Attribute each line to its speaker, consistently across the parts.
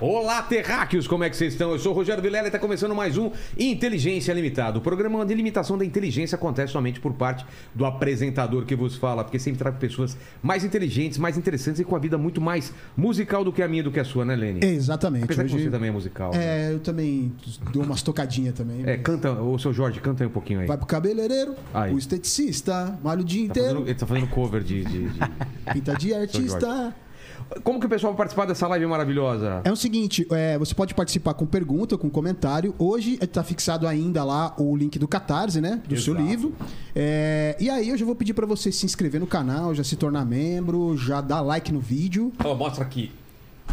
Speaker 1: Olá, terráqueos, como é que vocês estão? Eu sou o Rogério Vilela e está começando mais um Inteligência Limitada. O programa de limitação da inteligência acontece somente por parte do apresentador que vos fala, porque sempre trago pessoas mais inteligentes, mais interessantes e com a vida muito mais musical do que a minha do que a sua, né, Lene?
Speaker 2: Exatamente.
Speaker 1: Apesar que
Speaker 2: É, Hoje-
Speaker 1: você também é musical. né?
Speaker 2: É, eu também dou umas tocadinhas também.
Speaker 1: É, canta, ô seu Jorge, canta aí um pouquinho aí.
Speaker 2: Vai pro cabeleireiro,
Speaker 1: Aí.
Speaker 2: o esteticista, malha o dia
Speaker 1: Tá
Speaker 2: inteiro,
Speaker 1: fazendo, ele tá fazendo cover de, de- de-
Speaker 2: pinta de artista.
Speaker 1: Como que o pessoal vai participar dessa live maravilhosa?
Speaker 2: É o seguinte, é, você pode participar com pergunta, com comentário. Hoje é, tá fixado ainda lá o link do Catarse, né? Do seu
Speaker 1: Exato.
Speaker 2: livro. É, e aí eu já vou pedir pra você se inscrever no canal, já se tornar membro, já dar like no vídeo.
Speaker 1: Ó, mostra aqui.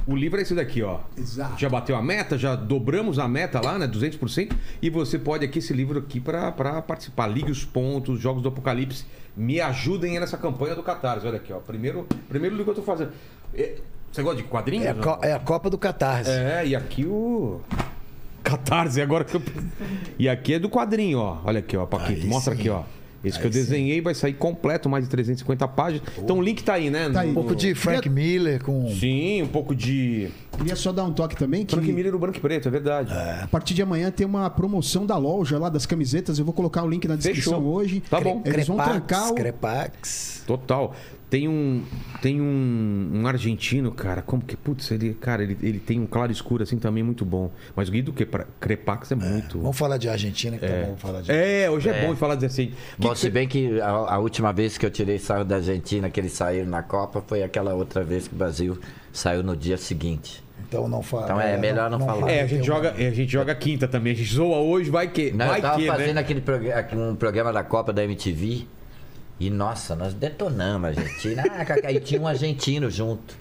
Speaker 1: O livro é esse daqui, ó.
Speaker 2: Exato.
Speaker 1: Já bateu a meta, já dobramos a meta lá, né? 200%. E você pode aqui esse livro aqui pra pra participar. Ligue os pontos, Jogos do Apocalipse. Me ajudem aí nessa campanha do Catarse. Olha aqui, ó. Primeiro, primeiro livro que eu tô fazendo. É, Você gosta de quadrinhos?
Speaker 3: É a, co- é a Copa do Catarse.
Speaker 1: É, e aqui o. Catarse, agora que eu. E aqui é do quadrinho, ó. Olha aqui, ó, Paquito.
Speaker 3: Aí
Speaker 1: Mostra
Speaker 3: sim.
Speaker 1: aqui, ó. Esse que
Speaker 3: Aí
Speaker 1: eu desenhei vai sair completo, mais de 350 páginas. Então o link tá aí, né?
Speaker 2: Tá aí.
Speaker 1: No-
Speaker 3: Um pouco de Frank Miller com.
Speaker 1: Sim, um pouco de.
Speaker 2: Queria só dar um toque também que
Speaker 1: Frank Miller o branco e preto, é verdade.
Speaker 2: a partir de amanhã tem uma promoção da loja lá das camisetas. Eu vou colocar o link na descrição
Speaker 1: Fechou.
Speaker 2: hoje.
Speaker 1: Tá bom.
Speaker 2: Eles vão trancar o...
Speaker 3: Crepax.
Speaker 1: Total. Tem um tem um, um argentino, cara, como que putz, ele, cara, ele, ele tem um claro escuro assim também muito bom. Mas o Guido que Crepax é muito.
Speaker 3: Vamos falar de Argentina, que tá bom falar de
Speaker 1: É, hoje é, bom de falar assim. Que
Speaker 4: Bom,
Speaker 1: que
Speaker 4: se
Speaker 1: cê-
Speaker 4: bem que a, a última vez que eu tirei sarro da Argentina, que eles saíram na Copa, foi aquela outra vez que o Brasil saiu no dia seguinte.
Speaker 3: Então não fala.
Speaker 4: Então é melhor não falar.
Speaker 1: É, a gente joga, é, a gente joga quinta também. A gente zoa hoje, vai que,
Speaker 4: Não,
Speaker 1: vai
Speaker 4: eu tava
Speaker 1: que,
Speaker 4: fazendo
Speaker 1: né?
Speaker 4: aquele prog- aqui um programa da Copa da MTV e, nossa, nós detonamos a Argentina. Ah, Cacá, e tinha um argentino junto.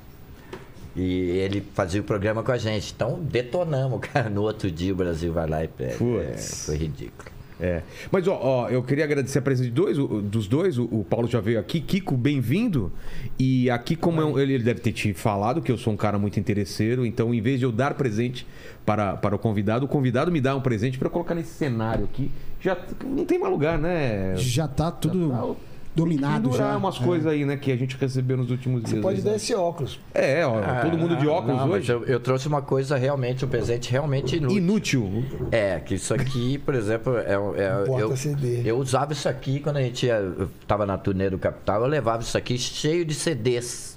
Speaker 4: E ele fazia o programa com a gente. Então detonamos, cara. No outro dia o Brasil vai lá e pega. É,
Speaker 1: Putz.
Speaker 4: foi ridículo.
Speaker 1: É. Mas ó, ó, eu queria agradecer a presença de dois, o- dos dois. O, o Paulo já veio aqui, Kiko, bem-vindo. E aqui como é um- ele ele deve ter te falado que eu sou um cara muito interesseiro, então em vez de eu dar presente para, para o convidado, o convidado me dá um presente para eu colocar nesse cenário aqui. Já t- não tem mais lugar, né?
Speaker 2: Já tá tudo
Speaker 1: Já tá o-
Speaker 2: dominado
Speaker 1: Pendurar
Speaker 2: já.
Speaker 1: umas
Speaker 2: É.
Speaker 1: coisas aí, né, que a gente recebeu nos últimos dias.
Speaker 3: Você pode
Speaker 1: aí,
Speaker 3: dar
Speaker 1: né?
Speaker 3: esse óculos.
Speaker 1: É, ó, todo mundo de
Speaker 4: Ah,
Speaker 1: óculos
Speaker 4: não, mas
Speaker 1: hoje.
Speaker 4: Eu, eu trouxe uma coisa realmente, um presente realmente inútil.
Speaker 1: Inútil.
Speaker 4: É, que isso aqui, por exemplo, é, um- é-
Speaker 3: Porta
Speaker 4: eu,
Speaker 3: CD.
Speaker 4: eu usava isso aqui quando a gente ia, eu tava na turnê do Capital, eu levava isso aqui cheio de CDs.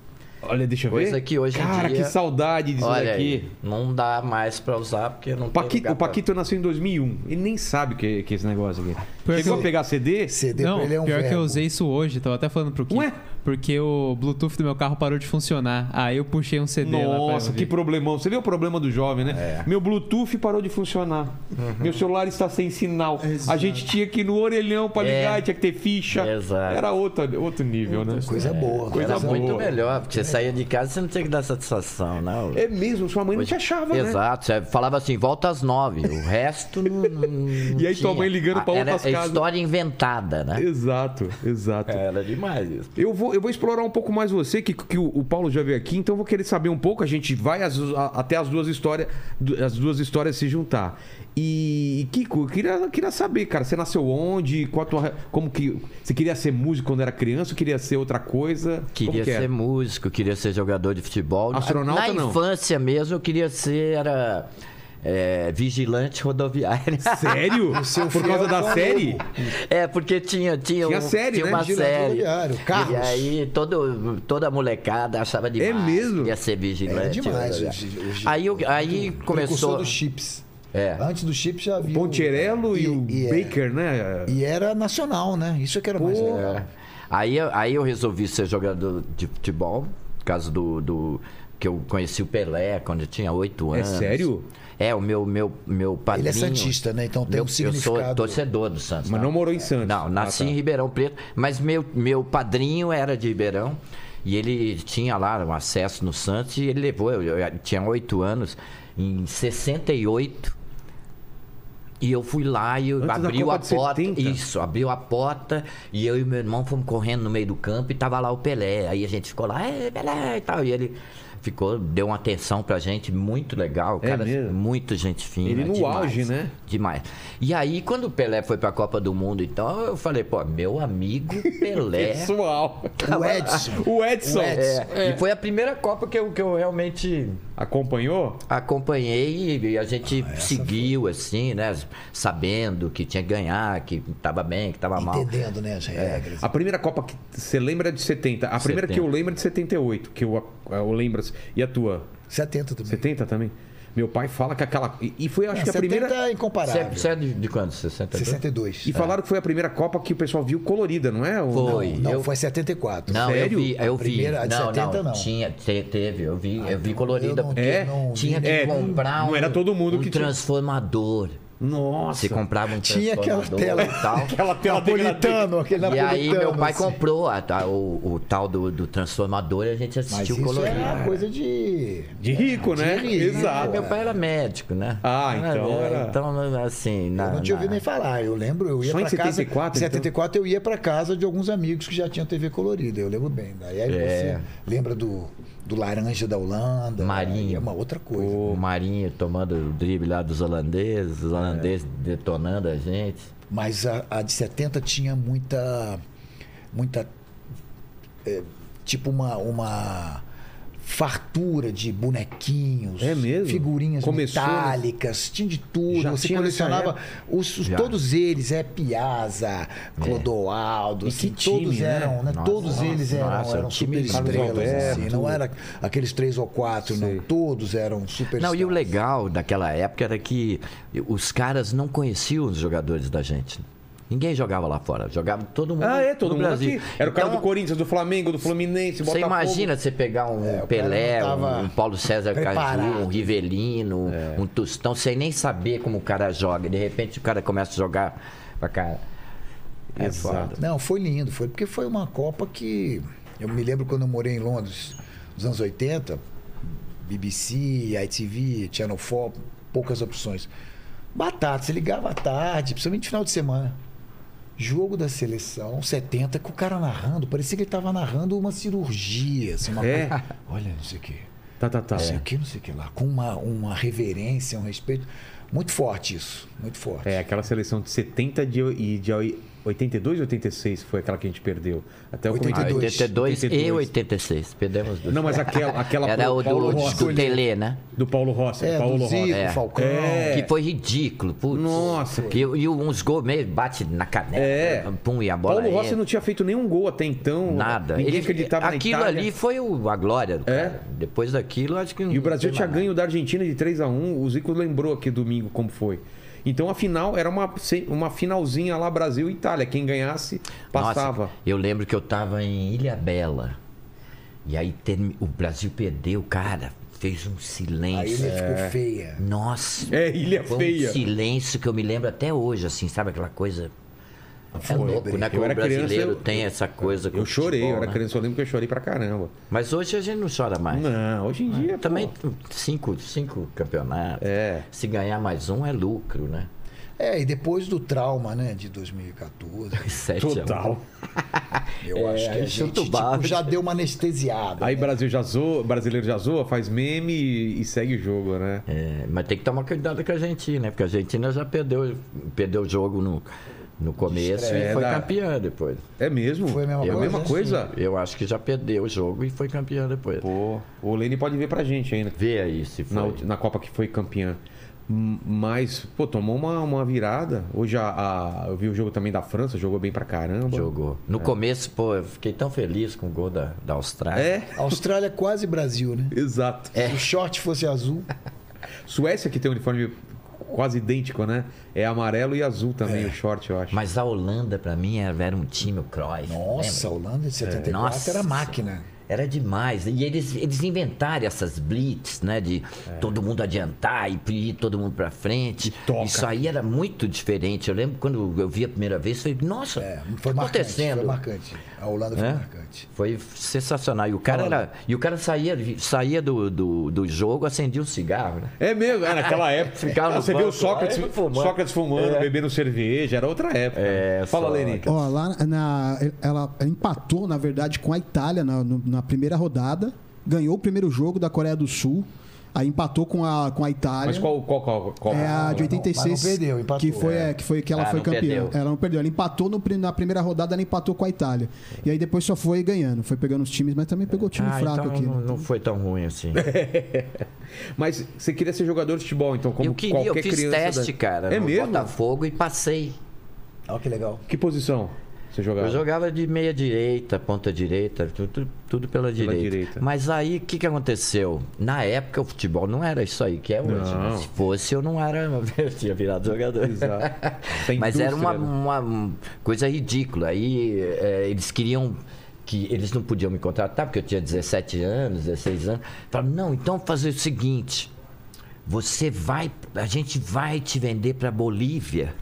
Speaker 1: Olha, deixa eu ver.
Speaker 4: Coisa que hoje em
Speaker 1: Cara,
Speaker 4: dia-
Speaker 1: que saudade disso
Speaker 4: Olha
Speaker 1: daqui.
Speaker 4: aí, não dá mais pra usar porque não
Speaker 1: O Paquito,
Speaker 4: tem
Speaker 1: o Paquito nasceu em 2001. Ele nem sabe o que, que é esse negócio aqui. Chegou
Speaker 5: que eu-
Speaker 1: a pegar CD?
Speaker 3: CD
Speaker 5: Não,
Speaker 3: pra ele é um
Speaker 5: pior que eu
Speaker 3: verbo.
Speaker 5: usei isso hoje, tava até falando pro Kiko.
Speaker 1: Ué?
Speaker 5: Porque o Bluetooth do meu carro parou de funcionar. Aí eu puxei um CD lá pra
Speaker 1: Nossa, que
Speaker 5: ouvir.
Speaker 1: problemão. Você vê o problema do jovem, né?
Speaker 4: É.
Speaker 1: Meu Bluetooth parou de funcionar.
Speaker 4: Uhum.
Speaker 1: Meu celular está sem sinal. A gente tinha que ir no orelhão pra
Speaker 4: É.
Speaker 1: ligar, tinha que ter ficha.
Speaker 4: Exato.
Speaker 1: Era outro, outro nível, né?
Speaker 3: Coisa
Speaker 4: É,
Speaker 3: boa.
Speaker 1: coisa
Speaker 4: Era
Speaker 1: boa.
Speaker 4: muito melhor, porque você saía de casa e você não tinha que dar satisfação, não.
Speaker 1: É mesmo, sua mãe não te achava, né?
Speaker 4: Exato, você falava assim, volta às nove, o resto não, não
Speaker 1: E aí tua
Speaker 4: tinha.
Speaker 1: mãe ligando pra
Speaker 4: Ah, era-
Speaker 1: outras
Speaker 4: é
Speaker 1: casas. É,
Speaker 4: história inventada, né?
Speaker 1: Exato, exato.
Speaker 4: Era demais isso.
Speaker 1: Eu vou, eu vou explorar um pouco mais você, que, que o, o Paulo já veio aqui, então eu vou querer saber um pouco. A gente vai às- a- até as duas histórias, du- as duas histórias se juntar. E, Kiko, eu queria, eu queria saber, cara, você nasceu onde? Qual a tua, re- como que. Você queria ser músico quando era criança ou queria ser outra coisa?
Speaker 4: Queria
Speaker 1: Como que é?
Speaker 4: ser músico, queria ser jogador de futebol.
Speaker 1: Astronauta,
Speaker 4: Na
Speaker 1: não?
Speaker 4: infância mesmo, eu queria ser era, é, vigilante rodoviário.
Speaker 1: Sério? Por causa da série?
Speaker 4: é, porque tinha, tinha, um,
Speaker 1: Tinha série,
Speaker 4: tinha
Speaker 1: né?
Speaker 4: uma
Speaker 3: Vigilante
Speaker 4: série.
Speaker 3: rodoviário, Carros.
Speaker 4: E aí todo, toda a molecada achava demais.
Speaker 1: mesmo?
Speaker 4: Queria ser vigilante.
Speaker 3: É demais.
Speaker 4: rodoviário.
Speaker 3: hoje- hoje-
Speaker 4: aí eu- aí
Speaker 3: do-
Speaker 4: começou.
Speaker 3: precursor dos chips.
Speaker 4: É.
Speaker 3: Antes do chip já havia. o-
Speaker 1: Poncherello e, o
Speaker 3: e é-
Speaker 1: Baker, né?
Speaker 3: E era nacional, né? Isso que era mais legal.
Speaker 1: É.
Speaker 4: É. Aí, eu- aí eu resolvi ser jogador de futebol, por causa do, do- que eu conheci o Pelé quando eu tinha oito
Speaker 1: É
Speaker 4: anos.
Speaker 1: sério?
Speaker 4: É, o meu, meu, meu padrinho...
Speaker 3: santista, né? Então tem um
Speaker 4: meu, Eu
Speaker 3: significado.
Speaker 4: sou torcedor do Santos.
Speaker 1: Mas
Speaker 4: tá?
Speaker 1: não morou em Santos.
Speaker 4: Não, nasci
Speaker 1: Ah, tá.
Speaker 4: em Ribeirão Preto, mas meu, meu padrinho era de Ribeirão e ele tinha lá um acesso no Santos e ele levou, eu, eu tinha oito anos, em 68. E eu fui lá e eu
Speaker 1: Antes da
Speaker 4: abriu
Speaker 1: Copa
Speaker 4: a
Speaker 1: de
Speaker 4: porta.
Speaker 1: 70?
Speaker 4: Isso, abriu a porta e eu e meu irmão fomos correndo no meio do campo e tava lá o Pelé. Aí a gente ficou lá, é, Pelé e tal. E ele ficou, deu uma atenção pra gente muito legal.
Speaker 1: É
Speaker 4: Cara,
Speaker 1: mesmo?
Speaker 4: muito gente fina.
Speaker 1: Ele no
Speaker 4: demais.
Speaker 1: auge, né?
Speaker 4: Demais. E aí, quando o Pelé foi pra Copa do Mundo, então, eu falei, pô, meu amigo Pelé.
Speaker 1: tá. Pessoal.
Speaker 3: O Edson.
Speaker 1: O Edson.
Speaker 3: O Edson.
Speaker 1: É.
Speaker 4: É, E foi a primeira Copa que eu, que eu realmente
Speaker 1: Acompanhou?
Speaker 4: Acompanhei e a gente
Speaker 1: Ah,
Speaker 4: seguiu, assim, né? Sabendo que tinha que ganhar, que tava bem, que tava mal. É.
Speaker 3: Entendendo, né, as regras.
Speaker 1: A primeira Copa que você lembra é de 70. A primeira que eu
Speaker 4: 70.
Speaker 1: lembro é de 78, que eu, eu lembro. assim. E a tua?
Speaker 3: 70 também.
Speaker 1: 70 também? Meu pai fala que aquela. E e foi, acho
Speaker 3: Não,
Speaker 1: que a
Speaker 3: 70
Speaker 1: primeira.
Speaker 3: é
Speaker 4: Você,
Speaker 3: incomparável.
Speaker 4: você é de, de quando? 62?
Speaker 3: 62.
Speaker 1: E falaram que foi a primeira Copa que o pessoal viu colorida, não é? Ou-
Speaker 4: Foi.
Speaker 3: Não,
Speaker 4: eu-
Speaker 3: foi 74.
Speaker 4: Não,
Speaker 1: Sério?
Speaker 4: eu vi, eu
Speaker 3: A
Speaker 4: vi.
Speaker 3: primeira, a de
Speaker 4: não,
Speaker 3: 70
Speaker 4: não,
Speaker 3: não.
Speaker 4: tinha, te- teve, eu
Speaker 1: Ah,
Speaker 4: vi, eu vi colorida.
Speaker 3: eu não-
Speaker 4: porque
Speaker 1: É?
Speaker 3: não-
Speaker 4: tinha que
Speaker 1: É,
Speaker 4: comprar
Speaker 1: não era todo mundo
Speaker 4: um
Speaker 1: que tinha.
Speaker 4: transformador.
Speaker 1: Nossa.
Speaker 4: Você comprava um
Speaker 3: Tinha aquela
Speaker 4: transformador
Speaker 3: tela.
Speaker 4: e tal.
Speaker 1: Aquela tela
Speaker 3: Napolitano, aquele
Speaker 4: E
Speaker 3: napolitano.
Speaker 4: aí meu pai
Speaker 3: assim.
Speaker 4: comprou a- a- o, o tal do, do transformador e a gente
Speaker 3: Mas
Speaker 4: assistiu
Speaker 3: isso
Speaker 4: colorido.
Speaker 3: é coisa de...
Speaker 1: De rico, né?
Speaker 4: Ah,
Speaker 1: Exato.
Speaker 4: meu pai era médico, né?
Speaker 1: Ah, então
Speaker 4: é,
Speaker 1: era-
Speaker 4: Então, assim...
Speaker 3: Eu
Speaker 4: na-
Speaker 3: não tinha
Speaker 4: na-
Speaker 3: ouvido nem falar. Eu lembro, eu ia
Speaker 1: Só em
Speaker 3: pra casa.
Speaker 1: 74, então?
Speaker 3: 74 eu ia pra casa de alguns amigos que já tinham TV colorida, eu lembro bem. Daí aí
Speaker 4: É.
Speaker 3: você lembra do, do Laranja da Holanda.
Speaker 4: Marinho.
Speaker 3: aí É uma outra coisa.
Speaker 4: O Marinho tomando o drible lá dos holandeses, os holandeses
Speaker 3: É.
Speaker 4: detonando a gente.
Speaker 3: Mas a, a de 70 tinha muita. muita. é, tipo uma. uma fartura de bonequinhos,
Speaker 1: É mesmo?
Speaker 3: figurinhas
Speaker 1: Começou, né?
Speaker 3: metálicas, tinha de tudo.
Speaker 1: Já
Speaker 3: Você
Speaker 1: tinha nessa
Speaker 3: colecionava os, os-
Speaker 4: Já.
Speaker 3: todos eles, é Piazza, Clodoaldo,
Speaker 1: E
Speaker 3: assim,
Speaker 1: que time,
Speaker 3: todos
Speaker 1: né?
Speaker 3: eram, né?
Speaker 4: Nossa,
Speaker 3: todos
Speaker 4: nossa,
Speaker 3: eles eram,
Speaker 4: nossa,
Speaker 3: eram
Speaker 4: um time
Speaker 3: super
Speaker 1: Carlos
Speaker 3: estrelas, assim,
Speaker 1: Alberto.
Speaker 3: não era aqueles três ou quatro,
Speaker 1: Sei.
Speaker 3: não, todos eram super
Speaker 4: Não, e o
Speaker 3: estrelas.
Speaker 4: legal daquela época era que os caras não conheciam os jogadores da gente. Ninguém jogava lá fora, jogava todo mundo.
Speaker 1: Ah, é, todo
Speaker 4: no
Speaker 1: mundo
Speaker 4: Brasil.
Speaker 1: aqui. Era o cara
Speaker 4: Então,
Speaker 1: do Corinthians, do Flamengo, do Fluminense,
Speaker 4: Você
Speaker 1: Botafogo.
Speaker 4: imagina você pegar um
Speaker 3: É, o cara
Speaker 4: Pelé,
Speaker 3: não tava
Speaker 4: um Paulo César Caju, um
Speaker 3: preparado. É.
Speaker 4: Rivelino, um Tostão, sem nem saber como o cara joga. De repente o cara começa a jogar pra cara. É foda.
Speaker 3: Não, foi lindo, foi porque foi uma Copa que eu me lembro quando eu morei em Londres nos anos 80, BBC, ITV, Channel 4, poucas opções. Batata, você ligava à tarde, principalmente final de semana. Jogo da seleção 70 com o cara narrando, parecia que ele tava narrando uma cirurgia, assim, uma
Speaker 1: É.
Speaker 3: coisa- Olha, não sei o quê.
Speaker 1: Tá, tá, tá.
Speaker 3: Não
Speaker 4: É.
Speaker 3: sei o que, não sei o que lá, com uma, uma reverência, um respeito. Muito forte isso, muito forte.
Speaker 1: É, aquela seleção de 70 de, e de 82 e 86 foi aquela que a gente perdeu. Até o
Speaker 3: 82.
Speaker 4: Ah,
Speaker 1: comentário-
Speaker 4: 82,
Speaker 1: 82.
Speaker 4: e 86. Perdemos dois.
Speaker 1: Não, mas aquela, aquela
Speaker 4: Era
Speaker 1: pro
Speaker 4: o
Speaker 1: Paulo
Speaker 4: do,
Speaker 1: Rossi.
Speaker 4: do Tele, né?
Speaker 1: Do Paulo Rossi.
Speaker 3: É,
Speaker 1: Paulo
Speaker 3: do Zico,
Speaker 1: Rossi.
Speaker 4: É.
Speaker 3: Falcão.
Speaker 1: É.
Speaker 4: Que foi ridículo, putz.
Speaker 1: Nossa.
Speaker 4: Que, e uns gols meio bate na canela,
Speaker 1: É.
Speaker 4: pum, e a bola
Speaker 1: Paulo Rossi
Speaker 4: entra.
Speaker 1: não tinha feito nenhum gol até então.
Speaker 4: Nada.
Speaker 1: Ninguém
Speaker 4: Ele-
Speaker 1: acreditava na
Speaker 4: Aquilo
Speaker 1: Itália.
Speaker 4: ali foi o- a glória do
Speaker 1: É.
Speaker 4: cara. Depois daquilo, acho que.
Speaker 1: E o Brasil tinha ganho da Argentina de 3 a 1 O Zico lembrou aqui domingo como foi. Então a final era uma, se- uma finalzinha lá Brasil e Itália. Quem ganhasse passava.
Speaker 4: Nossa, eu lembro que eu tava em Ilha Bela. E aí termi- o Brasil perdeu, cara. Fez um
Speaker 3: Aí ele
Speaker 4: silêncio.
Speaker 3: ficou feia.
Speaker 4: Nossa.
Speaker 1: É, Ilha
Speaker 4: foi
Speaker 1: Feia.
Speaker 4: um silêncio que eu me lembro até hoje, assim, sabe? Aquela coisa. É louco, né? Que
Speaker 1: Eu
Speaker 4: o
Speaker 1: era
Speaker 4: brasileiro
Speaker 1: criança, eu-
Speaker 4: tem essa coisa. com
Speaker 1: Eu
Speaker 4: o
Speaker 1: chorei,
Speaker 4: futebol,
Speaker 1: eu era
Speaker 4: né?
Speaker 1: criança, eu lembro que eu chorei pra caramba.
Speaker 4: Mas hoje a gente não chora mais.
Speaker 1: Não, hoje em dia.
Speaker 4: Ah, Também
Speaker 1: pô,
Speaker 4: cinco, cinco campeonatos.
Speaker 1: É.
Speaker 4: Se ganhar mais um é lucro, né?
Speaker 3: É, e depois do trauma, né, de 2014,
Speaker 4: Sete a um.
Speaker 1: total.
Speaker 3: eu acho que
Speaker 4: É, aí
Speaker 3: a gente
Speaker 4: chuta o
Speaker 3: tipo,
Speaker 4: balde.
Speaker 3: já deu uma anestesiada.
Speaker 1: Aí Brasil já zoa, brasileiro já zoa, faz meme e, e segue o jogo, né?
Speaker 4: É, mas tem que tomar cuidado com a Argentina, né? porque a Argentina já perdeu, perdeu o jogo no, no começo
Speaker 1: Estreia
Speaker 4: e foi
Speaker 1: da-
Speaker 4: campeã depois.
Speaker 1: É mesmo?
Speaker 3: Foi a mesma
Speaker 1: é a
Speaker 3: coisa?
Speaker 1: mesma coisa?
Speaker 4: Eu acho que já perdeu o jogo e foi campeã depois.
Speaker 1: Pô, o Lene pode ver pra gente ainda.
Speaker 4: Vê aí se foi.
Speaker 1: na, ulti- na Copa que foi campeã. M- Mas, pô, tomou uma, uma virada. Hoje a, a- eu vi o jogo também da França, jogou bem pra caramba.
Speaker 4: Jogou. No
Speaker 1: é.
Speaker 4: começo, pô, eu fiquei tão feliz com o gol da, da Austrália.
Speaker 1: É,
Speaker 3: Austrália é quase Brasil, né?
Speaker 1: exato.
Speaker 4: É.
Speaker 3: Se o short fosse azul,
Speaker 1: Suécia que tem um uniforme quase idêntico, né? É amarelo e azul também, o short, eu acho.
Speaker 4: É. Mas a Holanda, pra mim, era era um time, o Cruyff.
Speaker 3: nossa, a
Speaker 4: lembra?
Speaker 3: Holanda de 74
Speaker 4: É, Nossa.
Speaker 3: era máquina.
Speaker 4: Era demais. E eles, eles inventaram essas blitz, né? De todo mundo adiantar e ir todo mundo pra frente.
Speaker 1: toca.
Speaker 4: Isso aí era muito diferente. Eu lembro quando eu vi a primeira vez, falei, nossa,
Speaker 3: É,
Speaker 4: o que
Speaker 3: foi
Speaker 4: tá
Speaker 3: marcante,
Speaker 4: acontecendo.
Speaker 3: foi marcante. A Holanda foi
Speaker 4: É?
Speaker 3: marcante.
Speaker 4: Foi sensacional. E o cara, era, e o cara saía, saía do, do, do jogo, acendia um cigarro, né?
Speaker 1: É mesmo, é, naquela época.
Speaker 4: Ficava no
Speaker 1: você viu
Speaker 4: banco lá,
Speaker 1: o Sócrates
Speaker 4: ele
Speaker 1: fumando,
Speaker 4: fumando.
Speaker 1: Sócrates fumando bebendo cerveja, era outra época.
Speaker 4: É,
Speaker 1: Fala,
Speaker 4: só-
Speaker 1: Lene.
Speaker 2: Ó, lá na, ela empatou, na verdade, com a Itália na, no- na primeira rodada, ganhou o primeiro jogo da Coreia do Sul. Aí empatou com a, com a Itália.
Speaker 1: Mas qual qual qual, qual
Speaker 2: É a
Speaker 1: qual-
Speaker 2: de 86.
Speaker 3: Mas não perdeu, empatou.
Speaker 2: Que foi, é, que foi que ela
Speaker 4: Ah,
Speaker 2: foi
Speaker 4: não
Speaker 2: campeã.
Speaker 4: perdeu.
Speaker 2: Ela não perdeu. Ela empatou no pri- na primeira rodada, ela empatou com a Itália. E aí depois só foi ganhando. Foi pegando os times, mas também pegou time
Speaker 4: Ah,
Speaker 2: fraco
Speaker 4: então
Speaker 2: aqui. né?
Speaker 4: não, não foi tão ruim assim.
Speaker 1: Mas você queria ser jogador de futebol, então como
Speaker 4: eu queria, eu
Speaker 1: qualquer
Speaker 4: fiz
Speaker 1: criança
Speaker 4: teste,
Speaker 1: da-
Speaker 4: cara,
Speaker 1: É
Speaker 4: no
Speaker 1: mesmo?
Speaker 4: Botafogo e passei.
Speaker 3: Olha que legal.
Speaker 1: Que posição você jogava?
Speaker 4: Eu jogava de meia direita, ponta direita, tudo, tudo pela, direita.
Speaker 1: direita.
Speaker 4: Mas aí o que, que aconteceu? Na época o futebol não era isso aí que é hoje. né?
Speaker 1: Não.
Speaker 4: Se fosse eu não era, eu tinha virado jogador.
Speaker 1: Exato. Essa
Speaker 4: Mas era uma,
Speaker 1: indústria, né?
Speaker 4: uma um, coisa ridícula. Aí eh, eles queriam que eles não podiam me contratar porque eu tinha 17 anos, 16 anos. Falaram, não, então vamos fazer o seguinte. Você vai, a gente vai te vender para Bolívia.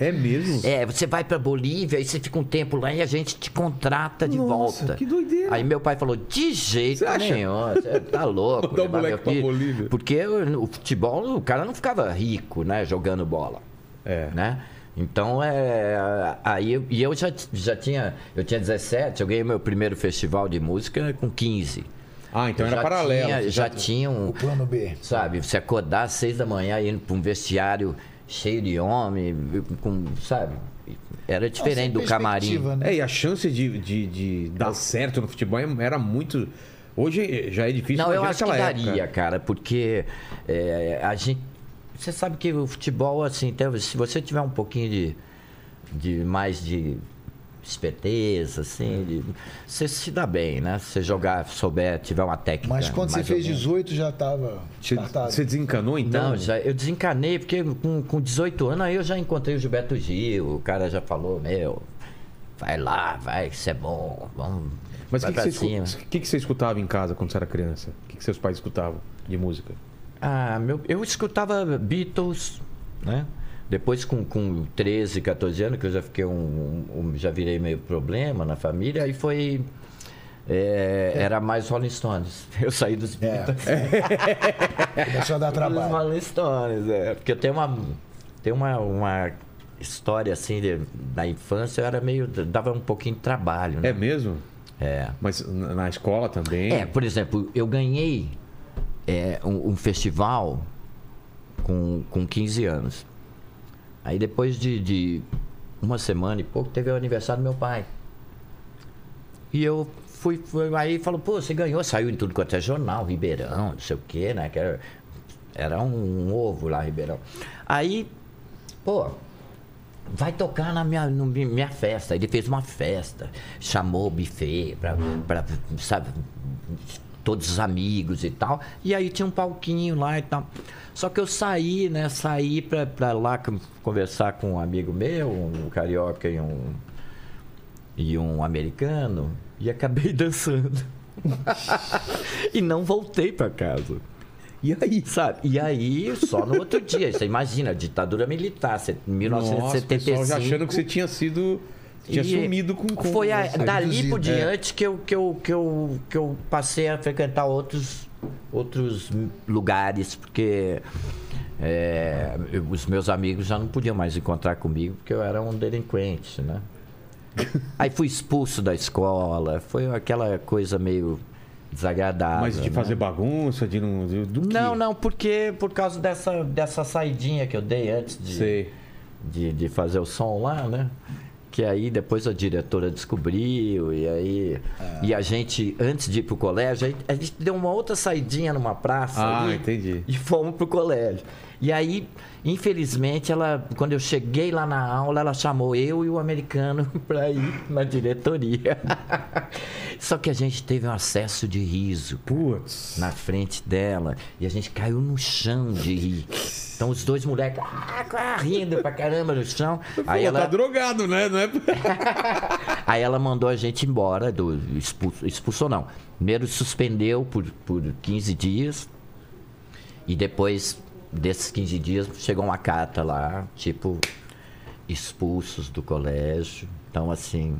Speaker 1: É mesmo?
Speaker 4: É, você vai pra Bolívia, aí você fica um tempo lá e a gente te contrata de
Speaker 1: Nossa,
Speaker 4: volta.
Speaker 1: que doideira.
Speaker 4: Aí meu pai falou, de jeito
Speaker 1: Você acha?
Speaker 4: nenhum, você tá louco.
Speaker 1: Mandar o
Speaker 4: levar
Speaker 1: moleque
Speaker 4: meu
Speaker 1: pra
Speaker 4: filho.
Speaker 1: Bolívia.
Speaker 4: Porque eu- o futebol, o cara não ficava rico, né, jogando bola.
Speaker 1: É.
Speaker 4: Né? Então, é, aí eu, e eu já, já tinha, eu tinha 17, eu ganhei meu primeiro festival de música com 15.
Speaker 1: Ah, então
Speaker 4: Eu
Speaker 1: era
Speaker 4: já
Speaker 1: paralelo.
Speaker 4: tinha-
Speaker 1: você
Speaker 4: já tinha um,
Speaker 3: O plano B.
Speaker 4: Sabe, você acordar às seis da manhã indo para um vestiário cheio de homem, com, sabe? Era diferente
Speaker 3: Não,
Speaker 4: do
Speaker 3: sem
Speaker 4: camarim.
Speaker 3: perspectiva, né?
Speaker 1: É, e a chance de, de, de dar certo no futebol é- era muito. Hoje já é difícil.
Speaker 4: Não, eu
Speaker 1: imagina
Speaker 4: acho que
Speaker 1: aquela
Speaker 4: daria,
Speaker 1: época.
Speaker 4: cara, porque é, a gente. Você sabe que o futebol, assim, tem- se você tiver um pouquinho de, de mais de esperteza, assim,
Speaker 3: É.
Speaker 4: de- você se dá bem, né? Se você jogar, souber, tiver uma técnica.
Speaker 3: Mas quando você
Speaker 4: mais ou
Speaker 3: fez
Speaker 4: menos.
Speaker 3: 18 já estava
Speaker 1: Você,
Speaker 3: descartado.
Speaker 1: você desencanou então?
Speaker 4: Não, já, eu desencanei, porque com, com 18 anos aí eu já encontrei o Gilberto Gil, o cara já falou, meu, vai lá, vai, que isso é bom, vamos.
Speaker 1: Mas o
Speaker 4: vai
Speaker 1: que, que,
Speaker 4: pra
Speaker 1: você
Speaker 4: cima.
Speaker 1: escu- que que você escutava em casa quando você era criança? O que, que seus pais escutavam de música?
Speaker 4: Ah, meu, eu escutava Beatles, né? Depois com, com 13, 14 anos, que eu já fiquei um, um- um- já virei meio problema na família, aí foi. é, era mais Rolling Stones. Eu saí dos
Speaker 1: É.
Speaker 4: Beatles.
Speaker 3: Começou a dar
Speaker 4: Os
Speaker 3: trabalho.
Speaker 4: Rolling Stones, é. Porque eu tenho uma, tenho uma, uma história assim, de, na infância eu era meio. dava um pouquinho de trabalho,
Speaker 1: É
Speaker 4: né?
Speaker 1: mesmo?
Speaker 4: É.
Speaker 1: Mas na na escola também?
Speaker 4: É, por exemplo, eu ganhei é, um, um festival com, com 15 anos. Aí depois de, de uma semana e pouco, teve o aniversário do meu pai. E eu fui, fui- aí falou, pô, você ganhou, saiu em tudo quanto é jornal, Ribeirão, não sei o quê, né? Que era, era um, ovo lá, Ribeirão. Aí, pô, vai tocar na minha, no mi- minha festa. Ele fez uma festa, chamou o buffet pra, pra, sabe, todos os amigos e tal. E aí tinha um palquinho lá e tal. Só que eu saí, né? Saí pra, pra lá con- conversar com um amigo meu, um carioca e um, e um americano, e acabei dançando. e não voltei pra casa. E aí? Sabe? E aí, só no outro dia. Você imagina, ditadura militar, cê-
Speaker 1: Nossa, o pessoal
Speaker 4: 1975.
Speaker 1: já achando que você tinha sido. Tinha
Speaker 4: E
Speaker 1: sumido com. né? com
Speaker 4: Foi a-
Speaker 1: essa-
Speaker 4: dali por
Speaker 3: reduzido,
Speaker 1: É.
Speaker 4: diante que, eu, que, eu, que, eu, que eu passei a frequentar outros, outros lugares, porque é, eu- os meus amigos já não podiam mais encontrar comigo, porque eu era um delinquente, né? Aí fui expulso da escola, foi aquela coisa meio desagradável.
Speaker 1: Mas de
Speaker 4: né?
Speaker 1: fazer bagunça, de não. de- do
Speaker 4: Não,
Speaker 1: quê?
Speaker 4: não, porque por causa dessa, dessa saidinha que eu dei antes de,
Speaker 1: Sei.
Speaker 4: de, de fazer o som lá, né? Que aí depois a diretora descobriu, e aí. E a gente, antes de ir pro colégio, aí a gente deu uma outra saidinha numa praça.
Speaker 1: Ah,
Speaker 4: ali,
Speaker 1: entendi.
Speaker 4: E fomos pro colégio. E aí, infelizmente, ela, quando eu cheguei lá na aula, ela chamou eu e o americano pra ir na diretoria. Só que a gente teve um acesso de riso
Speaker 1: Putz.
Speaker 4: na frente dela e a gente caiu no chão de rir. Então os dois moleques ah, ah, rindo pra caramba no chão. Aí
Speaker 1: Pô, Tá
Speaker 4: ela,
Speaker 1: drogado, né? Não é...
Speaker 4: aí ela mandou a gente embora, do, expulsou, expulsou não. Primeiro suspendeu por, por 15 dias e depois desses 15 dias chegou uma carta lá, tipo, expulsos do colégio. Então assim,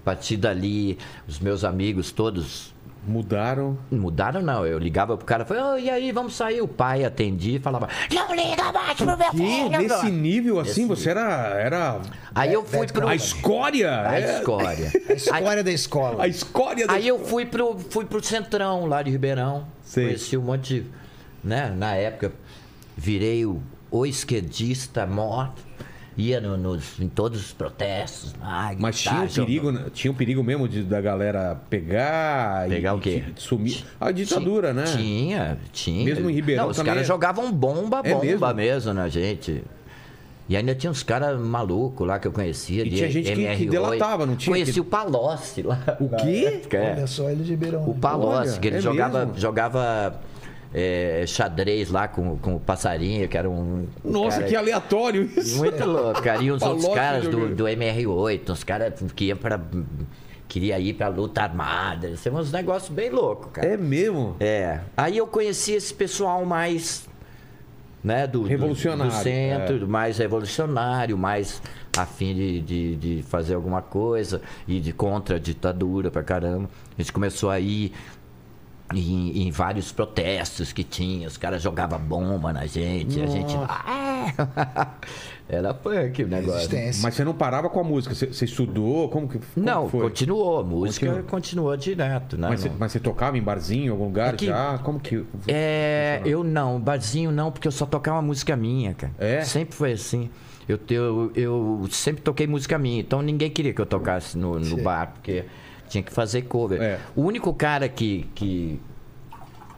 Speaker 4: a partir dali, os meus amigos todos
Speaker 1: Mudaram.
Speaker 4: Mudaram não, eu ligava pro cara, falei, "Ô, e aí, vamos sair? O pai atendia e falava, não liga mais pro meu
Speaker 1: Que
Speaker 4: filho!
Speaker 1: nesse nível assim, você era. era
Speaker 4: Aí eu fui pro...
Speaker 1: a escória?
Speaker 4: A
Speaker 1: é?
Speaker 4: escória.
Speaker 3: A história da escola.
Speaker 1: A escória da
Speaker 4: Aí eu fui pro, fui pro Centrão, lá de Ribeirão.
Speaker 1: Sei.
Speaker 4: Conheci um monte de... né? Na época, virei o, o esquerdista morto. Ia no- nos, em todos os protestos. Ah,
Speaker 1: Mas tinha um
Speaker 4: guitarra,
Speaker 1: perigo, né? tinha um perigo mesmo de, da galera pegar,
Speaker 4: Pegar
Speaker 1: e,
Speaker 4: o quê?
Speaker 1: e de sumir. A ditadura, né?
Speaker 4: Tinha, tinha.
Speaker 1: Mesmo em Ribeirão
Speaker 4: Não, os
Speaker 1: também
Speaker 4: caras
Speaker 1: é-
Speaker 4: jogavam bomba,
Speaker 1: É
Speaker 4: bomba
Speaker 1: mesmo?
Speaker 4: mesmo? na gente. E ainda tinha uns caras malucos lá que eu conhecia.
Speaker 1: E
Speaker 4: de
Speaker 1: tinha gente que- que
Speaker 4: MR8.
Speaker 1: delatava, não tinha?
Speaker 4: Conheci
Speaker 1: Que-
Speaker 4: o Palocci lá.
Speaker 1: O quê?
Speaker 4: É.
Speaker 3: Olha só, ele de Beirão.
Speaker 4: O Palocci,
Speaker 1: Olha,
Speaker 4: que ele
Speaker 1: é
Speaker 4: jogava,
Speaker 1: mesmo?
Speaker 4: jogava é, xadrez lá com, com o passarinho, que era um. um
Speaker 1: Nossa,
Speaker 4: cara-
Speaker 1: que aleatório isso.
Speaker 4: Muito louco, cara. E os
Speaker 1: Palocci
Speaker 4: outros caras do,
Speaker 1: jogando.
Speaker 4: do MR8, uns caras que iam pra. Queria ir pra luta armada. Isso é uns negócios bem loucos, cara.
Speaker 1: É mesmo?
Speaker 4: É. Aí eu conheci esse pessoal mais. Né, do, do-
Speaker 1: Revolucionário, é.
Speaker 4: Do, centro, mais revolucionário, mais afim de, de, de fazer alguma coisa e de contra a ditadura pra caramba. A gente começou a ir em, em vários protestos que tinha, os caras jogavam bomba na gente, a gente. Ah! Era punk o negócio.
Speaker 3: Existência.
Speaker 1: Mas você não parava com a música, você, você estudou, como que como
Speaker 4: É. Não,
Speaker 1: que foi?
Speaker 4: continuou, a música
Speaker 1: Continuou.
Speaker 4: continuou, direto, né?
Speaker 1: Mas, você,
Speaker 4: Não-
Speaker 1: mas você tocava em barzinho, em algum lugar
Speaker 4: É que-
Speaker 1: já? Como que...
Speaker 4: É, eu não, barzinho não, porque eu só tocava música minha, cara.
Speaker 1: É?
Speaker 4: Sempre foi assim. Eu, te- eu, eu sempre toquei música minha, então ninguém queria que eu tocasse no, no bar, porque tinha que fazer cover.
Speaker 1: É.
Speaker 4: O único cara que, que,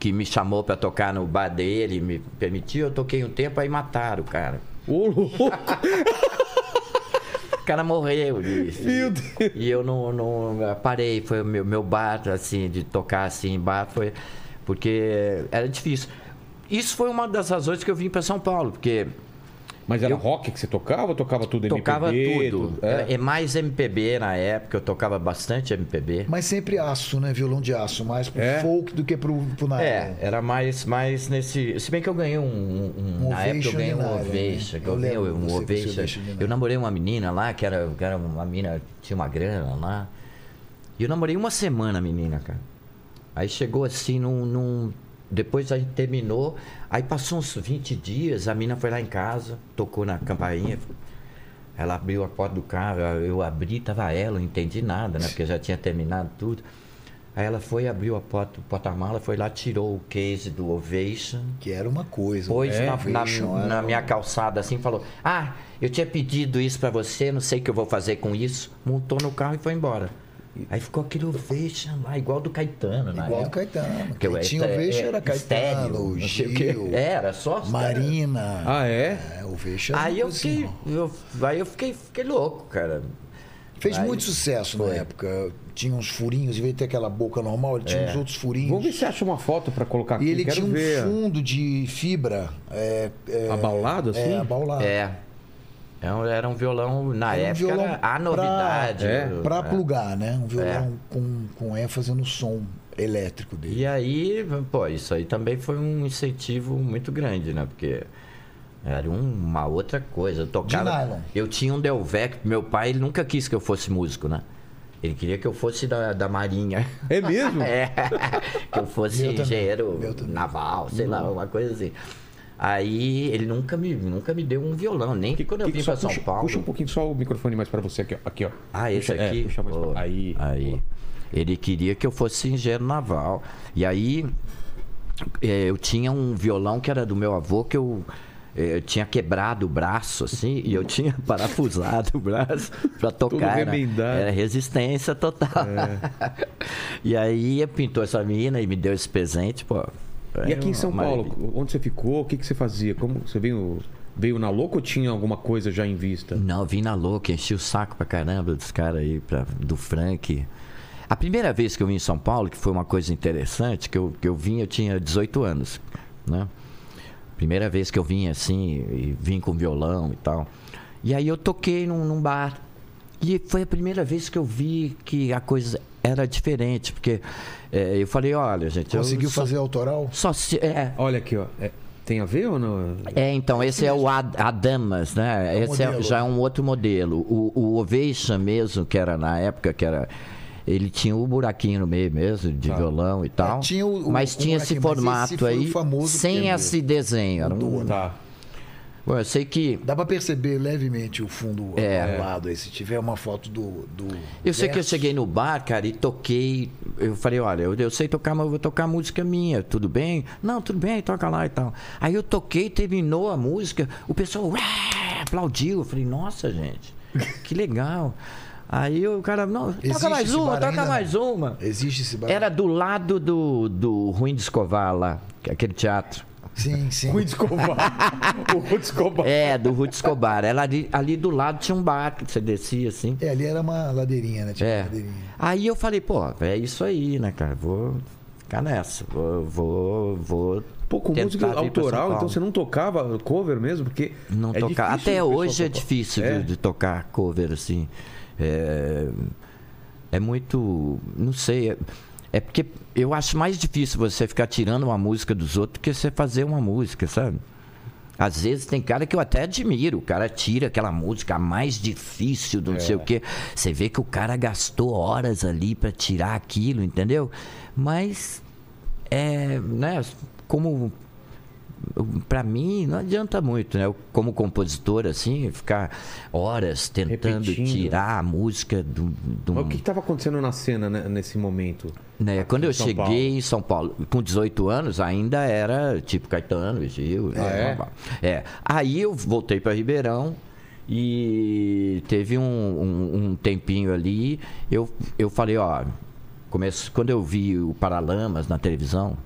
Speaker 4: que me chamou pra tocar no bar dele, me permitiu, eu toquei um tempo, aí mataram o cara.
Speaker 1: Ô, louco!
Speaker 4: O cara morreu disso.
Speaker 1: Meu Deus.
Speaker 4: E eu não, não parei, foi o meu, meu bar, assim, de tocar assim em bar, foi. Porque era difícil. Isso foi uma das razões que eu vim para São Paulo, porque
Speaker 1: Mas era
Speaker 4: Eu-
Speaker 1: rock que você tocava ou tocava tudo MPB?
Speaker 4: tocava tudo.
Speaker 1: É.
Speaker 4: É. mais MPB na época, eu tocava bastante MPB.
Speaker 3: Mas sempre aço, né? Violão de aço. Mais pro
Speaker 1: É.
Speaker 3: folk do que pro, pro nada.
Speaker 4: É, era mais, mais nesse. Se bem que eu ganhei um. um- um-
Speaker 3: Um
Speaker 4: na época eu
Speaker 3: ovation
Speaker 4: ganhei
Speaker 3: na
Speaker 4: um
Speaker 3: área, né?
Speaker 4: ovation. que
Speaker 3: Eu
Speaker 4: eu ganhei
Speaker 3: lembro você
Speaker 4: um
Speaker 3: com seu
Speaker 4: ovation.
Speaker 3: ovation na
Speaker 4: Eu
Speaker 3: área.
Speaker 4: namorei uma menina lá, que era, que era uma menina, tinha uma grana lá. E eu namorei uma semana a menina, cara. Aí chegou assim num. num- depois a gente terminou. Aí passou uns 20 dias, a menina foi lá em casa, tocou na campainha. Ela abriu a porta do carro, eu abri, tava ela, não entendi nada, né? Porque eu já tinha terminado tudo. Aí ela foi, abriu a porta do porta-mala, foi lá, tirou o case do Ovation,
Speaker 3: Que era uma coisa.
Speaker 4: pôs
Speaker 3: né?
Speaker 4: na, na-
Speaker 3: Ovation
Speaker 4: na
Speaker 3: era
Speaker 4: minha calçada assim e falou: Ah, eu tinha pedido isso pra você, não sei o que eu vou fazer com isso. Montou no carro e foi embora. Aí ficou aquele Ovation lá, igual do Caetano, né?
Speaker 3: Igual do Caetano.
Speaker 4: Porque
Speaker 3: Quem tinha
Speaker 4: é-
Speaker 3: Ovation
Speaker 4: é-
Speaker 3: era
Speaker 4: estéreo,
Speaker 3: Caetano,
Speaker 4: não sei o
Speaker 3: Gil,
Speaker 4: quê. É, Era, só estéreo.
Speaker 3: Marina.
Speaker 1: Ah, é?
Speaker 3: É, Ovation era
Speaker 4: Aí eu
Speaker 3: uma coisa
Speaker 4: fiquei,
Speaker 3: assim, ó.
Speaker 4: eu, aí eu fiquei, fiquei louco, cara.
Speaker 3: Fez
Speaker 4: Aí-
Speaker 3: muito sucesso na época. Tinha uns furinhos, em vez de ter aquela boca normal, ele
Speaker 4: É.
Speaker 3: tinha uns outros
Speaker 1: Vamos ver
Speaker 3: furinhos.
Speaker 1: se acha uma foto pra colocar aqui,
Speaker 3: E ele
Speaker 1: quero
Speaker 3: tinha um
Speaker 1: ver.
Speaker 3: fundo de fibra. É, é,
Speaker 1: Abaulado, assim?
Speaker 3: é, abaulado.
Speaker 4: É. É um- Era um violão, na
Speaker 3: Era um
Speaker 4: época,
Speaker 3: violão
Speaker 4: era
Speaker 3: pra-
Speaker 4: a novidade.
Speaker 1: é,
Speaker 4: Eu-
Speaker 3: Pra
Speaker 4: é.
Speaker 3: plugar, né? Um violão com, com ênfase no som elétrico dele.
Speaker 4: E aí, pô, isso aí também foi um incentivo muito grande, né? Porque era um- uma outra coisa. Eu tocava.
Speaker 3: De nylon.
Speaker 4: Eu tinha um Delvec, meu pai ele nunca quis que eu fosse músico, né? Ele queria que eu fosse da, da marinha.
Speaker 1: É mesmo?
Speaker 4: É, que eu fosse
Speaker 3: Meu também,
Speaker 4: engenheiro
Speaker 3: meu também.
Speaker 4: naval, sei lá, uma coisa assim. Aí ele nunca me, nunca me deu um violão, nem que, quando eu
Speaker 1: Que- que
Speaker 4: vim
Speaker 1: só
Speaker 4: pra São
Speaker 1: puxa,
Speaker 4: Paulo.
Speaker 1: Puxa um pouquinho só o microfone mais pra você aqui, ó. Aqui, ó.
Speaker 4: Ah, esse
Speaker 1: Puxa- é,
Speaker 4: aqui?
Speaker 1: puxa mais pra-
Speaker 4: Pô,
Speaker 1: Aí.
Speaker 4: aí. Ele queria que eu fosse engenheiro naval. E aí, eh, eu tinha um violão que era do meu avô que eu. eh, eu tinha quebrado o braço, assim, e eu tinha parafusado o braço pra tocar. né?
Speaker 1: remendado. É.
Speaker 4: Era resistência total. e aí pintou essa menina e me deu esse presente, pô.
Speaker 1: E
Speaker 4: É
Speaker 1: aqui em
Speaker 4: uma
Speaker 1: São
Speaker 4: maravilha.
Speaker 1: Paulo, onde você ficou? O que, que você fazia? Como você veio, veio na louca ou tinha alguma coisa já em vista?
Speaker 4: Não, eu vim na louca, enchi o saco pra caramba dos caras aí, pra- do Frank. A primeira vez que eu vim em São Paulo, que foi uma coisa interessante, que eu, que eu vim, eu tinha 18 anos, né? Primeira vez que eu vim assim, e vim com violão e tal. E aí eu toquei num, num bar. E foi a primeira vez que eu vi que a coisa era diferente, porque eh, eu falei, olha, gente,
Speaker 3: Conseguiu
Speaker 4: eu só,
Speaker 3: fazer autoral?
Speaker 4: só se, é,
Speaker 1: Olha aqui, ó. É, tem a ver ou não?
Speaker 4: é, então, esse é o Ad- Adamas, né?
Speaker 3: um
Speaker 4: esse é-
Speaker 3: modelo.
Speaker 4: já é um outro modelo. O, o Ovation mesmo, que era na época, que era. Ele tinha o buraquinho no meio mesmo, de violão e tal.
Speaker 3: Tá. É, tinha o- o-
Speaker 4: mas
Speaker 3: o
Speaker 4: tinha esse
Speaker 3: buraquinho, mas esse
Speaker 4: formato
Speaker 3: foi
Speaker 4: aí,
Speaker 3: o né? famoso
Speaker 4: sem
Speaker 3: que-
Speaker 4: esse desenho. Era um-
Speaker 1: Tá.
Speaker 4: Bom, eu sei que.
Speaker 3: Dá pra perceber levemente o fundo
Speaker 4: É.
Speaker 3: ao lado aí. Se tiver uma foto do. do
Speaker 4: Eu sei que eu
Speaker 3: verso.
Speaker 4: cheguei no bar, cara, e toquei. Eu falei, olha, eu, eu sei tocar, mas eu vou tocar música minha, tudo bem? Não, tudo bem, toca lá e tal. Aí eu toquei, terminou a música, o pessoal "Ué", aplaudiu. Eu falei, nossa, gente, que legal. Aí o cara, não,
Speaker 3: Existe
Speaker 4: toca mais
Speaker 3: esse
Speaker 4: uma,
Speaker 3: bar
Speaker 4: toca
Speaker 3: ainda,
Speaker 4: mais
Speaker 3: não?
Speaker 4: uma.
Speaker 3: Existe esse bar?
Speaker 4: Era do lado do, do Ruim de Escovar lá, que- é aquele teatro.
Speaker 3: Sim, sim.
Speaker 1: Rui de Escobar. o Rui de Escobar.
Speaker 4: É, do Ruth Escobar. Ela ali, ali do lado tinha um bar que você descia assim.
Speaker 3: É, ali era uma ladeirinha, né? Tinha uma
Speaker 4: É.
Speaker 3: ladeirinha.
Speaker 4: Aí eu falei, pô, é isso aí, né, cara? Vou ficar nessa. Vou. Vou. vou
Speaker 1: Pô, com
Speaker 4: tentar
Speaker 1: música
Speaker 4: vir pra São
Speaker 1: autoral,
Speaker 4: Paulo.
Speaker 1: então você não tocava cover mesmo? Porque.
Speaker 4: Não
Speaker 1: é
Speaker 4: tocar.
Speaker 1: difícil
Speaker 4: Até
Speaker 1: o pessoal
Speaker 4: hoje é
Speaker 1: tocar.
Speaker 4: difícil
Speaker 1: É.
Speaker 4: De, de tocar cover, assim. É, é muito. Não sei. É, é porque eu acho mais difícil você ficar tirando uma música dos outros do que você fazer uma música, sabe? Às vezes tem cara que eu até admiro. O cara tira aquela música a mais difícil do não
Speaker 1: É.
Speaker 4: sei o quê. Você vê que o cara gastou horas ali pra tirar aquilo, entendeu? Mas. É. Né? Como Pra mim não adianta muito, né? Eu, como compositor, assim, ficar horas tentando
Speaker 1: Repetindo.
Speaker 4: tirar a música do. do
Speaker 1: Mas o que estava acontecendo na cena né, nesse momento?
Speaker 4: né? Quando eu
Speaker 1: São
Speaker 4: cheguei
Speaker 1: Paulo.
Speaker 4: em São Paulo, com 18 anos, ainda era tipo Caetano, Gil.
Speaker 1: é?
Speaker 4: é? é. Aí eu voltei para Ribeirão e teve um, um- um tempinho ali. Eu, eu falei, ó, começo, quando eu vi o Paralamas na televisão,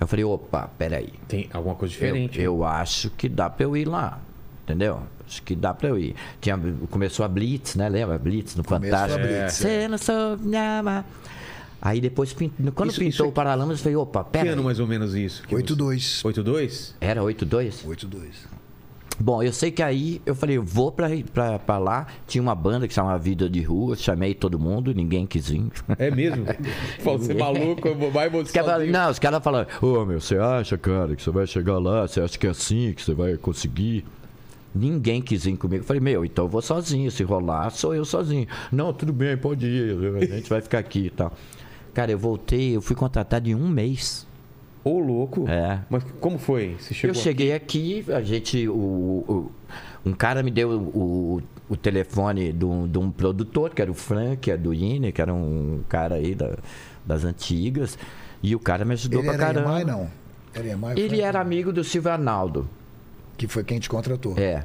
Speaker 4: eu falei, opa, peraí.
Speaker 1: Tem alguma coisa
Speaker 4: Eu,
Speaker 1: diferente.
Speaker 4: eu acho que dá pra eu ir lá. Entendeu? Acho que dá pra eu ir. Tinha, começou a Blitz, né? Lembra? Blitz no
Speaker 3: Começou a
Speaker 4: Fantástico.
Speaker 3: Blitz, é.
Speaker 4: Você não soube me amar. Aí depois, pin- quando
Speaker 1: Isso-
Speaker 4: pintou
Speaker 1: isso é-
Speaker 4: o Paralamas, eu falei, opa,
Speaker 1: Que
Speaker 4: pera.
Speaker 1: ano
Speaker 4: aí.
Speaker 1: mais ou menos isso? Que
Speaker 3: 8-2.
Speaker 1: você- 8-2?
Speaker 4: Era 8-2?
Speaker 3: 8-2.
Speaker 4: Bom, eu sei que aí eu falei, eu vou pra, pra, pra lá. Tinha uma banda que chamava Vida de Rua, chamei todo mundo, ninguém quis vir.
Speaker 1: É mesmo? Fala, você é maluco, eu vou- vai
Speaker 4: Os caras falam-
Speaker 1: você.
Speaker 4: não, os caras falaram, ô meu, você acha, cara, que você vai chegar lá, você acha que é assim, que você vai conseguir? Ninguém quis ir comigo. Eu falei, meu, então eu vou sozinho, se rolar, sou eu sozinho. Não, tudo bem, pode ir, a gente vai ficar aqui e tal. Cara, eu voltei, eu fui contratado em um mês.
Speaker 1: Ô, louco.
Speaker 4: É.
Speaker 1: Mas como foi? Você chegou
Speaker 4: eu cheguei aqui, a gente. O, o- um cara me deu o, o telefone de um, de um produtor, que era o Frank, a do Ine, que era um cara aí da- das antigas. E o cara me ajudou
Speaker 3: Ele
Speaker 4: pra
Speaker 3: era
Speaker 4: caramba.
Speaker 3: EMAI, não. Era EMAI,
Speaker 4: Ele
Speaker 3: Frank,
Speaker 4: era amigo do Silvio Arnaldo.
Speaker 3: Que foi quem te contratou.
Speaker 4: É.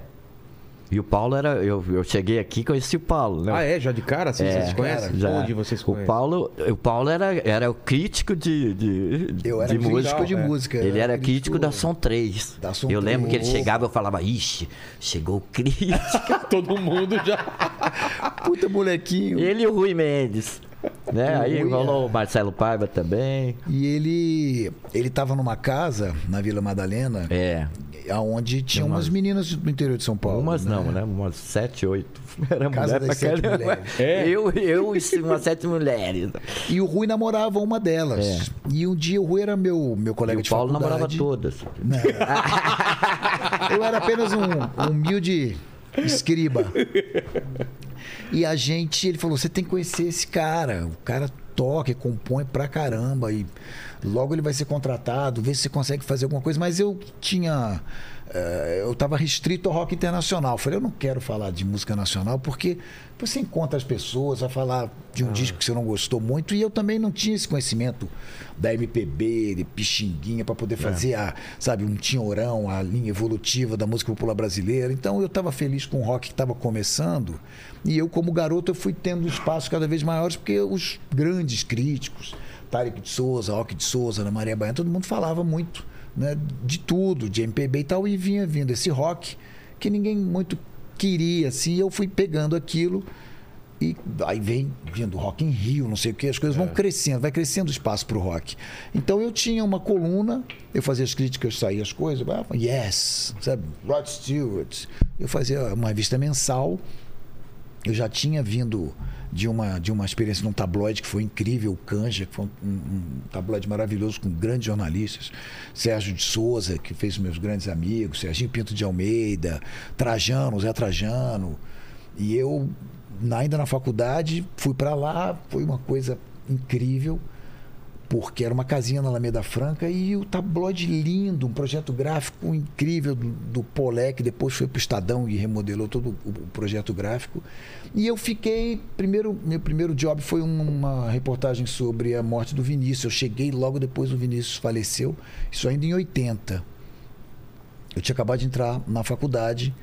Speaker 4: E o Paulo era. Eu, eu cheguei aqui e conheci o Paulo, né?
Speaker 1: Ah, é? Já de cara? Assim, vocês se conhecem?
Speaker 4: Já.
Speaker 1: Onde vocês
Speaker 4: o
Speaker 1: conhecem?
Speaker 4: Paulo, o Paulo era, era o crítico de, de,
Speaker 3: Eu era
Speaker 4: de
Speaker 3: crítico
Speaker 4: música.
Speaker 3: de
Speaker 1: é.
Speaker 3: música.
Speaker 4: Ele era crítico da Som 3.
Speaker 3: Da Som
Speaker 4: eu lembro que ele
Speaker 3: 3.
Speaker 4: chegava e eu falava, ixi, chegou o crítico.
Speaker 1: Todo mundo já.
Speaker 3: Puta molequinho.
Speaker 4: ele e o Rui Mendes. Né?
Speaker 3: O
Speaker 4: Aí
Speaker 3: Rui, é.
Speaker 4: rolou o Marcelo Paiva também.
Speaker 3: E ele ele tava numa casa na Vila Madalena,
Speaker 4: É.
Speaker 3: aonde tinha umas meninas do interior de São Paulo.
Speaker 4: Umas não, né? Umas sete, oito. Era
Speaker 3: Casa
Speaker 4: mulher pra
Speaker 3: das Sete
Speaker 4: caramba.
Speaker 3: Mulheres.
Speaker 1: É.
Speaker 4: Eu, eu e umas sete mulheres.
Speaker 3: E o Rui namorava uma delas. E um dia o Rui era meu, meu
Speaker 4: É. E
Speaker 3: colega
Speaker 4: o
Speaker 3: de
Speaker 4: Paulo
Speaker 3: faculdade.
Speaker 4: namorava todas.
Speaker 3: Eu era apenas um, um humilde escriba. E a gente, ele falou: você tem que conhecer esse cara. O cara toca e compõe pra caramba. E logo ele vai ser contratado, vê se você consegue fazer alguma coisa. Mas eu tinha. eh, eu tava restrito ao rock internacional. Eu Falei, eu não quero falar de música nacional, porque você encontra as pessoas, vai falar de um disco que você não gostou muito, e eu também não tinha esse conhecimento da MPB, de Pixinguinha, pra poder fazer a, sabe, um tinhorão, a linha evolutiva da música popular brasileira. Então eu estava feliz com o rock que estava começando, e eu, como garoto, eu fui tendo espaços cada vez maiores, porque os grandes críticos, Tarek de Souza, Rock de Souza, Ana Maria Baiana, todo mundo falava muito né, de tudo, de MPB e tal, e vinha vindo esse rock que ninguém muito queria, assim, e eu fui pegando aquilo. E aí vem vindo Rock em Rio, não sei o que, as coisas vão crescendo, vai crescendo o espaço pro rock. Então eu tinha uma coluna, eu fazia as críticas, saía as coisas, ah, yes, sabe? Rod Stewart. Eu fazia uma revista mensal, eu já tinha vindo de uma, de uma experiência num tabloide que foi incrível, o Canja, que foi um, um tabloide maravilhoso com grandes jornalistas. Sérgio de Souza, que fez meus grandes amigos, Serginho Pinto de Almeida, Trajano, Zé Trajano. E eu, na- ainda na faculdade, fui para lá, foi uma coisa incrível. Porque era uma casinha na Alameda Franca e o tabloide lindo, um projeto gráfico incrível do, do Polé, que depois foi para o Estadão e remodelou todo o, o projeto gráfico. E eu fiquei. Primeiro, meu primeiro job foi um, uma reportagem sobre a morte do Vinícius. Eu cheguei logo depois o Vinícius faleceu, isso ainda em 80. Eu tinha acabado de entrar na faculdade,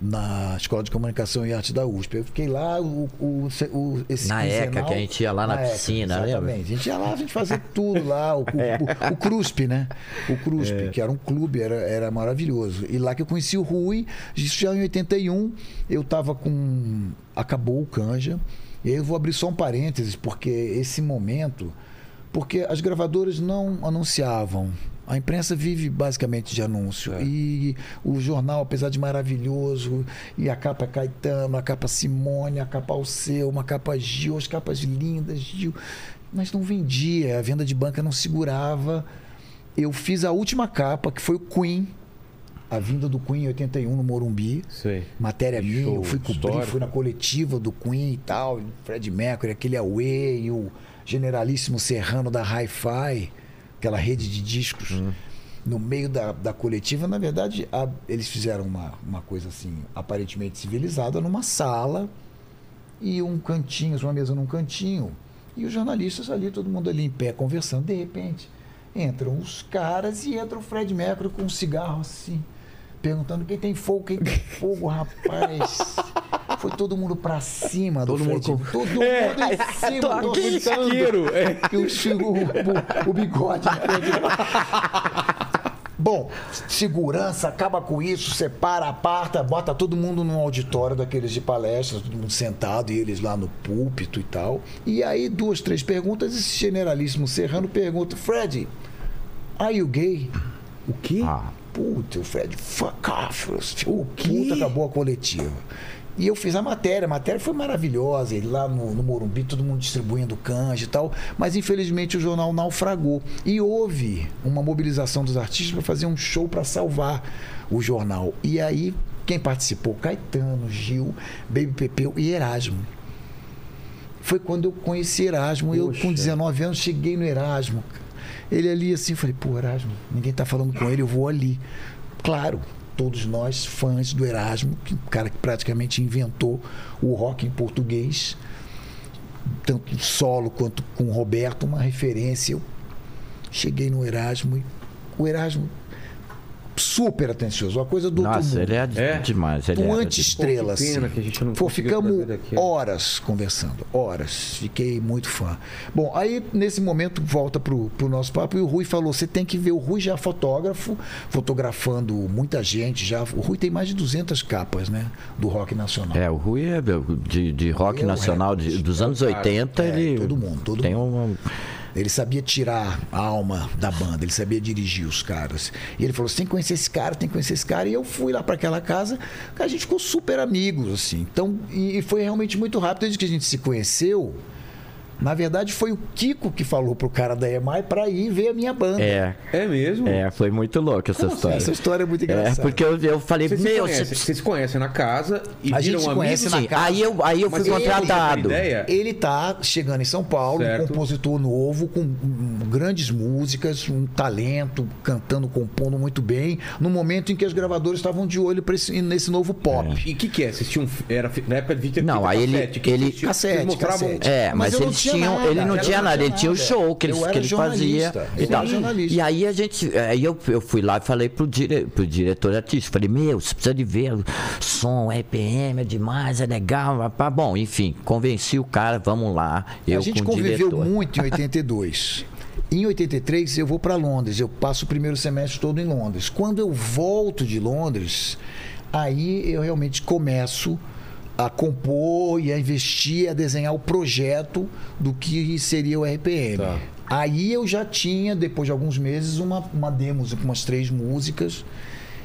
Speaker 3: na Escola de Comunicação e Arte da USP. Eu fiquei lá, o, o, o- esse
Speaker 4: Na ECA,
Speaker 3: quinzenal-
Speaker 4: que a gente ia lá na
Speaker 3: ECA,
Speaker 4: piscina, lembra? É.
Speaker 3: exatamente. A gente ia lá, a gente fazia tudo lá. O, o, o- o CRUSP, né? O CRUSP, que era um clube, era, era maravilhoso. E lá que eu conheci o Rui, isso já em 81, eu tava com. Acabou o Canja. E aí eu vou abrir só um parênteses, porque esse momento. Porque as gravadoras não anunciavam. A imprensa vive basicamente de anúncio. E o jornal, apesar de maravilhoso, e a capa Caetano, a capa Simone, a capa Alceu, uma capa Gil, as capas lindas, Gil. Mas não vendia, a venda de banca não segurava. Eu fiz a última capa, que foi o Queen, a vinda do Queen em 81 no Morumbi
Speaker 1: Sei.
Speaker 3: matéria minha,
Speaker 1: Show,
Speaker 3: eu fui cobrir,
Speaker 1: histórico.
Speaker 3: fui na coletiva do Queen e tal, Fred Mercury, aquele Away, e o generalíssimo Serrano da Hi-Fi, aquela rede de discos.
Speaker 1: Uhum.
Speaker 3: No meio da, da coletiva, na verdade, a- eles fizeram uma, uma coisa assim, aparentemente civilizada, numa sala e um cantinho, uma mesa num cantinho, e os jornalistas ali, todo mundo ali em pé conversando. De repente, entram os caras e entra o Fred Mercury com um cigarro assim, perguntando quem tem fogo, quem tem fogo, rapaz. Foi todo mundo pra cima do
Speaker 4: Todo mundo É,
Speaker 3: Fred. Todo mundo em cima, todo mundo
Speaker 1: Isqueiro, é.
Speaker 3: que eu sigo o, o- o bigode. né? na frente. Bom, segurança, acaba com isso, separa, aparta, bota todo mundo num auditório daqueles de palestras, todo mundo sentado e eles lá no púlpito e tal. E aí, duas, três perguntas, esse generalíssimo Serrano pergunta: Fred, are you gay?
Speaker 1: O quê?
Speaker 4: Ah,
Speaker 3: Puta, o Fred, fuck off. O puta acabou a coletiva. E eu fiz a matéria, a matéria foi maravilhosa, ele lá no, no Morumbi, todo mundo distribuindo canja e tal, mas infelizmente o jornal naufragou. E houve uma mobilização dos artistas para fazer um show para salvar o jornal. E aí, quem participou? Caetano, Gil, Baby Pepeu e Erasmo foi quando eu conheci Erasmo. Eu, com 19 anos, cheguei no Erasmo. Ele ali assim, falei, pô, Erasmo, ninguém tá falando com ele, eu vou ali. Claro, todos nós fãs do Erasmo, que o cara que praticamente inventou o rock em português, tanto solo quanto com o Roberto, uma referência. Eu cheguei no Erasmo e o Erasmo super atencioso, uma coisa do outro
Speaker 4: nossa,
Speaker 3: mundo.
Speaker 4: ele é,
Speaker 1: É.
Speaker 4: demais. Ele
Speaker 3: Um
Speaker 4: era
Speaker 3: anti-estrela,
Speaker 1: Pô, que pena
Speaker 3: assim.
Speaker 1: que a gente não
Speaker 3: Pô,
Speaker 1: conseguiu
Speaker 3: ficamos
Speaker 1: trazer daqui.
Speaker 3: horas conversando, horas. Fiquei muito fã. Bom, aí nesse momento volta pro, pro nosso papo e o Rui falou: você tem que ver. O Rui já é fotógrafo, fotografando muita gente já. O Rui tem mais de 200 capas, né? Do rock nacional.
Speaker 4: É, o Rui é de, de rock
Speaker 3: Eu,
Speaker 4: nacional de- dos anos 80, É, ele.
Speaker 3: É, todo mundo, todo
Speaker 4: tem um- uma.
Speaker 3: Ele sabia tirar a alma da banda, ele sabia dirigir os caras. E ele falou: "Você tem que conhecer esse cara, tem que conhecer esse cara. E eu fui lá para aquela casa, a gente ficou super amigos, assim. Então, e, e foi realmente muito rápido desde que a gente se conheceu. Na verdade, foi o Kiko que falou pro cara da EMAI para ir ver a minha banda.
Speaker 4: É,
Speaker 1: É mesmo?
Speaker 4: é, foi muito louco essa história.
Speaker 3: Essa história é muito
Speaker 4: É,
Speaker 3: engraçada.
Speaker 4: porque eu, eu falei,
Speaker 1: Vocês se
Speaker 4: meu,
Speaker 1: conhecem,
Speaker 4: você-
Speaker 1: vocês se conhecem na casa e
Speaker 3: A
Speaker 1: viram
Speaker 3: gente se
Speaker 1: amigos?
Speaker 3: conhece na
Speaker 4: Sim,
Speaker 3: casa.
Speaker 4: aí eu, aí eu
Speaker 1: Mas
Speaker 4: fui
Speaker 1: ele-
Speaker 4: contratado.
Speaker 1: ele- ideia?
Speaker 3: Ele tá chegando em São Paulo,
Speaker 1: Certo.
Speaker 3: um compositor novo, com hum, grandes músicas, um talento, cantando, compondo muito bem, no momento em que as gravadoras estavam de olho pra esse- nesse novo pop.
Speaker 1: E o que, que é? Vocês tinham. Era, fi- na época de vídeo
Speaker 4: Não, aí ele-
Speaker 1: cassete, que
Speaker 4: ele-
Speaker 1: vocês tinham-
Speaker 3: Cassete,
Speaker 1: vocês mostravam.
Speaker 3: cassete.
Speaker 4: É,
Speaker 3: Mas
Speaker 4: mas,
Speaker 3: eu não
Speaker 4: eles
Speaker 3: tinha
Speaker 4: tinham,
Speaker 3: nada.
Speaker 4: ele não
Speaker 3: Eu
Speaker 4: tinha
Speaker 3: não
Speaker 4: nada,
Speaker 3: tinha
Speaker 4: ele tinha o
Speaker 3: nada.
Speaker 4: show que ele,
Speaker 3: Eu
Speaker 4: que
Speaker 3: era
Speaker 4: ele fazia.
Speaker 3: jornalista,
Speaker 4: E,
Speaker 3: eu
Speaker 4: tal.
Speaker 3: era jornalista.
Speaker 4: e aí a gente, aí eu, eu fui lá e falei pro, dire, pro diretor artístico, falei, meu, você precisa de ver, o som, RPM é demais, é legal, papá. bom, enfim, convenci o cara, vamos lá, eu
Speaker 3: a gente
Speaker 4: com o
Speaker 3: conviveu
Speaker 4: diretor.
Speaker 3: muito em 82. Em 83 eu vou para Londres, eu passo o primeiro semestre todo em Londres. Quando eu volto de Londres, aí eu realmente começo a compor e a investir, a desenhar o projeto do que seria o RPM.
Speaker 1: Tá.
Speaker 3: Aí eu já tinha, depois de alguns meses, uma, uma demo, com umas três músicas.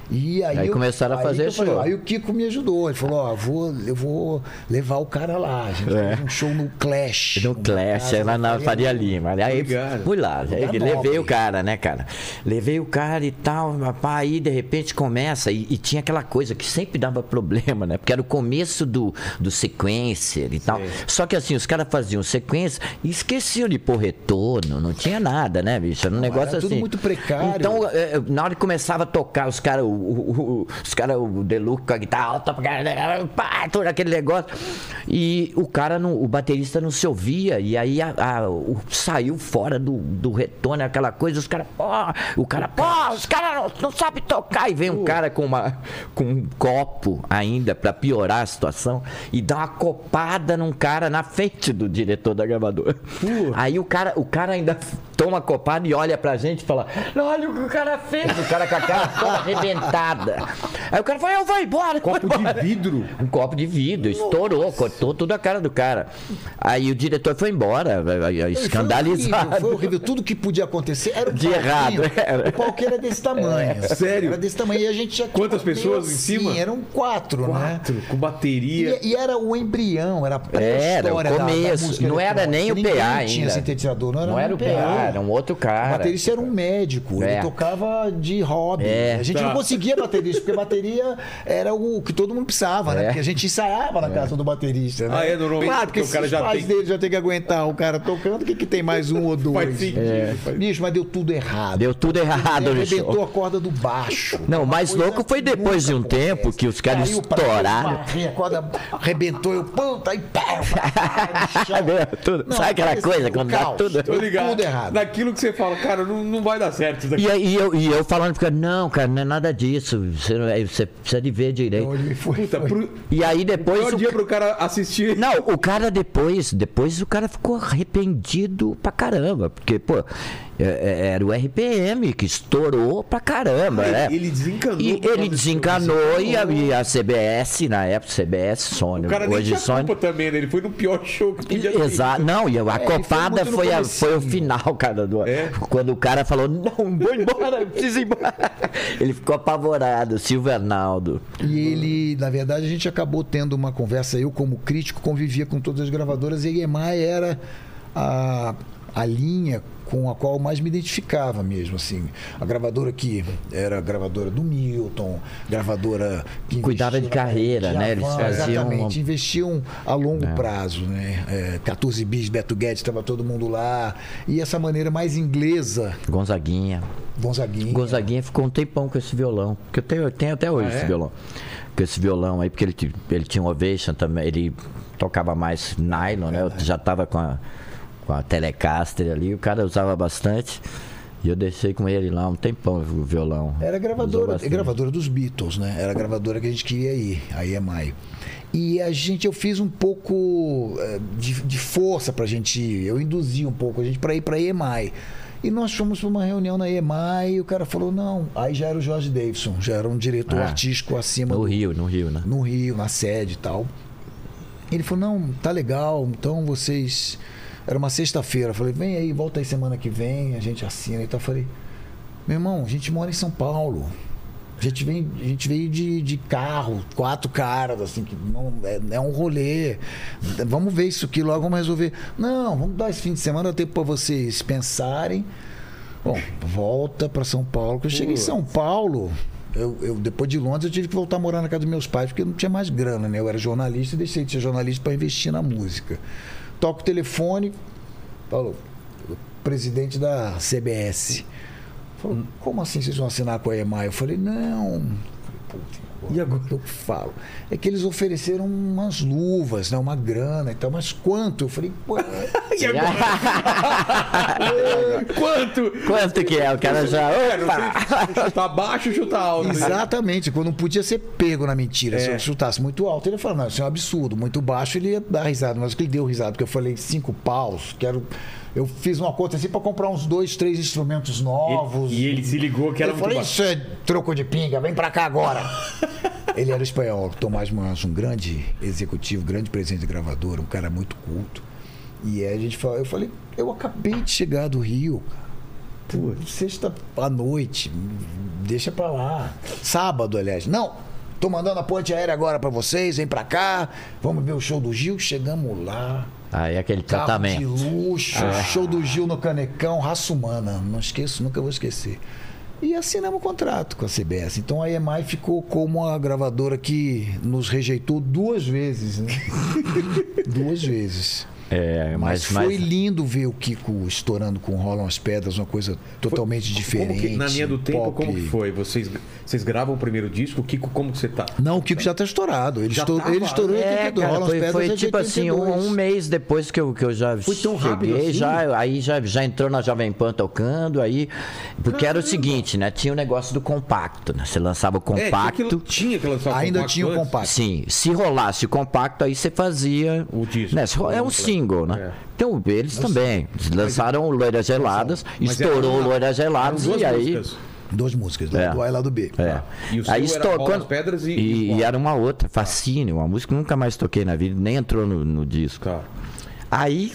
Speaker 3: E aí,
Speaker 4: Aí
Speaker 3: eu-
Speaker 4: começaram a
Speaker 3: aí
Speaker 4: fazer
Speaker 3: que eu falei,
Speaker 4: show.
Speaker 3: Aí o Kiko me ajudou. Ele falou: Ó, vou, eu vou levar o cara lá. A gente
Speaker 4: É.
Speaker 3: fez um show no Clash.
Speaker 4: No
Speaker 3: uma
Speaker 4: um Clash, é
Speaker 3: casa
Speaker 4: lá na Faria
Speaker 3: Lima.
Speaker 4: Lima. Aí
Speaker 1: Obrigado.
Speaker 4: fui lá,
Speaker 3: Lugar
Speaker 4: aí
Speaker 3: nobre.
Speaker 4: levei o cara, né, cara? Levei o cara e tal, papai, aí de repente começa, e, e tinha aquela coisa que sempre dava problema, né? Porque era o começo do, do sequencer e tal. Só que assim, os caras faziam sequência e esqueciam de pôr retorno, não tinha nada, né, bicho? Era um negócio
Speaker 3: era tudo
Speaker 4: assim.
Speaker 3: muito precário.
Speaker 4: Então, é, na hora que começava a tocar, os caras, os cara, o Deluca com a guitarra alta, pra caralho, pá, todo aquele negócio. E o cara, não, o baterista não se ouvia, e aí a- a- o- saiu fora do, do retorno, aquela coisa, os caras, pô, o cara, pô, os caras não, não sabem tocar. E vem um cara com, uma, com um copo ainda, pra piorar a situação, e dá uma copada num cara na frente do diretor da gravadora. Aí o cara, o cara ainda toma a copada e olha pra gente e fala: "Não, Olha o que o cara fez. O cara com a cara toda arrebentada. Aí o cara fala: Eu vou embora. eu vou
Speaker 1: Copo de
Speaker 4: embora."
Speaker 1: vidro.
Speaker 4: Um copo de vidro, estourou, cortou tudo a cara do cara. Aí o diretor foi embora,
Speaker 3: Foi horrível, foi
Speaker 4: escandalizado.
Speaker 3: horrível. Tudo que podia acontecer era o
Speaker 4: De
Speaker 3: palquinho.
Speaker 4: errado, era. É.
Speaker 3: O palquinho era desse tamanho.
Speaker 1: Sério?
Speaker 3: Era desse tamanho. E a gente já
Speaker 1: Quantas
Speaker 3: meio
Speaker 1: pessoas em cima?
Speaker 3: Eram quatro, né?
Speaker 1: Quatro, com bateria.
Speaker 3: E, é e era o embrião, era a
Speaker 4: É, Era, o
Speaker 3: pré-história da- da
Speaker 4: começo.
Speaker 3: música
Speaker 4: não era
Speaker 3: eletrônica.
Speaker 4: nem o
Speaker 3: Ninguém
Speaker 4: PA
Speaker 3: tinha
Speaker 4: ainda.
Speaker 3: sintetizador, não era,
Speaker 4: Não
Speaker 3: nem
Speaker 4: era o PA, era um outro cara.
Speaker 3: O baterista era um médico,
Speaker 4: É.
Speaker 3: ele tocava de hobby.
Speaker 4: É,
Speaker 3: a gente
Speaker 1: tá.
Speaker 3: não conseguia baterista, porque bateria era o que todo mundo precisava, né?
Speaker 4: É.
Speaker 3: Porque a gente ensaiava na casa do baterista. Né?
Speaker 1: Ah, é, normalmente,
Speaker 3: Claro, porque,
Speaker 1: porque o cara
Speaker 3: se
Speaker 1: já
Speaker 3: os pais
Speaker 1: tem-
Speaker 3: dele já tem que aguentar o cara tocando, o que, que tem mais um ou dois?
Speaker 1: Faz sentido, faz-
Speaker 3: Bicho, mas deu tudo errado.
Speaker 4: É. Deu tudo errado,
Speaker 3: Ele
Speaker 4: bicho.
Speaker 3: arrebentou a corda do baixo.
Speaker 4: Não, o mais
Speaker 3: Coisa
Speaker 4: louco foi depois de um
Speaker 3: nunca acontece.
Speaker 4: tempo que os caras
Speaker 3: Caiu pra
Speaker 4: estouraram.
Speaker 3: varrer, A corda arrebentou, eu, puta, aí pá, no chão.
Speaker 4: Sabe, tudo.
Speaker 3: Não,
Speaker 4: Sabe aquela
Speaker 3: parece
Speaker 4: coisa
Speaker 3: um
Speaker 4: quando dá
Speaker 3: caos.
Speaker 4: tudo?
Speaker 1: Tô ligado.
Speaker 3: Tudo errado. é
Speaker 1: Daquilo que você fala, cara, não, não vai dar certo isso daqui.
Speaker 4: E, aí- e eu, e eu falando, fica, não, cara, não é nada disso. Você, não é- você precisa de ver direito.
Speaker 3: Olha, foi-
Speaker 1: Puta, pro...
Speaker 4: E aí
Speaker 1: pior
Speaker 4: depois. o
Speaker 1: dia
Speaker 4: ca-
Speaker 1: pro cara assistir.
Speaker 4: Não, o cara depois, depois o cara ficou arrependido pra caramba. Porque, pô, é- é- era o RPM que estourou pra caramba, né?
Speaker 1: Ele- ele desencanou.
Speaker 4: E ele desencanou e a, e a CBS, na época, CBS, Sony.
Speaker 1: O cara nem
Speaker 4: hoje
Speaker 1: tinha
Speaker 4: Sony.
Speaker 1: culpa também, né? Ele foi no pior show que podia ter.
Speaker 4: Exato. Não, e a
Speaker 3: É, ele foi
Speaker 4: copada
Speaker 3: muito no
Speaker 4: foi, a-
Speaker 3: comecinho.
Speaker 4: foi o final, cara. Do,
Speaker 1: É?
Speaker 4: Quando o cara falou, não, vou embora, eu preciso ir embora. Ele ficou apavorado, Silvio Arnaldo.
Speaker 3: E ele, na verdade, a gente acabou tendo uma conversa. Eu, como crítico, convivia com todas as gravadoras e a EMAI era a, a linha com a qual eu mais me identificava mesmo, assim. A gravadora que era a gravadora do Milton, gravadora que
Speaker 4: Cuidava de
Speaker 3: investia na-
Speaker 4: carreira, né? Eles
Speaker 3: Djavan,
Speaker 4: faziam uma-
Speaker 3: Exatamente, investiam a longo prazo, né? É, 14 bis, Beto Guedes, estava todo mundo lá. E essa maneira mais inglesa,
Speaker 4: Gonzaguinha.
Speaker 3: Gonzaguinha.
Speaker 4: Gonzaguinha ficou um tempão com esse violão. Que eu tenho, eu tenho até hoje
Speaker 1: Ah, é?
Speaker 4: esse violão. Com esse violão aí, porque ele, ti- ele tinha um Ovation também. Ele tocava mais nylon, né? Eu já tava com a, com a Telecaster ali. O cara usava bastante. E eu deixei com ele lá um tempão o violão.
Speaker 3: Era
Speaker 4: Usou
Speaker 3: gravadora,
Speaker 4: bastante.
Speaker 3: gravadora dos Beatles, né? Era a gravadora que a gente queria ir, a EMI. E a gente, eu fiz um pouco eh, de, de força pra gente ir, eu induzi um pouco a gente pra ir pra EMI. E nós fomos pra uma reunião na EMI e o cara falou: não. Aí já era o Jorge Davidson, já era um diretor
Speaker 4: Ah,
Speaker 3: artístico acima
Speaker 4: No
Speaker 3: do,
Speaker 4: Rio, no Rio, né?
Speaker 3: no Rio, na sede e tal. Ele falou, não, tá legal, então vocês. Era uma sexta-feira. Eu Falei, vem aí, volta aí semana que vem, a gente assina e tal. Eu Falei, meu irmão, a gente mora em São Paulo. A gente veio, a gente veio de, de carro, quatro caras, assim, que não, é, é um rolê. Vamos ver isso aqui logo, vamos resolver. Não, vamos dar esse fim de semana tempo pra vocês pensarem. Bom, volta pra São Paulo. Quando eu cheguei em São Paulo, eu, eu- depois de Londres, eu tive que voltar a morar na casa dos meus pais, porque eu não tinha mais grana, né? Eu era jornalista e deixei de ser jornalista para investir na música. Toco o telefone, falou, o presidente da CBS. Falou, como assim vocês vão assinar com a EMAI? Eu falei, não. E agora o que eu falo? É que eles ofereceram umas luvas, né? uma grana e tal, mas quanto? Eu falei, pô,
Speaker 1: E agora? Quanto?
Speaker 4: Quanto que é? O cara já.
Speaker 1: É, não
Speaker 4: Opa!
Speaker 1: sei, chutar tá baixo ou chutar alto. né?
Speaker 3: Exatamente, quando não podia ser pego na mentira. Se
Speaker 1: É.
Speaker 3: eu chutasse muito alto, ele ia falar, não, isso é um absurdo. Muito baixo, ele ia dar risada. Mas o que ele deu risada, porque eu falei cinco paus, quero. Eu fiz uma conta assim pra comprar uns dois, três instrumentos novos.
Speaker 1: E ele se ligou que era
Speaker 3: Eu
Speaker 1: muito
Speaker 3: falei,
Speaker 1: baixo.
Speaker 3: isso é troco de pinga, vem pra cá agora. ele era espanhol, Tomás Manso, um grande executivo, grande presidente de gravadora, um cara muito culto. E aí a gente falou, eu falei, eu acabei de chegar do Rio, cara. Sexta à noite, deixa pra lá. Sábado, aliás. Não, tô mandando a ponte aérea agora pra vocês, vem pra cá, vamos ver o show do Gil. Chegamos lá.
Speaker 4: Aí aquele
Speaker 3: Carro de
Speaker 4: tratamento.
Speaker 3: luxo, show do Gil no Canecão, raça humana, não esqueço, nunca vou esquecer. E assinamos um contrato com a CBS. Então a EMI ficou como a gravadora que nos rejeitou duas vezes, né? duas vezes.
Speaker 4: É,
Speaker 3: Mas,
Speaker 4: mas,
Speaker 3: foi
Speaker 4: mas,
Speaker 3: lindo ver o Kiko estourando com Rolam as Pedras, uma coisa totalmente diferente.
Speaker 1: Como que- na linha do tempo,
Speaker 3: pop.
Speaker 1: como que foi? Vocês, vocês gravam o primeiro disco? Kiko, como que você tá?
Speaker 3: Não, o Kiko já está estourado. Ele,
Speaker 1: Já
Speaker 3: estourou,
Speaker 1: tava?
Speaker 3: ele estourou em
Speaker 4: É,
Speaker 3: 82.
Speaker 4: cara,
Speaker 3: Rolam as
Speaker 4: foi,
Speaker 3: Pedras
Speaker 4: foi
Speaker 3: é de
Speaker 4: tipo assim, um,
Speaker 3: 82.
Speaker 4: um mês depois que eu, que eu já
Speaker 1: Foi tão rápido
Speaker 4: cheguei,
Speaker 1: assim?
Speaker 4: já, aí já, já entrou na Jovem Pan tocando, aí. Porque era o seguinte, né? Tinha o negócio do compacto, né? Você lançava o
Speaker 1: É, tinha que-
Speaker 4: compacto.
Speaker 1: tinha que lançar o
Speaker 3: Ainda
Speaker 1: compacto
Speaker 3: tinha o
Speaker 1: antes?
Speaker 3: compacto.
Speaker 4: Sim, se rolasse o compacto, aí você fazia.
Speaker 1: O disco.
Speaker 4: Né, se ro- é um
Speaker 1: É.
Speaker 4: single, né? Então, eles também. Eles lançaram o Loiras Geladas,
Speaker 1: Mas
Speaker 4: estourou
Speaker 1: era-
Speaker 4: o Loiras
Speaker 1: Eram
Speaker 4: Geladas
Speaker 1: duas
Speaker 4: e aí.
Speaker 1: músicas. Ah,
Speaker 3: Duas músicas,
Speaker 4: É.
Speaker 3: lá do A e lá do B.
Speaker 4: É.
Speaker 1: E o seu era
Speaker 4: estourou-
Speaker 1: Rola as Pedras e- Ah.
Speaker 4: e,
Speaker 1: e-
Speaker 4: e era uma outra, Fascínio, uma música que nunca mais toquei na vida, nem entrou no, no disco.
Speaker 1: Tá.
Speaker 4: Aí,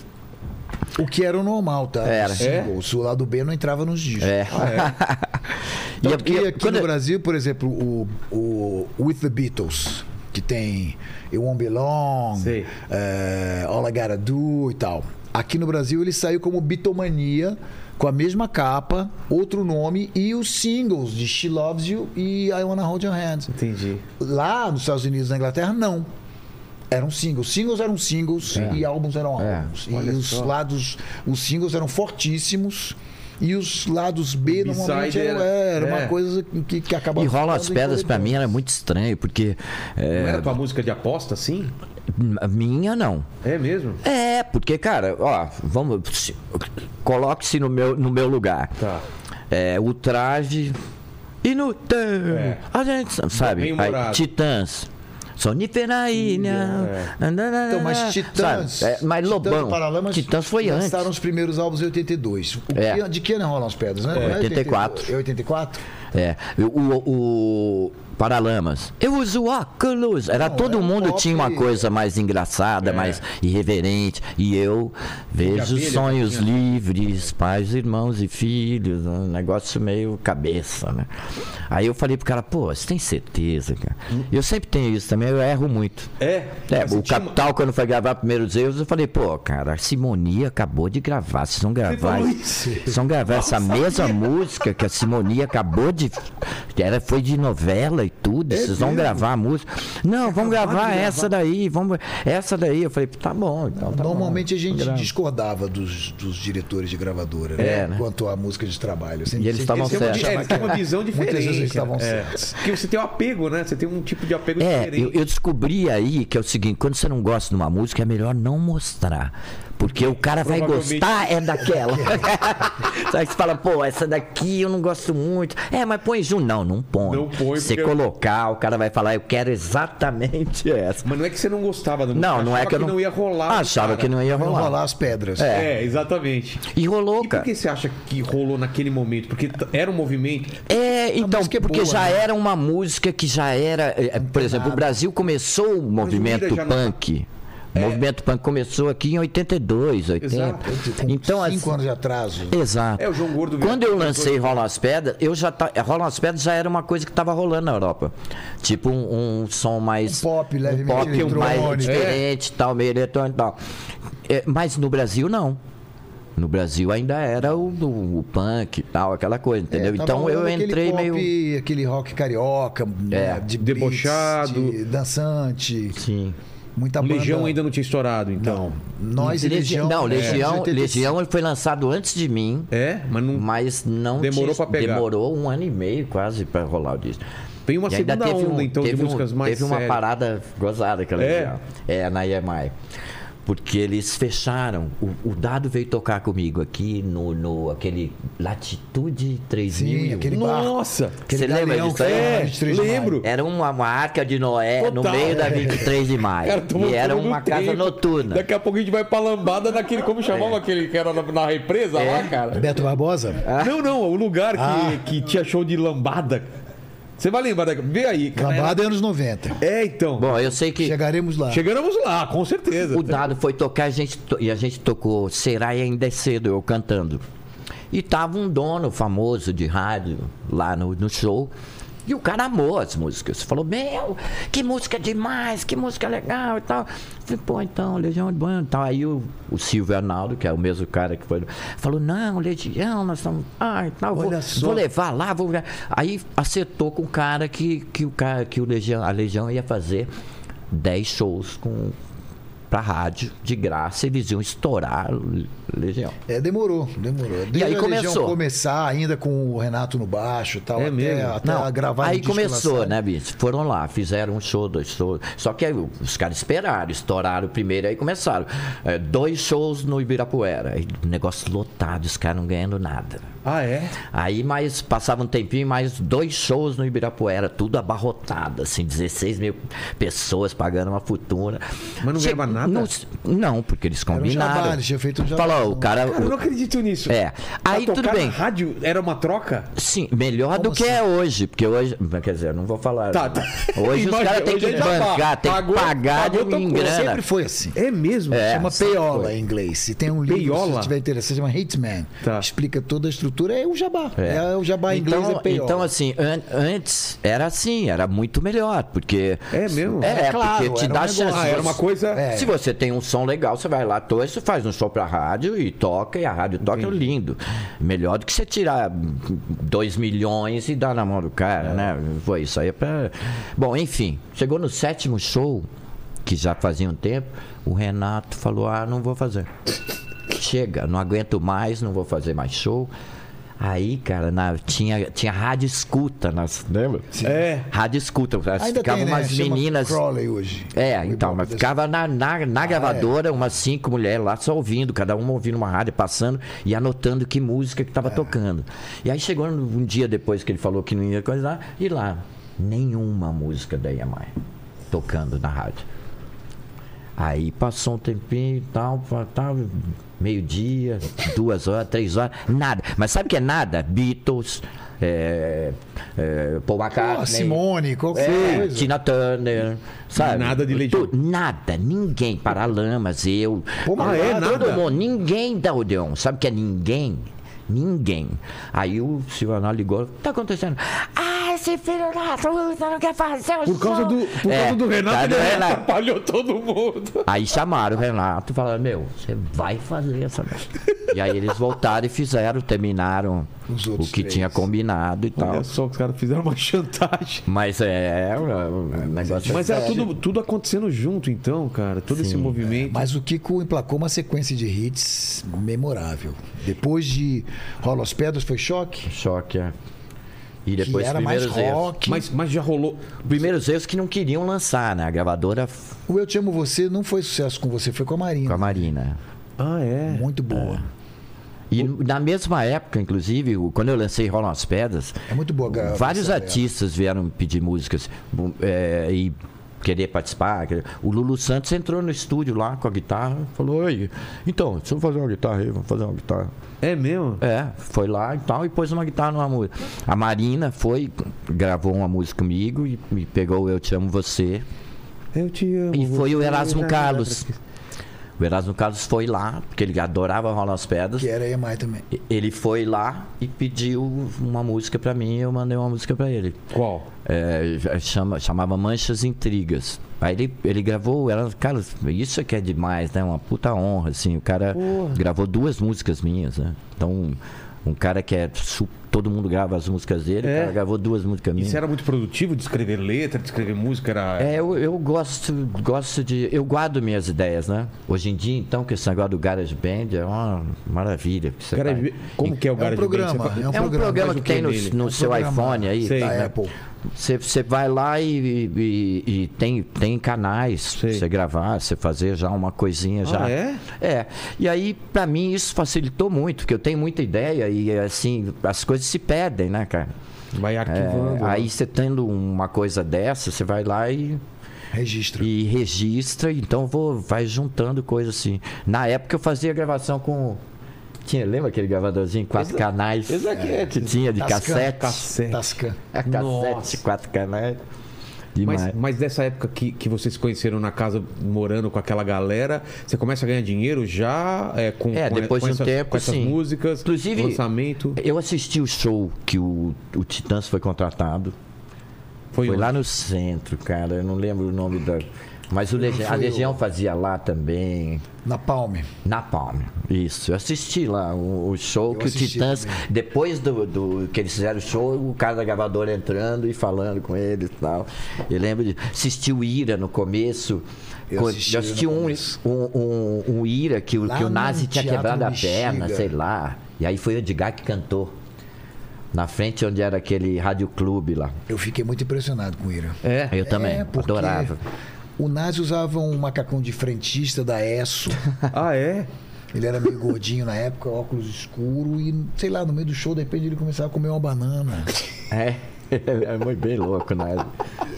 Speaker 3: O que era o normal, tá?
Speaker 4: Era.
Speaker 3: Os Singles. O lado B não entrava nos discos.
Speaker 4: é.
Speaker 3: E
Speaker 4: E-
Speaker 3: aqui,
Speaker 4: e-
Speaker 3: aqui
Speaker 4: quando- é-
Speaker 3: no Brasil, por exemplo, o, o With the Beatles, que tem You Won't Be Long,
Speaker 1: Sei.
Speaker 3: eh, All I Gotta Do e tal. Aqui no Brasil ele saiu como Bitomania, com a mesma capa, outro nome e os singles de She Loves You e I Wanna Hold Your Hand.
Speaker 1: Entendi.
Speaker 3: Lá nos Estados Unidos e na Inglaterra, não. Eram singles. Singles eram singles e álbuns eram
Speaker 4: É.
Speaker 3: álbuns. E
Speaker 1: Olha
Speaker 3: os
Speaker 1: só.
Speaker 3: lados, os singles eram fortíssimos. E os lados B
Speaker 1: O B-side
Speaker 3: normalmente eram-
Speaker 1: era-
Speaker 3: era,
Speaker 1: é.
Speaker 3: uma coisa que, que acabava.
Speaker 4: E rola as
Speaker 3: ficando
Speaker 4: pedras pra mim
Speaker 3: incoerente.
Speaker 4: era muito estranho, porque.
Speaker 1: Não
Speaker 4: é,
Speaker 1: era tua música de aposta, assim?
Speaker 4: m- minha não.
Speaker 1: É mesmo?
Speaker 4: É, porque, cara, ó, vamos. se- Coloque-se no meu, no meu lugar.
Speaker 1: Tá.
Speaker 4: É, o traje. Inútil!
Speaker 1: É.
Speaker 4: A gente sabe.
Speaker 1: Bem
Speaker 4: aí,
Speaker 1: humorado.
Speaker 4: titãs. Sonífera Ilha.
Speaker 3: Então, mas Titãs.
Speaker 4: Sabe? É, mas
Speaker 3: Titãs
Speaker 4: Lobão.
Speaker 3: e Paralamas
Speaker 4: Titãs foi antes.
Speaker 3: Lançaram os primeiros álbuns em 82. O
Speaker 4: É.
Speaker 3: que- de que ano rolam as pedras, né? Não é
Speaker 4: 84.
Speaker 3: É 84?
Speaker 4: É, o, o, o Paralamas. Eu uso óculos. Era
Speaker 3: Não,
Speaker 4: todo
Speaker 3: era um É.
Speaker 4: mundo
Speaker 3: pop-
Speaker 4: tinha uma coisa mais engraçada, mais irreverente. E eu vejo
Speaker 1: abelha,
Speaker 4: sonhos livres, pais, irmãos e filhos. Um negócio meio cabeça, né? Aí eu falei pro cara, pô, você tem certeza, cara?
Speaker 3: Hum.
Speaker 4: Eu sempre tenho isso também, eu erro muito.
Speaker 1: É.
Speaker 4: É,
Speaker 1: Mas
Speaker 4: o
Speaker 1: você tinha-
Speaker 4: Capital, quando foi gravar primeiros erros, eu falei, pô, cara, a Simonia acabou de gravar. Se não gravar,
Speaker 1: falou
Speaker 4: se não gravar essa mesma música que a Simonia acabou de. que Era, foi de novela e
Speaker 1: É
Speaker 4: tudo. vocês vão gravar a música. Não, vamos gravar essa daí, vamos. Essa daí. Eu falei, tá bom, então. Tá
Speaker 3: Normalmente
Speaker 4: bom.
Speaker 3: a gente
Speaker 4: Grava.
Speaker 3: discordava dos, dos diretores de gravadora
Speaker 4: É,
Speaker 3: né?
Speaker 4: né?
Speaker 3: quanto à música de trabalho.
Speaker 4: E eles estavam
Speaker 1: Eles têm uma,
Speaker 4: certos.
Speaker 1: vi- é, eles têm uma visão diferente.
Speaker 3: Muitas vezes eles estavam
Speaker 1: é.
Speaker 3: certos.
Speaker 1: Porque você tem um apego, né? Você tem um tipo de apego
Speaker 4: É, eu,
Speaker 1: diferente.
Speaker 4: eu descobri aí que é o seguinte, quando você não gosta de uma música, é melhor não mostrar. Porque o cara vai
Speaker 1: Provavelmente.
Speaker 4: gostar é daquela. Aí você fala, pô, essa daqui eu não gosto muito. É, mas põe junto. Não, não põe.
Speaker 1: Não põe,
Speaker 4: Se
Speaker 1: porque-
Speaker 4: colocar, o cara vai falar, eu quero exatamente essa.
Speaker 1: Mas não é que você não gostava da música.
Speaker 4: Não, não é
Speaker 1: achava
Speaker 4: que eu não...
Speaker 1: ia rolar.
Speaker 4: Achava que não ia
Speaker 3: Vamos
Speaker 4: rolar.
Speaker 3: rolar as pedras.
Speaker 1: É, exatamente.
Speaker 4: E rolou,
Speaker 1: E por
Speaker 4: cara.
Speaker 1: que você acha que rolou naquele momento? Porque t- era um movimento.
Speaker 4: É, então,
Speaker 3: música é
Speaker 4: porque
Speaker 3: boa,
Speaker 4: já
Speaker 3: né?
Speaker 4: era uma música que já era. é, é, por exemplo, o Brasil começou o movimento
Speaker 1: já não-
Speaker 4: punk. O movimento punk começou aqui em 82, 80.
Speaker 1: Exato.
Speaker 3: Com
Speaker 4: Então,
Speaker 3: cinco
Speaker 4: assim,
Speaker 3: anos de atraso.
Speaker 4: Exato.
Speaker 1: É, o João Gordo veio
Speaker 4: Quando eu lancei Rola as Pedras, eu já tá, Rola as Pedras já era uma coisa que estava rolando na Europa. Tipo um, um som mais.
Speaker 3: Um pop levemente
Speaker 4: pop mais
Speaker 3: eletrônico. É.
Speaker 4: diferente, tal, meio eletrônico e tal. É, mas no Brasil, não. No Brasil ainda era o, o- o punk e tal, aquela coisa, entendeu?
Speaker 3: É, tava
Speaker 4: então eu
Speaker 3: rolando aquele
Speaker 4: entrei
Speaker 3: pop,
Speaker 4: meio. É,
Speaker 3: Aquele rock carioca, né, de blitz,
Speaker 1: debochado.
Speaker 3: de dançante,
Speaker 4: Sim.
Speaker 3: muita banda.
Speaker 1: Legião ainda não tinha estourado, então.
Speaker 3: Nós e Legião.
Speaker 4: Não, Legião,
Speaker 3: é,
Speaker 4: Legião ele foi lançado antes de mim,
Speaker 1: É, mas não.
Speaker 4: mas não
Speaker 1: Demorou
Speaker 4: tinha-
Speaker 1: pra pegar.
Speaker 4: demorou um ano e meio quase pra rolar o disco.
Speaker 1: Tem uma
Speaker 4: E ainda
Speaker 1: segunda
Speaker 4: teve um-
Speaker 1: onda, então, de
Speaker 4: teve um-
Speaker 1: músicas mais
Speaker 4: Teve uma
Speaker 1: sérias.
Speaker 4: parada gozada que ela
Speaker 1: É?
Speaker 4: é? é, na IMI. Porque eles fecharam. O, o Dado veio tocar comigo aqui no, no aquele Latitude 3000.
Speaker 3: Sim, aquele barco.
Speaker 1: Nossa!
Speaker 4: Você lembra
Speaker 3: galeão
Speaker 4: disso
Speaker 3: que
Speaker 4: aí?
Speaker 3: era na
Speaker 1: É,
Speaker 3: 23 de maio.
Speaker 1: lembro.
Speaker 4: Era uma, uma arca de Noé no
Speaker 1: Total.
Speaker 4: meio da 23 de maio.
Speaker 1: Cara, tomou
Speaker 4: e era
Speaker 1: todo
Speaker 4: uma
Speaker 1: o
Speaker 4: casa
Speaker 1: tempo.
Speaker 4: noturna. É.
Speaker 1: Daqui a pouco a gente vai pra lambada naquele. Como chamava aquele que era na, na represa lá, cara?
Speaker 3: Beto
Speaker 4: É.
Speaker 3: Barbosa?
Speaker 4: Ah.
Speaker 1: Não, não, é o lugar que, que tinha show de lambada. Você vai lembrar, da- vê aí, cara.
Speaker 3: Lambada é anos 90.
Speaker 1: É, então.
Speaker 4: Bom, eu sei que.
Speaker 3: Chegaremos lá.
Speaker 1: Chegamos lá, com certeza.
Speaker 4: O Dado foi tocar a gente to- e a gente tocou Será e ainda é cedo, eu cantando. E tava um dono famoso de rádio lá no, no show. E o cara amou as músicas. Falou, meu, que música demais, que música legal e tal. Falei, pô, então, Legião Urbana e tal. Aí o, o Silvio Arnaldo, que é o mesmo cara que foi, falou, não, Legião, nós estamos. Ah, e tal, vou,
Speaker 3: Olha só.
Speaker 4: vou levar lá, vou. Aí acertou com o cara que, que, o, cara, que o Legião, a Legião ia fazer 10 shows com, pra rádio, de graça, eles iam estourar a Legião.
Speaker 3: É, demorou, demorou. Desde
Speaker 4: aí
Speaker 3: a Legião
Speaker 4: começou.
Speaker 3: começar ainda com o Renato no baixo e tal,
Speaker 1: É
Speaker 3: até,
Speaker 1: mesmo?
Speaker 3: até gravar
Speaker 4: aí
Speaker 3: no disco
Speaker 4: começou,
Speaker 3: lançado.
Speaker 4: né, bicho? Foram lá, fizeram um show, dois shows. Só que aí os caras esperaram, estouraram o primeiro, aí começaram. É, dois shows no Ibirapuera. Aí, negócio lotado, os caras não ganhando nada.
Speaker 1: Ah, é?
Speaker 4: Aí mais passava um tempinho, mais dois shows no Ibirapuera, tudo abarrotado, assim, 16 mil pessoas pagando uma fortuna.
Speaker 1: Mas não
Speaker 4: Che-
Speaker 1: ganhava nada?
Speaker 4: Não, não, porque eles
Speaker 3: um
Speaker 4: combinaram.
Speaker 3: jabá, eles tinham feito um jabá.
Speaker 4: Falou, o cara.
Speaker 1: Cara, eu não acredito nisso.
Speaker 4: É.
Speaker 1: Pra
Speaker 4: Aí,
Speaker 1: tocar
Speaker 4: tudo bem.
Speaker 1: Na rádio era uma troca?
Speaker 4: Sim, melhor do que é hoje, porque hoje. Quer dizer, eu não vou falar.
Speaker 1: Tá, tá.
Speaker 4: Hoje os
Speaker 1: Imagina,
Speaker 4: caras têm
Speaker 1: hoje
Speaker 4: que
Speaker 1: é jabá.
Speaker 4: bancar, tem que
Speaker 1: Pagou,
Speaker 4: pagar
Speaker 1: pagou,
Speaker 4: de
Speaker 1: tocou.
Speaker 4: grana.
Speaker 3: Sempre foi assim.
Speaker 1: É mesmo?
Speaker 4: É.
Speaker 3: Chama
Speaker 4: sempre
Speaker 3: peola em inglês. E tem um livro,
Speaker 1: Peiola?
Speaker 3: se tiver interessante, chama Hitman.
Speaker 1: Tá.
Speaker 3: Explica toda a estrutura. É o jabá.
Speaker 4: É.
Speaker 3: É, o jabá em inglês é
Speaker 4: Então,
Speaker 3: peiola.
Speaker 4: então assim, an- antes era assim, era muito melhor, porque.
Speaker 1: É mesmo?
Speaker 4: É,
Speaker 3: É claro,
Speaker 4: porque te
Speaker 3: era um
Speaker 4: dá
Speaker 3: negócio.
Speaker 4: chance.
Speaker 1: Ah, era uma coisa.
Speaker 3: É.
Speaker 4: Se você tem um som legal, você vai lá, toca, você faz um show pra rádio e toca, e a rádio toca é lindo. Melhor do que você tirar 2 milhões e dar na mão do cara, né? Foi isso aí. É pra... Bom, enfim, chegou no sétimo show, que já fazia um tempo, o Renato falou: ah, não vou fazer. Chega, não aguento mais, não vou fazer mais show. Aí, cara, na- tinha, tinha rádio escuta, nas, lembra?
Speaker 1: É.
Speaker 4: Rádio escuta,
Speaker 3: Ainda
Speaker 4: ficavam
Speaker 3: tem, né?
Speaker 4: umas
Speaker 3: Chama
Speaker 4: meninas.
Speaker 3: Crowley hoje. Ah,
Speaker 4: É,
Speaker 3: O
Speaker 4: então, mas
Speaker 3: Ibope
Speaker 4: ficava na, na, na gravadora
Speaker 3: é.
Speaker 4: umas cinco mulheres lá só ouvindo, cada uma ouvindo uma rádio, passando e anotando que música que tava
Speaker 3: É.
Speaker 4: tocando. E aí chegou no- um dia depois que ele falou que não ia coisa lá, e lá, nenhuma música da Yamai tocando na rádio. Aí passou um tempinho e tal, pá, tal meio-dia, duas horas, três horas, nada. Mas sabe o que é nada? Beatles, é, é, Paul
Speaker 3: dessa.
Speaker 4: McCartney.
Speaker 3: Pô, Simone, qualquer
Speaker 4: É,
Speaker 3: coisa.
Speaker 4: Tina Turner, sabe?
Speaker 1: Nada de Legião.
Speaker 4: Tu- Nada, ninguém. Paralamas, eu.
Speaker 3: Pô, mas
Speaker 1: Ah, é?
Speaker 3: nada.
Speaker 1: Nada?
Speaker 4: Todo mundo, ninguém da Odeon. Sabe o que é ninguém? Ninguém. Aí o Silvano ligou: o que tá acontecendo? Ah, esse filho da puta não quer fazer o
Speaker 1: Por causa
Speaker 4: show."
Speaker 1: do, por
Speaker 4: É,
Speaker 1: causa do
Speaker 4: tá
Speaker 1: Renato,
Speaker 4: do
Speaker 1: ele
Speaker 4: Renato.
Speaker 1: atrapalhou todo mundo.
Speaker 4: Aí chamaram o Renato e falaram, meu, você vai fazer essa merda. E aí eles voltaram e fizeram, terminaram
Speaker 3: Os
Speaker 4: o
Speaker 3: outros
Speaker 4: que
Speaker 3: três.
Speaker 4: tinha combinado e tal.
Speaker 1: Olha só, os caras fizeram uma chantagem.
Speaker 4: Mas é, um negócio...
Speaker 1: Mas era tudo, tudo acontecendo junto, então, cara. Todo esse movimento.
Speaker 3: Mas o Kiko emplacou uma sequência de hits memorável. Depois de Rola as Pedras foi choque.
Speaker 4: Choque, é. E
Speaker 3: Que
Speaker 4: depois os
Speaker 3: era mais
Speaker 4: primeiros erros.
Speaker 3: rock.
Speaker 1: Mas, mas já rolou.
Speaker 4: Primeiros erros que não queriam lançar, né? A gravadora f-
Speaker 3: O Eu Te Amo Você não foi sucesso com você, foi com a Marina.
Speaker 4: com a Marina.
Speaker 1: Ah, é.
Speaker 3: Muito boa.
Speaker 4: E na mesma época, inclusive, o- quando eu lancei Rolam as Pedras,
Speaker 3: É muito boa a gravação
Speaker 4: vários
Speaker 3: dela.
Speaker 4: artistas vieram pedir músicas bom, é, e querer participar. querer- O Lulu Santos entrou no estúdio lá com a guitarra, falou, Oi, então, deixa eu fazer uma guitarra aí, vamos fazer uma guitarra.
Speaker 1: É mesmo?
Speaker 4: É, foi lá e tal, e pôs uma guitarra numa música. A Marina foi, gravou uma música comigo e me pegou o Eu Te Amo Você,
Speaker 1: Eu te amo.
Speaker 4: E foi o
Speaker 1: você
Speaker 4: Erasmo
Speaker 1: já-
Speaker 4: Carlos. O Erasmo Carlos foi lá, porque ele adorava rolar as pedras.
Speaker 3: Que era a EMAI também.
Speaker 4: E- Ele foi lá e pediu uma música pra mim e eu mandei uma música pra ele.
Speaker 1: Qual?
Speaker 4: É, já chama, chamava Manchas e Intrigas. Aí ele, ele gravou, era, cara, isso é que é demais, né? Uma puta honra, assim. O cara gravou duas músicas minhas, né? Então, um cara que é. su- Todo mundo grava as músicas dele,
Speaker 1: É.
Speaker 4: o cara gravou duas músicas minhas.
Speaker 1: Isso era muito produtivo de escrever letra, de escrever música, era.
Speaker 4: É, eu, eu gosto, gosto de. Eu guardo minhas ideias, né? Hoje em dia, então, que esse negócio do Garage Band é uma maravilha. que você
Speaker 1: Cara,
Speaker 4: vai-
Speaker 1: como que é o
Speaker 3: É um
Speaker 1: Garage Band?
Speaker 3: programa.
Speaker 1: Você
Speaker 3: É um
Speaker 4: É um
Speaker 3: programa.
Speaker 4: programa
Speaker 1: mas
Speaker 4: que
Speaker 1: o que
Speaker 4: tem no,
Speaker 1: nele?
Speaker 4: no
Speaker 3: um
Speaker 4: seu
Speaker 3: programa.
Speaker 4: iPhone aí.
Speaker 1: Sei.
Speaker 3: Da
Speaker 1: né?
Speaker 3: Apple.
Speaker 4: Você, você vai lá e, e- e- e tem, tem canais pra
Speaker 1: Sei.
Speaker 4: você gravar, você fazer já uma coisinha já.
Speaker 1: Ah, é?
Speaker 4: É. E aí, pra mim, isso facilitou muito, porque eu tenho muita ideia e, assim, as coisas se perdem, né, cara?
Speaker 1: Vai
Speaker 4: É,
Speaker 1: arquivando.
Speaker 4: aí
Speaker 1: né?
Speaker 4: você tendo uma coisa dessa, você vai lá e
Speaker 3: Registro.
Speaker 4: e registra, então vou, vai juntando coisa assim. Na época eu fazia gravação com. Tinha, lembra aquele gravadorzinho? Quatro canais.
Speaker 1: esse aqui é,
Speaker 4: que tinha de
Speaker 1: tá
Speaker 3: Tascam.
Speaker 4: cassete.
Speaker 1: Cassete.
Speaker 3: Tascan.
Speaker 4: É, cassete,
Speaker 1: Nossa.
Speaker 4: quatro canais.
Speaker 1: Mas,
Speaker 4: Demais.
Speaker 1: mas dessa época que, que vocês se conheceram na casa, morando com aquela galera, você começa a ganhar dinheiro já é, com,
Speaker 4: É,
Speaker 1: com-
Speaker 4: depois
Speaker 1: com
Speaker 4: de um
Speaker 1: essas,
Speaker 4: tempo,
Speaker 1: com essas
Speaker 4: sim.
Speaker 1: músicas,
Speaker 4: Inclusive- é,
Speaker 1: lançamento.
Speaker 4: Eu assisti o show que o, o Titãs foi contratado.
Speaker 1: Foi, um-
Speaker 4: Foi
Speaker 1: onde?
Speaker 4: lá no centro, cara. Eu não lembro o nome da. Mas o Lege- a Legião fazia lá também.
Speaker 3: Na Palme.
Speaker 4: Na Palme. Isso. Eu assisti lá o, o show
Speaker 3: Eu
Speaker 4: que o
Speaker 3: assisti
Speaker 4: Titãs.
Speaker 3: também.
Speaker 4: Depois do, do- que eles fizeram o show, o cara da gravadora entrando e falando com ele e tal. Eu lembro de. Assisti o Ira no começo.
Speaker 3: Eu
Speaker 4: Quando-
Speaker 3: assisti
Speaker 4: eu assisti
Speaker 3: no
Speaker 4: um,
Speaker 3: começo.
Speaker 4: um, um, um Ira que, o-
Speaker 3: Lá
Speaker 4: que o
Speaker 3: no
Speaker 4: Nazi tinha
Speaker 3: Teatro
Speaker 4: quebrado a
Speaker 3: Bexiga.
Speaker 4: perna, sei lá. E aí foi o Edgar que cantou. Na frente onde era aquele rádio clube lá.
Speaker 3: Eu fiquei muito impressionado com o Ira.
Speaker 4: É? Eu também.
Speaker 3: É, porque
Speaker 4: Adorava.
Speaker 3: O Nazi usava um macacão de frentista da ESSO.
Speaker 1: Ah, é?
Speaker 3: Ele era meio gordinho na época, óculos escuro e, sei lá, no meio do show, de repente ele começava a comer uma banana.
Speaker 4: É. É muito bem louco, né?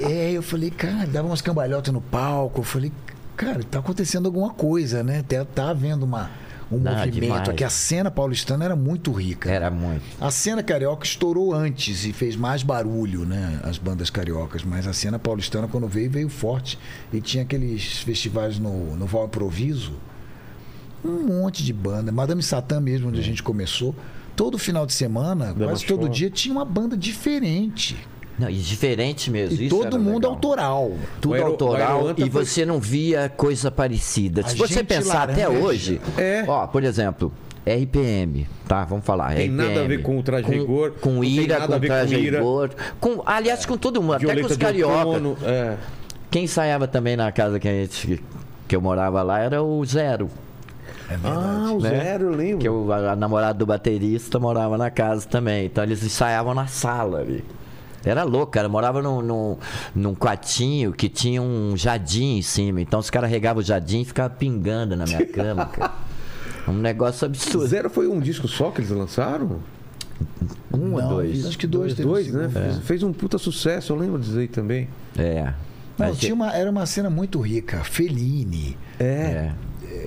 Speaker 3: É, eu falei, cara, dava umas cambalhotas no palco. Eu falei, cara, tá acontecendo alguma coisa, né? Tá, tá havendo uma, um
Speaker 4: Não,
Speaker 3: movimento
Speaker 4: demais.
Speaker 3: aqui. A cena paulistana era muito rica.
Speaker 4: Era muito.
Speaker 3: A cena carioca estourou antes e fez mais barulho, né? As bandas cariocas. Mas a cena paulistana, quando veio, veio forte. E tinha aqueles festivais no, no Val Improviso. Um monte de banda. Madame Satã mesmo, onde a gente começou. Todo final de semana,
Speaker 1: Dama
Speaker 3: quase todo
Speaker 1: Show.
Speaker 3: dia, tinha uma banda diferente.
Speaker 4: Não, e diferente mesmo.
Speaker 3: E
Speaker 4: isso
Speaker 3: todo
Speaker 4: era
Speaker 3: mundo
Speaker 4: legal.
Speaker 3: autoral.
Speaker 1: O
Speaker 4: Tudo
Speaker 1: Aero- o
Speaker 4: autoral
Speaker 1: Aeroanta
Speaker 4: e
Speaker 1: foi-
Speaker 4: você não via coisa parecida.
Speaker 3: A
Speaker 4: Se você
Speaker 3: gente
Speaker 4: pensar até
Speaker 3: laranja.
Speaker 4: hoje,
Speaker 1: É.
Speaker 4: ó, por exemplo, RPM, tá? Vamos falar.
Speaker 1: Tem
Speaker 4: RPM,
Speaker 1: nada a ver com o Traje Rigor, não
Speaker 4: Com,
Speaker 1: tem
Speaker 4: ira,
Speaker 1: nada a
Speaker 4: com
Speaker 1: ver com
Speaker 4: traje
Speaker 1: Ira.
Speaker 4: rigor. Com, aliás, com todo mundo, até com os
Speaker 1: Violeta de
Speaker 4: carioca.
Speaker 1: Outono, é.
Speaker 4: Quem ensaiava também na casa que, a gente, que eu morava lá era o Zero.
Speaker 3: É
Speaker 1: Ah, o zero, eu lembro.
Speaker 4: Né? Que é o a, a namorada do baterista morava na casa também. Então eles ensaiavam na sala ali. Era louco, cara. Morava num, num, num quartinho que tinha um jardim em cima. Então os caras regavam o jardim e ficavam pingando na minha cama, cara. Um negócio absurdo.
Speaker 1: Zero foi um disco só que eles lançaram?
Speaker 4: Um ou dois?
Speaker 3: Acho que dois, teve
Speaker 1: Dois,
Speaker 3: um
Speaker 1: né?
Speaker 3: segundo.
Speaker 1: Fez, fez um puta sucesso, eu lembro disso aí também.
Speaker 4: É.
Speaker 3: Não,
Speaker 4: Mas
Speaker 3: tinha uma, era uma cena muito rica. Fellini,
Speaker 1: É.
Speaker 4: é.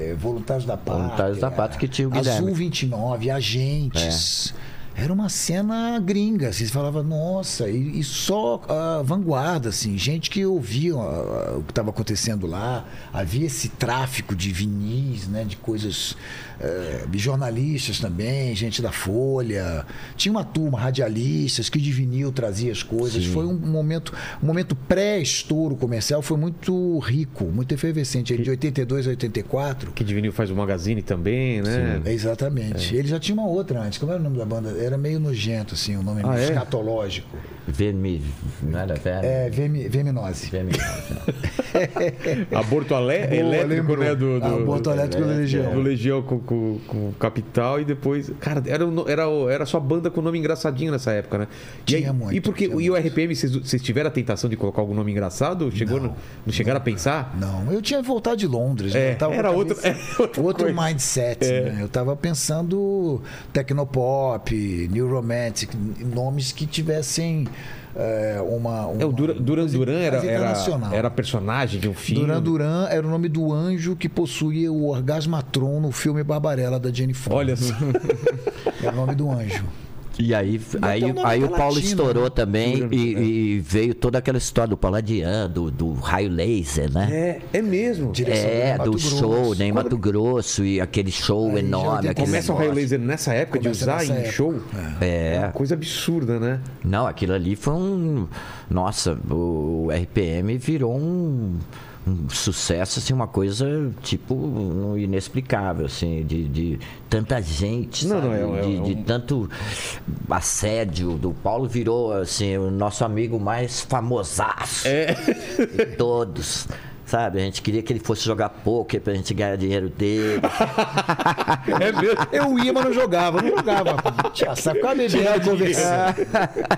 Speaker 3: é, Voluntários da Pátria.
Speaker 4: Voluntários da Pátria, que tinha o Guilherme.
Speaker 3: Azul 29, Agentes. Era uma cena gringa. Vocês falavam, nossa, e, e só a vanguarda, assim. Gente que ouvia ah, o que estava acontecendo lá. Havia esse tráfico de vinis, né? De coisas... eh, de jornalistas também, gente da Folha. Tinha uma turma, radialistas, que de vinil trazia as coisas. Foi um momento... Um momento pré-estouro comercial foi muito rico, muito efervescente. Aí De 82 a 84...
Speaker 1: Que Divinil faz o magazine também, né?
Speaker 3: Exatamente. Ele já tinha uma outra antes. Como era o nome da banda? Era meio nojento, assim, o nome
Speaker 1: Ah, é?
Speaker 3: escatológico.
Speaker 4: Vermi... Não era verme?
Speaker 3: É, Vemi- Veminose.
Speaker 4: Vermi...
Speaker 1: Aborto ale... elétrico, né? Do, do,
Speaker 3: Ah, o Porto Elétrico da Legião.
Speaker 1: do Legião com, com, com o Capital e depois. Cara, era, o no- era, o- era só banda com nome engraçadinho nessa época, né? E
Speaker 3: Tinha muito,
Speaker 1: E, porque,
Speaker 3: tinha
Speaker 1: e o RPM, vocês, vocês tiveram a tentação de colocar algum nome engraçado? Chegou não, não chegaram a pensar?
Speaker 3: Não, eu tinha voltado de Londres. né?
Speaker 1: É,
Speaker 3: Eu tava com
Speaker 1: era
Speaker 3: a
Speaker 1: outro-
Speaker 3: cabeça-
Speaker 1: era outra
Speaker 3: outro
Speaker 1: coisa. É.
Speaker 3: mindset. Né? Eu tava pensando tecnopop, new romantic, nomes que tivessem é, uma, uma.
Speaker 1: É, o Dura- Duran Duran era,
Speaker 3: mas
Speaker 1: era,
Speaker 3: internacional.
Speaker 1: era personagem de um filme.
Speaker 3: Duran Duran era o nome do anjo que possuía o orgasmatron no filme Barbarella da Jenny Fonda.
Speaker 1: Olha só.
Speaker 3: É o nome do anjo.
Speaker 4: E aí, aí,
Speaker 3: tem um nome
Speaker 4: aí o
Speaker 3: que é
Speaker 4: Paulo
Speaker 3: latino,
Speaker 4: estourou
Speaker 3: né?
Speaker 4: também e, e veio toda aquela história do Paladian, do, do raio laser, né?
Speaker 1: É, é mesmo.
Speaker 3: Direção
Speaker 4: É,
Speaker 3: Mato
Speaker 4: do
Speaker 3: Grosso.
Speaker 4: show, né? Em
Speaker 3: Quando-
Speaker 4: Mato Grosso e aquele show
Speaker 3: Aí já
Speaker 4: enorme.
Speaker 3: tem-
Speaker 4: aquele
Speaker 1: Começa o
Speaker 4: negócio.
Speaker 1: raio laser nessa época
Speaker 3: Começa
Speaker 1: de usar em
Speaker 3: nessa época.
Speaker 1: show? É uma
Speaker 4: É.
Speaker 1: coisa absurda, né?
Speaker 4: Não, aquilo ali foi um. Nossa, o RPM virou um, um sucesso, assim, uma coisa, tipo, um inexplicável, assim, de, de tanta gente,
Speaker 1: Não,
Speaker 4: sabe?
Speaker 1: não, é- é
Speaker 4: de, de
Speaker 1: um-
Speaker 4: tanto assédio. Do Paulo virou, assim, o nosso amigo mais famosaço de todos. Sabe, a gente queria que ele fosse jogar poker pra gente ganhar dinheiro dele.
Speaker 1: É mesmo.
Speaker 3: Eu ia, mas não jogava, não jogava. Tinha saco com a bebida conversando.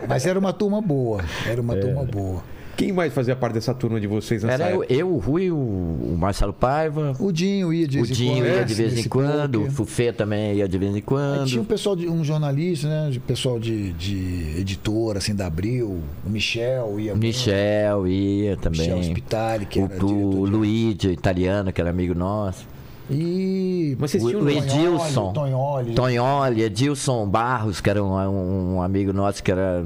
Speaker 3: Mas era uma turma boa. Era uma turma boa.
Speaker 1: Quem mais fazia parte dessa turma de vocês nessa
Speaker 4: Era eu,
Speaker 1: época?
Speaker 4: eu, o Rui, o, o Marcelo Paiva,
Speaker 3: O Dinho ia de
Speaker 4: o
Speaker 3: vez em
Speaker 4: Dinho
Speaker 3: quando. né?
Speaker 4: ia de vez em
Speaker 3: Esse
Speaker 4: quando, o
Speaker 3: poker.
Speaker 4: Fufê também ia de vez em
Speaker 3: Aí né? É, Tinha um
Speaker 4: quando.
Speaker 3: pessoal, de, um jornalista, né? de Pessoal de, de editora, assim, da Abril. O Michel ia.
Speaker 4: O Michel ia
Speaker 3: Michel
Speaker 4: também.
Speaker 3: Spitali, que
Speaker 4: O,
Speaker 3: era
Speaker 4: o
Speaker 3: diretor de-
Speaker 4: Luigi, o italiano, que era amigo nosso.
Speaker 3: E...
Speaker 1: Mas vocês
Speaker 4: O,
Speaker 1: tinham um
Speaker 4: o
Speaker 1: nome?
Speaker 4: Edilson.
Speaker 3: Tonholi.
Speaker 4: Tonholi, Edilson Barros, que era um, um amigo nosso que era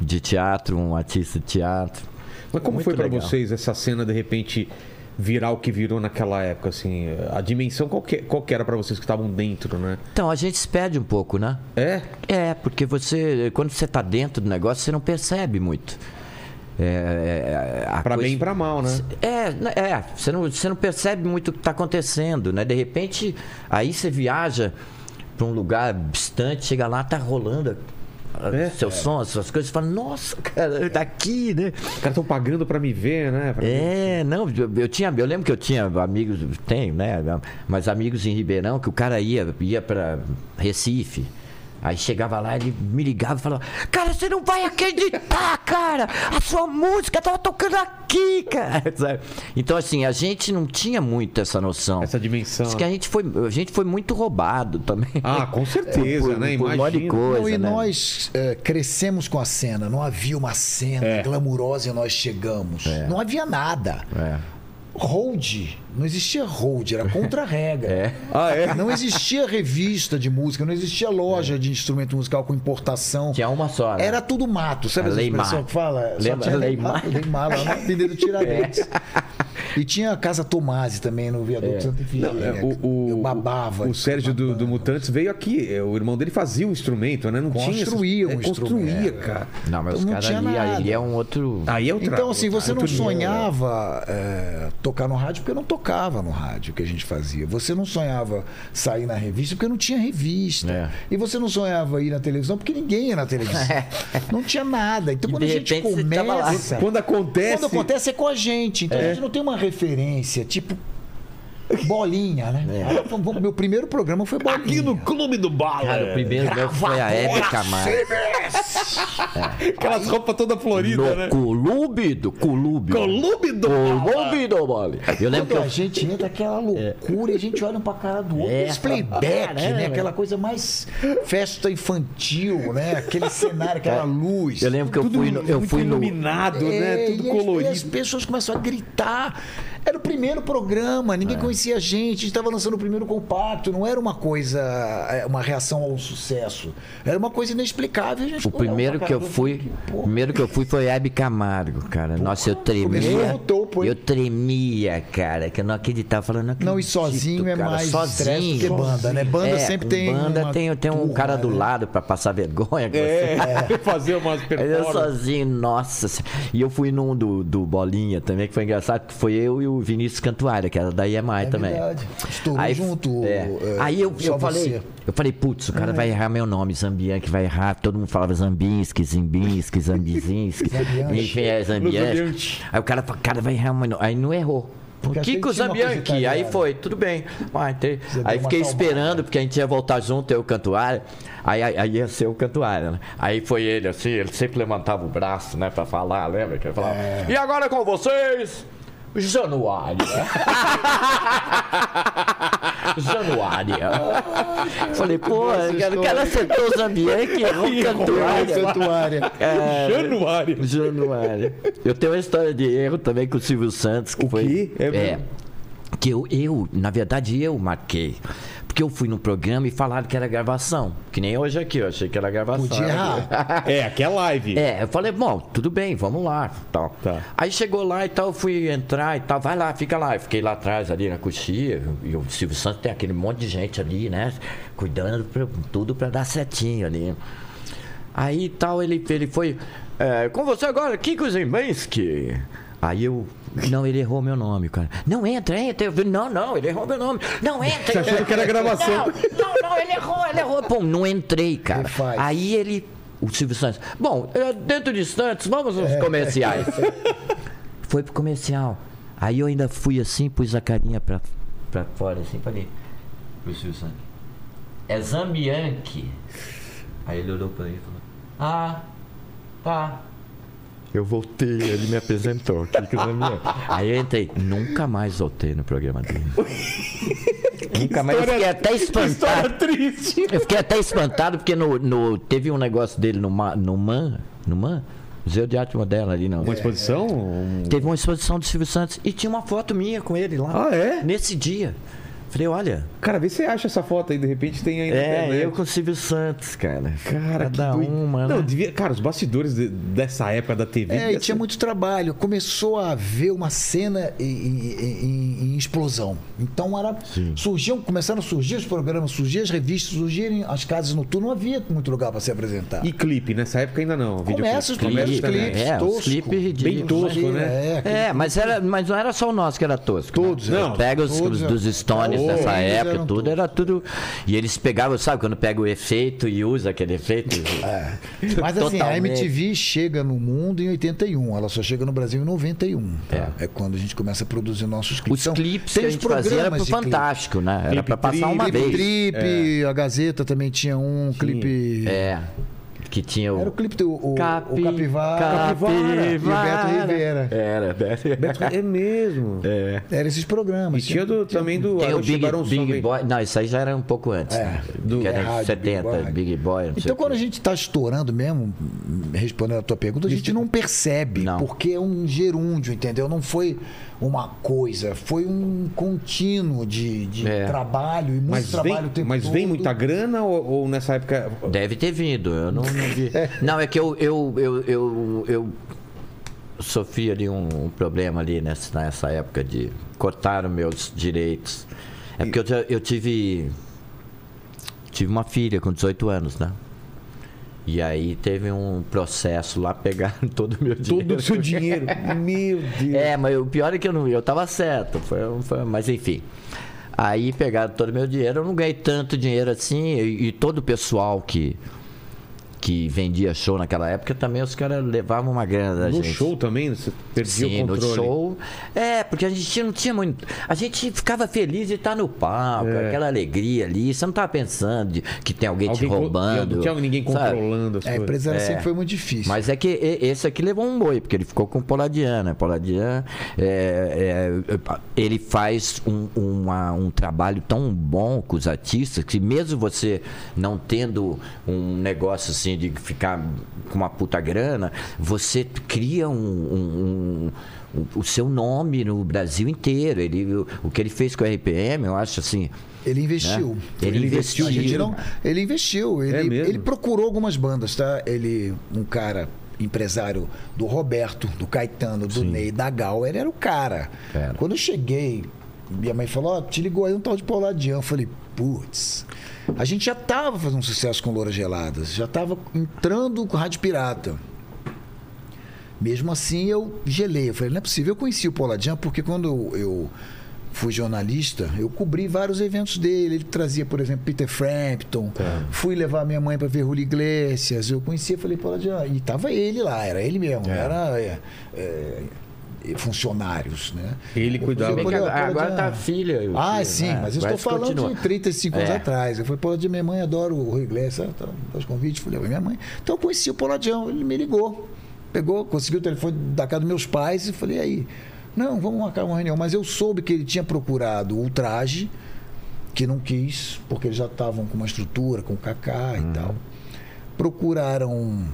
Speaker 4: de um teatro, um artista de teatro.
Speaker 1: Mas como
Speaker 4: Muito
Speaker 1: foi pra
Speaker 4: legal.
Speaker 1: vocês essa cena, de repente, virar o que virou naquela época, assim? A dimensão, qual que, qual que era pra vocês que estavam dentro, né?
Speaker 4: Então, a gente se perde um pouco, né?
Speaker 1: É?
Speaker 4: É, porque você, quando você tá dentro do negócio, você não percebe muito. É, é, a
Speaker 1: Pra
Speaker 4: coisa-
Speaker 1: bem e pra mal, né?
Speaker 4: É, né, é você, não, você não percebe muito o que está acontecendo, né? De repente, aí você viaja para um lugar distante, chega lá, tá rolando ah,
Speaker 1: É.
Speaker 4: seu som, as suas coisas, você fala, nossa, cara, tá aqui, né?
Speaker 1: Os caras estão pagando pra me ver, né? Pra-
Speaker 4: É, não, eu, eu tinha, eu lembro que eu tinha amigos, tenho, né? Mas amigos em Ribeirão que o cara ia, ia para Recife. Aí chegava lá, ele me ligava e falava: Cara, você não vai acreditar, cara! A sua música tava tocando aqui, cara! Sabe? Então, assim, a gente não tinha muito essa noção.
Speaker 1: Essa dimensão.
Speaker 4: Diz que a gente foi, a gente foi muito roubado também.
Speaker 1: Ah, com certeza,
Speaker 4: Por-
Speaker 1: né?
Speaker 4: por um monte de
Speaker 1: Imagina.
Speaker 4: coisa,
Speaker 3: Não, e
Speaker 4: né?
Speaker 3: nós eh, crescemos com a cena. Não havia uma cena
Speaker 1: É.
Speaker 3: glamurosa e nós chegamos. Não havia nada.
Speaker 4: É.
Speaker 3: Hold, não existia hold, era contra-regra.
Speaker 4: É.
Speaker 1: Ah, é?
Speaker 3: Não existia revista de música, não existia loja de instrumento musical com importação.
Speaker 4: Tinha uma só. né?
Speaker 3: Era tudo mato, sabe
Speaker 4: A
Speaker 3: essa
Speaker 4: Lei
Speaker 3: expressão
Speaker 4: Mar.
Speaker 3: que fala? Só
Speaker 4: Lembra?
Speaker 3: tinha
Speaker 4: Lei
Speaker 3: Leymar,
Speaker 4: Mar.
Speaker 3: Leymar lá no Avenida do Tiradentes. E tinha a Casa Tomasi também no Viaduto Santa
Speaker 1: Não,
Speaker 3: Efigênia.
Speaker 1: é, o,
Speaker 3: eu
Speaker 1: o,
Speaker 3: babava.
Speaker 1: o Sérgio do, do Mutantes veio aqui. é, O irmão dele fazia o instrumento, né? Não tinha. essas-
Speaker 3: Construía um
Speaker 1: é, Construía,
Speaker 3: instrumento.
Speaker 1: cara.
Speaker 4: Não, mas
Speaker 3: Então
Speaker 4: os
Speaker 3: não
Speaker 4: caras
Speaker 3: tinha
Speaker 4: ali,
Speaker 3: nada.
Speaker 4: ali é um outro.
Speaker 1: Aí é outra,
Speaker 3: Então, assim, você não
Speaker 1: outro
Speaker 4: né?
Speaker 1: nível. né?
Speaker 3: sonhava eh, tocar no rádio porque não tocava no rádio que a gente fazia. Você não sonhava sair na revista porque não tinha revista.
Speaker 4: É.
Speaker 3: E você não sonhava ir na televisão porque ninguém ia na televisão. Não tinha nada. Então,
Speaker 4: E
Speaker 3: quando
Speaker 4: de
Speaker 3: a gente
Speaker 4: repente você tava lá.
Speaker 3: começa.
Speaker 1: Quando acontece.
Speaker 3: Quando acontece é com a gente. Então a gente não tem uma referência, tipo. Bolinha, né?
Speaker 4: É.
Speaker 3: Ah, vamos- vamos- Meu primeiro programa foi Bolinha.
Speaker 1: Aqui no Clube do Bala.
Speaker 4: Cara, o
Speaker 3: é.
Speaker 4: primeiro meu foi a Hebe Camargo.
Speaker 1: Aquelas roupas toda florida, né?
Speaker 4: No clube do clube.
Speaker 1: Clube do Bala.
Speaker 4: Clube do mole. Eu lembro que
Speaker 3: Quando
Speaker 4: eu
Speaker 3: a gente entra aquela loucura e a gente olha um pra cara do outro.
Speaker 4: Então, É.
Speaker 3: esse playback, né?
Speaker 4: Caramba.
Speaker 3: Aquela coisa mais festa infantil, né? Aquele cenário, aquela luz.
Speaker 4: É. eu lembro que eu
Speaker 1: Tudo
Speaker 4: fui no, eu
Speaker 1: muito
Speaker 4: fui no
Speaker 1: iluminado,
Speaker 3: É,
Speaker 1: né?
Speaker 3: e
Speaker 1: Tudo
Speaker 3: as- e As,
Speaker 1: colorido.
Speaker 3: pessoas começaram a gritar. Era o primeiro programa,
Speaker 4: É.
Speaker 3: ninguém conhecia a gente, a gente estava lançando o primeiro compacto, não era uma coisa, é, uma reação ao sucesso. Era uma coisa inexplicável. A gente
Speaker 4: o
Speaker 3: olhava
Speaker 4: primeiro
Speaker 3: pra
Speaker 4: que eu
Speaker 3: cara do
Speaker 4: fui,
Speaker 3: outro, que
Speaker 4: o
Speaker 3: porra.
Speaker 4: primeiro que eu fui foi Hebe Camargo, cara. Nossa, eu
Speaker 3: Começou
Speaker 4: tremia.
Speaker 3: no topo, hein?
Speaker 4: Eu tremia, cara, que eu não acreditava falando acredito,
Speaker 3: Não, e sozinho é
Speaker 4: cara,
Speaker 3: mais estresse do
Speaker 4: sozinho.
Speaker 3: que banda, né? Banda sempre
Speaker 4: um
Speaker 3: tem
Speaker 4: Banda
Speaker 3: uma
Speaker 4: tem, tem um
Speaker 3: turma,
Speaker 4: cara do
Speaker 3: né?
Speaker 4: lado pra passar vergonha com você.
Speaker 1: É, fazer umas
Speaker 4: Mas Eu
Speaker 1: performances.
Speaker 4: sozinho, nossa. sen- E eu fui num do, do Bolinha também, que foi engraçado, que foi eu e o Vinícius Cantuária, que era da EMI
Speaker 3: É
Speaker 4: também.
Speaker 3: verdade. Estourou junto,
Speaker 4: é.
Speaker 3: é,
Speaker 4: Aí eu,
Speaker 3: Só
Speaker 4: eu falei,
Speaker 3: Você. É.
Speaker 4: eu falei, putz, o cara vai errar meu nome, Zambianque vai errar. Todo mundo falava Zambinski, Zimbinski, Zambizinski.
Speaker 3: Zambianchi.
Speaker 4: Enfim, é Zambianchi.
Speaker 1: Zambianchi.
Speaker 4: Aí o cara fala, cara, vai errar meu nome. Aí não errou.
Speaker 3: Porque
Speaker 4: o Kiko
Speaker 3: aquele tinha uma coisa
Speaker 4: Zambianchi. Aí
Speaker 3: italiana.
Speaker 4: foi, tudo bem. Ah, entrei.
Speaker 3: deu
Speaker 4: Aí
Speaker 3: uma
Speaker 4: fiquei
Speaker 3: acalmada.
Speaker 4: esperando esperando, porque a gente ia voltar junto, eu e o Cantuária. Aí, aí, aí ia ser o Cantuária, né? Aí foi ele, assim, ele sempre levantava o braço, né, pra falar, lembra? Que ele falava,
Speaker 3: É.
Speaker 4: e agora é com vocês, Januário. né? Januário.
Speaker 3: Ah,
Speaker 4: Falei, pô, o cara acertou o Zambian que errou o É. Cantuária.
Speaker 3: Santuária.
Speaker 1: Januário.
Speaker 4: Januário. Eu tenho uma história de erro também com o Silvio Santos, que
Speaker 1: O
Speaker 4: foi.
Speaker 1: quê? É
Speaker 4: É.
Speaker 1: mesmo?
Speaker 4: que eu, eu, na verdade, eu marquei. Porque eu fui num programa e falaram que era gravação. Que nem hoje aqui, eu achei que era gravação.
Speaker 3: Podia errar.
Speaker 1: É, aqui é live.
Speaker 4: É, eu falei, bom, tudo bem, vamos lá. Tal.
Speaker 1: Tá.
Speaker 4: Aí chegou lá e tal, eu fui entrar e tal, vai lá, fica lá. Eu fiquei lá atrás, ali na coxia, e o Silvio Santos tem aquele monte de gente ali, né? Cuidando pra, tudo pra dar certinho ali. Aí e tal, ele, ele foi. é, com você agora, Kiko Zimbinski. Aí eu. Não, ele errou meu nome, cara. Não entra, entra. Eu, falei, não, não, ele errou meu nome. Não entra.
Speaker 1: Você achou que era gravação.
Speaker 4: Não, não, não, ele errou, ele errou. Bom, não entrei, cara.
Speaker 3: Refaz.
Speaker 4: Aí ele. O Silvio Santos. Bom, é, dentro de instantes, vamos aos comerciais. É. Foi pro comercial. Aí eu ainda fui assim, pus a carinha pra, pra fora, assim, falei. Pro Silvio Santos. É Zambianchi. Aí ele olhou pra mim e falou: Ah, tá. Eu voltei, ele me apresentou. Que que é Zambianchi. Aí eu entrei. Nunca mais voltei no programa dele. Nunca mais. Eu fiquei até espantado.
Speaker 1: História triste.
Speaker 4: Eu fiquei até espantado porque no, no- teve um negócio dele no, Ma- no MAN, no MAN, Museu de Arte Moderna ali,
Speaker 3: É.
Speaker 4: não.
Speaker 1: Uma exposição? Um-
Speaker 4: Teve uma exposição do Silvio Santos e tinha uma foto minha com ele lá.
Speaker 1: Ah, é?
Speaker 4: Nesse dia. Falei, olha,
Speaker 1: Cara, vê se você acha essa foto aí, de repente tem aí na
Speaker 4: é,
Speaker 1: internet.
Speaker 4: eu com o Silvio Santos, cara.
Speaker 1: Cara,
Speaker 4: Cada
Speaker 1: que doi-
Speaker 4: uma,
Speaker 1: Não,
Speaker 4: né?
Speaker 1: devia... Cara, os bastidores de- dessa época da TV.
Speaker 3: É,
Speaker 1: devia
Speaker 4: assim,
Speaker 3: e tinha
Speaker 1: ser-
Speaker 3: muito trabalho. Começou a haver uma cena em, em- em- em explosão. Então era. Surgiam, começaram a surgir os programas, surgiam as revistas, surgirem as casas noturnas, não havia muito lugar para se apresentar.
Speaker 1: E clipe, nessa época ainda não.
Speaker 3: Começa os
Speaker 1: videoclipe. Começa
Speaker 3: clipes,
Speaker 1: os clipes.
Speaker 3: clipes,
Speaker 4: É, os
Speaker 3: tosco.
Speaker 4: clipes ridículos,
Speaker 1: tosco, né?
Speaker 3: É, aquele-
Speaker 4: É, mas, era, mas não era só o nosso que era tosco.
Speaker 3: Todos,
Speaker 4: né?
Speaker 1: não,
Speaker 4: Pega os,
Speaker 3: todos
Speaker 4: os
Speaker 3: eram-
Speaker 4: dos Stones
Speaker 3: todos
Speaker 4: dessa
Speaker 3: eram
Speaker 4: época, tudo,
Speaker 3: toscos.
Speaker 4: era tudo. E eles pegavam, sabe, quando pega o efeito e usa aquele efeito.
Speaker 3: É, Mas assim, a
Speaker 4: Totalmente.
Speaker 3: MTV chega no mundo em 81, ela só chega no Brasil em 91. tá? É, quando a gente começa a produzir nossos clipes.
Speaker 4: Os
Speaker 3: Então,
Speaker 4: clipes
Speaker 3: tem
Speaker 4: que a
Speaker 3: os
Speaker 4: gente fazia era
Speaker 3: programas
Speaker 4: pro
Speaker 3: de clipe.
Speaker 4: Fantástico, né? Era
Speaker 1: Clipe
Speaker 4: pra passar
Speaker 1: Trip,
Speaker 4: uma
Speaker 3: Clipe
Speaker 4: vez.
Speaker 3: Trip, a Gazeta também tinha um clipe.
Speaker 4: É. Que tinha o.
Speaker 3: Era o clipe do o,
Speaker 4: Capi-
Speaker 3: o Capivara,
Speaker 4: Capivara.
Speaker 3: e o Beto Rivera.
Speaker 1: É.
Speaker 4: Era, né?
Speaker 1: Beto- É mesmo.
Speaker 3: Era esses
Speaker 1: E
Speaker 3: programas.
Speaker 1: tinha do- também do
Speaker 4: Tem o
Speaker 1: Aroche
Speaker 4: Big,
Speaker 1: Baronson,
Speaker 4: Big
Speaker 1: hein?
Speaker 4: Boy. Não, isso aí já era um pouco antes. né?
Speaker 1: do-
Speaker 4: que era em
Speaker 3: rádio, Big
Speaker 4: 70,
Speaker 3: Boy.
Speaker 4: Big Boy. não sei
Speaker 3: Então,
Speaker 4: o
Speaker 3: quando a
Speaker 4: quê.
Speaker 3: gente está estourando mesmo, respondendo a tua pergunta, a gente não percebe,
Speaker 4: Não.
Speaker 3: porque é um gerúndio, entendeu? Não foi uma coisa, foi um contínuo de, de
Speaker 4: É.
Speaker 3: trabalho e muito
Speaker 1: Mas,
Speaker 3: trabalho o
Speaker 1: vem,
Speaker 3: tempo
Speaker 1: mas vem
Speaker 3: todo.
Speaker 1: muita grana ou, ou nessa época.
Speaker 4: Deve ter vindo, eu não, não vi. Não, é que eu, eu, eu, eu, eu sofri ali um, um problema ali nessa, nessa época de cortaram meus direitos. É porque eu, já- eu tive tive uma filha com 18 anos, né? E aí teve um processo lá, pegaram todo o meu dinheiro.
Speaker 1: Todo o seu dinheiro. Meu Deus.
Speaker 4: É, mas o pior é que eu não, eu tava certo, foi, um, foi- mas enfim. Aí pegaram todo o meu dinheiro, eu não ganhei tanto dinheiro assim, e, e todo o pessoal que que vendia show naquela época também os caras levavam uma grana da
Speaker 1: no
Speaker 4: gente.
Speaker 1: show também? Você perdia
Speaker 4: Sim,
Speaker 1: o
Speaker 4: no
Speaker 1: controle.
Speaker 4: show. É, porque a gente não tinha muito. A gente ficava feliz de estar no palco, aquela alegria ali. Você não tava pensando de- que tem alguém,
Speaker 1: É. Alguém
Speaker 4: te
Speaker 1: co-
Speaker 4: roubando.
Speaker 1: Não tinha ninguém
Speaker 4: sabe?
Speaker 1: controlando
Speaker 3: É, A
Speaker 1: as coisas.
Speaker 3: empresa era-
Speaker 4: É.
Speaker 3: sempre foi muito difícil.
Speaker 4: Mas é que e- esse aqui levou um boi, porque ele ficou com o Poladian, né? Poladian, é, é, ele faz um, uma- um trabalho tão bom com os artistas que mesmo você não tendo um negócio assim de ficar com uma puta grana, você cria um- um- um- o- o seu nome no Brasil inteiro. Ele, o, o que ele fez com a RPM, eu acho assim.
Speaker 3: Ele investiu.
Speaker 4: Né? Ele investiu.
Speaker 3: A gente não- ele investiu. Ele,
Speaker 1: É mesmo?
Speaker 3: ele procurou algumas bandas, tá? Ele, um cara empresário do Roberto, do Caetano, do Ney, da Gal, ele era o cara.
Speaker 4: Era.
Speaker 3: Quando eu cheguei, minha mãe falou, ó, te ligou aí um tal de Pauladian. Eu falei, putz. A gente já tava fazendo sucesso com Louras Geladas, já tava entrando com Rádio Pirata. Mesmo assim, eu gelei. Eu falei, não é possível. Eu conheci o Poladian porque quando eu, eu fui jornalista, eu cobri vários eventos dele. Ele trazia, por exemplo, Peter Frampton.
Speaker 1: Tá.
Speaker 3: Fui levar minha mãe para ver Julio Iglesias. Eu conhecia, falei, Poladian. E tava ele lá, era ele mesmo. Era é, é, funcionários, né?
Speaker 1: Ele
Speaker 3: Eu
Speaker 1: cuidava.
Speaker 3: falei,
Speaker 1: Bem
Speaker 4: que
Speaker 3: "Pô,
Speaker 4: agora- agora
Speaker 3: Poladian."
Speaker 4: tá a filha, o
Speaker 3: Ah,
Speaker 4: filho,
Speaker 3: sim,
Speaker 4: né?
Speaker 3: mas eu
Speaker 4: Agora
Speaker 3: estou falando
Speaker 4: continua.
Speaker 3: de 35 anos
Speaker 4: É.
Speaker 3: atrás. Eu falei, Poladian, minha mãe adora o Rui Iglesias. Ah, tá, Dá os convites. Falei, minha mãe. Então eu conheci o Poladião, ele me ligou. Pegou, conseguiu o telefone da casa dos meus pais e falei, e aí? Não, vamos marcar uma reunião. Mas eu soube que ele tinha procurado o traje, que não quis, porque eles já estavam com uma estrutura, com o Kaká e tal. Procuraram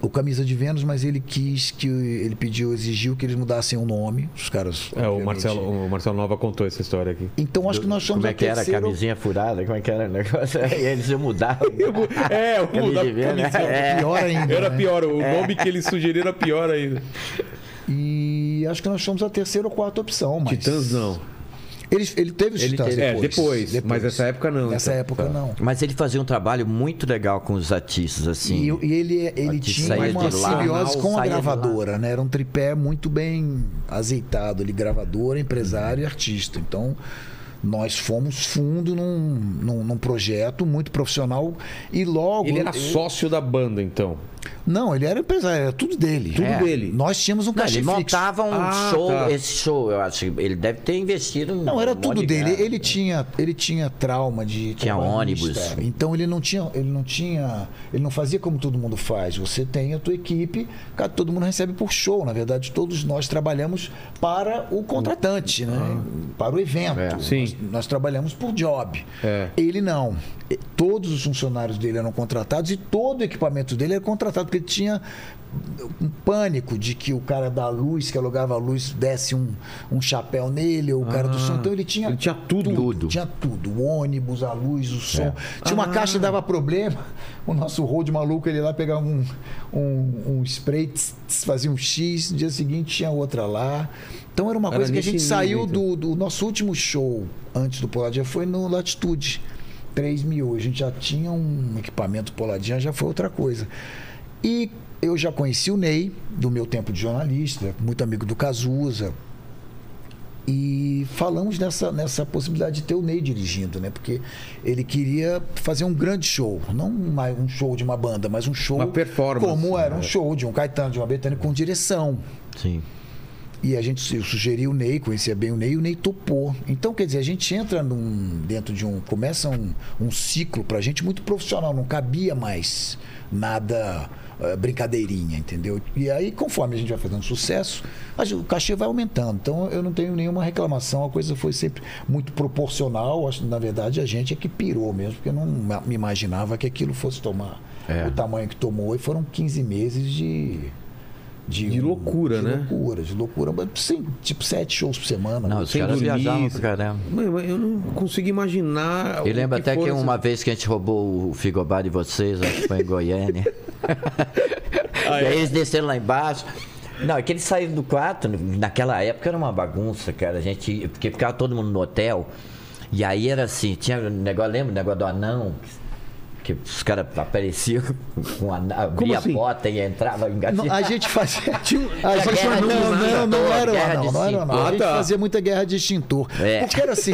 Speaker 3: o Camisa de Vênus, mas ele quis que ele pediu, exigiu que eles mudassem o nome. Os caras.
Speaker 1: É, o
Speaker 3: obviamente.
Speaker 1: Marcelo, o Marcelo Nova contou essa história aqui.
Speaker 3: Então acho que nós somos
Speaker 4: Como é
Speaker 3: a
Speaker 4: que era?
Speaker 3: terceira
Speaker 4: Camisinha furada? Como é que era o negócio? E eles iam mudar.
Speaker 1: É, o
Speaker 4: Camisa de Vênus, é.
Speaker 3: Pior ainda.
Speaker 1: Era
Speaker 3: né?
Speaker 1: pior, o nome que eles sugeriram era pior ainda.
Speaker 3: E acho que nós somos a terceira ou quarta opção, mas.
Speaker 1: Titãs não.
Speaker 3: Ele, ele teve os
Speaker 4: Ele
Speaker 3: Titãs
Speaker 4: teve-
Speaker 1: É,
Speaker 3: depois,
Speaker 1: depois, mas nessa época não,
Speaker 3: Nessa
Speaker 1: então.
Speaker 3: época
Speaker 1: Tá.
Speaker 3: não.
Speaker 4: Mas ele fazia um trabalho muito legal com os artistas, assim.
Speaker 3: E, e ele, ele
Speaker 4: Aqui
Speaker 3: tinha
Speaker 4: saía
Speaker 3: uma
Speaker 4: de lá,
Speaker 3: simbiose
Speaker 4: mal,
Speaker 3: com a
Speaker 4: saía de lá.
Speaker 3: gravadora, né? Era um tripé muito bem azeitado ali, gravadora, empresário e artista. Então, nós fomos fundo num, num, num projeto muito profissional e logo...
Speaker 1: Ele era sócio da banda, então.
Speaker 3: Não, ele era empresário, era tudo dele.
Speaker 1: Tudo
Speaker 4: É.
Speaker 1: dele.
Speaker 3: Nós tínhamos um
Speaker 4: Não,
Speaker 3: cachê
Speaker 4: ele
Speaker 3: fixo.
Speaker 4: montava um
Speaker 1: Ah,
Speaker 4: show,
Speaker 1: tá.
Speaker 4: esse show, eu acho. que Ele deve ter investido um
Speaker 3: Não, era
Speaker 4: um
Speaker 3: tudo
Speaker 4: monte de
Speaker 3: dele.
Speaker 4: grana.
Speaker 3: Ele tinha, ele tinha trauma de
Speaker 4: Tinha
Speaker 3: trabalhista.
Speaker 4: ônibus.
Speaker 3: Então ele não tinha, ele não tinha, ele não fazia como todo mundo faz. Você tem a tua equipe, cara, todo mundo recebe por show. Na verdade, todos nós trabalhamos para o contratante, né? Para o evento.
Speaker 4: Ah. É.
Speaker 1: Sim.
Speaker 3: Nós, nós trabalhamos por job.
Speaker 1: É.
Speaker 3: Ele não. E- Todos os funcionários dele eram contratados e todo o equipamento dele era contratado, porque ele tinha um pânico de que o cara da luz, que alugava a luz, desse um, um chapéu nele, ou o cara do som. Então ele tinha.
Speaker 1: Ah. Ele tinha tudo. É. Ah.
Speaker 4: Tudo.
Speaker 3: Tinha tudo. O ônibus, a luz, o som. Tinha uma caixa que dava problema. O nosso road maluco, ele ia lá pegava um, um, um spray, tss, tss, fazia um X, no dia seguinte tinha outra lá. Então era uma
Speaker 1: Era
Speaker 3: coisa que a gente
Speaker 1: nesse
Speaker 3: saiu
Speaker 1: nível, então.
Speaker 3: do, do nosso último show antes do Poladia foi no Latitude 3 mil. A gente já tinha um equipamento Poladia, já foi outra coisa. E eu já conheci o Ney, do meu tempo de jornalista, muito amigo do Cazuza. E falamos nessa, nessa possibilidade de ter o Ney dirigindo, né? Porque ele queria fazer um grande show. Não uma- um show de uma banda, mas um show.
Speaker 1: Uma performance,
Speaker 3: Como era
Speaker 1: né?
Speaker 3: um show de um Caetano, de uma Bethânia com direção.
Speaker 4: Sim.
Speaker 3: E a gente eu sugeri o Ney, conhecia bem o Ney, e o Ney topou. Então, quer dizer, a gente entra num, dentro de um. Começa um, um ciclo pra gente muito profissional, não cabia mais nada eh, brincadeirinha, entendeu? E aí, conforme a gente vai fazendo sucesso, a gen- o cachê vai aumentando. Então, eu não tenho nenhuma reclamação, a coisa foi sempre muito proporcional. Acho que, na verdade, a gente é que pirou mesmo, porque eu não ma- me imaginava que aquilo fosse tomar
Speaker 4: É.
Speaker 3: o tamanho que tomou. E foram 15 meses de. De,
Speaker 1: De loucura,
Speaker 3: de
Speaker 1: né?
Speaker 3: loucura, de loucura. Mas sim, tipo sete shows por semana.
Speaker 4: Não,
Speaker 3: né?
Speaker 4: os
Speaker 1: Sem
Speaker 4: caras
Speaker 1: dormir,
Speaker 4: viajavam
Speaker 1: sem-
Speaker 4: pra caramba.
Speaker 1: Mano, eu não consigo imaginar.
Speaker 4: Eu lembro até que um
Speaker 1: foram
Speaker 4: uma vez que a gente roubou o frigobar de vocês, acho que foi em Goiânia.
Speaker 1: Ah,
Speaker 4: e
Speaker 1: é
Speaker 4: aí eles desceram lá embaixo. Não, é que eles saíram do quarto, né? naquela época era uma bagunça, cara. A gente. Porque ficava todo mundo no hotel. E aí era assim, tinha um negócio, lembra? O negócio do anão. Que os caras apareciam com a, abria
Speaker 1: assim?
Speaker 4: a porta e entrava
Speaker 3: Não, a
Speaker 4: engatinhava.
Speaker 3: gente fazia. um- a
Speaker 4: Era
Speaker 3: gente,
Speaker 4: guerra
Speaker 3: não,
Speaker 4: de
Speaker 3: não, não,
Speaker 4: extintor,
Speaker 3: era
Speaker 4: guerra
Speaker 3: não,
Speaker 4: de
Speaker 3: não era não.
Speaker 1: extintor.
Speaker 3: a gente
Speaker 1: Ah, tá.
Speaker 3: fazia muita guerra de extintor.
Speaker 4: É.
Speaker 3: Porque era assim.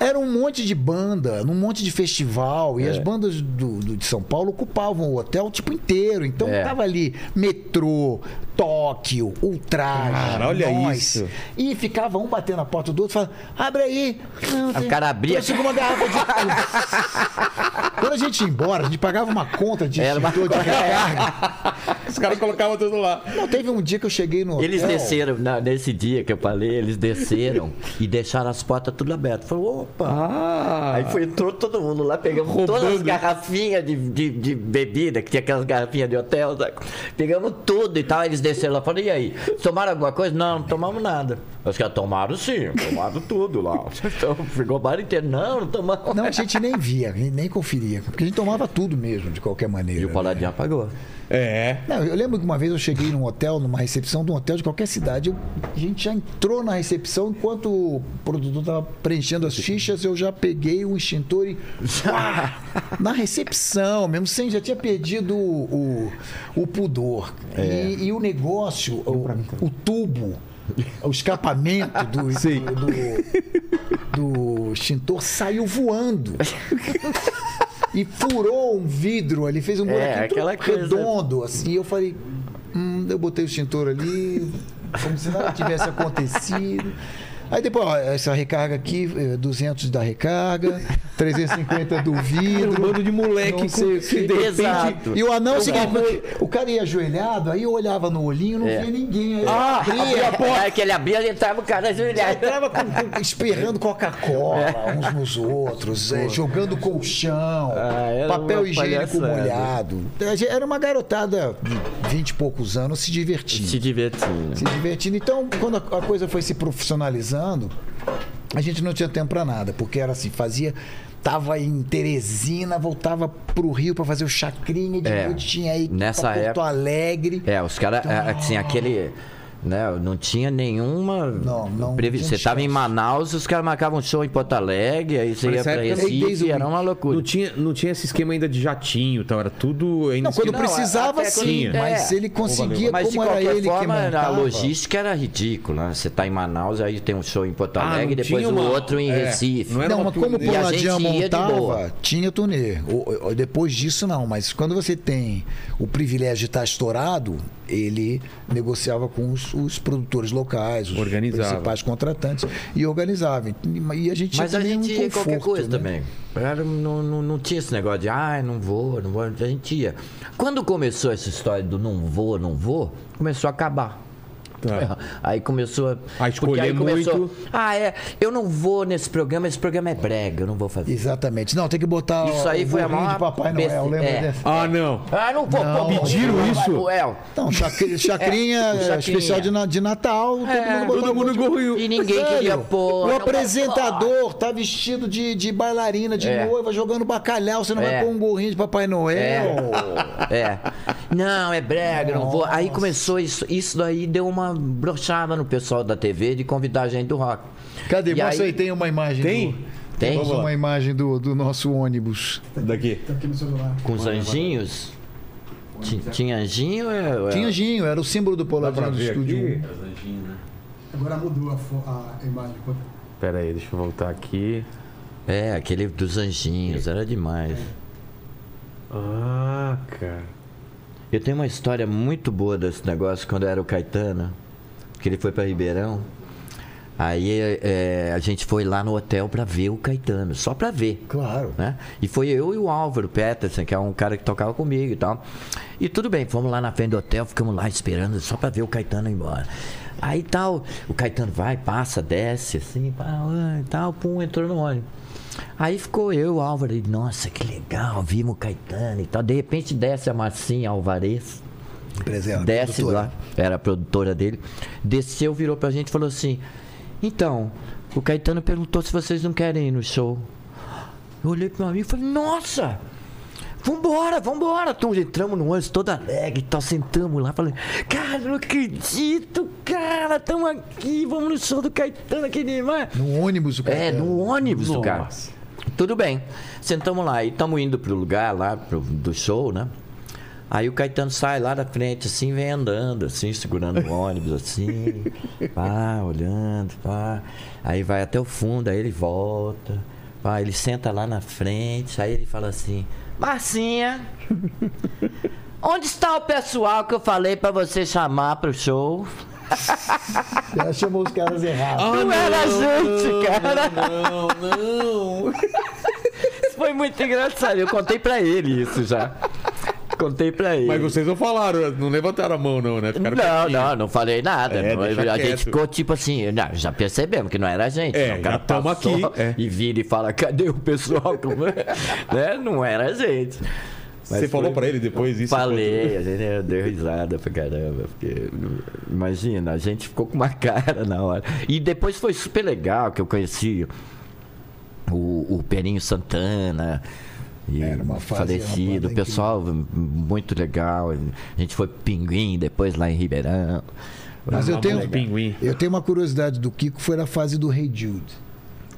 Speaker 3: Era um monte de banda, num monte de festival,
Speaker 4: É.
Speaker 3: e as bandas do, do- de São Paulo ocupavam o hotel tipo inteiro. Então
Speaker 4: É.
Speaker 3: tava ali metrô, Tóquio, Ultraje,
Speaker 1: Cara, olha
Speaker 3: nós.
Speaker 1: isso.
Speaker 3: E ficava um batendo na porta do outro, falando: abre aí. Não,
Speaker 4: O cara abria.
Speaker 3: Trouxe uma garrafa de. Quando a gente ia embora, a gente pagava uma conta de
Speaker 4: Era uma
Speaker 3: extintor de recarga.
Speaker 1: Os caras colocavam tudo lá.
Speaker 3: Não, teve um dia que eu cheguei no
Speaker 4: Eles
Speaker 3: hotel,
Speaker 4: desceram, na- nesse dia que eu falei, eles desceram e deixaram as portas tudo abertas. Falou, opa!
Speaker 1: Ah!
Speaker 4: Aí foi, entrou todo mundo lá, pegamos todas as
Speaker 1: Roubando.
Speaker 4: garrafinhas de, de, de bebida, que tinha aquelas garrafinhas de hotel, sabe? pegamos tudo e tal. Eles desceram lá, falei, e aí? Tomaram alguma coisa? Não, não tomamos nada. Os caras tomaram sim, tomaram tudo lá. Então, ficou o bar inteiro. Não, não tomamos.
Speaker 3: Não, a gente nem via, nem conferia. Porque a gente tomava tudo mesmo, de qualquer maneira. né?
Speaker 4: E o Paladinho apagou.
Speaker 1: É.
Speaker 3: Não, eu lembro que uma vez eu cheguei num hotel, numa recepção de um hotel de qualquer cidade. eu- a gente já entrou na recepção enquanto o produtor estava preenchendo as fichas, eu já peguei o extintor e. Uá! na recepção mesmo, sem já tinha perdido o, o, o pudor.
Speaker 4: É.
Speaker 3: E, e o negócio, o, o tubo, o escapamento do, do, do extintor saiu voando. E furou um vidro ali, fez um buraquinho todo
Speaker 4: É, aquela coisa. né?
Speaker 3: redondo, assim. E eu falei, hum, eu botei o extintor ali, como se nada tivesse acontecido. Aí depois, ó, essa recarga aqui, eh, 200 da recarga, 350 do
Speaker 1: Um
Speaker 3: vidro.
Speaker 1: bando de moleque
Speaker 3: Não sei
Speaker 1: com-
Speaker 3: o que.
Speaker 1: que de repente.
Speaker 4: Exato.
Speaker 3: E o anão, se o cara ia ajoelhado, aí eu olhava no olhinho, não
Speaker 4: É.
Speaker 3: via ninguém. Aí
Speaker 4: Ah,
Speaker 3: abria,
Speaker 4: abria a porta. Aí que ele abria, ele entrava o cara ajoelhado.
Speaker 3: Entrava com, com, espirrando Coca-Cola
Speaker 4: É.
Speaker 3: uns nos outros, eh, jogando colchão,
Speaker 4: Ah, era
Speaker 3: papel
Speaker 4: uma
Speaker 3: higiênico
Speaker 4: palhaçada.
Speaker 3: molhado. Era uma garotada de 20 e poucos anos se divertindo.
Speaker 4: Se divertindo.
Speaker 3: Se divertindo. Então, quando a, a coisa foi se profissionalizando, a gente não tinha tempo pra nada, porque era assim, fazia. Tava em Teresina, voltava pro Rio pra fazer o Chacrinha, de
Speaker 4: É.
Speaker 3: noite tinha aí
Speaker 4: Nessa
Speaker 3: pra Porto
Speaker 4: época-
Speaker 3: Alegre.
Speaker 4: É, os caras, assim, aquele. Né, não tinha nenhuma.
Speaker 3: Não, não
Speaker 4: previ-
Speaker 3: tinha
Speaker 4: Você tava em
Speaker 3: chance.
Speaker 4: Manaus, os caras marcavam um show em Porto Alegre, aí você ia
Speaker 1: Nessa
Speaker 4: pra
Speaker 1: época, nem
Speaker 4: Recife,
Speaker 1: desde o-
Speaker 4: era uma
Speaker 1: Não
Speaker 4: loucura.
Speaker 1: tinha, não tinha esse esquema ainda de jatinho, tal, era tudo ainda
Speaker 3: Não, quando
Speaker 1: esquema-
Speaker 3: precisava,
Speaker 4: até
Speaker 3: sim,
Speaker 4: quando tinha.
Speaker 3: mas
Speaker 4: É.
Speaker 3: ele conseguia,
Speaker 4: Mas de
Speaker 3: como era
Speaker 4: qualquer
Speaker 3: ele
Speaker 4: forma,
Speaker 3: que
Speaker 4: a
Speaker 3: montava.
Speaker 4: logística era ridícula. né? Você tá em Manaus, aí tem um show em Porto
Speaker 1: Ah, não
Speaker 4: Alegre, depois
Speaker 1: tinha
Speaker 4: o
Speaker 1: uma-
Speaker 4: outro em
Speaker 1: é,
Speaker 4: Recife.
Speaker 1: não era
Speaker 3: Não,
Speaker 1: uma
Speaker 3: mas como o
Speaker 1: turnê.
Speaker 4: E a
Speaker 3: Poladia
Speaker 4: gente ia de
Speaker 3: montava,
Speaker 4: boa.
Speaker 3: tinha turnê. O- o- Depois disso, não. Mas quando você tem o privilégio de estar estourado, ele negociava com os, os produtores locais, os
Speaker 1: Organizava.
Speaker 3: principais contratantes, e organizava. E a gente
Speaker 4: Mas
Speaker 3: tinha
Speaker 4: a
Speaker 3: também
Speaker 4: Tipo gente
Speaker 3: um
Speaker 4: ia
Speaker 3: conforto,
Speaker 4: qualquer coisa
Speaker 3: né?
Speaker 4: também. Era- não, não, não tinha esse negócio de, ah, não vou, não vou. A gente ia. Quando começou essa história do não vou, não vou, começou a acabar.
Speaker 1: Tá.
Speaker 4: Aí começou a.
Speaker 1: A
Speaker 4: porque aí
Speaker 1: escolher
Speaker 4: começou-
Speaker 1: muito.
Speaker 4: Ah, é. Eu não vou nesse programa, esse programa é brega, eu não vou fazer.
Speaker 3: Exatamente. Não, tem que botar
Speaker 4: Isso
Speaker 3: o-
Speaker 4: aí
Speaker 3: o
Speaker 4: foi a
Speaker 3: burrinho
Speaker 4: maior
Speaker 3: de Papai Noel,
Speaker 4: besta-
Speaker 3: lembra
Speaker 4: é.
Speaker 3: dessa?
Speaker 1: Ah, não.
Speaker 4: Ah, não vou. pô,
Speaker 1: pediram
Speaker 4: pô,
Speaker 1: isso?
Speaker 4: Noel.
Speaker 3: Então, chacri- chacrinha,
Speaker 4: É, chacrinha. É,
Speaker 3: especial de, na- de Natal, um
Speaker 1: Todo mundo gorriu.
Speaker 4: E ninguém queria pôr.
Speaker 3: o
Speaker 4: não
Speaker 3: apresentador tá vestido de, de bailarina, de
Speaker 4: É.
Speaker 3: noiva, jogando bacalhau. Você não
Speaker 4: É.
Speaker 3: vai pôr um gorrinho de Papai Noel.
Speaker 4: É. é. Não, é brega, não vou. Aí começou isso. Isso daí deu uma brochada no pessoal da TV de convidar a gente do rock.
Speaker 3: Cadê?
Speaker 4: E
Speaker 3: Mostra
Speaker 4: aí-
Speaker 3: aí, tem uma imagem.
Speaker 1: Tem?
Speaker 3: Do...
Speaker 4: Tem?
Speaker 3: Vamos uma imagem do, do nosso ônibus.
Speaker 1: Daqui.
Speaker 2: Tá aqui no celular.
Speaker 4: Com os anjinhos? Ti- Tinha anjinho? é- é-
Speaker 3: Tinha Ginho, era o símbolo do
Speaker 1: Dá pra
Speaker 3: Polarinho do
Speaker 1: ver
Speaker 3: Estúdio
Speaker 1: Tá aqui?
Speaker 3: 1.
Speaker 2: Agora mudou a, fo- a imagem.
Speaker 1: um.
Speaker 6: Pera aí, deixa eu voltar aqui.
Speaker 4: É, aquele dos anjinhos, era demais.
Speaker 6: Ah, cara.
Speaker 4: Eu tenho uma história muito boa desse negócio quando era o Caetano, que ele foi para Ribeirão. Aí é, a gente foi lá no hotel para ver o Caetano, só para ver.
Speaker 3: Claro.
Speaker 4: né? E foi eu e o Álvaro Peterson, que é um cara que tocava comigo e tal. E tudo bem, fomos lá na frente do hotel, ficamos lá esperando só pra ver o Caetano ir embora. Aí tal, o Caetano vai, passa, desce, assim, pá, ah, e tal, pum, entrou no ônibus. Aí ficou eu, o Álvaro, e nossa, que legal, vimos o Caetano e tal. De repente desce a Marcinha Alvarez,
Speaker 3: Presente. É
Speaker 4: desce
Speaker 3: produtora.
Speaker 4: lá, era a produtora dele, desceu, virou pra gente e falou assim: Então, o Caetano perguntou se vocês não querem ir no show. Eu olhei pro meu amigo e falei: Nossa! Vambora, vambora! Então, entramos no ônibus todo alegre e tal, sentamos lá, falei, cara, não acredito, cara, estamos aqui, vamos no show do Caetano, que demais!
Speaker 3: No ônibus, o
Speaker 4: É,
Speaker 3: Caetano.
Speaker 4: no ônibus
Speaker 6: Nossa.
Speaker 4: do cara. Tudo bem. Sentamos lá e estamos indo pro lugar lá pro- do show, né? Aí o Caetano sai lá da frente, assim, vem andando, assim, segurando o ônibus, assim, pá, olhando, pá. Aí vai até o fundo, aí ele volta, pá, ele senta lá na frente, aí ele fala assim, Marcinha, onde está o pessoal que eu falei pra você chamar pro show?
Speaker 3: Ela chamou os caras errados.
Speaker 4: não, era a gente, cara.
Speaker 1: Ah, Não, não.
Speaker 4: Isso foi muito engraçado. Eu contei pra ele isso já. Contei pra ele.
Speaker 1: Mas vocês não falaram, não levantaram a mão, não, né? Ficaram
Speaker 4: Não,
Speaker 1: quietinhos.
Speaker 4: não, não falei nada.
Speaker 1: É,
Speaker 4: Não,
Speaker 1: deixa
Speaker 4: a
Speaker 1: quieto.
Speaker 4: gente ficou tipo assim, não, já percebemos que não era a gente.
Speaker 1: É,
Speaker 4: né?
Speaker 1: já tamo
Speaker 4: passou
Speaker 1: aqui, é.
Speaker 4: E vira e fala, cadê o pessoal? Como é? né? Não era a gente.
Speaker 1: Você falou pra ele depois isso? é
Speaker 4: Falei, a gente eu dei risada pra caramba. Porque, imagina, a gente ficou com uma cara na hora. E depois foi super legal que eu conheci o, o Perinho Santana. E
Speaker 3: Era uma fase, era uma banda
Speaker 4: falecido, o pessoal muito legal. A gente foi pro pinguim depois lá em Ribeirão.
Speaker 3: Mas eu tenho,
Speaker 4: um
Speaker 1: Vamos, pinguim.
Speaker 3: Ah, eu tenho uma curiosidade do Kiko, foi na fase do Rei Jude.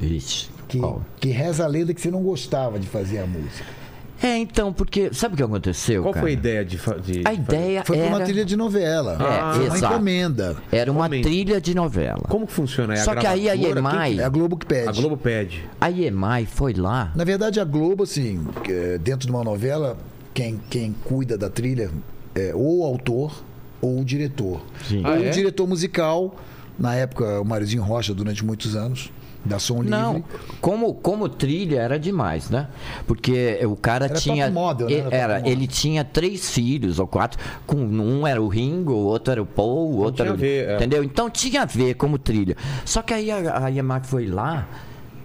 Speaker 4: Ixi,
Speaker 3: Que,
Speaker 4: qual?
Speaker 3: que reza a lenda que você não gostava de fazer a música.
Speaker 4: É, então, porque. Sabe o que aconteceu?
Speaker 1: Qual
Speaker 4: cara?
Speaker 1: foi a ideia de. fa- de
Speaker 4: A ideia
Speaker 3: Foi
Speaker 4: era,
Speaker 3: pra uma trilha de novela.
Speaker 4: É,
Speaker 3: Foi uma
Speaker 4: exato.
Speaker 3: encomenda.
Speaker 4: era uma
Speaker 1: Homem.
Speaker 4: trilha de novela.
Speaker 1: Como que funciona? É a
Speaker 4: Só que aí a Então,
Speaker 1: gravadora?
Speaker 4: EMAI,
Speaker 3: É a Globo que
Speaker 1: Quem-
Speaker 3: pede.
Speaker 1: A Globo pede.
Speaker 4: a EMAI foi lá
Speaker 3: Na verdade, a Globo, assim, é, dentro de uma novela, quem, quem cuida da trilha é ou o autor ou o diretor.
Speaker 4: Sim.
Speaker 1: Ah,
Speaker 3: ou
Speaker 1: é?
Speaker 3: o diretor musical, na época, o Mariozinho Rocha, durante muitos anos, da Som Livre.
Speaker 4: Não, como, como trilha era demais, né? Porque o cara
Speaker 3: Era
Speaker 4: tinha.
Speaker 3: top model, né?
Speaker 4: e-
Speaker 3: Era top
Speaker 4: Era,
Speaker 3: model.
Speaker 4: ele tinha três filhos ou quatro. Com, um era o Ringo, o outro era o Paul, o outro
Speaker 1: tinha
Speaker 4: era
Speaker 1: a
Speaker 4: o.
Speaker 1: ver, é.
Speaker 4: Entendeu? Então tinha a ver como trilha. Só que aí a, a Yamaha foi lá,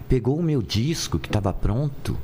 Speaker 4: pegou o meu disco que estava pronto.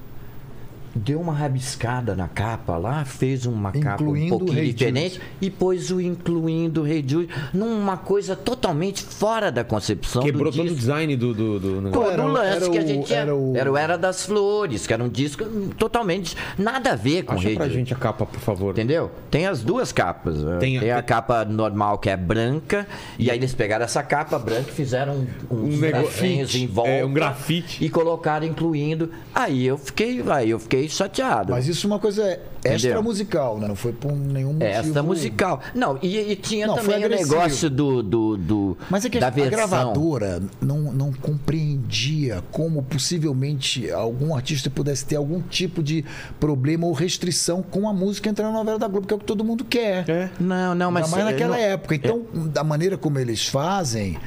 Speaker 4: Deu uma rabiscada na capa lá, fez uma capa um
Speaker 3: Incluindo o
Speaker 4: pouquinho
Speaker 3: Rei
Speaker 4: diferente e pôs o incluindo o Rei Jude numa coisa totalmente fora da concepção
Speaker 1: Quebrou
Speaker 4: do
Speaker 1: todo
Speaker 4: disco.
Speaker 1: o design do. do, do negócio.
Speaker 4: Todo
Speaker 3: Era o-
Speaker 4: lance
Speaker 3: era
Speaker 4: que a
Speaker 3: o-
Speaker 4: gente tinha. Era
Speaker 3: era
Speaker 4: o...
Speaker 3: o-
Speaker 4: Era das Flores, que era um disco totalmente nada a ver com
Speaker 1: Acha
Speaker 4: rede.
Speaker 1: pra gente a capa, por favor.
Speaker 4: Entendeu? Tem as duas capas. né?
Speaker 1: Tem
Speaker 4: Tem,
Speaker 1: a-
Speaker 4: a capa normal que é branca, e aí eles pegaram essa capa branca e fizeram um,
Speaker 1: Um
Speaker 4: grafite, em
Speaker 1: grafite.
Speaker 4: volta
Speaker 1: É, um grafite.
Speaker 4: e colocaram incluindo. Aí eu fiquei, aí eu fiquei chateado.
Speaker 3: Mas isso é uma coisa extra
Speaker 4: Entendeu? É,
Speaker 3: musical, né? Não foi por nenhum motivo.
Speaker 4: Essa musical. Não, e, e tinha
Speaker 3: Não, foi
Speaker 4: também o
Speaker 3: agressivo.
Speaker 4: negócio do, do, do-
Speaker 3: Mas é que
Speaker 4: da
Speaker 3: a
Speaker 4: versão.
Speaker 3: gravadora não, não compreendia como possivelmente algum artista pudesse ter algum tipo de problema ou restrição com a música entrar na novela da Globo, que é o que todo mundo quer.
Speaker 1: É.
Speaker 4: Não, não, mas.
Speaker 3: Ainda mais
Speaker 4: eh,
Speaker 3: naquela
Speaker 4: não-
Speaker 3: época. Então, da maneira como eles fazem,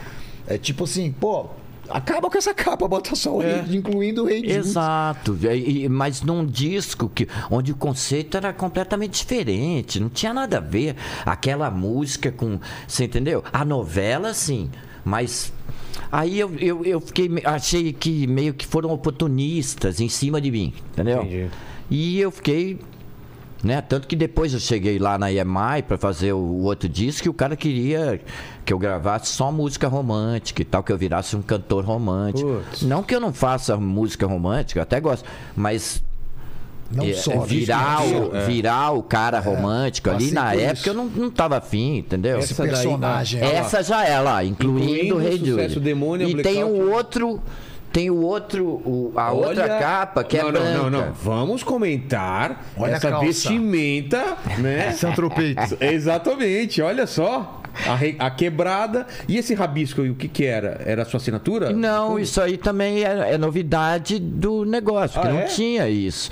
Speaker 3: é tipo é assim, pô, Acaba com essa capa, bota só o rei, incluindo o rei Jude.
Speaker 4: Exato. E- e- mas num disco que, onde o conceito era completamente diferente, não tinha nada a ver aquela música com. Você entendeu? A novela, sim, mas. Aí eu, eu, eu fiquei, me- achei que meio que foram oportunistas em cima de mim, entendeu?
Speaker 1: Entendi.
Speaker 4: E eu fiquei. Né? Tanto que depois eu cheguei lá na EMI para fazer o, o outro disco e o cara queria que eu gravasse só música romântica e tal, que eu virasse um cantor romântico.
Speaker 1: Putz.
Speaker 4: Não que eu não faça música romântica, eu até gosto, mas
Speaker 3: Não
Speaker 1: um
Speaker 4: é,
Speaker 3: só.
Speaker 4: virar,
Speaker 3: né?
Speaker 1: é.
Speaker 4: o, virar o cara romântico ali
Speaker 3: passei
Speaker 4: na
Speaker 3: por
Speaker 4: época
Speaker 3: isso.
Speaker 4: eu não, não tava afim, entendeu?
Speaker 3: Esse
Speaker 1: daí,
Speaker 3: personagem. olha lá.
Speaker 4: Essa já é lá, incluindo
Speaker 1: Incluindo
Speaker 4: o Rei
Speaker 1: Sucesso
Speaker 4: Jude.
Speaker 1: Demônio,
Speaker 4: E
Speaker 1: Blackout.
Speaker 4: tem o outro, tem o outro, o- a outra
Speaker 1: Olha-
Speaker 4: capa que é
Speaker 1: não,
Speaker 4: branca.
Speaker 1: Não, não, não. Vamos comentar
Speaker 3: Olha a
Speaker 1: essa
Speaker 3: calça. é
Speaker 1: vestimenta, né?
Speaker 6: Santropeito.
Speaker 1: Exatamente, olha só. A, re- a quebrada. E esse rabisco, aí, o que que era? Era a sua assinatura?
Speaker 4: Não, Tipo, isso aí também é, é novidade do negócio, que
Speaker 1: Ah,
Speaker 4: não
Speaker 1: é?
Speaker 4: tinha isso.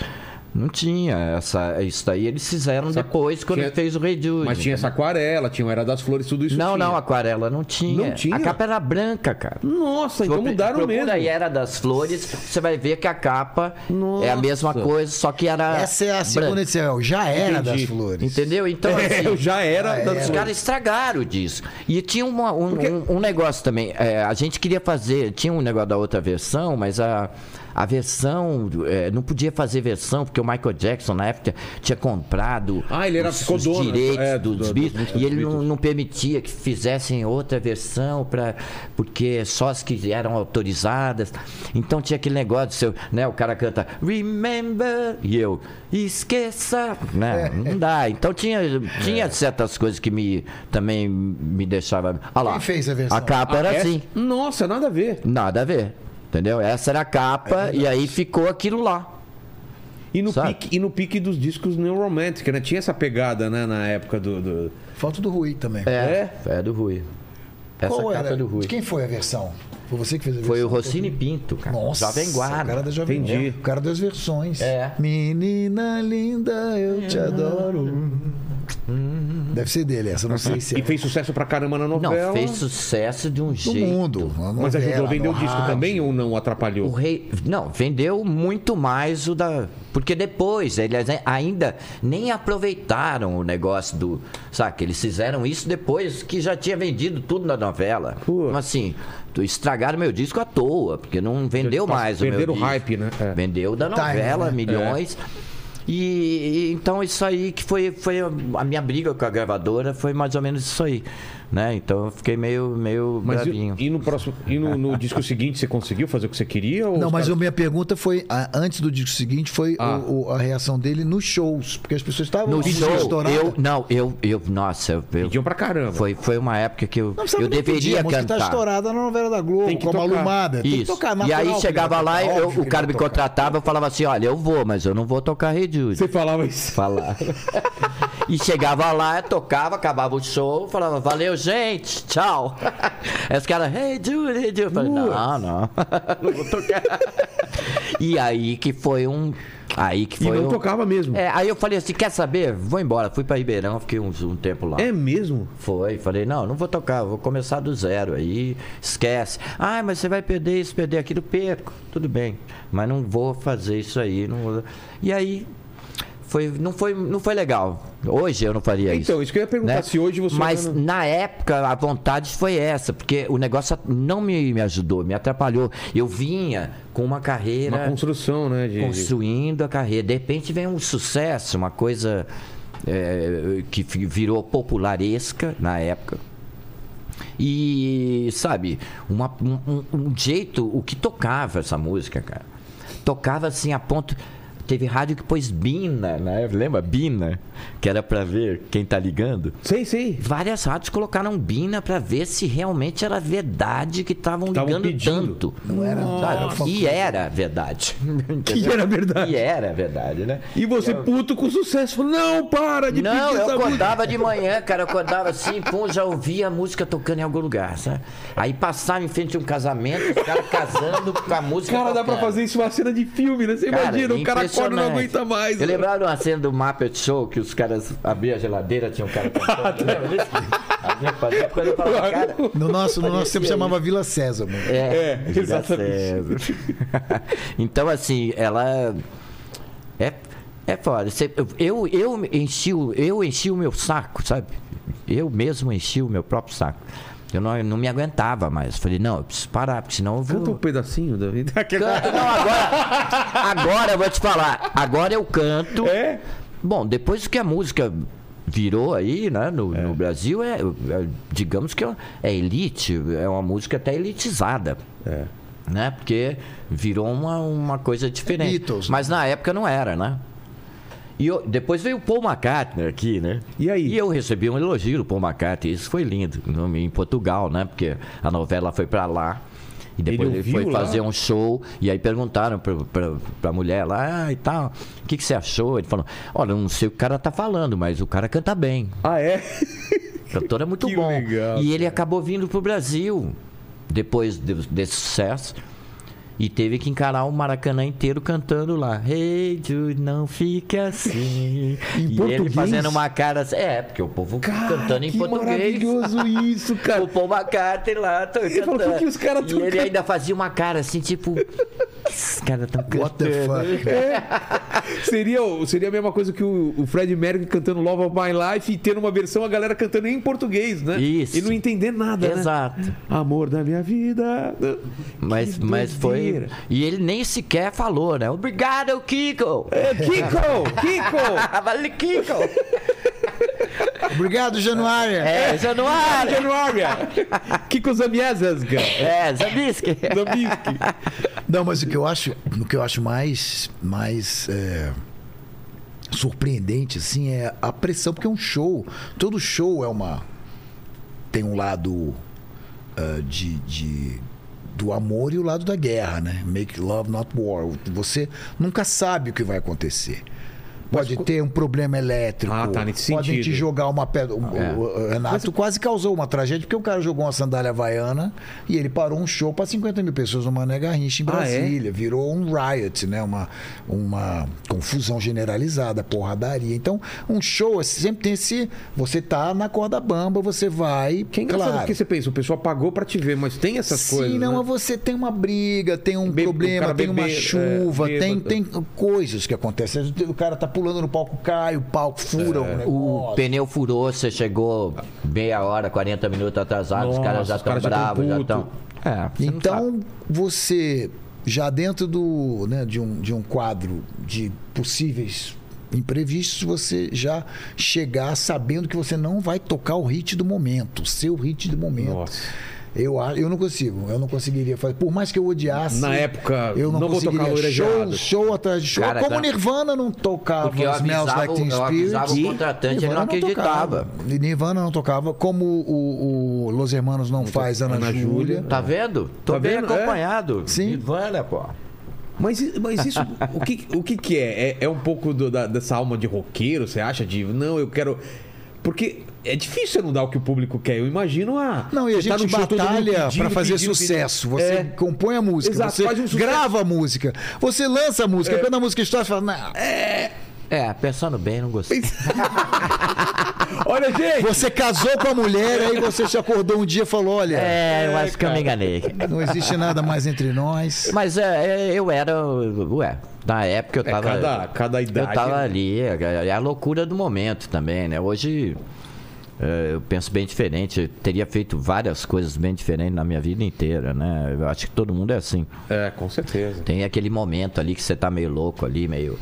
Speaker 4: Não tinha essa, isso daí eles fizeram
Speaker 1: Essa-
Speaker 4: depois quando
Speaker 1: tinha-
Speaker 4: fez o Rei Jude.
Speaker 1: Mas tinha essa aquarela, tinha o Era das Flores, tudo isso.
Speaker 4: Não,
Speaker 1: tinha.
Speaker 4: não, aquarela não tinha.
Speaker 1: Não tinha?
Speaker 4: A capa era branca, cara.
Speaker 1: Nossa, então
Speaker 4: Procura-
Speaker 1: mudaram
Speaker 4: procura
Speaker 1: mesmo.
Speaker 4: aí Era das Flores, você vai ver que a capa é a
Speaker 1: Nossa.
Speaker 4: mesma coisa, só que era
Speaker 3: Essa é a segunda
Speaker 4: branca.
Speaker 3: edição. Já era
Speaker 1: Entendi.
Speaker 3: das flores.
Speaker 4: Entendeu? Então, assim,
Speaker 1: É, Eu já era das
Speaker 4: os
Speaker 1: flores.
Speaker 4: caras estragaram disso. E tinha uma- um, um- um negócio também. é, a gente queria fazer. Tinha um negócio da outra versão, mas a, a versão. é, não podia fazer versão, porque o Michael Jackson, na época, tinha comprado
Speaker 1: Ah, ele era-
Speaker 4: os,
Speaker 1: ficou
Speaker 4: os
Speaker 1: dono,
Speaker 4: direitos
Speaker 1: é, do-
Speaker 4: dos
Speaker 1: do- das
Speaker 4: Beatles.
Speaker 1: músicas
Speaker 4: E ele
Speaker 1: dos
Speaker 4: não,
Speaker 1: Beatles.
Speaker 4: não permitia que fizessem outra versão, pra, porque só as que eram autorizadas. Então tinha aquele negócio, seu, né? O cara canta Remember e eu esqueça.
Speaker 3: É.
Speaker 4: Né? Não dá. Então tinha, tinha certas coisas que me também me deixava. Olha lá.
Speaker 3: Quem fez a versão?
Speaker 4: A capa
Speaker 1: Ah,
Speaker 4: era
Speaker 1: essa-
Speaker 4: assim.
Speaker 1: Nossa, nada a ver.
Speaker 4: Nada a ver. Entendeu? Essa era a
Speaker 3: É
Speaker 4: capa e aí ficou aquilo lá.
Speaker 1: E no,
Speaker 4: Sabe?
Speaker 1: pique, e no pique dos discos New Romantic, né? Tinha essa pegada, né? Na época do. do-
Speaker 3: Falta do Rui também.
Speaker 4: É, é do Rui. Essa
Speaker 3: Qual
Speaker 4: capa é
Speaker 3: era?
Speaker 4: do Rui.
Speaker 3: De quem foi a versão? Foi você que fez a versão?
Speaker 4: Foi o Rossini Pinto, cara.
Speaker 3: Nossa,
Speaker 4: Jovem
Speaker 3: O cara
Speaker 4: Guarda.
Speaker 3: da Jovem
Speaker 1: Entendi.
Speaker 3: Guarda. O cara das versões.
Speaker 4: É. Uhum.
Speaker 3: Menina linda, eu te adoro. Deve ser dele essa, não sei se
Speaker 1: E
Speaker 3: é.
Speaker 1: fez sucesso pra caramba na
Speaker 4: Não,
Speaker 1: novela.
Speaker 4: fez sucesso de um
Speaker 3: No
Speaker 4: jeito.
Speaker 3: mundo. na
Speaker 1: Mas
Speaker 3: novela,
Speaker 1: ajudou a
Speaker 3: no
Speaker 1: vender o disco
Speaker 3: rádio.
Speaker 1: também ou não
Speaker 4: O
Speaker 1: atrapalhou?
Speaker 4: rei. Não, vendeu muito mais o da. Porque depois, eles ainda nem aproveitaram o negócio do. Sabe, eles fizeram isso depois que já tinha vendido tudo na novela. Então, assim, tu- estragaram meu disco à toa, porque não vendeu
Speaker 1: Tá-
Speaker 4: mais o meu
Speaker 1: perderam o
Speaker 4: disco.
Speaker 1: hype, né? É.
Speaker 4: Vendeu da
Speaker 3: Time,
Speaker 4: novela,
Speaker 3: né?
Speaker 4: milhões. E, e então isso aí que foi, foi a minha briga com a gravadora foi mais ou menos isso aí, né? Então eu fiquei meio meio
Speaker 1: Mas e,
Speaker 4: bravinho.
Speaker 1: e no próximo. E no, no disco seguinte você conseguiu fazer o que você queria? Ou
Speaker 3: Não,
Speaker 1: os
Speaker 3: mas
Speaker 1: caras-
Speaker 3: a minha pergunta foi, a- antes do disco seguinte, foi o-
Speaker 1: Ah.
Speaker 3: o- a reação dele nos shows. Porque as pessoas estavam
Speaker 4: No
Speaker 3: pedindo
Speaker 4: show,
Speaker 3: estourada.
Speaker 4: eu, não, eu, eu, nossa, eu, eu-
Speaker 1: Pediam pra caramba.
Speaker 4: foi, foi uma época que eu,
Speaker 3: Não precisava
Speaker 4: eu
Speaker 3: nem pedir,
Speaker 4: deveria
Speaker 3: a música tá
Speaker 4: cantar.
Speaker 3: estourada na novela da Globo,
Speaker 1: Tem que
Speaker 3: com a
Speaker 1: tocar.
Speaker 3: malumada. Tem que
Speaker 4: Isso.
Speaker 3: tocar
Speaker 4: e
Speaker 3: natural,
Speaker 4: aí
Speaker 3: filho,
Speaker 4: chegava
Speaker 3: vai
Speaker 4: lá,
Speaker 3: tocar.
Speaker 4: eu,
Speaker 3: Óbvio
Speaker 4: o
Speaker 3: que
Speaker 4: cara
Speaker 3: vai
Speaker 4: me
Speaker 3: tocar.
Speaker 4: contratava, eu falava assim, olha, eu vou, mas eu não vou tocar Rei Jude.
Speaker 1: Você falava isso.
Speaker 4: Falava. e chegava lá, tocava, acabava o show, falava, valeu, gente, tchau. Aí os caras, hey, Jude, hey, Jude. Eu falei, não, não, não vou tocar. e aí que foi um... Aí que
Speaker 1: E
Speaker 4: foi
Speaker 1: não
Speaker 4: um...
Speaker 1: tocava mesmo. É,
Speaker 4: É, aí eu falei assim, quer saber? Vou embora. Fui pra Ribeirão, fiquei uns, um tempo
Speaker 3: É
Speaker 4: lá.
Speaker 1: É mesmo?
Speaker 4: Foi, falei, não, não vou tocar, vou começar do zero aí, esquece. Ah, mas você vai perder isso, perder aquilo, perco, tudo bem, mas não vou fazer isso aí. Não vou... E aí, foi, não, foi, não foi legal. Hoje eu não faria É isso. Né?
Speaker 1: Então, isso que eu ia perguntar, se hoje você tá
Speaker 4: Mas
Speaker 1: ainda não-
Speaker 4: na época a vontade foi essa, porque o negócio não me, me ajudou, me atrapalhou. Eu vinha com uma carreira
Speaker 1: Uma construção, né? De, de-
Speaker 4: construindo a carreira. De repente vem um sucesso, uma coisa é, que fi- virou popularesca na época. E, sabe, uma- um, um- um jeito, o que tocava essa música, cara? Tocava assim a ponto. Teve rádio que pôs Bina, né? Lembra? Bina, que era pra ver quem tá ligando.
Speaker 1: Sei, sei.
Speaker 4: Várias rádios colocaram Bina pra ver se realmente era verdade que estavam
Speaker 1: Tavam
Speaker 4: ligando
Speaker 1: pedindo.
Speaker 4: tanto.
Speaker 3: Não era,
Speaker 4: Sabe?
Speaker 3: Nossa.
Speaker 4: E era verdade.
Speaker 1: Que era verdade.
Speaker 4: E era verdade, né?
Speaker 1: E você puto com sucesso. falou, Não, para de
Speaker 4: Não,
Speaker 1: pedir
Speaker 4: eu
Speaker 1: essa música.
Speaker 4: acordava de manhã, cara. Eu acordava assim, pum, já ouvia a música tocando em algum lugar, sabe? Aí passava em frente a um casamento, os caras casando com a música.
Speaker 1: Cara, dá pra
Speaker 4: tocando.
Speaker 1: fazer isso uma cena de filme, né? Você
Speaker 4: Cara, é
Speaker 1: imagina, o cara Agora não
Speaker 4: impressionante.
Speaker 1: aguenta mais. né?
Speaker 4: Eu lembrava de uma cena do Muppet Show que os caras abriam a geladeira, tinha um cara cantando. Lembra disso?
Speaker 1: Tá,
Speaker 4: A gente fazia coisa pra cara.
Speaker 3: No nosso, no nosso tempo chamava Vila Sésamo.
Speaker 4: É,
Speaker 1: É,
Speaker 4: Vila
Speaker 1: exatamente.
Speaker 4: Sésamo. então, assim, ela. É, é foda. Você- Eu, eu, enchi o, eu enchi o meu saco, sabe? Eu mesmo enchi o meu próprio saco. Eu não, eu não me aguentava mais. Falei, não, eu preciso parar, porque senão eu vou.
Speaker 1: Canta um pedacinho da vida.
Speaker 4: Canto, não, agora. Agora eu vou te falar. Agora eu canto.
Speaker 1: É?
Speaker 4: Bom, depois que a música virou aí, né, no, no Brasil, é, é, digamos que é, é elite, é uma música até elitizada.
Speaker 1: É.
Speaker 4: Né? Porque virou uma, uma coisa diferente.
Speaker 3: Beatles, né?
Speaker 4: Mas na época não era, né? E eu- depois veio o Paul McCartney aqui, né?
Speaker 1: E aí?
Speaker 4: E eu recebi um elogio do Paul McCartney, isso foi lindo, no- em Portugal, né? Porque a novela foi pra lá. E depois
Speaker 1: Ele
Speaker 4: ele,
Speaker 1: ouviu
Speaker 4: foi
Speaker 1: lá?
Speaker 4: fazer um show, e aí perguntaram pra, pra, pra mulher lá, ah, e tal, o que, que você achou? Ele falou, olha, eu não sei o que o cara tá falando, mas o cara canta bem.
Speaker 1: Ah, é?
Speaker 4: O cantor é muito
Speaker 1: Que
Speaker 4: bom.
Speaker 1: legal,
Speaker 4: e ele acabou vindo pro Brasil depois de- desse sucesso. E teve que encarar o Maracanã inteiro cantando lá. Hey Jude, não fique assim.
Speaker 3: Em
Speaker 4: e ele
Speaker 3: português?
Speaker 4: fazendo uma cara assim. É, porque o povo cantando em
Speaker 1: que
Speaker 4: português.
Speaker 1: maravilhoso isso, cara.
Speaker 4: O Paul McCartney lá, tô
Speaker 1: Ele falou,
Speaker 4: cantando.
Speaker 1: "Por que os caras
Speaker 4: e
Speaker 1: tão
Speaker 4: ele
Speaker 1: can-
Speaker 4: ainda fazia uma cara assim, tipo... Esses caras tão
Speaker 3: What
Speaker 4: cantando. né?"
Speaker 3: the fuck?
Speaker 1: É. Seria, o- seria a mesma coisa que o, o Fred Mercury cantando Love of My Life e tendo uma versão a galera cantando em português, né?
Speaker 4: Isso.
Speaker 1: E não entender nada, né?
Speaker 4: Exato.
Speaker 1: Amor da minha vida.
Speaker 4: Mas,
Speaker 1: Que
Speaker 4: mas foi...
Speaker 1: doideira.
Speaker 4: E ele nem sequer falou, né? Obrigado, Kiko!
Speaker 1: É, Kiko! Kiko!
Speaker 4: Vale Kiko!
Speaker 3: Obrigado, Januária.
Speaker 4: É, Januário!
Speaker 1: Januária! Kiko Zamiezasga!
Speaker 4: É, Zabisque!
Speaker 1: Zambisky!
Speaker 3: Não, mas o que eu acho, o que eu acho mais, mais é, surpreendente assim é a pressão, porque é um show. Todo show é uma tem um lado é, de, de- do amor e o lado da guerra, né? Make love not war. Você nunca sabe o que vai acontecer. Pode ter um problema elétrico.
Speaker 1: Ah, tá, nesse
Speaker 3: Podem
Speaker 1: sentido.
Speaker 3: te jogar uma pedra. O,
Speaker 4: é.
Speaker 3: o- o Renato quase causou uma tragédia, porque o cara jogou uma sandália havaiana e ele parou um show para 50 mil pessoas no Mané Garrincha, em
Speaker 1: Ah, é?
Speaker 3: Brasília. Virou um riot, né? Uma, uma confusão generalizada, porradaria. Então, um show sempre tem esse. Você tá na corda bamba, você vai.
Speaker 1: Que é engraçado
Speaker 3: claro.
Speaker 1: porque você pensa, o pessoal pagou pra te ver, mas tem essas
Speaker 3: Sim,
Speaker 1: coisas.
Speaker 3: não,
Speaker 1: né?
Speaker 3: mas você tem uma briga, tem um
Speaker 1: Bebe- o
Speaker 3: problema,
Speaker 1: cara
Speaker 3: tem uma
Speaker 1: bebe- é,
Speaker 3: chuva, tem,
Speaker 1: bêbado.
Speaker 3: tem coisas que acontecem. O cara tá pulando no palco, cai, o palco
Speaker 1: É.
Speaker 3: fura um
Speaker 4: O
Speaker 3: negócio.
Speaker 4: pneu furou, você chegou meia hora, 40 minutos atrasado, os
Speaker 1: Nossa,
Speaker 4: caras já
Speaker 1: os
Speaker 4: estão
Speaker 1: caras já tão
Speaker 4: bravos, já
Speaker 1: puto.
Speaker 4: estão. É, você não sabe.
Speaker 3: Então, você já dentro do, né, de, um, de um quadro de possíveis imprevistos, você já chegar sabendo que você não vai tocar o hit do momento, o seu hit do momento.
Speaker 1: Nossa.
Speaker 3: Eu, a- eu não consigo, eu não conseguiria fazer. Por mais que eu odiasse.
Speaker 1: Na época,
Speaker 3: eu não,
Speaker 1: não vou
Speaker 3: conseguiria.
Speaker 1: tocar Loira
Speaker 3: show,
Speaker 1: Geada.
Speaker 3: show atrás de show.
Speaker 4: Cara,
Speaker 3: Como
Speaker 4: cara,
Speaker 3: Nirvana não tocava
Speaker 4: porque eu
Speaker 3: Smells
Speaker 4: avisava
Speaker 3: Like
Speaker 4: o-
Speaker 3: Teen
Speaker 4: eu
Speaker 3: Spirit.
Speaker 4: avisava o
Speaker 3: e
Speaker 4: contratante, ele não
Speaker 3: Nirvana
Speaker 4: acreditava.
Speaker 3: tocava. E Nirvana não tocava. Como o, o Los Hermanos não faz Ana,
Speaker 1: Ana
Speaker 3: Júlia.
Speaker 1: Júlia.
Speaker 4: Tá vendo? Tô
Speaker 1: Tá
Speaker 4: bem
Speaker 1: vendo?
Speaker 4: acompanhado.
Speaker 3: Sim.
Speaker 4: Nirvana, pô.
Speaker 1: Mas, mas isso, o que, o que que é? é? é um pouco do- da- dessa alma de roqueiro, você acha? De, não, eu quero... Porque é difícil você não dar o que o público quer. Eu imagino a...
Speaker 3: Não, e a
Speaker 1: você tá
Speaker 3: gente
Speaker 1: no show, todo mundo
Speaker 3: batalha
Speaker 1: pedindo,
Speaker 3: para fazer
Speaker 1: pedindo, pedindo.
Speaker 3: sucesso. Você
Speaker 1: É.
Speaker 3: compõe a música,
Speaker 1: Exato,
Speaker 3: você
Speaker 1: faz um sucesso. É.
Speaker 3: grava a música, você lança a música. Quando a música estoura, você fala, "Não,
Speaker 4: É, pensando bem, não gostei.
Speaker 1: Olha, gente!
Speaker 3: você casou com a mulher, aí você se acordou um dia e falou, olha,
Speaker 4: É, eu acho que eu me enganei.
Speaker 1: É.
Speaker 3: não existe nada mais entre nós.
Speaker 4: Mas é, é, eu era. Ué, na época eu
Speaker 1: É,
Speaker 4: tava.
Speaker 1: cada- cada idade,
Speaker 4: Eu tava
Speaker 1: né?
Speaker 4: ali. É, é a loucura do momento também, né? Hoje é, eu penso bem diferente. Eu teria feito várias coisas bem diferentes na minha vida inteira, né? Eu acho que todo mundo é assim.
Speaker 1: É, com certeza.
Speaker 4: Tem aquele momento ali que você tá meio louco ali, meio.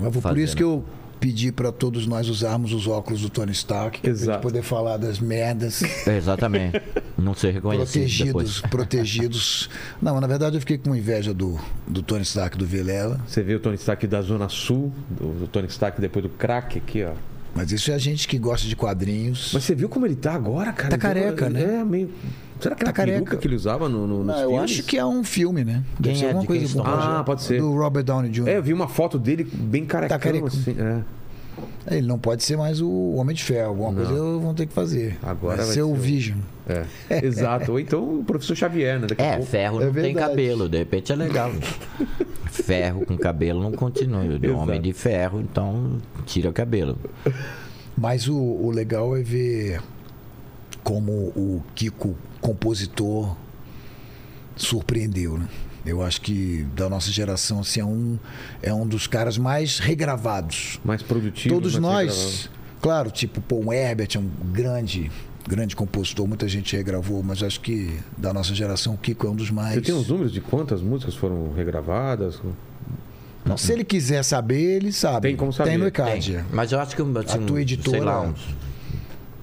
Speaker 3: Mas por
Speaker 4: Fazendo.
Speaker 3: isso que eu pedi para todos nós usarmos os óculos do Tony Stark, pra gente
Speaker 1: Exato.
Speaker 3: poder falar das merdas.
Speaker 4: É, Exatamente. Não ser
Speaker 1: assim,
Speaker 4: reconhecido
Speaker 3: Protegidos,
Speaker 4: depois.
Speaker 3: protegidos. Não, na verdade eu fiquei com inveja do, do Tony Stark do Vilela,
Speaker 1: Você vê o Tony Stark da Zona Sul, do, do Tony Stark depois do crack aqui, ó.
Speaker 3: mas isso é a gente que gosta de quadrinhos.
Speaker 1: Mas você viu como ele tá agora, cara?
Speaker 3: Tá
Speaker 1: Ele deu-
Speaker 3: careca, né?
Speaker 1: É, meio... Será que era
Speaker 3: Tá
Speaker 1: a peruca
Speaker 3: careca.
Speaker 1: que ele usava no, no, nos
Speaker 3: Não, eu
Speaker 1: filmes?
Speaker 3: acho que é um filme, né?
Speaker 4: Quem
Speaker 3: Deve ser
Speaker 4: é?
Speaker 3: alguma
Speaker 4: De quem
Speaker 3: coisa.
Speaker 4: estão
Speaker 3: algum
Speaker 1: falando?
Speaker 3: projeto.
Speaker 1: Ah, pode ser.
Speaker 3: Do Robert Downey Jr.
Speaker 1: É, eu vi uma foto dele bem carecão,
Speaker 3: Tá careca.
Speaker 1: assim. É.
Speaker 3: Ele não pode ser mais o Homem de Ferro. Alguma coisa vão ter que fazer.
Speaker 1: Agora vai
Speaker 3: vai ser
Speaker 1: ser
Speaker 3: o
Speaker 1: o-
Speaker 3: Vision.
Speaker 1: É, Exato. Ou então o professor Xavier, né? Daqui a
Speaker 4: É,
Speaker 1: pouco.
Speaker 4: ferro
Speaker 3: É
Speaker 4: não tem
Speaker 3: verdade.
Speaker 4: cabelo, de repente é legal. ferro com cabelo não continua. Eu dou homem
Speaker 1: Exato.
Speaker 4: de ferro, então tira o cabelo.
Speaker 3: Mas o, o legal é ver como o Kiko, compositor, surpreendeu, né? Eu acho que da nossa geração, assim, é um, é um dos caras mais regravados.
Speaker 1: Mais produtivo.
Speaker 3: Todos
Speaker 1: mais
Speaker 3: nós,
Speaker 1: regravável.
Speaker 3: claro, tipo, pô, o Herbert é um grande, grande compositor, muita gente regravou, mas acho que da nossa geração o Kiko é um dos mais.
Speaker 1: Você tem os números de quantas músicas foram regravadas?
Speaker 3: Não, se ele quiser saber, ele sabe.
Speaker 1: Tem como saber.
Speaker 3: Tem no
Speaker 4: Tem.
Speaker 3: ECAD. é.
Speaker 4: Mas eu acho que assim,
Speaker 3: A tua editora- é?
Speaker 4: sei lá, uns,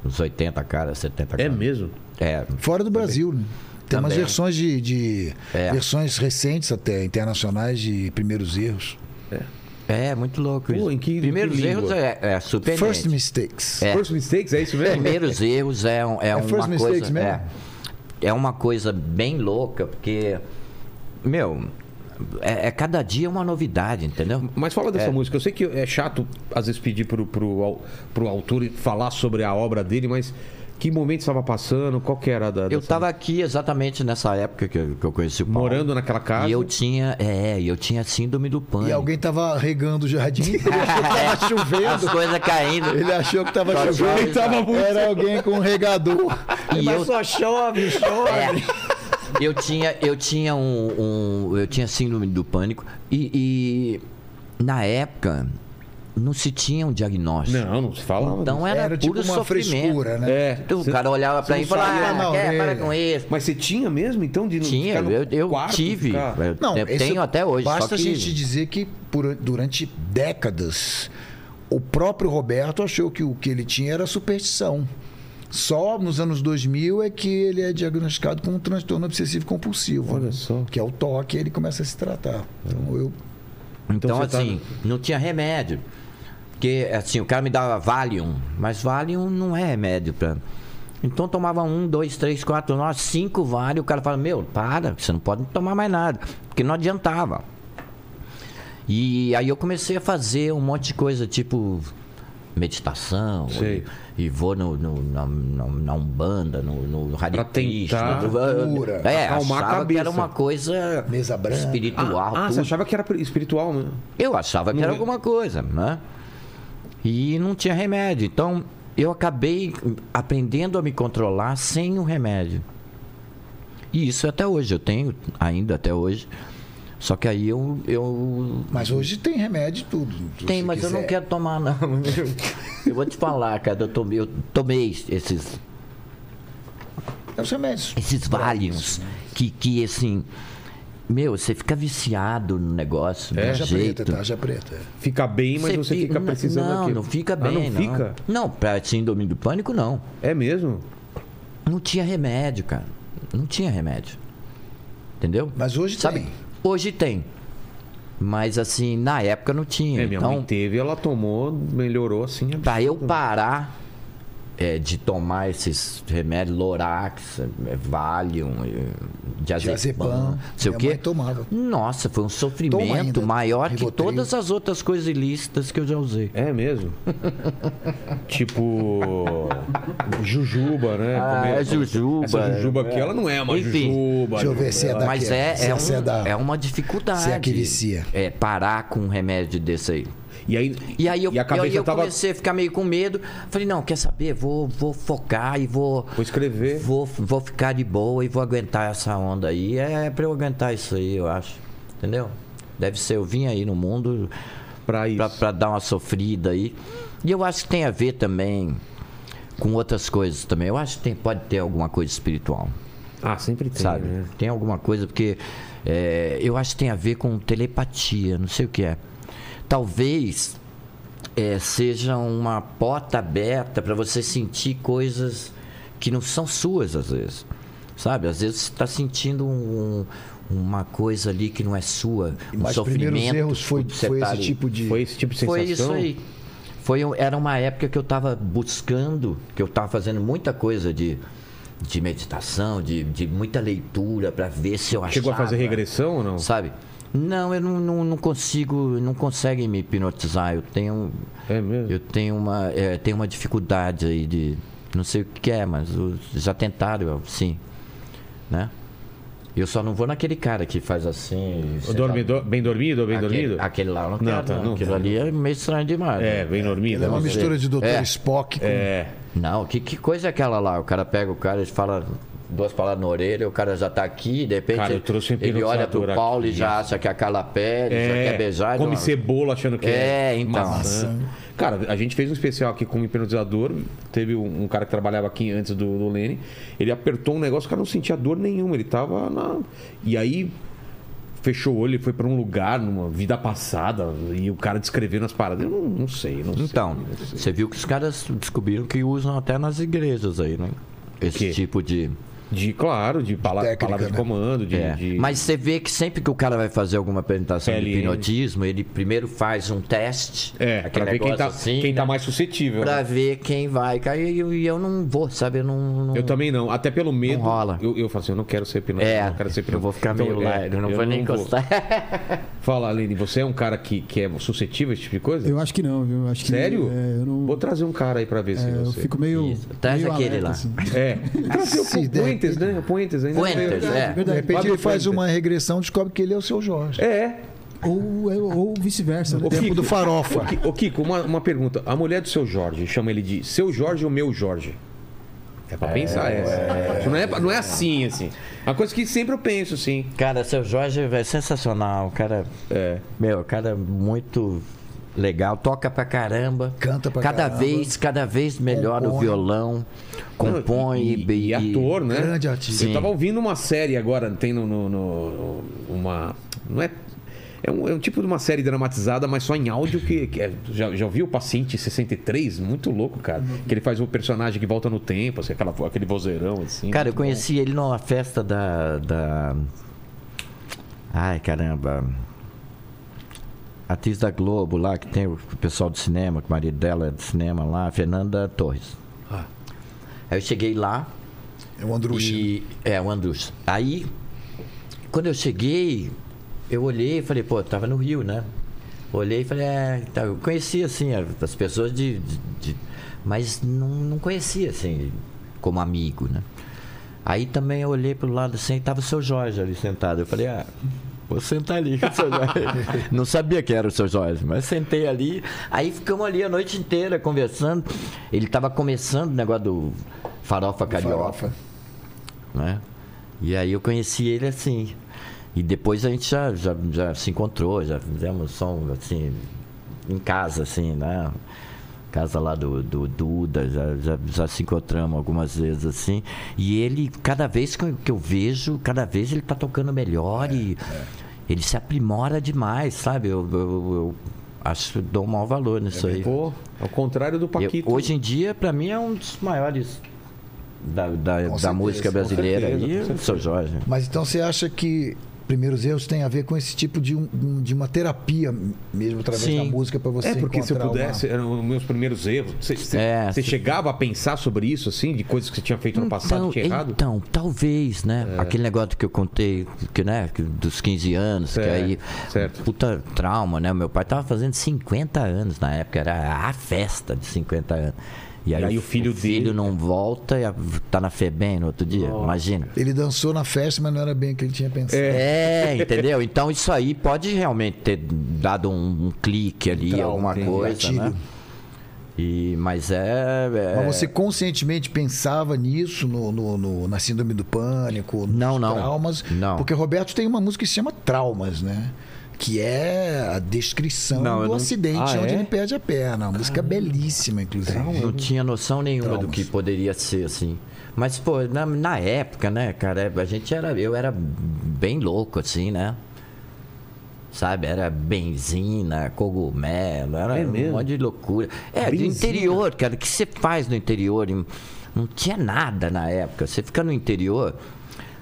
Speaker 4: uns 80 caras, 70
Speaker 1: É
Speaker 4: caras.
Speaker 1: mesmo?
Speaker 4: É,
Speaker 3: Fora do Brasil, né? Tem umas
Speaker 4: Também.
Speaker 3: versões de. de-
Speaker 4: É.
Speaker 3: Versões recentes até, internacionais de primeiros erros.
Speaker 4: é muito louco isso.
Speaker 1: Pô, em que- em
Speaker 4: Primeiros
Speaker 1: que língua?
Speaker 4: erros é, é surpreendente.
Speaker 3: First Mistakes.
Speaker 4: É.
Speaker 1: First Mistakes, é isso mesmo?
Speaker 4: Primeiros erros é, um- é, uma
Speaker 3: first
Speaker 4: coisa.
Speaker 3: mistakes mesmo?
Speaker 4: É, é uma coisa bem louca, porque. Meu, é, é cada dia uma novidade, entendeu?
Speaker 1: Mas fala dessa música. Eu sei que é chato, às vezes, pedir pro, pro, au- pro autor falar sobre a obra dele, mas que momento estava passando? Qual que era da.
Speaker 4: Eu
Speaker 1: dessa-
Speaker 4: estava aqui exatamente nessa época que eu, que eu conheci o Paulo.
Speaker 1: morando naquela casa.
Speaker 4: E eu tinha. É, e eu tinha síndrome do pânico.
Speaker 3: E alguém tava regando o jardim, ele achou que tava
Speaker 4: As
Speaker 3: chovendo.
Speaker 4: coisas caindo.
Speaker 3: Ele achou que tava
Speaker 4: Só
Speaker 3: chovendo.
Speaker 4: chove, cara.
Speaker 3: Era alguém com um regador.
Speaker 4: E eu-
Speaker 3: só chove, chove.
Speaker 4: É. Eu tinha, eu tinha um, um- eu tinha síndrome do pânico e, e na época não se tinha um diagnóstico.
Speaker 1: Não, não se fala.
Speaker 4: Então era,
Speaker 3: Era tipo
Speaker 4: puro
Speaker 3: uma
Speaker 4: sofrimento.
Speaker 3: frescura, né?
Speaker 1: É.
Speaker 4: O
Speaker 1: Cê-
Speaker 4: cara olhava pra
Speaker 3: você
Speaker 4: mim e
Speaker 3: não
Speaker 4: falava,
Speaker 3: sabia na
Speaker 4: ah, quer,
Speaker 3: orelha."
Speaker 4: para com isso.
Speaker 1: Mas você tinha mesmo, então, de não
Speaker 4: Tinha,
Speaker 1: ficar no
Speaker 4: eu, eu
Speaker 1: quarto,
Speaker 4: tive.
Speaker 1: ficar-
Speaker 4: Eu te-
Speaker 3: esse-
Speaker 4: tenho até hoje.
Speaker 3: Basta
Speaker 4: só que...
Speaker 3: a gente dizer que por- durante décadas o próprio Roberto achou que o que ele tinha era superstição. Só nos anos 2000 é que ele é diagnosticado com um transtorno obsessivo compulsivo.
Speaker 1: Olha
Speaker 3: né?
Speaker 1: só.
Speaker 3: Que é o toque, ele começa a se tratar. Então eu
Speaker 4: Então,
Speaker 1: Então você tá-
Speaker 4: assim, não tinha remédio. Porque, assim, o cara me dava Valium, mas Valium não é remédio pra. Então eu tomava um, dois, três, quatro, nós, cinco Valium. O cara fala: Meu, para, você não pode tomar mais nada. Porque não adiantava. E aí eu comecei a fazer um monte de coisa, tipo meditação,
Speaker 1: Sei.
Speaker 4: e, e vou no, no- na, na, na Umbanda, no, no Hare
Speaker 1: Pra tentar
Speaker 4: no-
Speaker 3: cura,
Speaker 4: é,
Speaker 1: acalmar a
Speaker 4: achava que era
Speaker 1: cabeça.
Speaker 4: uma coisa
Speaker 3: Mesa branca.
Speaker 4: espiritual.
Speaker 1: Ah, você
Speaker 4: tudo.
Speaker 1: achava que era espiritual, né?
Speaker 4: Eu achava que era alguma coisa, né? E não tinha remédio. Então, eu acabei aprendendo a me controlar sem o remédio. E isso até hoje, eu tenho ainda até hoje. Só que aí eu. eu
Speaker 3: Mas hoje tem remédio e tudo. se
Speaker 4: tem, mas eu não
Speaker 3: quiser.
Speaker 4: quero tomar, não. Eu vou te falar, cara, eu tomei, eu tomei esses,
Speaker 3: É os remédios.
Speaker 4: esses valiums que, que, assim. Meu, você fica viciado no negócio, do
Speaker 3: Tarja preta,
Speaker 4: um jeito.
Speaker 3: tarja preta.
Speaker 1: Fica bem, mas você
Speaker 4: fi-
Speaker 1: fica
Speaker 4: Não,
Speaker 1: precisando
Speaker 4: Não,
Speaker 1: daquilo.
Speaker 4: não fica
Speaker 1: Ah,
Speaker 4: bem,
Speaker 1: não fica?
Speaker 4: Não, pra síndrome do pânico, não.
Speaker 1: É mesmo?
Speaker 4: Não tinha remédio, cara. Não tinha remédio. Entendeu?
Speaker 3: Mas hoje
Speaker 4: Sabe?
Speaker 3: tem.
Speaker 4: Hoje tem. Mas assim, na época não tinha.
Speaker 1: É, minha
Speaker 4: então,
Speaker 1: mãe teve, ela tomou, melhorou assim.
Speaker 4: pra eu
Speaker 1: absurdo.
Speaker 4: parar é, de tomar esses remédios, Lorax, é, Valium, é, Diazepam,
Speaker 3: Diazepam.
Speaker 4: não sei o
Speaker 3: Minha mãe
Speaker 4: quê.
Speaker 3: tomava.
Speaker 4: Nossa, foi um sofrimento
Speaker 3: ainda,
Speaker 4: maior que
Speaker 3: Rivotril.
Speaker 4: todas as outras coisas ilícitas que eu já usei.
Speaker 1: É mesmo? tipo. Jujuba, né?
Speaker 4: Ah,
Speaker 1: Comer-
Speaker 4: é jujuba.
Speaker 1: Essa jujuba aqui, ela não é uma
Speaker 4: Enfim.
Speaker 1: jujuba.
Speaker 3: Deixa eu ver se é da
Speaker 4: Mas é, é,
Speaker 3: se
Speaker 4: um-
Speaker 3: da-
Speaker 4: é uma dificuldade.
Speaker 3: se é que vicia.
Speaker 4: É, parar com um remédio desse aí.
Speaker 1: E aí,
Speaker 4: E aí eu,
Speaker 1: a
Speaker 4: eu,
Speaker 1: cabeça
Speaker 4: eu
Speaker 1: tava.
Speaker 4: comecei a ficar meio com medo. Falei, não, quer saber? Vou, vou focar e vou,
Speaker 1: Vou escrever.
Speaker 4: vou. Vou ficar de boa e vou aguentar essa onda aí. É pra eu aguentar isso aí, eu acho. Entendeu? Deve ser, eu vim aí no mundo
Speaker 1: Pra isso.
Speaker 4: pra, pra dar uma sofrida aí. E eu acho que tem a ver também com outras coisas também. Eu acho que tem, pode ter alguma coisa espiritual
Speaker 1: Ah, sempre tem.
Speaker 4: sabe?
Speaker 1: Né?
Speaker 4: Tem alguma coisa, porque é, eu acho que tem a ver com telepatia, não sei o que é. Talvez é, seja uma porta aberta para você sentir coisas que não são suas, às vezes. Sabe? Às vezes você está sentindo um- uma coisa ali que não é sua, um
Speaker 3: Mas os
Speaker 4: sofrimento.
Speaker 3: primeiros erros foi,
Speaker 4: que você
Speaker 3: foi
Speaker 4: tá
Speaker 3: esse
Speaker 4: ali.
Speaker 3: tipo de.
Speaker 1: Foi esse tipo de sensação.
Speaker 4: Foi isso aí. Foi, um- era uma época que eu estava buscando, que eu estava fazendo muita coisa de, de meditação, de, de muita leitura para ver se eu achava.
Speaker 1: Chegou a fazer regressão ou não?
Speaker 4: Sabe? Não, eu não, não, não consigo, não conseguem me hipnotizar. Eu tenho,
Speaker 1: É mesmo?
Speaker 4: eu tenho uma, é, tenho uma dificuldade aí de, não sei o que é, mas o- já tentaram, sim, né? Eu só não vou naquele cara que faz assim.
Speaker 1: O
Speaker 4: sei lá,
Speaker 1: dormido- Bem dormido ou bem
Speaker 4: aquele,
Speaker 1: dormido?
Speaker 4: Aquele lá eu não quero.
Speaker 1: tá,
Speaker 4: não.
Speaker 1: não.
Speaker 4: Aquilo ali é meio estranho demais.
Speaker 1: É,
Speaker 4: né?
Speaker 1: bem dormido.
Speaker 3: Ele é uma
Speaker 1: não sei.
Speaker 3: mistura de Dr.
Speaker 4: É.
Speaker 3: Spock com.
Speaker 1: É.
Speaker 4: Não, que, que coisa é aquela lá? O cara pega o cara, ele fala duas palavras na orelha, o cara já tá aqui, de repente
Speaker 1: Cara, eu trouxe um
Speaker 4: ele olha pro
Speaker 1: hipnotizador
Speaker 4: Paulo e
Speaker 1: aqui.
Speaker 4: já acha que é a Carla Pérez, já
Speaker 1: É,
Speaker 4: quer beijar. ele
Speaker 1: come
Speaker 4: não-
Speaker 1: cebola achando que
Speaker 4: É, então.
Speaker 1: maçã. Cara, a gente fez um especial aqui com um hipnotizador. Teve um, um cara que trabalhava aqui antes do, do Lene. Ele apertou um negócio, o cara não sentia dor nenhuma. Ele tava na. E aí. Fechou o olho, ele foi pra um lugar, numa vida passada, e o cara descrevendo as paradas. Eu não, não sei, não sei.
Speaker 4: Então, você viu que os caras descobriram que usam até nas igrejas aí, né? Esse
Speaker 1: quê?
Speaker 4: tipo de.
Speaker 1: De, claro, de pala
Speaker 3: Técnica,
Speaker 1: palavra de
Speaker 3: né?
Speaker 1: comando, de.
Speaker 4: É.
Speaker 1: de-
Speaker 4: Mas você vê que sempre que o cara vai fazer alguma apresentação de
Speaker 1: PLN.
Speaker 4: hipnotismo, ele primeiro faz um teste.
Speaker 1: É,
Speaker 4: aquele
Speaker 1: pra ver quem,
Speaker 4: negócio
Speaker 1: tá,
Speaker 4: assim,
Speaker 1: quem tá
Speaker 4: né?
Speaker 1: mais suscetível. né?
Speaker 4: Pra ver quem vai cair. E eu, e eu não vou, sabe? Eu não. não-
Speaker 1: Eu também não, até pelo medo.
Speaker 4: Não rola.
Speaker 1: Eu, eu falo assim, eu não quero ser hipnotizado,
Speaker 4: É,
Speaker 1: não quero ser
Speaker 4: eu vou ficar
Speaker 1: Então,
Speaker 4: meio
Speaker 1: é,
Speaker 4: lá, eu não
Speaker 1: eu
Speaker 4: vou nem
Speaker 1: não vou.
Speaker 4: encostar.
Speaker 1: Fala, Aline, você é um cara que, que é suscetível a esse tipo de coisa?
Speaker 2: Eu acho que não, viu? Acho que,
Speaker 1: Sério?
Speaker 2: é, eu não.
Speaker 1: Vou trazer um cara aí pra ver se
Speaker 2: é, eu
Speaker 1: você.
Speaker 2: fico meio.
Speaker 4: Isso, traz
Speaker 2: meio
Speaker 4: aquele
Speaker 2: alerta,
Speaker 4: lá.
Speaker 2: assim.
Speaker 1: É. Trazer
Speaker 3: Se
Speaker 1: o
Speaker 3: der-
Speaker 1: Puentes, né? O Puentes ainda.
Speaker 4: Puentes, é.
Speaker 3: De
Speaker 2: Verdade.
Speaker 3: repente
Speaker 1: Fábio
Speaker 3: ele faz
Speaker 1: Fuentes.
Speaker 3: uma regressão, descobre que ele é o seu Jorge.
Speaker 1: É.
Speaker 2: Ou, é- ou vice-versa. Né?
Speaker 1: Ô,
Speaker 3: Tempo
Speaker 1: Kiko.
Speaker 3: do farofa.
Speaker 1: Ô, Ki- Ô, Kiko, uma, uma pergunta. A mulher do seu Jorge, chama ele de seu Jorge ou meu Jorge? É pra pensar essa. Não, é, pra- não é assim, assim. Uma coisa que sempre eu penso, sim.
Speaker 4: Cara, seu Jorge é sensacional. O cara.
Speaker 1: É.
Speaker 4: Meu, o cara é muito legal. Toca pra caramba.
Speaker 3: Canta pra
Speaker 4: cada
Speaker 3: caramba.
Speaker 4: vez, cada vez melhor o
Speaker 3: Compõe.
Speaker 4: violão. Compõe
Speaker 1: e, e, e ator, né?
Speaker 3: Grande artista.
Speaker 1: Eu tava ouvindo uma série agora, tem no. no- no- uma. Não é. É um, é um tipo de uma série dramatizada, mas só em áudio que. que é- já, já ouviu o Paciente 63? Muito louco, cara. Que ele faz o personagem que volta no tempo, assim, aquela, vo- aquele vozeirão, assim.
Speaker 4: Cara, eu conheci ele numa festa da. da... Ai, caramba. Atriz da Globo lá, que tem o pessoal do cinema, que o marido dela é de cinema lá, Fernanda Torres. Aí eu cheguei lá
Speaker 3: É o Andrucha.
Speaker 4: e. É, o Andrus. Aí, quando eu cheguei, eu olhei e falei, pô, eu tava no Rio, né? Olhei e falei, é, tá, eu conhecia assim as pessoas de. de- de- mas não, não conhecia assim, como amigo, né? Aí também eu olhei pro lado assim, e tava o seu Jorge ali sentado. Eu falei, ah, vou sentar ali com o seu Jorge. não sabia que era o seu Jorge, mas sentei ali. Aí ficamos ali a noite inteira conversando. Ele tava começando o negócio do farofa carioca
Speaker 3: Farofa.
Speaker 4: né? E aí eu conheci ele assim. E depois a gente já, já, já se encontrou, já fizemos som assim, em casa, assim, né? Casa lá do, do Duda, já, já, já se encontramos algumas vezes assim. E ele, cada vez que eu, que eu vejo, cada vez ele tá tocando melhor e ele se aprimora demais, sabe? Eu, eu, eu acho que dou um maior valor nisso aí.
Speaker 1: Pô, ao contrário do
Speaker 4: Eu-
Speaker 1: Paquito.
Speaker 4: hoje em dia, pra mim, é um dos maiores da, da, da
Speaker 3: certeza,
Speaker 4: música
Speaker 3: com
Speaker 4: brasileira.
Speaker 1: certeza, com
Speaker 4: e o seu Jorge.
Speaker 3: Mas então você acha que primeiros erros tem a ver com esse tipo de, um- de uma terapia mesmo através
Speaker 4: Sim.
Speaker 3: da música pra você
Speaker 1: É, porque se eu
Speaker 3: encontrar uma-
Speaker 1: pudesse, eram os meus primeiros erros. Você, você-
Speaker 4: É,
Speaker 1: você
Speaker 4: se-
Speaker 1: chegava a pensar sobre isso, assim, de coisas que você tinha feito no passado que tinha errado? É.
Speaker 4: então, talvez, né? Aquele negócio que eu contei, que, né? que Dos 15 anos, que
Speaker 1: Certo,
Speaker 4: aí.
Speaker 1: certo.
Speaker 4: Puta trauma, né? Meu pai tava fazendo 50 anos na época, era a festa de 50 anos. E aí,
Speaker 1: aí o filho dele-
Speaker 4: não volta e a- tá na Febem no outro dia, imagina.
Speaker 3: Ele dançou na festa, mas não era bem o que ele tinha pensado.
Speaker 4: É, entendeu? Então isso aí pode realmente ter dado um, um clique ali,
Speaker 3: Trauma,
Speaker 4: alguma
Speaker 3: tem
Speaker 4: coisa,
Speaker 3: gatilho.
Speaker 4: né? E, mas é, é-
Speaker 3: Mas você conscientemente pensava nisso, no, no- no- na síndrome do pânico, nos
Speaker 4: Não, não.
Speaker 3: traumas?
Speaker 4: Não.
Speaker 3: Porque Roberto tem uma música que se chama Traumas, né? Que é a descrição
Speaker 4: Não, Ah, eu
Speaker 3: do
Speaker 4: não-
Speaker 3: acidente
Speaker 1: Ah,
Speaker 3: onde
Speaker 1: é?
Speaker 3: ele perde a perna. Uma música belíssima, inclusive.
Speaker 1: Uhum.
Speaker 4: não tinha noção nenhuma do
Speaker 3: Traumas.
Speaker 4: que poderia ser assim. Mas pô, na, na época, né, cara, a gente era, eu era bem louco assim, né? Sabe, era benzina, cogumelo, era
Speaker 1: É
Speaker 4: um
Speaker 1: mesmo?
Speaker 4: monte de loucura. É, do
Speaker 1: Benzina?
Speaker 4: interior, cara, o que você faz no interior? Em- Não tinha nada na época. Você fica no interior.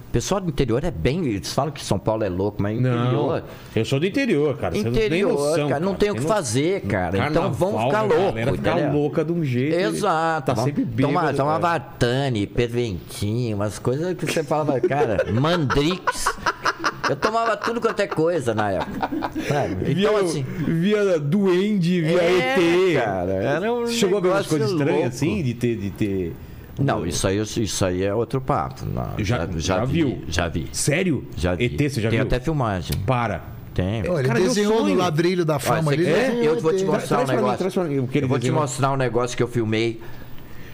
Speaker 4: O pessoal do interior é bem. Eles falam que São Paulo é louco, mas
Speaker 1: Não,
Speaker 4: interior.
Speaker 1: eu sou do interior, cara. Você não tem
Speaker 4: Interior,
Speaker 1: noção,
Speaker 4: cara, não tem o que
Speaker 1: Tem noção.
Speaker 4: fazer, cara. então vamos ficar
Speaker 1: loucos.
Speaker 4: louco.
Speaker 1: né, Galera ficar
Speaker 4: entendeu?
Speaker 1: louca de um jeito.
Speaker 4: Exato. assim,
Speaker 1: Tá
Speaker 4: Vamos
Speaker 1: sempre bêbado.
Speaker 4: Tomar,
Speaker 1: cara.
Speaker 4: tomar Vatane, Perventinho, umas coisas que você falava, cara, Mandrix. Eu tomava tudo quanto é coisa na época. Sabe?
Speaker 1: Via,
Speaker 4: Então, assim.
Speaker 1: via duende, via
Speaker 4: É,
Speaker 1: ET.
Speaker 4: cara, era um
Speaker 1: Chegou a ver umas
Speaker 4: negócio
Speaker 1: coisas estranhas
Speaker 4: louco.
Speaker 1: assim, de ter, de ter
Speaker 4: Não, isso aí, isso aí é outro papo. Não,
Speaker 1: Já- já
Speaker 4: vi,
Speaker 1: viu?
Speaker 4: Já vi.
Speaker 1: Sério?
Speaker 4: Já vi.
Speaker 1: ET, você já
Speaker 4: Tem
Speaker 1: viu?
Speaker 4: até filmagem.
Speaker 1: Para.
Speaker 4: Tem.
Speaker 3: Olha, ele
Speaker 1: Cara, meu
Speaker 3: desenhou
Speaker 1: sonho.
Speaker 3: no ladrilho da
Speaker 4: Olha,
Speaker 3: fama
Speaker 4: você
Speaker 3: ali.
Speaker 4: quer-
Speaker 3: desenhou,
Speaker 4: eu vou te
Speaker 3: tem-
Speaker 1: né? Traz-
Speaker 4: mostrar um
Speaker 1: traz pra mim,
Speaker 4: negócio.
Speaker 1: traz pra mim o que ele
Speaker 4: eu vou te
Speaker 1: desenhou.
Speaker 4: mostrar um negócio que eu filmei.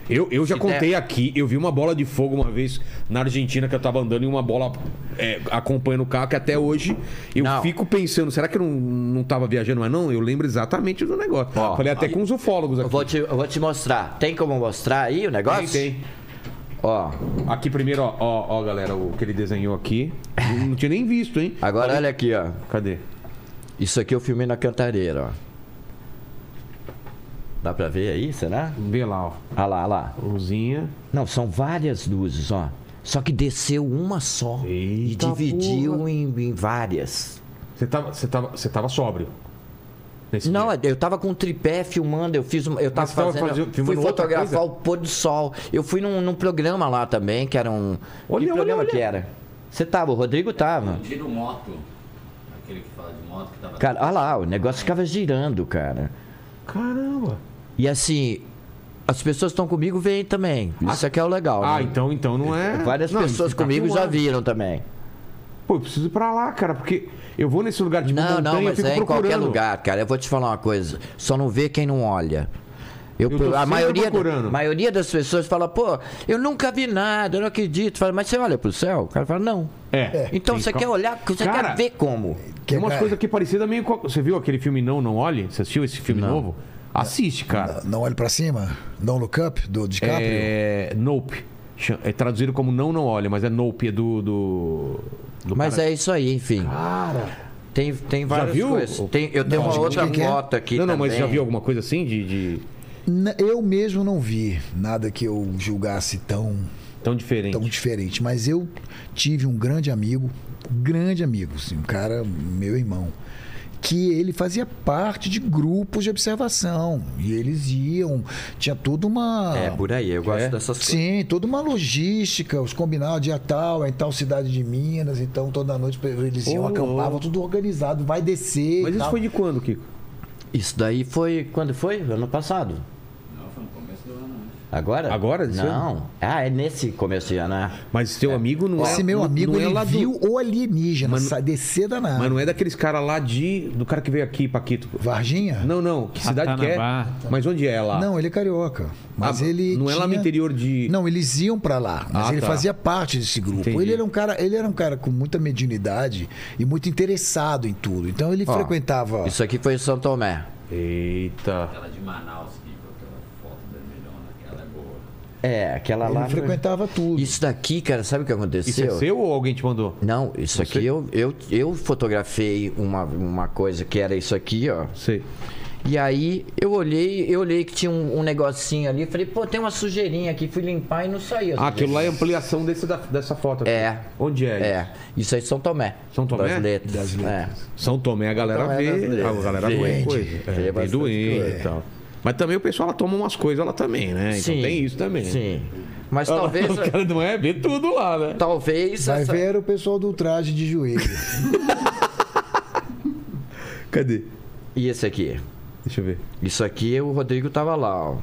Speaker 1: Eu, eu já
Speaker 4: Se
Speaker 1: contei
Speaker 4: der-
Speaker 1: aqui, eu vi uma bola de fogo uma vez na Argentina que eu tava andando e uma bola é, acompanhando o carro, que até hoje eu
Speaker 4: Não.
Speaker 1: fico pensando, será que eu não, não tava viajando mais não? Eu lembro exatamente do negócio.
Speaker 4: Ó,
Speaker 1: Falei até
Speaker 4: aí-
Speaker 1: com os ufólogos
Speaker 4: Eu
Speaker 1: aqui.
Speaker 4: vou, te, eu vou te mostrar. Tem como mostrar aí o negócio?
Speaker 1: Tem, tem.
Speaker 4: Ó,
Speaker 1: Aqui primeiro, ó, ó, ó, galera, o que ele desenhou aqui. Eu não tinha nem visto, hein?
Speaker 4: agora olha aqui, ó.
Speaker 1: Cadê?
Speaker 4: Isso aqui eu filmei na cantareira, ó. Dá pra ver aí, será?
Speaker 1: Vê lá, ó.
Speaker 4: Ah lá, ah lá.
Speaker 1: Luzinha.
Speaker 4: Não, são várias luzes, ó. Só que desceu uma só e
Speaker 1: Eita
Speaker 4: dividiu
Speaker 1: porra.
Speaker 4: em, em várias.
Speaker 1: Você tava, você tava, você tava sóbrio. Nesse
Speaker 4: Não,
Speaker 1: dia.
Speaker 4: eu tava com um tripé filmando, eu fiz uma, eu tava
Speaker 1: Mas você tava
Speaker 4: fazendo,
Speaker 1: fazendo-
Speaker 4: fui
Speaker 1: filmando outra
Speaker 4: fotografar
Speaker 1: coisa?
Speaker 4: o pôr do sol. Eu fui num, num programa lá também, que era um
Speaker 1: Olha,
Speaker 4: que
Speaker 1: olha,
Speaker 4: programa
Speaker 1: olha.
Speaker 4: que era? Você tava, o Rodrigo tava.
Speaker 7: Tiro moto. Aquele que fala de moto que tava.
Speaker 4: Cara, olha lá, o negócio ficava girando, cara. é-
Speaker 1: Caramba.
Speaker 4: E assim, as pessoas que estão comigo veem também. Isso aqui é o legal.
Speaker 1: Ah,
Speaker 4: né?
Speaker 1: então, então não é.
Speaker 4: Várias
Speaker 1: Não,
Speaker 4: pessoas
Speaker 1: você tá
Speaker 4: comigo já
Speaker 1: filmando.
Speaker 4: viram também.
Speaker 1: Pô, eu preciso ir pra lá, cara, porque eu vou nesse lugar de
Speaker 4: não,
Speaker 1: montanha
Speaker 4: não,
Speaker 1: eu
Speaker 4: mas
Speaker 1: fico
Speaker 4: é em
Speaker 1: procurando.
Speaker 4: qualquer lugar, cara. Eu vou te falar uma coisa. Só não vê quem não olha. Eu,
Speaker 1: Eu tô
Speaker 4: a
Speaker 1: sempre
Speaker 4: maioria,
Speaker 1: procurando.
Speaker 4: a maioria das pessoas fala, pô, eu nunca vi nada, eu não acredito. Fala, mas você olha pro céu? O cara fala, não.
Speaker 1: É.
Speaker 4: Então
Speaker 1: Sim,
Speaker 4: você
Speaker 1: cal-
Speaker 4: quer olhar, você
Speaker 1: Cara,
Speaker 4: quer ver como.
Speaker 1: Tem umas
Speaker 3: cara,
Speaker 1: coisas aqui parecidas meio com. Você viu aquele filme Não, Não Olhe? Você assistiu esse filme novo? Assiste, cara.
Speaker 3: é? Não olhe pra cima? Não look up do DiCaprio?
Speaker 1: É. Nope. Cha- É traduzido como Não, Não Olhe, mas é Nope, é do. do, do
Speaker 4: Mas
Speaker 1: cara-
Speaker 4: é isso aí, enfim.
Speaker 1: Cara.
Speaker 4: Tem, tem várias
Speaker 1: viu?
Speaker 4: coisas. Tem- eu tenho
Speaker 3: Não,
Speaker 4: uma
Speaker 3: de
Speaker 4: outra
Speaker 3: quem que é?
Speaker 4: foto aqui
Speaker 1: não, não, mas
Speaker 4: também.
Speaker 1: já viu alguma coisa assim de, de-
Speaker 3: N- Eu mesmo não vi nada que eu julgasse tão
Speaker 1: tão diferente?
Speaker 3: tão diferente. Mas eu tive um grande amigo, grande amigo, assim, um cara, meu irmão, que ele fazia parte de grupos de observação. E eles iam, tinha toda uma.
Speaker 4: É, por aí, eu gosto
Speaker 1: É?
Speaker 4: dessas coisas.
Speaker 3: Sim, toda uma logística, os combinados, dia tal, em tal cidade de Minas, então toda noite eles iam,
Speaker 1: Ô,
Speaker 3: acampavam,
Speaker 1: louco.
Speaker 3: tudo organizado, vai descer.
Speaker 1: Mas
Speaker 3: e
Speaker 1: isso
Speaker 3: tal.
Speaker 1: foi de quando, Kiko?
Speaker 4: Isso daí foi. Quando foi? Ano passado.
Speaker 7: Não, foi no começo do ano. né?
Speaker 4: Agora?
Speaker 1: Agora, desse
Speaker 4: Não. Ah, é nesse começo de ano, né?
Speaker 1: Mas seu amigo não é.
Speaker 3: Esse meu
Speaker 1: não-
Speaker 3: amigo,
Speaker 1: não é
Speaker 3: ele
Speaker 1: lá do-
Speaker 3: viu o alienígena
Speaker 1: Mas não-
Speaker 3: sa- descer da nave.
Speaker 1: Mas não é daqueles caras lá de. Do cara que veio aqui, Paquito.
Speaker 3: Varginha?
Speaker 1: Não, não. Que cidade que é?
Speaker 5: Ratanabá.
Speaker 1: Mas onde é lá?
Speaker 3: Não, ele é carioca. Mas
Speaker 1: Ah,
Speaker 3: ele.
Speaker 1: Não é lá no
Speaker 3: tinha-
Speaker 1: interior de.
Speaker 3: Não, eles iam pra lá, mas
Speaker 1: Ah,
Speaker 3: ele
Speaker 1: tá.
Speaker 3: fazia parte desse grupo.
Speaker 1: Entendi.
Speaker 3: Ele era um cara, ele era um cara com muita mediunidade e muito interessado em tudo. Então ele
Speaker 4: Ó,
Speaker 3: frequentava.
Speaker 4: Isso aqui foi em São Tomé.
Speaker 1: Eita.
Speaker 7: Aquela de Manaus, que com aquela foto vermelhona, aquela é boa.
Speaker 4: É, aquela
Speaker 3: Ele
Speaker 4: lá. foi-
Speaker 3: frequentava tudo.
Speaker 4: Isso daqui, cara, sabe o que
Speaker 1: Isso é
Speaker 4: aconteceu?
Speaker 1: seu ou alguém te mandou?
Speaker 4: Não, isso aqui eu, eu, eu fotografei uma, uma coisa que era isso aqui, ó.
Speaker 1: Sei.
Speaker 4: E aí eu olhei, eu olhei que tinha um, um negocinho ali, falei, pô, tem uma sujeirinha aqui, fui limpar e não saiu.
Speaker 1: Ah, aquilo lá é ampliação desse da- dessa foto aqui.
Speaker 4: É.
Speaker 1: Onde é? isso?
Speaker 4: É, isso aí é São Tomé.
Speaker 1: São Tomé?
Speaker 4: Das letras. É.
Speaker 1: São Tomé, a galera
Speaker 4: Tomé,
Speaker 1: vê.
Speaker 4: né?
Speaker 1: A galera
Speaker 4: Vê.
Speaker 1: doente.
Speaker 4: Vê
Speaker 1: É, vê
Speaker 4: bastante
Speaker 1: doente e tal. Mas também o pessoal ela toma umas coisas lá também, né? Então
Speaker 4: Sim,
Speaker 1: tem isso também.
Speaker 4: Sim. Mas
Speaker 1: Ah,
Speaker 4: talvez.
Speaker 1: O cara não é ver tudo lá, né?
Speaker 4: Talvez.
Speaker 3: Vai
Speaker 4: é essa-
Speaker 3: ver era o pessoal do traje de joelho.
Speaker 1: Cadê?
Speaker 4: E esse aqui?
Speaker 1: Deixa eu ver.
Speaker 4: Isso aqui o Rodrigo tava lá, ó.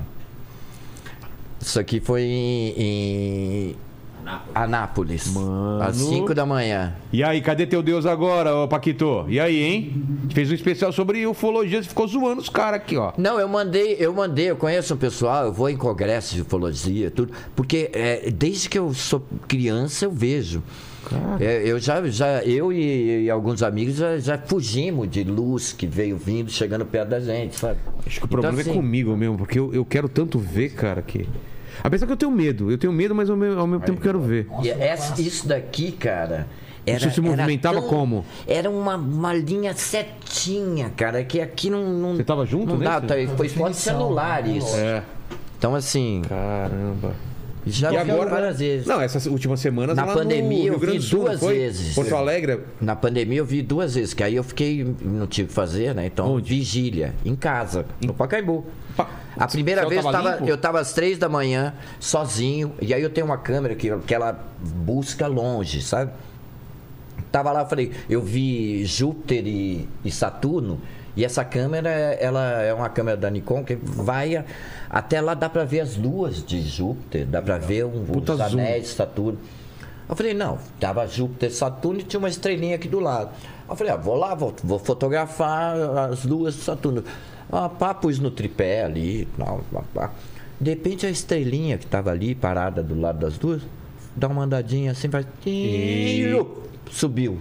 Speaker 4: Isso aqui foi em, em
Speaker 7: Anápolis.
Speaker 4: Anápolis.
Speaker 1: Mano.
Speaker 4: Às 5 da manhã.
Speaker 1: E aí, cadê teu Deus agora, ô Paquito? E aí, hein? A gente Fez um especial sobre ufologia, você ficou zoando os caras aqui, ó.
Speaker 4: Não, eu mandei, eu mandei, eu conheço um pessoal, eu vou em congressos de ufologia, tudo, porque é, desde que eu sou criança eu vejo. É, eu já, já, eu e, e alguns amigos já, já fugimos de luz que veio vindo, chegando perto da gente, sabe?
Speaker 1: Acho que o problema é comigo mesmo, porque eu, eu quero tanto ver, cara, que. Apesar que eu tenho medo, eu tenho medo, mas ao mesmo, ao mesmo tempo quero ver.
Speaker 4: E essa- isso daqui, cara. Era,
Speaker 1: Isso se
Speaker 4: era
Speaker 1: movimentava como?
Speaker 4: Era uma, uma linha setinha, cara, que aqui não. não
Speaker 1: Você tava junto
Speaker 4: não dá,
Speaker 1: nesse?
Speaker 4: tá, Foi foto celular isso.
Speaker 1: É.
Speaker 4: Então, assim,
Speaker 1: Caramba.
Speaker 4: já
Speaker 1: E
Speaker 4: vi
Speaker 1: agora.
Speaker 4: várias vezes.
Speaker 1: Não, essas últimas semanas.
Speaker 4: Na
Speaker 1: lá
Speaker 4: pandemia,
Speaker 1: no Rio
Speaker 4: eu
Speaker 1: Grande
Speaker 4: vi
Speaker 1: do Sul, não
Speaker 4: duas
Speaker 1: foi?
Speaker 4: vezes.
Speaker 1: Porto Alegre.
Speaker 4: Na pandemia eu vi duas vezes, que aí eu fiquei, não tive o que fazer, né? Então,
Speaker 1: Onde?
Speaker 4: vigília, em casa, no Pacaembu.
Speaker 1: Pa-
Speaker 4: A primeira
Speaker 1: O céu
Speaker 4: vez
Speaker 1: tava
Speaker 4: tava-
Speaker 1: limpo?
Speaker 4: eu tava às três da manhã, sozinho, e aí eu tenho uma câmera que, que ela busca longe, sabe? Tava lá, eu falei, eu vi Júpiter e, e Saturno, e E essa câmera, ela é uma câmera da Nikon que vai a- até lá, dá pra ver as luas de Júpiter, dá pra ver um,
Speaker 1: Puta
Speaker 4: os
Speaker 1: zoom.
Speaker 4: anéis de Saturno. Eu falei, não, tava Júpiter, Saturno e tinha uma estrelinha aqui do lado. Eu falei, ah, vou lá, vou, vou fotografar as luas de Saturno. Ah, pá, pus no tripé ali, tal, pá, pá. De repente a estrelinha que tava ali, parada do lado das duas, dá uma andadinha assim, faz. Subiu.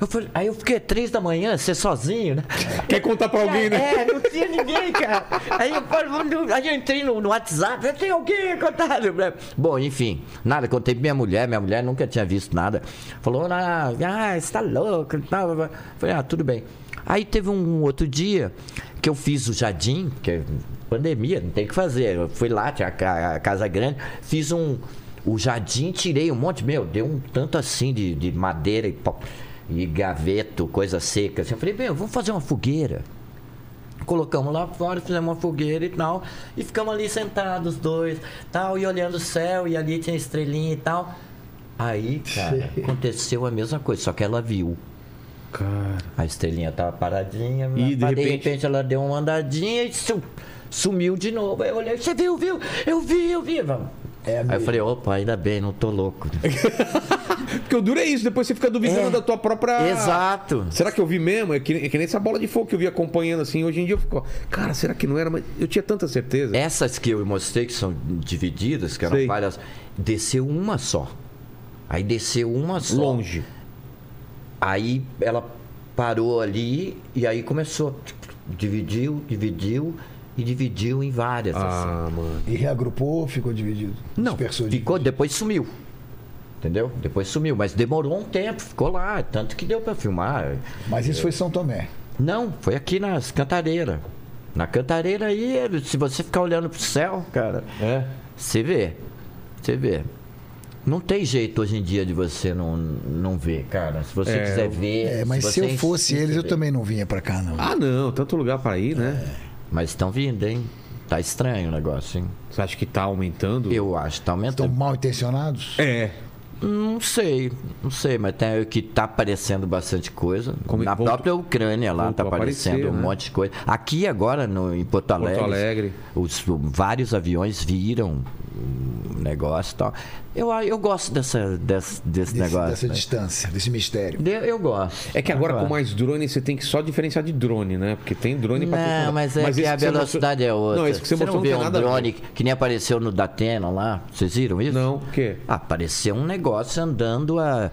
Speaker 4: Eu falei, aí eu fiquei três da manhã, você sozinho, né?
Speaker 1: Quer contar pra alguém, né?
Speaker 4: É, não tinha ninguém, cara. Aí eu, falei, vamos no- aí eu entrei no, no WhatsApp, eu tem alguém contado. Bom, enfim, nada, contei pra minha mulher, minha mulher nunca tinha visto nada. Falou, ah, ah, você tá louco. e tal. Eu Falei, ah, tudo bem. Aí teve um outro dia que eu fiz o jardim, que é pandemia, não tem o que fazer. Eu fui lá, tinha a ca- a casa grande, fiz um. O jardim, tirei um monte, meu, deu um tanto assim de, de madeira e, pau- e gaveto, coisa seca. assim. Eu falei, meu, vamos fazer uma fogueira. Colocamos lá fora, fizemos uma fogueira e tal. E ficamos ali sentados, dois, tal, e olhando o céu, e ali tinha estrelinha e tal. Aí, cara, aconteceu a mesma coisa, só que ela viu.
Speaker 6: Cara.
Speaker 4: A estrelinha tava paradinha,
Speaker 1: E, de
Speaker 4: mas de
Speaker 1: repente-
Speaker 4: repente ela deu uma andadinha e su- sumiu de novo. Aí eu olhei, você viu, viu? Eu vi, eu vi. Vamos.
Speaker 1: É,
Speaker 4: Aí eu falei, opa, ainda bem, não tô louco.
Speaker 1: Porque o duro é isso, depois você fica duvidando
Speaker 4: É.
Speaker 1: da tua própria.
Speaker 4: Exato.
Speaker 1: Será que eu vi mesmo? É que, é que nem essa bola de fogo que eu vi acompanhando assim. Hoje em dia eu fico, ó, cara, será que não era? Mas eu tinha tanta certeza.
Speaker 4: Essas que eu mostrei, que são divididas, que eram
Speaker 1: Sei.
Speaker 4: várias, desceu uma só. Aí desceu uma só.
Speaker 1: Longe.
Speaker 4: Aí ela parou ali e aí começou. tipo, Dividiu, dividiu e dividiu em várias. assim.
Speaker 1: Ah, mano.
Speaker 3: E reagrupou, ficou dividido.
Speaker 4: Não,
Speaker 3: Dispersou
Speaker 4: ficou, depois sumiu. Entendeu? Depois sumiu, mas demorou um tempo, ficou lá, tanto que deu pra filmar.
Speaker 3: dividido. Mas isso foi São Tomé.
Speaker 4: Não, foi aqui nas Cantareira. Na Cantareira aí, se você ficar olhando pro céu, cara,
Speaker 1: É.
Speaker 4: você vê. Você vê. Não tem jeito hoje em dia de você não, não ver, cara. Se você
Speaker 1: É,
Speaker 4: quiser ver.
Speaker 3: É, mas se,
Speaker 4: você
Speaker 3: eu fosse
Speaker 4: insiste,
Speaker 3: eles, eu
Speaker 4: vê.
Speaker 3: também não vinha pra cá, não.
Speaker 1: Ah, não, tanto lugar pra ir,
Speaker 4: É.
Speaker 1: né?
Speaker 4: Mas estão vindo, hein? Tá estranho o negócio, hein?
Speaker 1: Você acha que tá aumentando?
Speaker 4: Eu acho, tá
Speaker 3: Estão
Speaker 4: aumentando.
Speaker 3: mal intencionados?
Speaker 1: É.
Speaker 4: Não sei, não sei, mas tem que tá aparecendo bastante coisa.
Speaker 1: Como-
Speaker 4: Na
Speaker 1: voltou-
Speaker 4: própria Ucrânia lá
Speaker 1: voltou
Speaker 4: tá
Speaker 1: a aparecer,
Speaker 4: aparecendo um
Speaker 1: né?
Speaker 4: monte de coisa. Aqui agora no, em Porto Alegre,
Speaker 1: Alegre.
Speaker 4: os vários aviões viram um negócio e tal. Eu, ah, eu gosto dessa, desse, desse
Speaker 3: Desse-
Speaker 4: negócio.
Speaker 3: dessa
Speaker 4: né?
Speaker 3: distância, desse mistério.
Speaker 4: Eu- Eu gosto.
Speaker 1: É que agora
Speaker 4: Eu
Speaker 1: com
Speaker 4: gosto.
Speaker 1: mais drone você tem que só diferenciar de drone, né? Porque tem drone pra todo
Speaker 4: Não,
Speaker 1: lado.
Speaker 4: mas é que
Speaker 1: esse você
Speaker 4: a
Speaker 1: mostrou-
Speaker 4: velocidade é outra.
Speaker 1: Não, esse que você, mostrou
Speaker 4: não
Speaker 1: não
Speaker 4: vê
Speaker 1: tem
Speaker 4: um
Speaker 1: nada a ver.
Speaker 4: drone que que nem apareceu no Datena lá? Vocês viram isso?
Speaker 1: Não, o quê?
Speaker 4: Apareceu um negócio andando a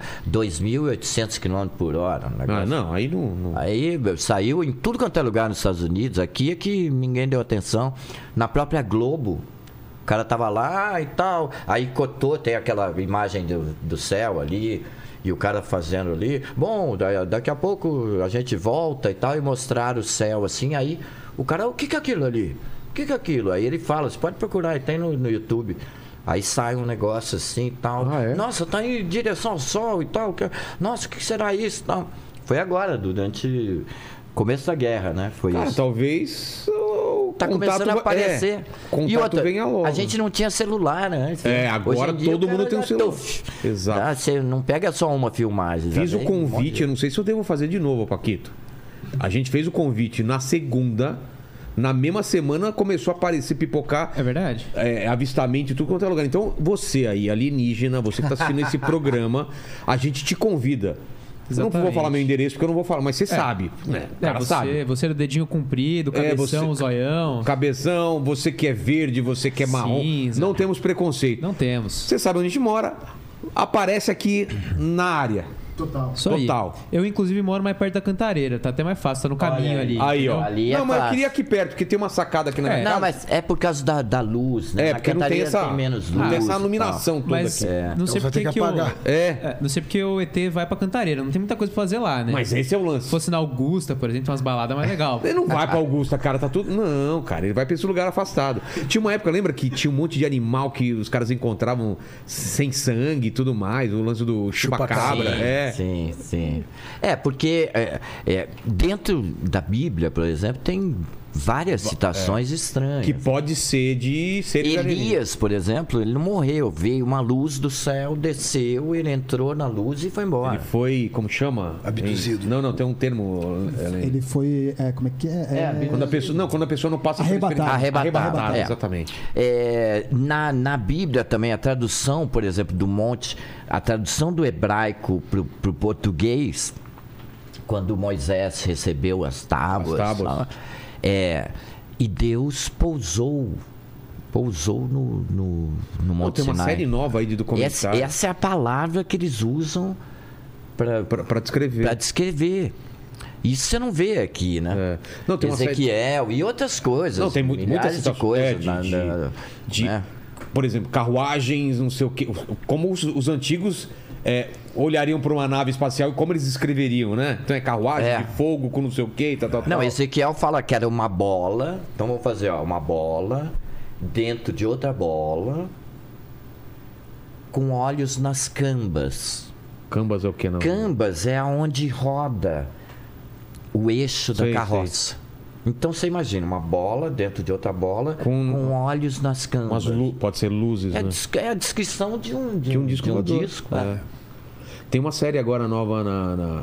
Speaker 4: 2.800 km por hora. Um negócio.
Speaker 1: Ah, não, aí não. não-
Speaker 4: Aí meu, saiu em tudo quanto é lugar nos Estados Unidos. Aqui é que ninguém deu atenção. Na própria Globo. O cara tava lá e tal. Aí cotou, tem aquela imagem do, do céu ali. E o cara fazendo ali. Bom, da- daqui a pouco a gente volta e tal. E mostrar o céu assim. Aí o cara, o que que é aquilo ali? O que que é aquilo? Aí ele fala, você pode procurar, tem no, no YouTube. Aí sai um negócio assim e tal.
Speaker 6: Ah, é?
Speaker 4: Nossa, tá em direção ao sol e tal. que- Nossa, o que será isso? e Tal. Foi agora, durante começo da guerra, né? Foi
Speaker 1: Cara,
Speaker 4: isso.
Speaker 1: Ah, talvez. o
Speaker 4: Tá
Speaker 1: contato
Speaker 4: começando a
Speaker 1: vai-
Speaker 4: aparecer.
Speaker 1: É, contato
Speaker 4: e outra,
Speaker 1: venha logo.
Speaker 4: a gente não tinha celular né, antes.
Speaker 1: É,
Speaker 4: né?
Speaker 1: agora
Speaker 4: Hoje em dia,
Speaker 1: todo
Speaker 4: o cara
Speaker 1: mundo tem um
Speaker 4: já-
Speaker 1: celular.
Speaker 4: Tuf.
Speaker 1: Exato.
Speaker 4: Ah, Você não pega só uma filmagem. já
Speaker 1: Fiz o
Speaker 4: vem um
Speaker 1: convite, eu não sei se eu devo fazer de novo, Paquito. A gente fez o convite na segunda, na mesma semana começou a aparecer, pipocar
Speaker 5: É verdade.
Speaker 1: é, avistamento e tudo quanto é lugar. Então, você aí, alienígena, você que tá assistindo esse programa, a gente te convida. Eu não vou
Speaker 5: Exatamente.
Speaker 1: falar meu endereço porque eu não vou falar, mas você sabe, né? O
Speaker 5: É,
Speaker 1: cara
Speaker 5: você,
Speaker 1: sabe.
Speaker 5: você era o dedinho comprido,
Speaker 1: É,
Speaker 5: cabeção, um
Speaker 1: você-
Speaker 5: zoião.
Speaker 1: Cabeção, você que é verde, você que é marrom.
Speaker 5: Cinza.
Speaker 1: Não temos preconceito.
Speaker 5: Não temos.
Speaker 1: Você sabe onde a gente mora, aparece aqui na área.
Speaker 2: Total.
Speaker 5: Isso
Speaker 1: Total.
Speaker 5: Aí. Eu, inclusive, moro mais perto da cantareira. Tá até mais fácil, tá no caminho ali.
Speaker 1: Aí, ó.
Speaker 4: Ali é
Speaker 1: não, mas eu
Speaker 4: fácil.
Speaker 1: queria aqui perto, porque tem uma sacada aqui na minha
Speaker 4: Não,
Speaker 1: casa.
Speaker 4: mas é por causa da, da luz,
Speaker 1: É,
Speaker 4: né? Na
Speaker 1: porque não tem
Speaker 4: Cantareira
Speaker 1: essa,
Speaker 4: menos luz. tá.
Speaker 1: não tem essa
Speaker 4: e tal.
Speaker 1: iluminação toda
Speaker 5: Mas
Speaker 1: aqui.
Speaker 5: não sei
Speaker 3: Então você
Speaker 5: por que
Speaker 3: tem que
Speaker 5: que o-
Speaker 3: apagar.
Speaker 1: É,
Speaker 5: É, não sei porque o ET vai pra cantareira. Não tem muita coisa pra fazer lá, né?
Speaker 1: mas esse é o lance.
Speaker 5: Se fosse na Augusta, por exemplo, tem umas baladas mais legal.
Speaker 1: Ele não vai pra Augusta, cara, tá tudo. Não, cara, ele vai pra esse lugar afastado. Tinha uma época, lembra que tinha um monte de animal que os caras encontravam sem sangue e tudo mais, o lance do chupacabra. é.
Speaker 4: Sim, Sim, sim. É, porque é, é, dentro da Bíblia, por exemplo, tem várias citações estranhas.
Speaker 1: Que pode ser de ser
Speaker 4: Elias, por exemplo, ele não morreu. Veio uma luz do céu, desceu, ele entrou na luz e foi embora.
Speaker 1: Ele foi, como chama?
Speaker 3: Abduzido.
Speaker 1: Em- Não, não, tem um termo. Helen.
Speaker 2: Ele foi. é, como é que é? É,
Speaker 1: Quando a pessoa, não, quando a pessoa não passa por
Speaker 2: Arrebatado.
Speaker 1: experiência-
Speaker 4: Arrebatado, é.
Speaker 1: exatamente.
Speaker 4: É, na, na Bíblia também, a tradução, por exemplo, do monte, a tradução do hebraico para o português, quando Moisés recebeu as tábuas,
Speaker 1: As tábuas.
Speaker 4: tá? é, e Deus pousou, pousou no, no, no
Speaker 1: Pô,
Speaker 4: Monte
Speaker 1: Então, tem uma
Speaker 4: Sinai.
Speaker 1: série nova aí de
Speaker 4: Essa,
Speaker 1: documentário
Speaker 4: essa é a palavra que eles usam para
Speaker 1: pra, pra descrever.
Speaker 4: para descrever. Isso você não vê aqui, né?
Speaker 1: É. Não, tem uma série-
Speaker 4: Ezequiel e outras coisas.
Speaker 1: Não, tem mu- muitas
Speaker 4: milhares de
Speaker 1: citações,
Speaker 4: coisas.
Speaker 1: é, de-
Speaker 4: na-
Speaker 1: de-
Speaker 4: na-
Speaker 1: de-
Speaker 4: né?
Speaker 1: Por exemplo, carruagens, não sei o quê. Como os, os antigos é, olhariam para uma nave espacial e como eles escreveriam, né? Então é carruagem
Speaker 4: É.
Speaker 1: de fogo com não sei o quê e tal, tal,
Speaker 4: Não,
Speaker 1: tal.
Speaker 4: Ezequiel fala que era uma bola. Então vamos fazer ó, uma bola dentro de outra bola com olhos nas cambas.
Speaker 1: Cambas é o que, não?
Speaker 4: Cambas é aonde roda o eixo da
Speaker 1: Sei,
Speaker 4: carroça. Então você imagina uma bola dentro de outra bola
Speaker 1: Com-
Speaker 4: com, olhos nas
Speaker 1: Umas
Speaker 4: cambas.
Speaker 1: lu- pode ser luzes,
Speaker 4: É, a
Speaker 1: né?
Speaker 4: desc- é a descrição de um, de
Speaker 1: Que
Speaker 4: um,
Speaker 1: um disco
Speaker 4: de um
Speaker 1: voador.
Speaker 4: disco, é.
Speaker 1: Tem uma série agora nova na. na-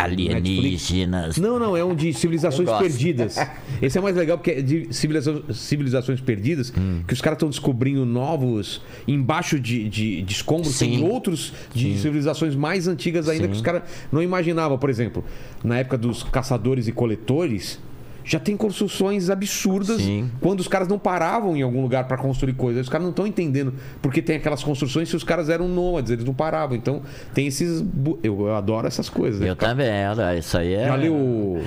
Speaker 1: Netflix.
Speaker 4: Alienígenas.
Speaker 1: Não, não, é um de civilizações
Speaker 4: Eu gosto.
Speaker 1: perdidas. Esse é mais legal porque é de civiliza- civilizações perdidas,
Speaker 4: Hum.
Speaker 1: que os caras estão descobrindo novos embaixo de, de, de escombros,
Speaker 4: Sim.
Speaker 1: tem outros de civilizações mais antigas ainda que os caras não imaginavam. Por exemplo, na época dos caçadores e coletores. Já tem construções absurdas
Speaker 4: Sim.
Speaker 1: quando os caras não paravam em algum lugar para construir coisas. Os caras não estão entendendo porque tem aquelas construções se os caras eram nômades, eles não paravam. Então tem esses. bu- Eu, eu adoro essas coisas. né?
Speaker 4: Eu também era, isso aí é.
Speaker 1: Já leu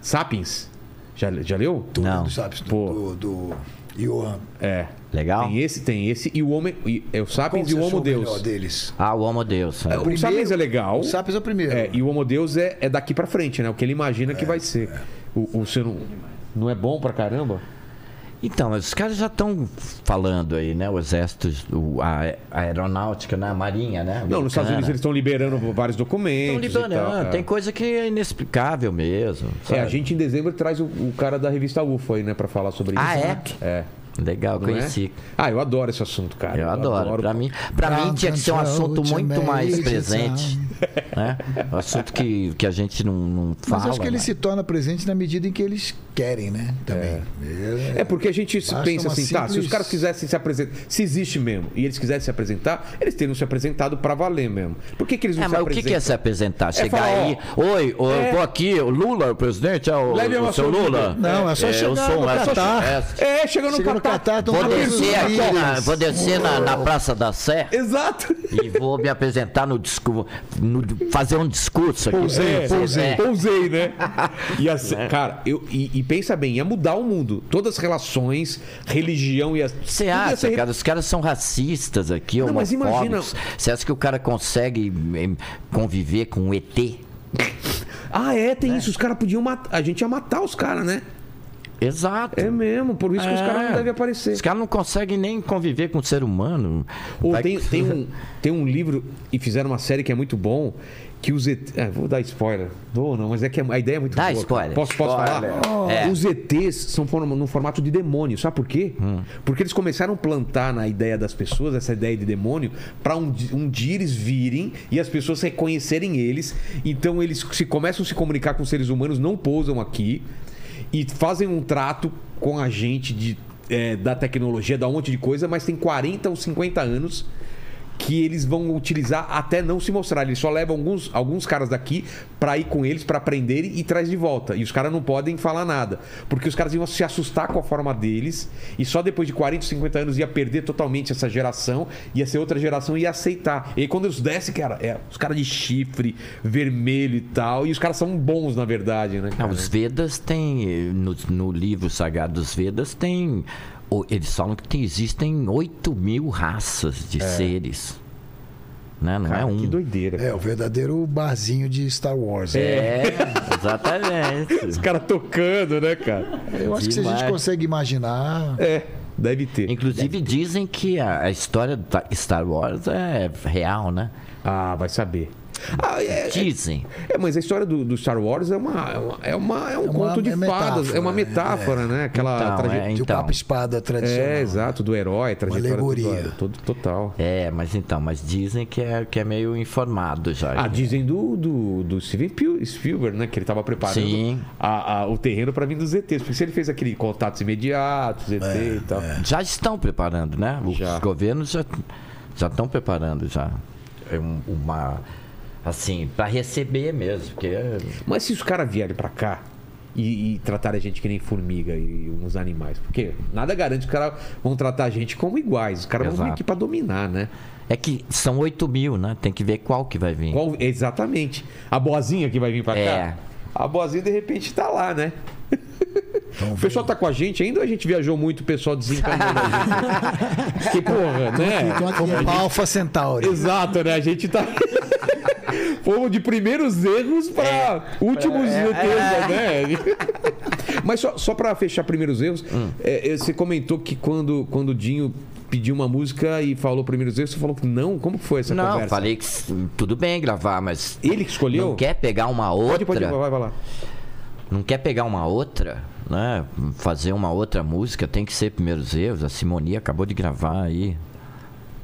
Speaker 1: Sapiens? Já, já leu?
Speaker 4: Não.
Speaker 3: Do, sabe,
Speaker 1: Pô.
Speaker 3: do, do, do Johan.
Speaker 1: É.
Speaker 4: Legal?
Speaker 1: Tem esse, tem esse e o homem. e- é o
Speaker 3: Qual
Speaker 1: Sapiens
Speaker 3: você
Speaker 1: e o
Speaker 3: achou
Speaker 1: Homo
Speaker 3: melhor
Speaker 1: Deus.
Speaker 3: deles.
Speaker 4: Ah, o Homo Deus. né?
Speaker 3: o
Speaker 1: O Sapiens é legal.
Speaker 3: O Sapiens é o primeiro.
Speaker 1: É, e o Homo Deus é, é daqui pra frente, né? O que ele imagina que vai ser. O, o ser não, não é bom pra caramba?
Speaker 4: Então, os caras já estão falando aí, né? O exército, o- a, a aeronáutica, né? a marinha, né?
Speaker 1: Não, nos Estados
Speaker 4: Americana.
Speaker 1: Unidos eles estão liberando vários
Speaker 4: Estão
Speaker 1: documentos. e tal,
Speaker 4: liberando,
Speaker 1: é.
Speaker 4: tem coisa que é inexplicável mesmo.
Speaker 1: É,
Speaker 4: sabe?
Speaker 1: a gente em dezembro traz o, o cara da revista UFO aí, né, pra falar sobre
Speaker 4: Ah,
Speaker 1: isso.
Speaker 4: é?
Speaker 1: né? É.
Speaker 4: Legal,
Speaker 1: Não é?
Speaker 4: conheci.
Speaker 1: Ah, eu adoro esse assunto, cara.
Speaker 4: Eu adoro. Pra mim, pra mim tinha que ser um assunto muito mais presente. Né? Um assunto que, que a gente não, não fala.
Speaker 3: Mas acho que ele
Speaker 4: né?
Speaker 3: se torna presente na medida em que eles querem, né? Também.
Speaker 1: É porque a gente se
Speaker 3: Basta
Speaker 1: pensa
Speaker 3: uma
Speaker 1: assim, tá? Se os
Speaker 3: simples-
Speaker 1: caras quisessem se apresentar, se existe mesmo, e eles quisessem se apresentar, eles teriam se apresentado pra valer mesmo. Por que, que eles não
Speaker 4: É,
Speaker 1: se
Speaker 4: mas o
Speaker 1: apresentam?
Speaker 4: que, que é se apresentar? Chegar
Speaker 1: falar,
Speaker 4: aí, oi, ô, eu vou aqui, o Lula, o presidente, é o,
Speaker 1: Leve
Speaker 4: o
Speaker 1: uma
Speaker 4: seu
Speaker 1: sua
Speaker 4: Lula?
Speaker 1: vida.
Speaker 3: Não, é só chegar
Speaker 4: eu sou
Speaker 3: no
Speaker 4: um
Speaker 3: Catar.
Speaker 4: extraterrestre.
Speaker 1: é, chegando
Speaker 3: Chega
Speaker 1: no
Speaker 3: no
Speaker 1: Catar.
Speaker 3: Catar,
Speaker 4: Vou
Speaker 3: toma
Speaker 4: descer
Speaker 3: dois
Speaker 4: aqui na,
Speaker 3: líderes.
Speaker 4: vou descer na, na Praça da Sé
Speaker 1: Exato.
Speaker 4: e vou me apresentar no discurso, fazer um discurso aqui.
Speaker 1: Pousei,
Speaker 4: É,
Speaker 1: pousei,
Speaker 4: é.
Speaker 1: pousei, né? E assim,
Speaker 4: Né?
Speaker 1: cara, eu, e, e pensa bem, ia mudar o mundo. Todas as relações, religião e as.
Speaker 4: Você acha, cara? Os caras são racistas aqui,
Speaker 1: Não, mas
Speaker 4: homofóbicos. Você acha que o cara consegue em, conviver com um ET?
Speaker 1: Ah, é, tem isso. Os caras podiam matar. A gente ia matar os caras, né?
Speaker 4: Exato.
Speaker 1: É mesmo, por isso que os
Speaker 4: É.
Speaker 1: caras não devem aparecer.
Speaker 4: Os caras não conseguem nem conviver com o ser humano.
Speaker 1: Ou
Speaker 4: Vai-
Speaker 1: tem, tem, um, tem um livro e fizeram uma série que é muito bom. Que os ETs. É, vou dar spoiler. Dou ou não, mas é que a ideia é muito
Speaker 4: Dá
Speaker 1: boa.
Speaker 4: spoiler.
Speaker 1: Posso, posso falar?
Speaker 4: É.
Speaker 1: Os ETs são form- no formato de demônio. Sabe por quê?
Speaker 4: Hum.
Speaker 1: Porque eles começaram a plantar na ideia das pessoas, essa ideia de demônio, pra um, di- um dia eles virem e as pessoas reconhecerem eles. Então eles se começam a se comunicar com seres humanos, não pousam aqui e fazem um trato com a gente de, é, da tecnologia, da um monte de coisa, mas tem 40 ou 50 anos que eles vão utilizar até não se mostrar. Eles só levam alguns, alguns caras daqui pra ir com eles, pra aprenderem e traz de volta. E os caras não podem falar nada, porque os caras iam se assustar com a forma deles e só depois de 40, 50 anos ia perder totalmente essa geração, ia ser outra geração e ia aceitar. E aí quando eles descem, cara, é, os caras de chifre, vermelho e tal, e os caras são bons na verdade, né?
Speaker 4: Ah,
Speaker 1: cara?
Speaker 4: os Vedas têm, eh, no, no livro sagrado dos Vedas, tem. o- Eles falam que tem- existem 8 mil raças de seres. Né? Não é
Speaker 1: É. Cara,
Speaker 4: um.
Speaker 1: Que doideira. cara.
Speaker 3: É, o verdadeiro barzinho de Star Wars. né?
Speaker 4: É,
Speaker 1: Os
Speaker 4: exatamente.
Speaker 1: caras tocando, né, cara?
Speaker 3: Eu acho que se a gente
Speaker 4: demais.
Speaker 3: consegue imaginar.
Speaker 1: É, deve ter.
Speaker 4: Inclusive dizem que a, a história do Ta- Star Wars é real, né?
Speaker 1: Ah, vai saber. Ah, é, é-
Speaker 4: Dizem.
Speaker 1: é, mas a história do, do Star Wars é uma é, uma- é uma- é um
Speaker 3: É uma-
Speaker 1: conto de
Speaker 3: é
Speaker 1: fadas, é uma
Speaker 3: metáfora,
Speaker 1: metáfora, né? Aquela
Speaker 4: Então, né?
Speaker 1: trajetória.
Speaker 3: De um
Speaker 4: Então.
Speaker 3: capa-espada tradicional.
Speaker 1: É, exato, do herói, trajetória do
Speaker 3: alegoria.
Speaker 1: herói, todo total.
Speaker 4: É, mas então, mas dizem que é, que é meio informado já.
Speaker 1: Ah, dizem do, do, do Steven Pil- Spielberg, né? Que ele tava preparando
Speaker 4: Sim.
Speaker 1: a- a- o terreno pra vir dos ETs. Porque se ele fez aquele contatos imediatos, ET
Speaker 3: É,
Speaker 1: e tal.
Speaker 4: Já estão preparando, né? Os
Speaker 1: Já.
Speaker 4: governos já já estão preparando já É um- uma assim para receber mesmo, porque
Speaker 1: Mas se os caras vierem pra cá e, e tratarem a gente que nem formiga e uns animais, porque nada garante que os caras vão tratar a gente como iguais. Os caras vão vir
Speaker 4: Exato.
Speaker 1: aqui pra dominar, né?
Speaker 4: é que são 8 mil, né? Tem que ver qual que vai vir.
Speaker 1: Qual- exatamente. A boazinha que vai vir pra cá.
Speaker 4: É.
Speaker 1: A boazinha de repente tá lá, né?
Speaker 3: Então,
Speaker 1: O pessoal tá com a gente ainda ou a gente viajou muito, o pessoal desencaminhou a gente? Que porra, né?
Speaker 2: Então, aqui,
Speaker 3: vem
Speaker 2: é-
Speaker 3: Uma Alpha Centauri.
Speaker 1: Exato, né? A gente tá. Fomos de primeiros erros pra
Speaker 4: É.
Speaker 1: últimos certeza, né? Mas só, só pra fechar primeiros erros,
Speaker 4: Hum.
Speaker 1: é, é, você comentou que quando, quando o Dinho pediu uma música e falou primeiros erros, você falou que não. Como que foi essa
Speaker 4: Não,
Speaker 1: conversa?
Speaker 4: falei que s- tudo bem gravar, mas
Speaker 1: Ele que escolheu?
Speaker 4: não quer pegar uma outra.
Speaker 1: Pode, pode, vai, vai lá.
Speaker 4: não quer pegar uma outra, né? Fazer uma outra música, tem que ser primeiros erros. A Simonia acabou de gravar aí.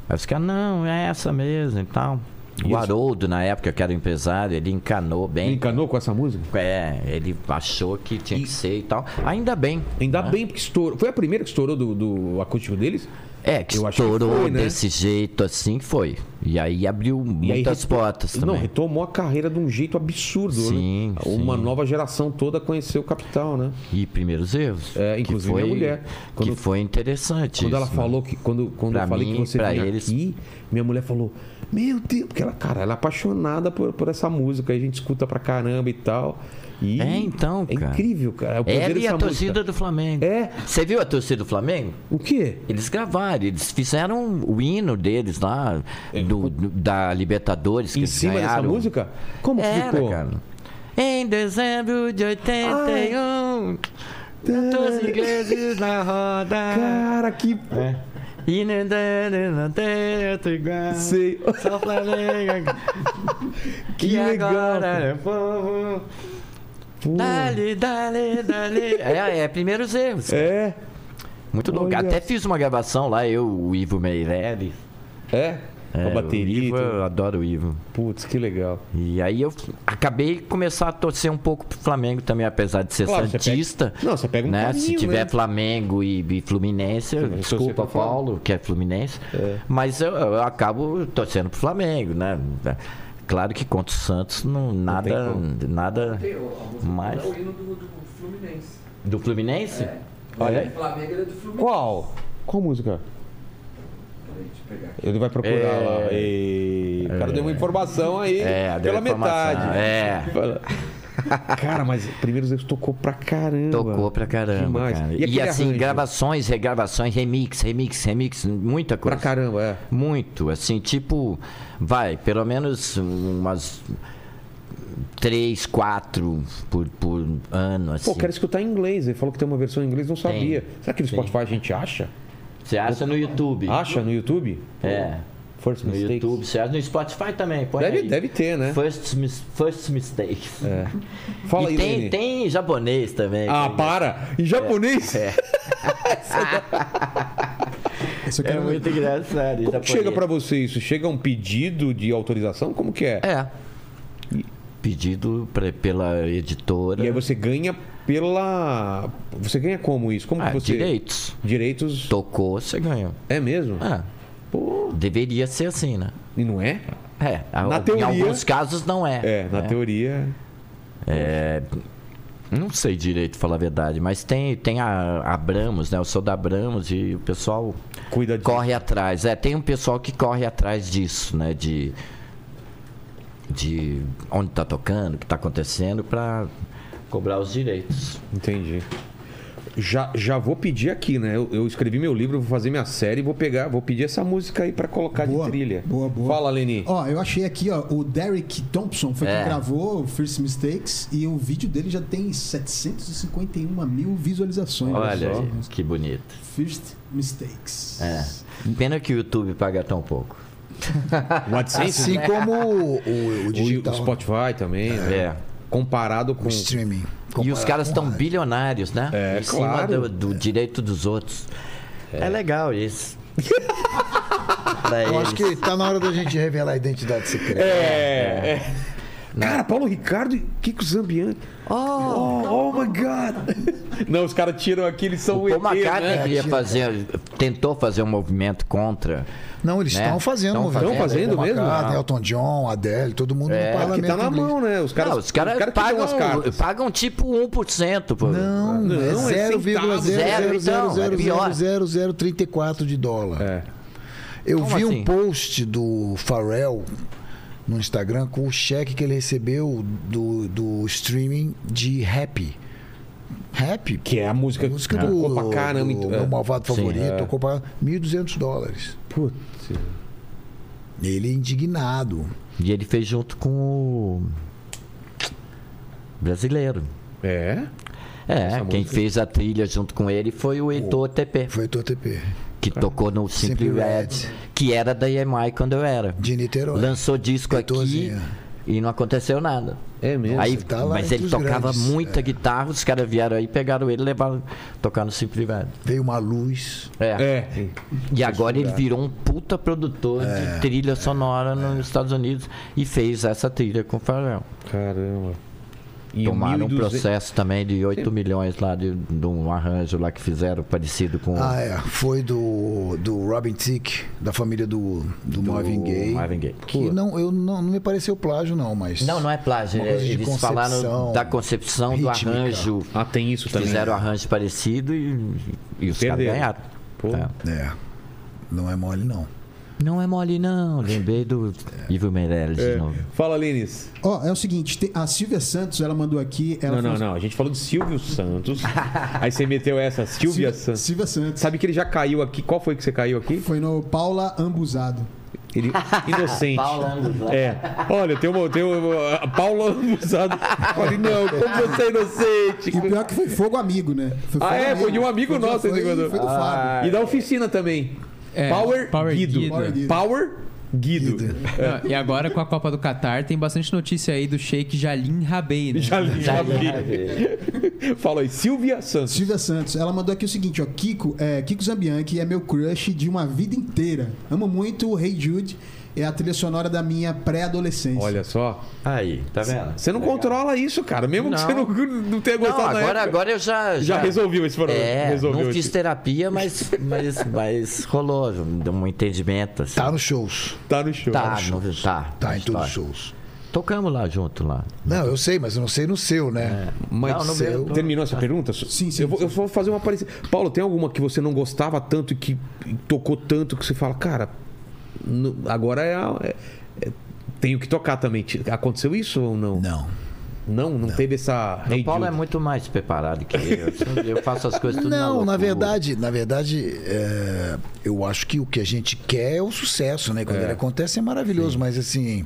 Speaker 4: Aí os caras, não, é essa mesmo e tal. O Haroldo, na época que era o empresário, ele encanou bem.
Speaker 1: Me encanou com essa música?
Speaker 4: É, ele achou que tinha que ser e tal. Ainda bem.
Speaker 1: Ainda bem porque estourou. Foi a primeira que estourou do, do acústico deles?
Speaker 4: É, que
Speaker 1: Eu acho que
Speaker 4: estourou
Speaker 1: foi, né?
Speaker 4: desse jeito assim, foi. E aí abriu
Speaker 1: E aí
Speaker 4: muitas
Speaker 1: retom-
Speaker 4: portas
Speaker 1: Não,
Speaker 4: também.
Speaker 1: retomou a carreira de um jeito absurdo.
Speaker 4: Sim,
Speaker 1: né? Uma
Speaker 4: sim.
Speaker 1: nova geração toda conheceu o Capital, né?
Speaker 4: e primeiros erros.
Speaker 1: É, inclusive
Speaker 4: que foi,
Speaker 1: a mulher. Quando-
Speaker 4: que foi interessante.
Speaker 1: Quando ela
Speaker 4: isso, né?
Speaker 1: falou que. Quando, quando
Speaker 4: Pra
Speaker 1: eu falei
Speaker 4: mim,
Speaker 1: que você
Speaker 4: pra
Speaker 1: vinha
Speaker 4: eles.
Speaker 1: aqui, minha mulher falou: Meu Deus, porque ela, cara, ela é apaixonada por, por essa música, a gente escuta pra caramba e tal. E
Speaker 4: É, então,
Speaker 1: É
Speaker 4: cara.
Speaker 1: incrível, cara. É o poder
Speaker 4: Ela e
Speaker 1: dessa
Speaker 4: a torcida
Speaker 1: música.
Speaker 4: do Flamengo.
Speaker 1: É.
Speaker 4: Você viu a torcida do Flamengo?
Speaker 1: O quê?
Speaker 4: Eles gravaram, eles fizeram um, o hino deles lá, do, do- da Libertadores. Que
Speaker 1: É. Em
Speaker 4: eles
Speaker 1: cima
Speaker 4: ganharam.
Speaker 1: dessa música? Como que
Speaker 4: Era,
Speaker 1: ficou?
Speaker 4: cara. Em dezembro de 81, tantos ingleses na roda.
Speaker 1: Cara, que.
Speaker 4: E nem dele, não tem outro igual.
Speaker 1: Sei.
Speaker 4: Só Flamengo.
Speaker 1: Que
Speaker 4: E
Speaker 1: legal,
Speaker 4: Agora
Speaker 1: cara.
Speaker 4: é povo.
Speaker 1: Pô.
Speaker 4: Dale, dale, dale. É, é primeiros erros.
Speaker 1: É,
Speaker 4: Muito louco.
Speaker 1: Olha.
Speaker 4: Até fiz uma gravação lá, eu, o Ivo Meirelles.
Speaker 1: é.
Speaker 4: É,
Speaker 1: a bateria.
Speaker 4: O Ivo,
Speaker 1: e tudo.
Speaker 4: eu adoro o Ivo.
Speaker 1: Putz, que legal.
Speaker 4: E aí eu acabei de começar a torcer um pouco pro Flamengo também, apesar de ser
Speaker 1: Claro, você
Speaker 4: santista.
Speaker 1: pega- Não, você pega um
Speaker 4: né?
Speaker 1: caminho,
Speaker 4: Se tiver
Speaker 1: né?
Speaker 4: Flamengo e, e Fluminense, eu-
Speaker 1: Você torce
Speaker 4: desculpa
Speaker 1: pro Flamengo.
Speaker 4: Paulo, que é Fluminense, mas eu, eu acabo torcendo pro Flamengo, né? Claro que contra o Santos não nada, nada
Speaker 7: Tem o- a música é
Speaker 4: mais
Speaker 7: o hino do, do Fluminense.
Speaker 4: do Fluminense.
Speaker 1: É. Olha aí.
Speaker 7: O Flamengo ele é do Fluminense.
Speaker 1: Qual? Qual música? Ele vai procurar
Speaker 4: É.
Speaker 1: lá. E... O cara deu uma informação aí
Speaker 4: deu
Speaker 1: pela
Speaker 4: informação.
Speaker 1: metade.
Speaker 4: É.
Speaker 1: Fala. Cara, mas Primeiros Erros tocou pra caramba.
Speaker 4: Tocou pra caramba,
Speaker 1: Demais.
Speaker 4: cara.
Speaker 1: E
Speaker 4: E,
Speaker 1: aquele
Speaker 4: assim,
Speaker 1: arranjo?
Speaker 4: gravações, regravações, remix, remix, remix, muita
Speaker 1: Pra
Speaker 4: coisa.
Speaker 1: caramba, é.
Speaker 4: Muito, assim, tipo, vai, pelo menos umas três, quatro por, por ano, assim.
Speaker 1: Pô, quero escutar em inglês. Ele falou que tem uma versão em inglês, não sabia. Será que no
Speaker 4: Sim.
Speaker 1: Spotify a gente acha?
Speaker 4: Você acha no YouTube?
Speaker 1: Acha no YouTube?
Speaker 4: É.
Speaker 1: First
Speaker 4: No
Speaker 1: Mistakes.
Speaker 4: YouTube, você acha no Spotify também, põe
Speaker 1: Deve,
Speaker 4: aí.
Speaker 1: deve ter, né? É.
Speaker 4: First, mis- first Mistakes.
Speaker 1: Fala
Speaker 4: e
Speaker 1: aí,
Speaker 4: tem,
Speaker 1: Lene.
Speaker 4: tem em japonês também.
Speaker 1: Ah,
Speaker 4: cara.
Speaker 1: para! Em japonês?
Speaker 4: É,
Speaker 2: Isso eu
Speaker 4: é
Speaker 2: quero ver.
Speaker 4: muito engraçado. em
Speaker 1: Como que chega
Speaker 4: japonês.
Speaker 1: pra você isso? Chega um pedido de autorização? Como que é?
Speaker 4: É. Pedido pra- pela editora.
Speaker 1: E aí você ganha pela. Você ganha como isso? Como
Speaker 4: Ah,
Speaker 1: que você.
Speaker 4: direitos.
Speaker 1: Direitos.
Speaker 4: Tocou, você ganhou.
Speaker 1: É mesmo?
Speaker 4: Ah,
Speaker 1: Pô.
Speaker 4: deveria ser assim, né?
Speaker 1: E não é?
Speaker 4: É, a-
Speaker 1: Na
Speaker 4: em
Speaker 1: teoria-
Speaker 4: alguns casos não é.
Speaker 1: É, na
Speaker 4: né?
Speaker 1: teoria.
Speaker 4: É, não sei direito falar a verdade, mas tem, tem a Abramos, né? Eu sou da Abramos e o pessoal
Speaker 1: Cuida de.
Speaker 4: corre atrás. É, tem um pessoal que corre atrás disso, né? De, de onde tá tocando, o que tá acontecendo, pra cobrar os direitos.
Speaker 1: Entendi. Já, já vou pedir aqui, né? Eu, eu escrevi meu livro, vou fazer minha série, vou pegar, vou pedir essa música aí pra colocar
Speaker 2: Boa,
Speaker 1: de trilha.
Speaker 2: boa, boa.
Speaker 1: Fala, Leni.
Speaker 2: Ó, eu achei aqui, ó, o Derek Thompson foi
Speaker 4: É.
Speaker 2: quem gravou o First Mistakes e o vídeo dele já tem 751 mil visualizações.
Speaker 4: Olha
Speaker 2: só.
Speaker 4: aí, que bonito.
Speaker 2: First Mistakes.
Speaker 4: É. Pena que o YouTube paga tão pouco.
Speaker 2: Ah,
Speaker 1: O AdSense,
Speaker 3: Assim
Speaker 1: né?
Speaker 3: como o, o, o
Speaker 1: o,
Speaker 2: então.
Speaker 3: digital,
Speaker 1: o Spotify também, né?
Speaker 4: É.
Speaker 1: Comparado com.
Speaker 3: o streaming.
Speaker 4: E os caras estão bilionários, né?
Speaker 1: É,
Speaker 4: em cima
Speaker 1: claro.
Speaker 4: do, do direito dos outros. É, legal isso. Pra
Speaker 3: Eu
Speaker 4: eles.
Speaker 3: acho que tá na hora da gente revelar a identidade secreta.
Speaker 1: É, é. Cara, Paulo Ricardo e Kiko Zambian. Oh, oh, my God. Não, os caras tiram aqui, eles são
Speaker 4: O Paul
Speaker 1: ET, né?
Speaker 4: McCartney queria fazer, tentou fazer um movimento contra.
Speaker 3: Não, eles
Speaker 4: Né?
Speaker 3: estão fazendo.
Speaker 4: Tão
Speaker 3: movimento.
Speaker 1: fazendo. Tão fazendo
Speaker 3: Paul
Speaker 1: mesmo?
Speaker 3: McCartney, Elton John, Adele, todo mundo
Speaker 4: É,
Speaker 3: no
Speaker 1: É, que
Speaker 3: parlamento
Speaker 1: tá na
Speaker 3: inglês.
Speaker 1: mão, né? Os caras,
Speaker 4: não, os caras
Speaker 1: que dão as
Speaker 4: pagam,
Speaker 1: cartas.
Speaker 4: pagam tipo 1% por,
Speaker 3: Não,
Speaker 1: Não, é
Speaker 3: é
Speaker 4: Zero, então, é pior.
Speaker 3: 0,0000034 de dólar.
Speaker 1: É.
Speaker 3: Eu
Speaker 4: Como
Speaker 3: vi
Speaker 4: assim?
Speaker 3: um post do Pharrell no Instagram com o cheque que ele recebeu do, do streaming de Happy. Happy?
Speaker 1: Que é a música,
Speaker 3: música
Speaker 1: que
Speaker 3: do,
Speaker 1: tocou pra caramba.
Speaker 3: do
Speaker 1: então-
Speaker 3: meu malvado
Speaker 4: Sim,
Speaker 3: favorito,
Speaker 1: é.
Speaker 3: tocou pra 1.200 dólares.
Speaker 1: Putz.
Speaker 3: Ele é indignado.
Speaker 4: E ele fez junto com o brasileiro.
Speaker 1: É?
Speaker 4: É,
Speaker 1: Essa
Speaker 4: quem
Speaker 1: música.
Speaker 4: fez a trilha junto com ele foi o Heitor TP,
Speaker 3: Foi o TP.
Speaker 4: que tocou no Simply
Speaker 3: Simply
Speaker 4: Red,
Speaker 3: Red.
Speaker 4: que era da EMI quando eu era.
Speaker 3: De Niterói.
Speaker 4: Lançou disco aqui
Speaker 3: Heitorzinho.
Speaker 4: e não aconteceu nada.
Speaker 1: É mesmo.
Speaker 4: Aí,
Speaker 3: é. tá lá
Speaker 4: mas
Speaker 3: entre
Speaker 4: ele
Speaker 3: os
Speaker 4: tocava
Speaker 3: grandes, É.
Speaker 4: muita guitarra, os caras vieram aí, pegaram ele e levaram tocar no Simply Red.
Speaker 3: Veio uma luz.
Speaker 4: É.
Speaker 1: É.
Speaker 4: E agora
Speaker 3: é.
Speaker 4: ele virou um puta produtor de trilha sonora nos Estados Unidos e fez essa trilha com o Pharrell.
Speaker 1: Caramba. E
Speaker 4: Tomaram um
Speaker 1: 1.200
Speaker 4: processo também de 8 milhões lá de, de um arranjo lá que fizeram parecido com
Speaker 3: Ah, é. Foi do, do Robin Thicke, da família do, do, Marvin Gaye.
Speaker 4: Marvin Gaye.
Speaker 3: Que não, eu, não, não me pareceu plágio, não, mas.
Speaker 4: Não, não é plágio.
Speaker 3: Uma
Speaker 4: é-
Speaker 3: coisa de
Speaker 4: Eles
Speaker 3: concepção
Speaker 4: falaram da concepção
Speaker 3: rítmica. é.
Speaker 4: do arranjo.
Speaker 1: Ah, tem isso também.
Speaker 4: Fizeram arranjo parecido e, e os caras
Speaker 1: Perderam.
Speaker 4: ganharam.
Speaker 1: Pô.
Speaker 4: Tá.
Speaker 3: É. Não é mole, não.
Speaker 4: Não é mole, não. Lembrei do Ivo Meirelles de novo.
Speaker 1: é. Fala, Lines.
Speaker 2: Ó, é o seguinte, tem- a Silvia Santos, ela mandou aqui. Ela
Speaker 1: Não, não,
Speaker 2: falou-
Speaker 1: não. A gente falou de Silvio Santos. Aí você meteu essa, Silvia Santos.
Speaker 2: assim, Silvia Santos.
Speaker 1: Sabe que ele já caiu aqui? Qual foi que você caiu aqui?
Speaker 2: Foi no Paula Ambuzado.
Speaker 1: Ele, inocente. É. Olha, tem uma. Tem uma a Paula abusado. Falei, não, como você é
Speaker 2: E o
Speaker 1: inocente?
Speaker 2: pior é que foi fogo amigo, né? Foi
Speaker 1: Ah,
Speaker 2: fogo
Speaker 1: é? Foi de um amigo nosso,
Speaker 2: Foi,
Speaker 1: ele mandou. Ah,
Speaker 2: foi do Fábio.
Speaker 1: E da oficina também.
Speaker 5: É,
Speaker 1: Power,
Speaker 5: Power
Speaker 1: Guido.
Speaker 5: Guido.
Speaker 2: Power Guido.
Speaker 1: Power Guido.
Speaker 5: Não, e agora com a Copa do Catar tem bastante notícia aí do Sheik Jalim Rabei, né?
Speaker 1: Já li, já li. Fala aí, Silvia Santos.
Speaker 2: Silvia Santos, ela mandou aqui o seguinte, ó, Kiko, é, Kiko Zambian, que é meu crush de uma vida inteira. Amo muito o Rei Jude, é a trilha sonora da minha pré-adolescência.
Speaker 1: Olha só.
Speaker 4: Aí, tá vendo?
Speaker 1: Você não controla isso, cara. Mesmo que
Speaker 4: Não.
Speaker 1: você não, não tenha
Speaker 4: Não,
Speaker 1: gostado na
Speaker 4: agora,
Speaker 1: época.
Speaker 4: agora eu já.
Speaker 1: né? Já resolviu esse problema.
Speaker 4: É,
Speaker 1: resolveu
Speaker 4: não fiz
Speaker 1: esse.
Speaker 4: terapia, mas, mas, mas rolou deu um entendimento. Assim.
Speaker 3: Tá nos shows.
Speaker 1: Tá no show.
Speaker 4: Tá, no- tá,
Speaker 3: Tá em todos
Speaker 4: Tá.
Speaker 3: os shows.
Speaker 4: Tocamos lá junto lá.
Speaker 3: Não, eu sei, mas eu não sei no seu, né?
Speaker 1: Mas
Speaker 4: Não, no
Speaker 1: você-
Speaker 4: meu-
Speaker 1: terminou essa pergunta?
Speaker 2: Sim, sim,
Speaker 1: Eu vou,
Speaker 2: sim.
Speaker 1: eu vou fazer uma parecida. Paulo, tem alguma que você não gostava tanto e que tocou tanto que você fala, cara, no- agora é, a- é- é- tenho que tocar também. Te- Aconteceu isso ou não?
Speaker 3: Não.
Speaker 1: Não, não teve essa. Hey
Speaker 4: o Paulo é
Speaker 1: Jude.
Speaker 4: muito mais preparado que eu. Assim, Eu faço as coisas tudo
Speaker 3: Não, na
Speaker 4: loucura.
Speaker 3: verdade, na verdade, é, eu acho que o que a gente quer é o sucesso, né? Quando ele acontece é maravilhoso, mas assim,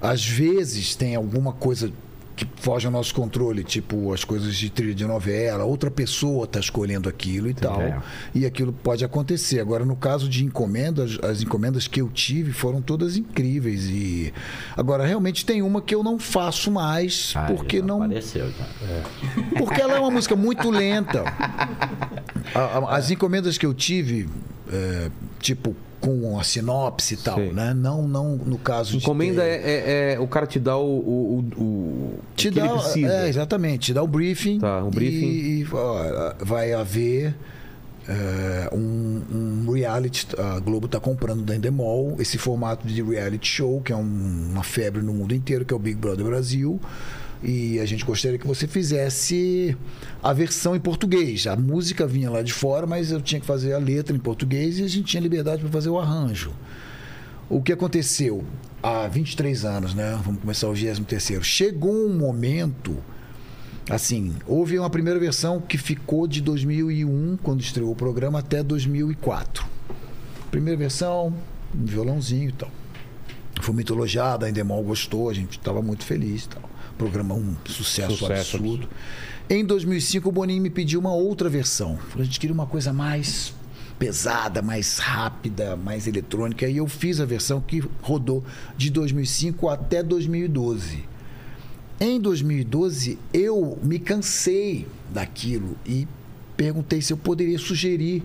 Speaker 3: às vezes tem alguma coisa que foge ao nosso controle, tipo as coisas de trilha de novela, outra pessoa está escolhendo aquilo e tal,
Speaker 4: É.
Speaker 3: e aquilo pode acontecer. Agora, no caso de encomendas, as encomendas que eu tive foram todas incríveis e agora realmente tem uma que eu não faço mais
Speaker 4: Ah,
Speaker 3: porque
Speaker 4: já
Speaker 3: não
Speaker 4: Apareceu já.
Speaker 3: porque ela é uma música muito lenta. A- a- As encomendas que eu tive, é, tipo, com a sinopse e tal,
Speaker 1: Sei.
Speaker 3: né? Não, não no caso
Speaker 1: Encomenda
Speaker 3: de.
Speaker 1: é, é- é o cara te dá o, o, o- o-
Speaker 3: Te
Speaker 1: o que
Speaker 3: dá,
Speaker 1: ele precisa.
Speaker 3: é, exatamente, te dá o briefing.
Speaker 1: Tá, um
Speaker 3: e-
Speaker 1: briefing.
Speaker 3: E, ó, vai haver é, um, um reality. A Globo está comprando da Endemol esse formato de reality show, que é um- uma febre no mundo inteiro, que é o Big Brother Brasil. E a gente gostaria que você fizesse a versão em português. A música vinha lá de fora, mas eu tinha que fazer a letra em português e a gente tinha liberdade para fazer o arranjo. O que aconteceu? Há 23 anos, né? Vamos começar o 23 Chegou um momento, assim, houve uma primeira versão que ficou de 2001, quando estreou o programa, até 2004. Primeira versão, um violãozinho e tal. Foi muito elogiada, a Endemol gostou, a gente estava muito feliz e tal. O programa é um sucesso,
Speaker 1: Sucesso
Speaker 3: absurdo. Em 2005, o Boninho me pediu uma outra versão. Falou, a gente queria uma coisa mais pesada, mais rápida, mais eletrônica. E eu fiz a versão que rodou de 2005 até 2012. Em 2012, eu me cansei daquilo e perguntei se eu poderia sugerir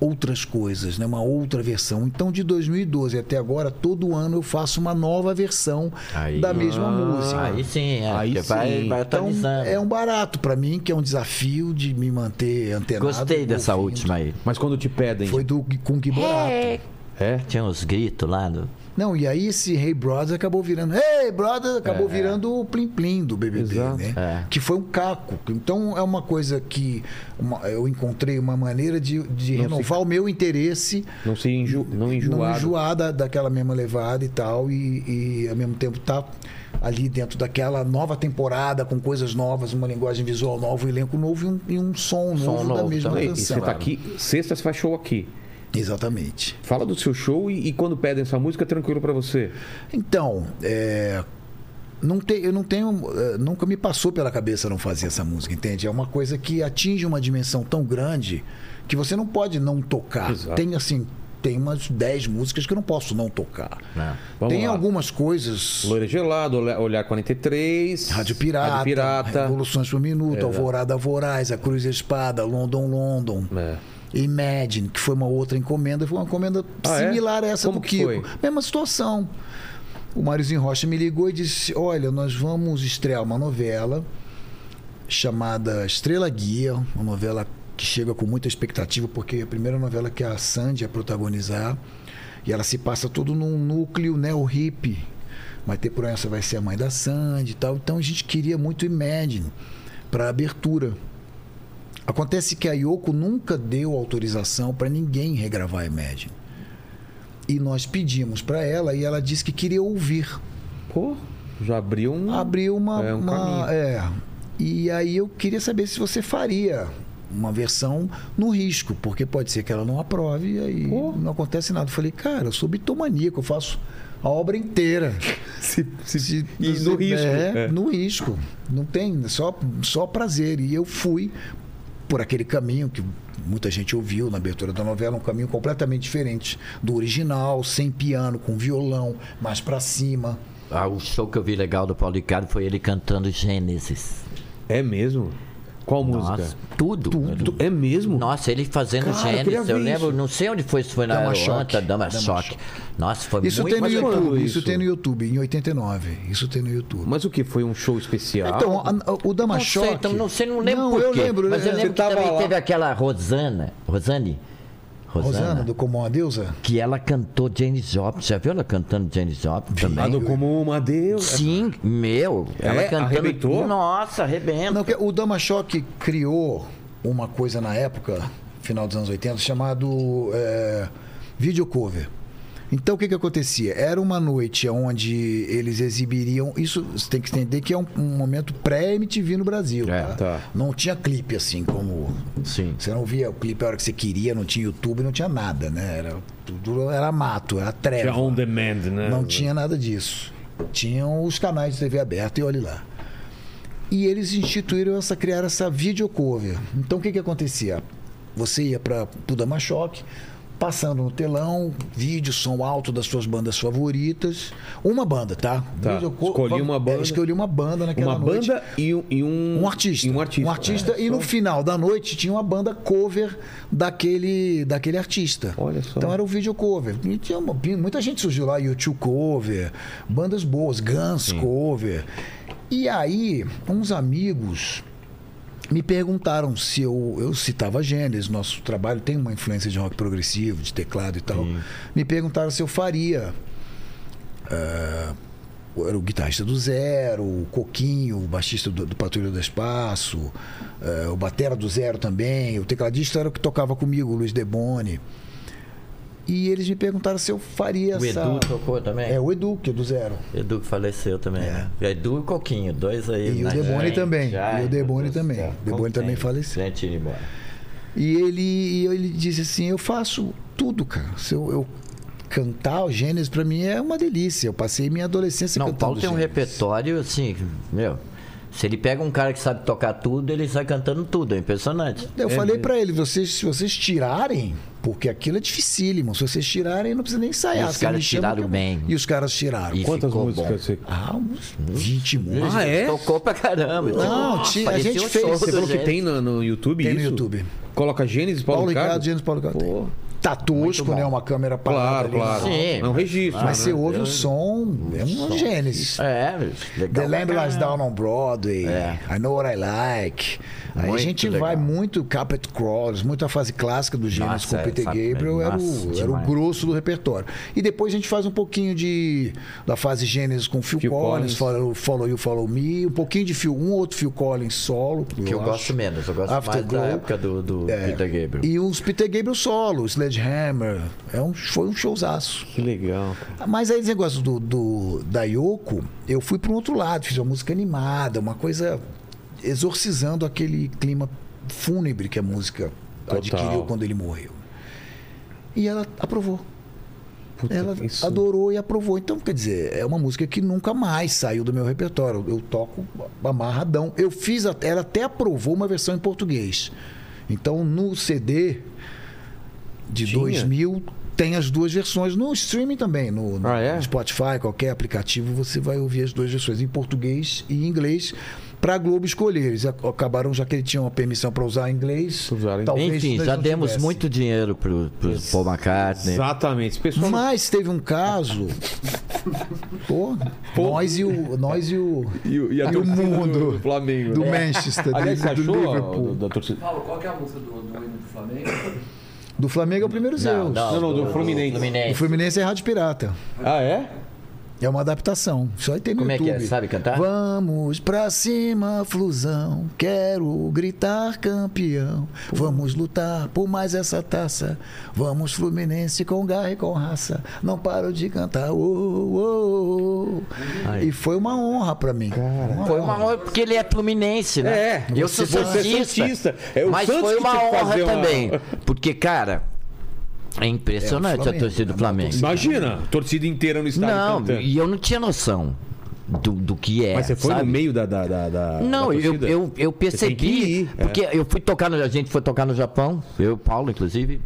Speaker 3: outras coisas, né? uma outra versão. Então, de 2012 até agora, todo ano eu faço uma nova versão
Speaker 4: Aí.
Speaker 3: da mesma
Speaker 4: Ah,
Speaker 3: música.
Speaker 4: Aí sim, é,
Speaker 1: Aí
Speaker 4: porque vai,
Speaker 1: sim.
Speaker 4: vai
Speaker 3: Então,
Speaker 4: atualizando.
Speaker 3: é um barato pra mim, que é um desafio de me manter antenado.
Speaker 4: Gostei dessa
Speaker 3: ouvindo.
Speaker 4: última aí.
Speaker 1: Mas quando te pedem.
Speaker 3: Foi do Kung Borato.
Speaker 1: É?
Speaker 4: Tinha uns gritos lá. No...
Speaker 3: Não, e aí esse Hey Brothers acabou virando. Hey Brothers acabou virando o Plim Plim do BBB,
Speaker 1: É, Exato.
Speaker 3: né? Que foi um caco. Então é uma coisa que uma- eu encontrei uma maneira de, de renovar o meu interesse.
Speaker 1: Não se enjo... não
Speaker 3: Não
Speaker 1: enjoado.
Speaker 3: enjoar da, daquela mesma levada e tal, e, e, ao mesmo tempo tá ali dentro daquela nova temporada, com coisas novas, uma linguagem visual nova, um elenco novo e um, e um som,
Speaker 4: Som
Speaker 3: novo, da
Speaker 4: novo
Speaker 3: mesma
Speaker 4: também.
Speaker 1: E
Speaker 3: canção.
Speaker 1: você tá aqui, sexta você faz show aqui.
Speaker 3: Exatamente.
Speaker 1: Fala do seu show e, e quando pedem essa música, é tranquilo pra você.
Speaker 3: Então, é, não te- eu não tenho. é, Nunca me passou pela cabeça não fazer essa música, entende? É uma coisa que atinge uma dimensão tão grande que você não pode não tocar.
Speaker 1: Exato.
Speaker 3: Tem assim. Tem umas 10 músicas que eu não posso não tocar.
Speaker 1: É, Vamos
Speaker 3: tem
Speaker 1: lá.
Speaker 3: algumas coisas.
Speaker 1: Loira Gelado, Olhar- Olhar 43.
Speaker 3: Rádio Pirata,
Speaker 1: Rádio Pirata.
Speaker 3: Revoluções por Minuto, Alvorada Voraz, A Cruz e a Espada, London London,
Speaker 1: É.
Speaker 3: Imagine, que foi uma outra encomenda, foi uma encomenda
Speaker 1: Ah, é?
Speaker 3: similar a essa
Speaker 1: Como
Speaker 3: do
Speaker 1: que
Speaker 3: Kiko.
Speaker 1: foi?
Speaker 3: Mesma situação. O Máriozinho Rocha me ligou e disse: Olha, nós vamos estrear uma novela chamada Estrela Guia, uma novela que chega com muita expectativa, porque é a primeira novela que a Sandy a protagonizar, e ela se passa todo num núcleo né, neo-hippie. Maite Proença vai ser a mãe da Sandy e tal, então a gente queria muito Imagine para abertura. Acontece que a Yoko nunca deu autorização para ninguém regravar Imagine. E nós pedimos para ela e ela disse que queria ouvir
Speaker 1: Pô, já abriu um.
Speaker 3: abriu uma.
Speaker 1: É, um
Speaker 3: uma-
Speaker 1: caminho.
Speaker 3: é. E aí eu queria saber se você faria uma versão no risco, porque pode ser que ela não aprove e aí
Speaker 1: Pô.
Speaker 3: não acontece nada. Eu falei, cara, eu sou bitomaníaco, eu faço a obra inteira.
Speaker 1: Se- se-
Speaker 3: Se-
Speaker 1: e
Speaker 3: se-
Speaker 1: no risco.
Speaker 3: é,
Speaker 1: é.
Speaker 3: no risco. Não tem, só, só prazer. E eu fui por aquele caminho que muita gente ouviu na abertura da novela, um caminho completamente diferente do original, sem piano, com violão, mais pra cima.
Speaker 4: Ah, o show que eu vi legal do Paulo Ricardo foi ele cantando Gênesis.
Speaker 1: É mesmo? Qual
Speaker 4: Nossa,
Speaker 1: música?
Speaker 4: tudo.
Speaker 1: Tu- É mesmo?
Speaker 4: Nossa, ele fazendo
Speaker 1: Cara, eu queria
Speaker 4: Gênesis. Eu,
Speaker 1: ver
Speaker 4: lembro,
Speaker 1: isso.
Speaker 4: não sei onde foi, se foi na
Speaker 3: Dama
Speaker 4: Atlanta,
Speaker 3: Choque.
Speaker 4: Dama,
Speaker 3: Dama
Speaker 4: Choque.
Speaker 3: Choque.
Speaker 4: Nossa, foi
Speaker 3: Isso
Speaker 4: muito
Speaker 3: tem no
Speaker 1: mas quando
Speaker 3: YouTube,
Speaker 1: isso?
Speaker 3: isso tem no YouTube, em 89. Isso tem no YouTube.
Speaker 1: Mas o que? Foi um show especial?
Speaker 3: Então, a- a- o Dama
Speaker 4: Não
Speaker 3: Choque.
Speaker 4: sei, então, não sei, não lembro por
Speaker 3: eu
Speaker 4: quê.
Speaker 3: lembro.
Speaker 4: Mas
Speaker 3: né?
Speaker 4: eu lembro que
Speaker 1: tava
Speaker 4: também
Speaker 1: lá.
Speaker 4: teve aquela Rosana. Rosane? Rosana.
Speaker 3: Rosana, do Como Uma Deusa?
Speaker 4: Que ela cantou Janis Joplin. Já viu ela cantando Janis Joplin
Speaker 1: Ah,
Speaker 4: também?
Speaker 1: do como uma deusa.
Speaker 4: Sim, meu. Ela
Speaker 1: né? É?
Speaker 4: cantando.
Speaker 1: Arrebentou?
Speaker 4: Nossa, arrebenta.
Speaker 3: Não, que o Dama Choque criou uma coisa na época, final dos anos 80, chamado é, video cover. Então o que, que acontecia? Era uma noite onde eles exibiriam. Isso você tem que entender que é um, um momento pré-MTV no Brasil.
Speaker 4: É,
Speaker 1: tá.
Speaker 3: Não tinha clipe assim como
Speaker 4: Sim.
Speaker 3: Você não via o clipe a hora que você queria, não tinha YouTube, não tinha nada, né? Era, tudo era mato, era treva.
Speaker 1: Tinha É on demand, né?
Speaker 3: Não tinha nada disso. Tinham os canais de TV aberta e olhe lá. E eles instituíram essa, criaram essa videocover. Então o que que acontecia? Você ia para o Damachoque, passando no telão, vídeo, som alto das suas bandas favoritas. Uma banda, tá?
Speaker 1: Tá.
Speaker 3: Videoco-
Speaker 1: Escolhi uma banda.
Speaker 3: É, escolhi uma banda naquela
Speaker 1: Uma
Speaker 3: noite.
Speaker 1: banda e um, e um.
Speaker 3: Um artista.
Speaker 1: E um artista. É,
Speaker 3: e no
Speaker 1: só-
Speaker 3: final da noite tinha uma banda cover daquele, daquele artista.
Speaker 1: Olha só.
Speaker 3: Então era o vídeo cover. E tinha uma- muita gente surgiu lá, YouTube cover, bandas boas, Guns cover. E aí, uns amigos me perguntaram se eu, eu citava Gênesis, nosso trabalho tem uma influência de rock progressivo, de teclado e tal. Me perguntaram se eu faria. ah, eu era o guitarrista do Zero, o Coquinho, o baixista do, do Patrulha do Espaço, eh, o batera do Zero também, o tecladista era o que tocava comigo, o Luiz Deboni. E eles me perguntaram se eu faria
Speaker 4: O
Speaker 3: essa...
Speaker 4: Edu tocou também.
Speaker 3: É, o Edu, que é do Zero.
Speaker 4: Edu que faleceu também. né? Edu e Coquinho, dois aí.
Speaker 3: É. E o
Speaker 4: na
Speaker 3: Deboni
Speaker 4: frente.
Speaker 3: também.
Speaker 4: Ai,
Speaker 3: E o
Speaker 4: meu
Speaker 3: Deboni
Speaker 4: Deus do
Speaker 3: também.
Speaker 4: céu.
Speaker 3: Deboni
Speaker 4: Como
Speaker 3: também
Speaker 4: tem
Speaker 3: faleceu.
Speaker 4: Gente indo embora.
Speaker 3: E ele, e ele disse assim: Eu faço tudo, cara. Se eu, eu cantar o Gênesis, pra mim é uma delícia. Eu passei minha adolescência
Speaker 4: Não, o
Speaker 3: cantando.
Speaker 4: Paulo tem um
Speaker 3: Gênesis.
Speaker 4: repertório, assim, meu. Se ele pega um cara que sabe tocar tudo, ele sai cantando tudo. É impressionante.
Speaker 3: Eu falei pra ele, vocês, se vocês tirarem, porque aquilo é dificílimo. Se vocês tirarem, não precisa nem ensaiar.
Speaker 4: E os
Speaker 3: Você
Speaker 4: caras
Speaker 3: me chama
Speaker 4: tiraram
Speaker 3: que eu-
Speaker 4: bem.
Speaker 3: E os caras tiraram.
Speaker 4: E
Speaker 1: É. Quantas
Speaker 4: ficou
Speaker 1: músicas você.
Speaker 3: Ah, uns 20 músicas.
Speaker 1: Ah, é?
Speaker 4: Tocou pra caramba.
Speaker 3: Não,
Speaker 4: Nossa,
Speaker 3: tinha- a
Speaker 4: parecia
Speaker 3: gente
Speaker 4: um
Speaker 3: fez-
Speaker 4: show
Speaker 3: Você
Speaker 1: Você
Speaker 4: do
Speaker 1: falou que
Speaker 4: gente.
Speaker 1: tem no, no YouTube
Speaker 3: Tem no
Speaker 1: isso?
Speaker 3: YouTube.
Speaker 1: Coloca Gênesis, Paulo,
Speaker 3: Paulo
Speaker 1: Ricardo.
Speaker 3: Ricardo, Gênesis Paulo Ricardo. tem.
Speaker 1: Pô.
Speaker 3: Tá tosco, né? Uma câmera
Speaker 1: Claro,
Speaker 3: parada ali.
Speaker 1: claro.
Speaker 4: Sim.
Speaker 1: É um registro.
Speaker 3: Mas
Speaker 1: né?
Speaker 3: você ouve o som, é um Gênesis.
Speaker 4: É,
Speaker 3: The
Speaker 4: legal.
Speaker 3: Land Lies Down on Broadway,
Speaker 4: É.
Speaker 3: I Know What I Like. Aí a
Speaker 4: Muito
Speaker 3: gente
Speaker 4: legal.
Speaker 3: vai muito Carpet Crawlers, muito a fase clássica do Gênesis
Speaker 4: Nossa,
Speaker 3: com o Peter
Speaker 4: essa-
Speaker 3: Gabriel, era,
Speaker 4: nossa,
Speaker 3: o, era o
Speaker 4: demais.
Speaker 3: grosso do repertório. E depois a gente faz um pouquinho de da fase Gênesis com Phil,
Speaker 1: Phil Collins.
Speaker 3: Collins, Follow, Follow You, Follow Me, um pouquinho de Phil, um outro Phil Collins solo.
Speaker 4: Que eu gosto
Speaker 3: acho.
Speaker 4: menos. Eu gosto
Speaker 3: Afterglow.
Speaker 4: mais da época do, do Peter Gabriel.
Speaker 3: E uns Peter Gabriel solo, Sledgehammer. É um, foi um showzaço.
Speaker 1: Que legal. cara.
Speaker 3: Mas aí esse negócio do, do- da Yoko, eu fui para um outro lado, fiz uma música animada, uma coisa exorcizando aquele clima fúnebre que a música
Speaker 1: Total.
Speaker 3: adquiriu quando ele morreu. E ela aprovou.
Speaker 1: Puta,
Speaker 3: Ela tá
Speaker 1: isso-
Speaker 3: adorou e aprovou. Então, quer dizer, é uma música que nunca mais saiu do meu repertório. Eu toco amarradão. Eu fiz, até- ela até aprovou uma versão em português. Então, no CD de
Speaker 1: Tinha?
Speaker 3: 2000, tem as duas versões. No streaming também, no, no
Speaker 1: Ah, é?
Speaker 3: Spotify, qualquer aplicativo, você vai ouvir as duas versões, em português e em inglês, para Globo escolher. Eles ac- acabaram, já que ele tinha uma permissão para usar em inglês.
Speaker 1: Usaram em-
Speaker 3: talvez
Speaker 4: Enfim,
Speaker 3: nós
Speaker 4: já
Speaker 3: não
Speaker 4: demos
Speaker 3: tivesse.
Speaker 4: muito dinheiro pro, pro Paul
Speaker 1: é
Speaker 4: McCartney.
Speaker 1: Exatamente. Esse pessoal não-
Speaker 3: Mas teve um caso. Pô, nós e o. Nós e o.
Speaker 1: E, o- e a
Speaker 3: E o
Speaker 1: torcida
Speaker 3: mundo
Speaker 1: do, do Flamengo.
Speaker 3: Do
Speaker 1: né?
Speaker 4: É.
Speaker 3: Manchester,
Speaker 1: Aliás, você
Speaker 3: do, do
Speaker 1: achou ó,
Speaker 3: Liverpool.
Speaker 1: do- da torcida?
Speaker 7: Paulo, qual que é a música do, do hino do Flamengo?
Speaker 3: Do Flamengo é o primeiro Zeus.
Speaker 1: Não, não, do Fluminense.
Speaker 3: O Fluminense é Rádio Pirata.
Speaker 1: Ah, é?
Speaker 3: É uma adaptação. Isso aí tem no
Speaker 4: Como é que
Speaker 3: YouTube.
Speaker 4: é? Sabe cantar?
Speaker 3: Vamos pra cima, flusão. Quero gritar campeão. Vamos lutar por mais essa taça. Vamos, Fluminense, com garra e com raça. Não paro de cantar. ô, ô, ô.
Speaker 4: Aí.
Speaker 3: E foi uma honra pra mim.
Speaker 4: Foi uma honra, porque ele é fluminense, né?
Speaker 1: É,
Speaker 4: eu
Speaker 1: você-
Speaker 4: sou
Speaker 1: você é
Speaker 4: santista.
Speaker 1: santista. É o
Speaker 4: mas
Speaker 1: Santos
Speaker 4: foi
Speaker 1: que
Speaker 4: uma
Speaker 1: tinha que
Speaker 4: honra
Speaker 1: fazer uma-
Speaker 4: também. Porque, cara, é
Speaker 3: É, o
Speaker 4: impressionante a
Speaker 3: Flamengo,
Speaker 4: torcida
Speaker 3: é
Speaker 4: do
Speaker 3: uma
Speaker 4: Flamengo.
Speaker 1: Imagina, torcida inteira no estádio
Speaker 4: Não,
Speaker 1: cantando.
Speaker 4: e eu não tinha noção do, do que é.
Speaker 1: Mas você foi
Speaker 4: sabe?
Speaker 1: no meio da. da, da, da-
Speaker 4: Não,
Speaker 1: da
Speaker 4: eu,
Speaker 1: torcida?
Speaker 4: eu,
Speaker 1: tem
Speaker 4: eu
Speaker 1: que
Speaker 4: percebi.
Speaker 1: ir, é.
Speaker 4: Porque eu fui tocar, no, a gente foi tocar no Japão, eu e o Paulo, inclusive.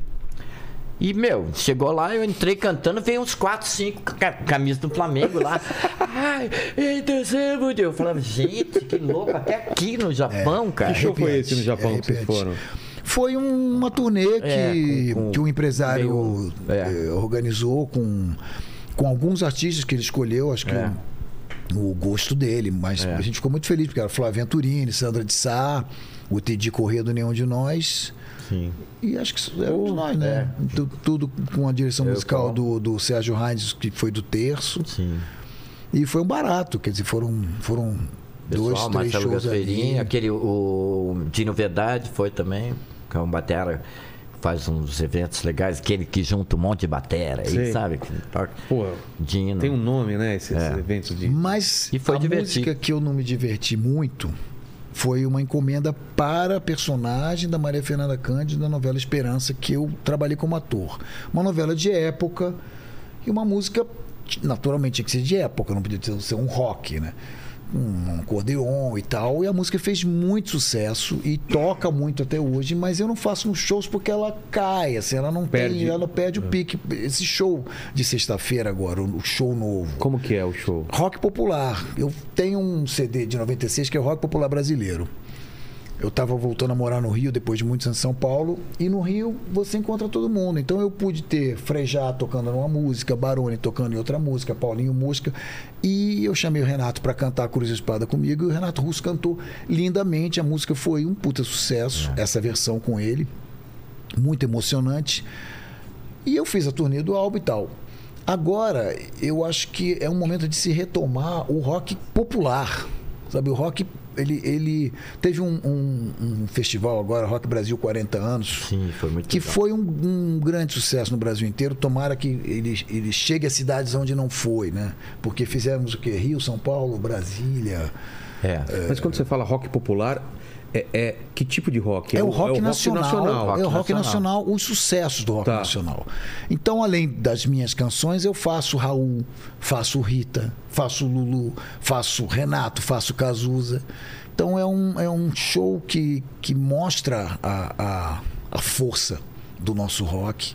Speaker 4: E, meu, chegou lá, eu entrei cantando, veio uns 4, 5 camisas do Flamengo lá. Ai, então em terceiro dia. Eu falava, gente, que louco, até aqui
Speaker 1: É.
Speaker 4: no Japão, cara.
Speaker 1: Que show foi esse no
Speaker 3: Arrepiante,
Speaker 1: Japão que vocês foram?
Speaker 3: arrepiante. Foi um- uma turnê que,
Speaker 4: É, com- com-
Speaker 3: que o empresário
Speaker 4: meio- é.
Speaker 3: eh, organizou com, com alguns artistas que ele escolheu, acho que
Speaker 4: É.
Speaker 3: o, o gosto dele, mas a gente ficou muito feliz, porque era Flávia Venturini, Sandra de Sá, o Teddy Corrêa do Nenhum de Nós.
Speaker 4: Sim.
Speaker 3: E acho que era de nós, né?
Speaker 4: é.
Speaker 3: Tu- Tudo com a direção musical do, do Sérgio Heinz, que foi do terço.
Speaker 4: Sim.
Speaker 3: E foi um barato, quer dizer, foram, foram
Speaker 4: Pessoal,
Speaker 3: dois, três
Speaker 4: Marcelo
Speaker 3: shows
Speaker 4: Gasperini,
Speaker 3: ali.
Speaker 4: aquele, o Dino Verdade foi também, que é um batera, faz uns eventos legais, aquele que junta um monte de batera, aí,
Speaker 1: Sei.
Speaker 4: sabe? Que toca.
Speaker 1: Pô,
Speaker 4: Dino.
Speaker 1: tem um nome, né? Esses
Speaker 4: É.
Speaker 1: eventos de.
Speaker 3: Mas
Speaker 4: E foi
Speaker 3: a
Speaker 4: divertido.
Speaker 3: música que eu não me diverti muito foi uma encomenda para a personagem da Maria Fernanda Cândido da novela Esperança, que eu trabalhei como ator. Uma novela de época e uma música, naturalmente, tinha que ser de época, não podia ter- ser um rock, né? Um acordeon e tal. E a música fez muito sucesso e toca muito até hoje, mas eu não faço uns shows porque ela cai, assim, ela não
Speaker 1: Perde.
Speaker 3: tem, ela perde
Speaker 4: É.
Speaker 3: o pique. Esse show de sexta-feira agora, o show novo.
Speaker 1: Como que é o show?
Speaker 3: Rock popular. Eu tenho um CD de 96 que é rock popular brasileiro. Eu estava voltando a morar no Rio depois de muitos anos em São Paulo e no Rio você encontra todo mundo. Então eu pude ter Frejá tocando numa música, Barone tocando em outra música, Paulinho música e eu chamei o Renato para cantar Cruz e Espada comigo e o Renato Russo cantou lindamente. A música foi um puta sucesso, essa versão com ele, muito emocionante. E eu fiz a turnê do álbum e tal. Agora, eu acho que é um momento de se retomar o rock popular. Sabe, o rock, ele, ele teve um, um- um festival agora, Rock Brasil 40 anos,
Speaker 4: Sim, foi muito
Speaker 3: que
Speaker 4: legal.
Speaker 3: foi um, um grande sucesso no Brasil inteiro. Tomara que ele, ele chegue a cidades onde não foi, né? Porque fizemos o quê? Rio, São Paulo, Brasília.
Speaker 4: É.
Speaker 1: Mas quando você fala rock popular, é, é- que tipo de rock?
Speaker 3: É o rock nacional. É o
Speaker 1: Rock
Speaker 3: rock nacional, os sucessos do rock
Speaker 1: Tá.
Speaker 3: nacional. Então, além das minhas canções, eu faço Raul, faço Rita, faço Lulu, faço Renato, faço Cazuza. Então, é um, é um show que, que mostra a, a, a força do nosso rock.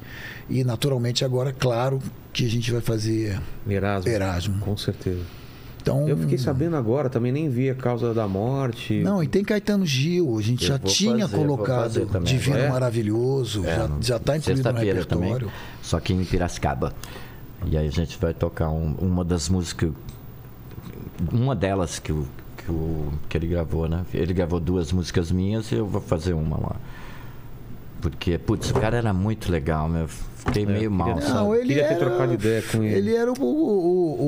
Speaker 3: E, naturalmente, agora, claro, que a gente vai fazer
Speaker 1: Erasmo.
Speaker 3: Erasmo.
Speaker 1: Com certeza.
Speaker 3: Então,
Speaker 1: Eu fiquei sabendo agora, também nem vi a causa da morte.
Speaker 3: Não, e tem Caetano Gil. A gente
Speaker 4: Eu
Speaker 3: já
Speaker 4: vou
Speaker 3: tinha
Speaker 4: fazer, vou fazer
Speaker 3: colocado
Speaker 4: também
Speaker 3: Divino
Speaker 1: agora. É?
Speaker 3: Maravilhoso. já, já tá incluído no
Speaker 4: Sexta-feira também.
Speaker 3: repertório.
Speaker 4: Só que em Piracicaba. E aí a gente vai tocar um- uma das músicas. Uma delas que, o, que, o, que ele gravou, né? Ele gravou duas músicas minhas e eu vou fazer uma lá. Porque, putz, o cara era muito legal, meu. Fiquei meio mal.
Speaker 1: ter-
Speaker 4: sabe?
Speaker 3: Não, ele
Speaker 1: Queria ter
Speaker 3: era,
Speaker 1: trocado ideia com ele.
Speaker 3: Ele era o, o- o-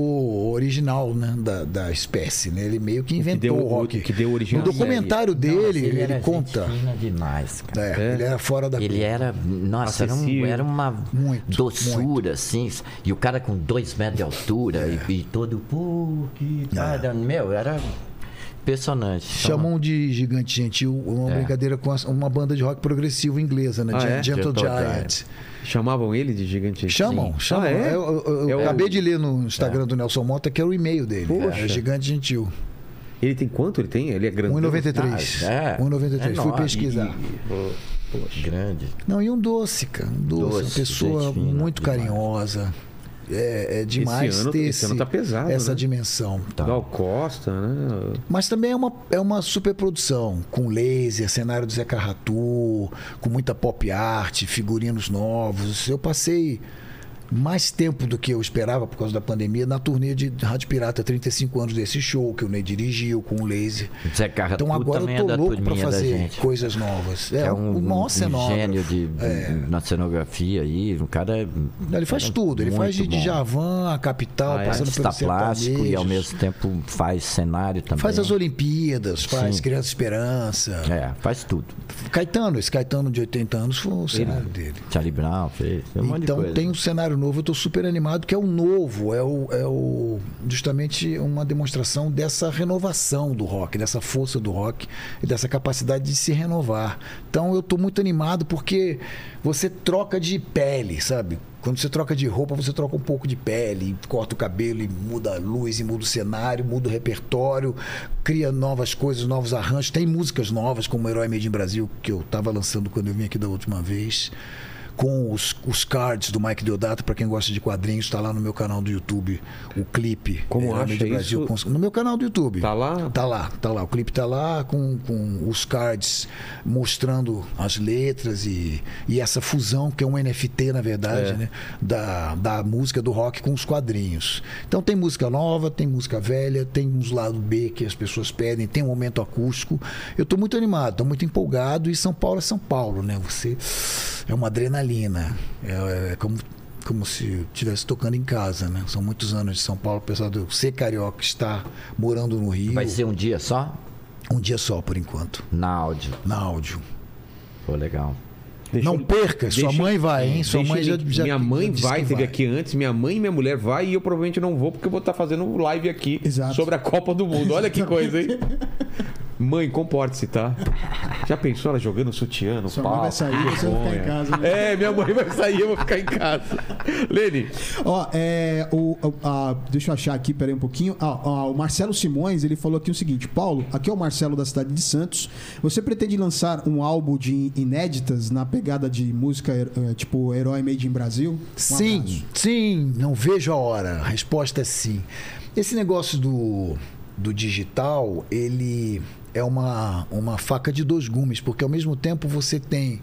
Speaker 3: o original né, da, da espécie, né? Ele meio que inventou
Speaker 1: deu-
Speaker 3: o rock.
Speaker 1: o que deu origem
Speaker 3: No
Speaker 1: à série.
Speaker 3: documentário
Speaker 4: Não, mas
Speaker 3: dele, ele,
Speaker 4: era
Speaker 3: conta.
Speaker 4: gente fina demais, cara.
Speaker 3: É, Ele era fora da
Speaker 4: Ele era, nossa, era, um-
Speaker 1: Acessível.
Speaker 4: era uma
Speaker 3: Muito, É.
Speaker 4: doçura, assim. E o cara com dois metros de altura e, e todo. Pô, que cara, meu, era impressionante. Então,
Speaker 3: Chamam de Gigante Gentil uma
Speaker 4: É.
Speaker 3: brincadeira com as- uma banda de rock progressivo inglesa, né?
Speaker 1: Ah,
Speaker 3: Gen-
Speaker 1: é?
Speaker 3: Gentle
Speaker 4: Gentle
Speaker 3: Giant.
Speaker 4: Giant.
Speaker 1: Chamavam ele de gigante?
Speaker 3: Chamam,
Speaker 1: Sim.
Speaker 3: chamam. né?
Speaker 1: Ah, é?
Speaker 3: Eu, eu- eu
Speaker 1: É o- É.
Speaker 3: acabei de ler no Instagram do Nelson Mota que era o e-mail dele.
Speaker 1: Poxa.
Speaker 3: É, Gigante Gentil.
Speaker 1: Ele tem quanto? Ele tem? Ele é grande.
Speaker 3: 1,93.
Speaker 4: Ah, é.
Speaker 3: 1,93. Fui
Speaker 4: Enorme.
Speaker 3: pesquisar.
Speaker 4: Grande.
Speaker 3: Não, e um doce, cara. Um doce. uma
Speaker 4: Doce,
Speaker 3: pessoa
Speaker 4: gente fina,
Speaker 3: muito
Speaker 4: demais.
Speaker 3: carinhosa. É, é demais
Speaker 1: Esse ano-
Speaker 3: ter
Speaker 1: esse ano tá pesado,
Speaker 3: essa
Speaker 1: né?
Speaker 3: dimensão.
Speaker 4: Tá.
Speaker 1: Gal Costa, né?
Speaker 3: Mas também é uma, é uma superprodução, com laser, cenário do Zé Carratu, com muita pop art, figurinos novos. Eu passei mais tempo do que eu esperava por causa da pandemia na turnê de Rádio Pirata, 35 anos desse show que o Ney dirigiu com o laser.
Speaker 4: Zé Carratu
Speaker 3: Então agora
Speaker 4: também
Speaker 3: eu tô
Speaker 4: é da
Speaker 3: louco pra
Speaker 4: turminha da
Speaker 3: fazer
Speaker 4: gente.
Speaker 3: coisas novas. É,
Speaker 4: é
Speaker 3: um,
Speaker 4: um,
Speaker 3: o maior
Speaker 4: um
Speaker 3: cenógrafo. É.
Speaker 4: gênio de, na cenografia aí. O cara é.
Speaker 3: Não, ele faz
Speaker 4: era
Speaker 3: tudo. Ele
Speaker 4: muito
Speaker 3: faz de
Speaker 4: bom.
Speaker 3: Djavan, a capital,
Speaker 1: Ah, é?
Speaker 3: passando
Speaker 4: Artista
Speaker 3: pelos
Speaker 4: plástico e ao
Speaker 3: sertanejos.
Speaker 4: mesmo tempo faz cenário também.
Speaker 3: Faz as Olimpíadas, faz
Speaker 4: Sim.
Speaker 3: Criança Esperança.
Speaker 4: É, faz tudo.
Speaker 3: Caetano, esse Caetano de 80 anos foi o cenário dele.
Speaker 4: Charlie Brown fez. fez Um monte de
Speaker 3: então
Speaker 4: coisa.
Speaker 3: tem um cenário novo, eu estou super animado, que é o novo, é o, é o justamente uma demonstração dessa renovação do rock, dessa força do rock e dessa capacidade de se renovar. Então eu estou muito animado porque você troca de pele, sabe? Quando você troca de roupa, você troca um pouco de pele, e corta o cabelo e muda a luz, e muda o cenário, muda o repertório, cria novas coisas, novos arranjos. Tem músicas novas, como Herói Made in Brasil, que eu estava lançando quando eu vim aqui da última vez com os, os cards do Mike Deodato, pra quem gosta de quadrinhos, tá lá no meu canal do YouTube, o clipe.
Speaker 1: Como
Speaker 3: Herói
Speaker 1: acha
Speaker 3: do Brasil
Speaker 1: isso?
Speaker 3: com os- No meu canal do YouTube.
Speaker 1: Tá lá?
Speaker 3: Tá lá, tá lá. O clipe tá lá com, com os cards mostrando as letras e, e essa fusão, que é um NFT, na verdade,
Speaker 4: É.
Speaker 3: né? Da, da música do rock com os quadrinhos. Então tem música nova, tem música velha, tem uns lado B que as pessoas pedem, tem um momento acústico. Eu tô muito animado, tô muito empolgado e São Paulo é São Paulo, né? Você é uma adrenalina. É, é como como se estivesse tocando em casa, né? São muitos anos de São Paulo, apesar de eu ser carioca, estar morando no Rio.
Speaker 4: Vai ser um dia só?
Speaker 3: Um dia só, por enquanto.
Speaker 4: Na áudio.
Speaker 3: Na áudio.
Speaker 4: Pô, legal.
Speaker 1: Deixa
Speaker 3: não
Speaker 1: eu-
Speaker 3: perca, sua
Speaker 1: deixa-
Speaker 3: mãe vai, hein? Sua
Speaker 1: Deixa
Speaker 3: mãe já,
Speaker 1: ele-
Speaker 3: já-
Speaker 1: minha mãe
Speaker 3: já disse
Speaker 1: vai,
Speaker 3: que
Speaker 1: teve aqui Um antes, minha mãe e minha mulher vai e eu provavelmente não vou porque eu vou estar fazendo live aqui
Speaker 2: Exato.
Speaker 1: sobre a Copa do Mundo. Olha que coisa, hein? Mãe, comporte-se, tá? Já pensou ela jogando sutiã no
Speaker 2: Sua mãe
Speaker 1: palco?
Speaker 2: vai sair,
Speaker 1: Que
Speaker 2: você vai ficar em
Speaker 1: vergonha.
Speaker 2: casa, né?
Speaker 1: É, minha mãe vai sair, eu vou ficar em casa. Lene,
Speaker 2: Ó, é, o, o- a- deixa eu achar aqui, peraí um pouquinho. Ah, ah, o Marcelo Simões, ele falou aqui o seguinte: Paulo, aqui é o Marcelo da cidade de Santos. Você pretende lançar um álbum de inéditas na pegada de música eh, tipo Herói Made in Brasil? Um
Speaker 3: Sim,
Speaker 2: abraço.
Speaker 3: sim, não vejo a hora. A resposta é sim. Esse negócio do, do digital, ele é uma, uma faca de dois gumes, porque ao mesmo tempo você tem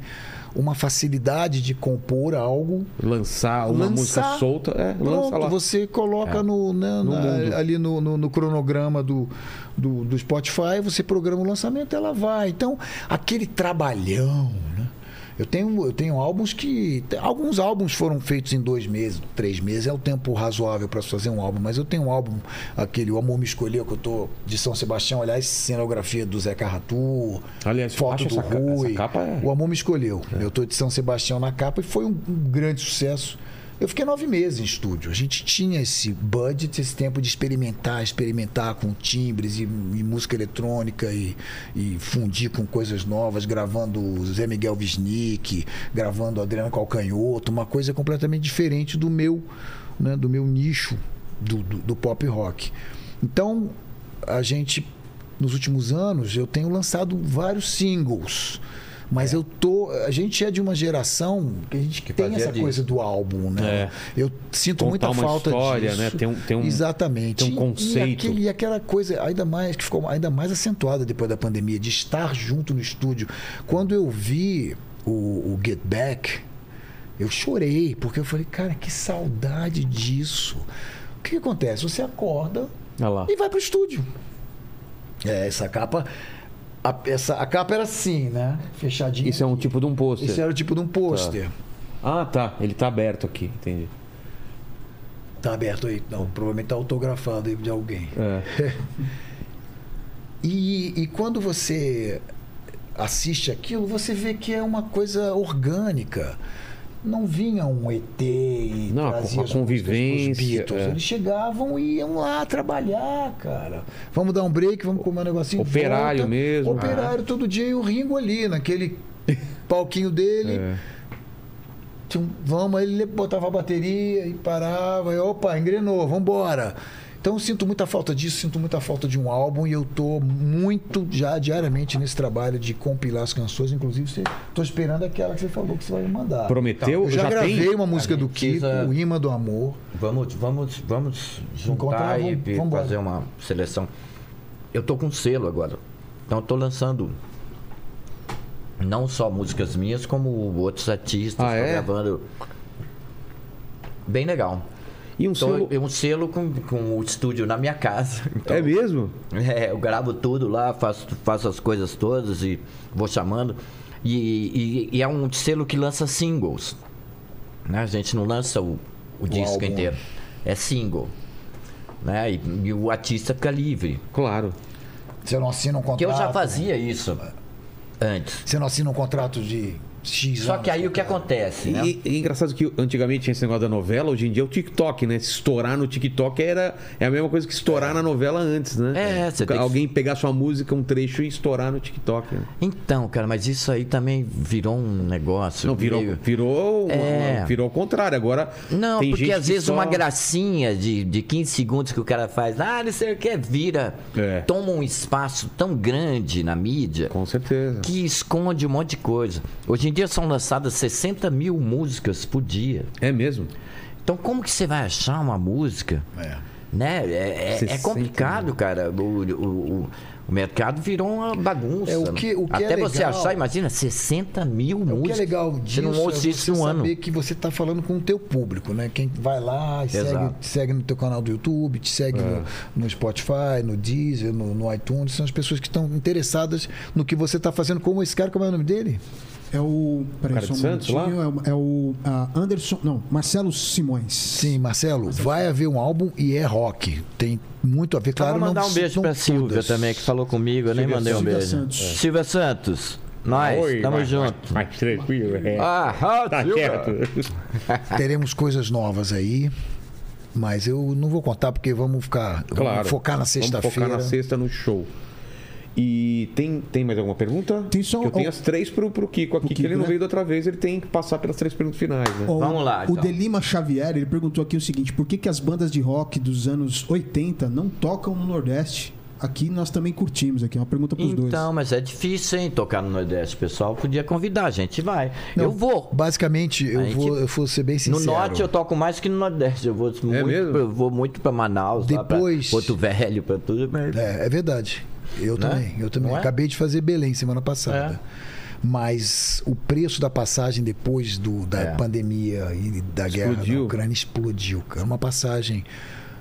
Speaker 3: uma facilidade de compor algo
Speaker 1: lançar uma
Speaker 3: Lançar.
Speaker 1: música solta, é, lança
Speaker 3: Pronto,
Speaker 1: lá. É.
Speaker 3: você coloca no, né, na-
Speaker 1: mundo.
Speaker 3: ali no, no- no cronograma do, do, do Spotify, você programa o lançamento, ela vai. Então, aquele trabalhão, né? Eu tenho, eu tenho álbuns que. Alguns álbuns foram feitos em dois meses, três meses, é o tempo razoável para se fazer um álbum, mas eu tenho um álbum, aquele O Amor Me Escolheu, que eu tô de São Sebastião, aliás, cenografia do Zé Carratu,
Speaker 1: Aliás, eu
Speaker 3: foto
Speaker 1: acho
Speaker 3: do
Speaker 1: essa ca- essa
Speaker 3: Rui.
Speaker 1: capa é-
Speaker 3: né? O Amor Me Escolheu. Eu tô de São Sebastião na capa e foi um, um grande sucesso. Eu fiquei nove meses em estúdio. A gente tinha esse budget, esse tempo de experimentar, experimentar com timbres e, e música eletrônica e, e fundir com coisas novas, gravando o Zé Miguel Wisnik, gravando o Adriano Calcanhoto, uma coisa completamente diferente do meu, né, do meu nicho do, do- do pop rock. Então, a gente, nos últimos anos, eu tenho lançado vários singles. Mas eu tô. A gente é de uma geração que a gente
Speaker 4: Que
Speaker 3: tem
Speaker 4: fazia
Speaker 3: essa
Speaker 4: disso.
Speaker 3: coisa do álbum, né? Eu sinto
Speaker 1: É. Contar
Speaker 3: muita
Speaker 1: uma
Speaker 3: falta
Speaker 1: história,
Speaker 3: disso.
Speaker 1: né? Tem um- tem um-
Speaker 3: Exatamente.
Speaker 1: tem um
Speaker 3: E- E,
Speaker 1: conceito.
Speaker 3: aquele- e aquela coisa ainda mais que ficou ainda mais acentuada depois da pandemia de estar junto no estúdio. Quando eu vi o, o Get Back, eu chorei porque eu falei, cara, que saudade disso. O que, que acontece? Você acorda
Speaker 6: Olha lá.
Speaker 3: e vai pro estúdio. É, essa capa. A, essa, a capa era assim, né? Fechadinha.
Speaker 1: Isso é um
Speaker 3: aqui.
Speaker 1: tipo de um pôster.
Speaker 3: Isso era o tipo de um pôster.
Speaker 1: Ah, tá. Ele tá aberto aqui, entendi.
Speaker 3: Tá aberto aí. Não, provavelmente tá autografado aí de alguém.
Speaker 1: É.
Speaker 3: E, e quando você assiste aquilo, você vê que é uma coisa orgânica. Não vinha um ET e
Speaker 1: Não, a
Speaker 3: trazia
Speaker 1: co- a
Speaker 3: as músicas pros
Speaker 1: convivência,
Speaker 3: Beatles.
Speaker 1: é.
Speaker 3: Eles chegavam e iam lá trabalhar, cara. Vamos dar um break, vamos comer um negocinho.
Speaker 1: Operário
Speaker 3: volta.
Speaker 1: mesmo. Ah.
Speaker 3: Operário todo dia e o Ringo ali, naquele palquinho dele.
Speaker 1: É.
Speaker 3: Tinha um- vamos, aí ele botava a bateria e parava, e opa, engrenou, vamos embora. Então eu sinto muita falta disso, sinto muita falta de um álbum e eu tô muito já diariamente nesse trabalho de compilar as canções, inclusive você, tô esperando aquela que você falou que você vai me mandar.
Speaker 1: Prometeu?
Speaker 3: Eu já,
Speaker 1: Já tem?
Speaker 3: gravei uma música
Speaker 4: A
Speaker 3: do
Speaker 4: gente
Speaker 3: Kiko,
Speaker 4: precisa-
Speaker 3: o Imã do Amor.
Speaker 4: Vamos, vamos, vamos
Speaker 3: Encontrar,
Speaker 4: juntar e
Speaker 3: vamos-
Speaker 4: e
Speaker 3: vambora.
Speaker 4: fazer uma seleção. Eu tô com selo agora. Então eu tô lançando não só músicas minhas, como outros artistas.
Speaker 1: Ah,
Speaker 4: tô
Speaker 1: é?
Speaker 4: gravando. Bem legal.
Speaker 1: E um
Speaker 4: Então,
Speaker 1: selo...
Speaker 4: eu- um selo com, com o estúdio na minha casa. Então,
Speaker 1: É mesmo?
Speaker 4: é, eu gravo tudo lá, faço, faço as coisas todas e vou chamando. E, e- e é um selo que lança singles. Né? A gente não lança o, o disco
Speaker 3: álbum.
Speaker 4: inteiro. É single. Né? E, e o artista fica livre.
Speaker 1: Claro.
Speaker 3: Você não assina um
Speaker 4: Porque
Speaker 3: contrato.
Speaker 4: eu já fazia isso antes.
Speaker 3: Você não assina um contrato de X
Speaker 4: Só
Speaker 3: anos
Speaker 4: que aí
Speaker 3: com
Speaker 4: o que
Speaker 3: o cara.
Speaker 4: acontece? Né?
Speaker 1: E, e engraçado que antigamente tinha esse negócio da novela, hoje em dia é o TikTok, né? Se estourar no TikTok era, é a mesma coisa que estourar na novela antes, né?
Speaker 4: É, você tem que-
Speaker 1: Alguém pegar sua música, um trecho e estourar no TikTok. Né?
Speaker 4: Então, cara, mas isso aí também virou um negócio.
Speaker 1: Não, virou,
Speaker 4: meio-
Speaker 1: virou, uma-
Speaker 4: É.
Speaker 1: virou ao contrário. Agora.
Speaker 4: Não,
Speaker 1: tem
Speaker 4: porque
Speaker 1: gente
Speaker 4: às
Speaker 1: que
Speaker 4: vezes
Speaker 1: só-
Speaker 4: uma gracinha de, de 15 segundos que o cara faz, ah, não sei o que, vira.
Speaker 1: É.
Speaker 4: Toma um espaço tão grande na mídia
Speaker 1: Com certeza.
Speaker 4: que esconde um monte de coisa. Hoje em dia são lançadas 60 mil músicas por dia.
Speaker 1: É mesmo.
Speaker 4: Então como que você vai achar uma música?
Speaker 3: É.
Speaker 4: Né? É, é- é
Speaker 1: 60
Speaker 4: complicado, cara. O, o- o- o mercado virou uma bagunça.
Speaker 3: É, o que- o que é
Speaker 4: Até você
Speaker 3: legal-
Speaker 4: achar, imagina, 60 mil
Speaker 3: É, O que
Speaker 4: músicas.
Speaker 3: é legal disso
Speaker 4: você não ouça
Speaker 3: é
Speaker 4: isso
Speaker 3: você
Speaker 4: num ano.
Speaker 3: saber que você está falando com o teu público, né? Quem vai lá e segue,
Speaker 4: Exato. É.
Speaker 3: te segue no teu canal do YouTube, te segue no, no Spotify, no Deezer, no, no iTunes, são as pessoas que estão interessadas no que você está fazendo. Como esse cara, como é o nome dele?
Speaker 2: É o. Peraí,
Speaker 1: Cara
Speaker 2: só
Speaker 1: de
Speaker 2: um
Speaker 1: Santos lá?
Speaker 2: minutinho, É o, é o, ah, Anderson. Não, Marcelo Simões.
Speaker 3: Sim, Marcelo. Vai haver um álbum e é rock. Tem muito a ver. Claro,
Speaker 4: Vou mandar
Speaker 3: Tá, não,
Speaker 4: um beijo
Speaker 3: não
Speaker 4: pra Silvia
Speaker 3: todas.
Speaker 4: também, que falou comigo, eu nem
Speaker 1: Silvia
Speaker 4: mandei um
Speaker 2: Silvia
Speaker 4: beijo.
Speaker 2: Santos.
Speaker 4: Silvia Santos, nós, tamo junto.
Speaker 1: Mais tranquilo, é.
Speaker 4: Ah, ah,
Speaker 1: Tá
Speaker 4: Silvia.
Speaker 1: quieto.
Speaker 3: Teremos coisas novas aí. Mas eu não vou contar porque vamos ficar. vamos
Speaker 1: Claro.
Speaker 3: focar na
Speaker 1: Vamos
Speaker 3: sexta-feira.
Speaker 1: focar na sexta no show. E tem, tem mais alguma pergunta?
Speaker 2: Tem só
Speaker 1: Que eu
Speaker 2: um-
Speaker 1: tenho as três pro, pro Kiko aqui, que
Speaker 2: Kiko,
Speaker 1: ele não
Speaker 2: né?
Speaker 1: veio da outra vez, ele tem que passar pelas três perguntas finais, né?
Speaker 2: Ó,
Speaker 4: Vamos
Speaker 2: o-
Speaker 4: lá,
Speaker 2: O
Speaker 4: então.
Speaker 2: Delima Xavier, ele perguntou aqui o seguinte: por que, que as bandas de rock dos anos 80 não tocam no Nordeste? Aqui nós também curtimos aqui, é uma pergunta pros dois.
Speaker 4: Então, mas é difícil, hein, tocar no Nordeste, pessoal. Podia convidar, a gente vai. eu vou.
Speaker 3: Basicamente, eu,
Speaker 4: A gente-
Speaker 3: vou, eu vou ser bem
Speaker 4: No
Speaker 3: sincero.
Speaker 4: Norte eu toco mais que no Nordeste. Eu vou, muito,
Speaker 1: É mesmo?
Speaker 4: pra- eu vou muito pra Manaus,
Speaker 3: Depois-
Speaker 4: lá pra Porto Velho, pra tudo. mas-
Speaker 3: É, é verdade. Eu
Speaker 4: Né?
Speaker 3: também. Eu também.
Speaker 4: Não é?
Speaker 3: Acabei de fazer Belém semana passada. Mas o preço da passagem depois do, da
Speaker 4: É.
Speaker 3: pandemia e da guerra na
Speaker 1: Explodiu.
Speaker 3: Ucrânia explodiu. cara. É Uma passagem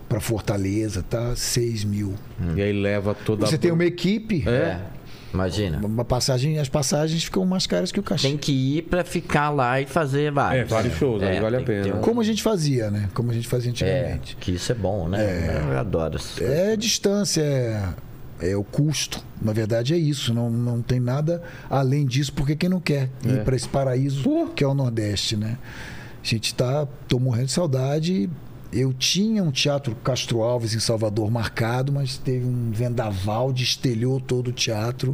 Speaker 3: para Fortaleza, tá? 6 mil.
Speaker 1: E aí leva toda
Speaker 3: Você
Speaker 1: a.
Speaker 3: tem uma equipe,
Speaker 4: É, imagina.
Speaker 3: uma passagem, as passagens ficam mais caras que o cachê.
Speaker 4: Tem que ir pra ficar lá e fazer
Speaker 1: É,
Speaker 4: vários.
Speaker 1: vários shows,
Speaker 4: É,
Speaker 1: aí vale a
Speaker 4: tem que ter
Speaker 1: pena.
Speaker 4: um-
Speaker 3: Como a gente fazia, né? Como a gente fazia
Speaker 4: É,
Speaker 3: antigamente.
Speaker 4: que isso é bom, né? Eu adoro essas coisas.
Speaker 3: É distância, é, é o custo. Na verdade, é isso. Não, não tem nada além disso, porque quem não quer ir para esse paraíso que é o é Nordeste, né? A gente tá. tô morrendo de saudade. Eu tinha um teatro Castro Alves em Salvador marcado, mas teve um vendaval, destelhou todo o teatro.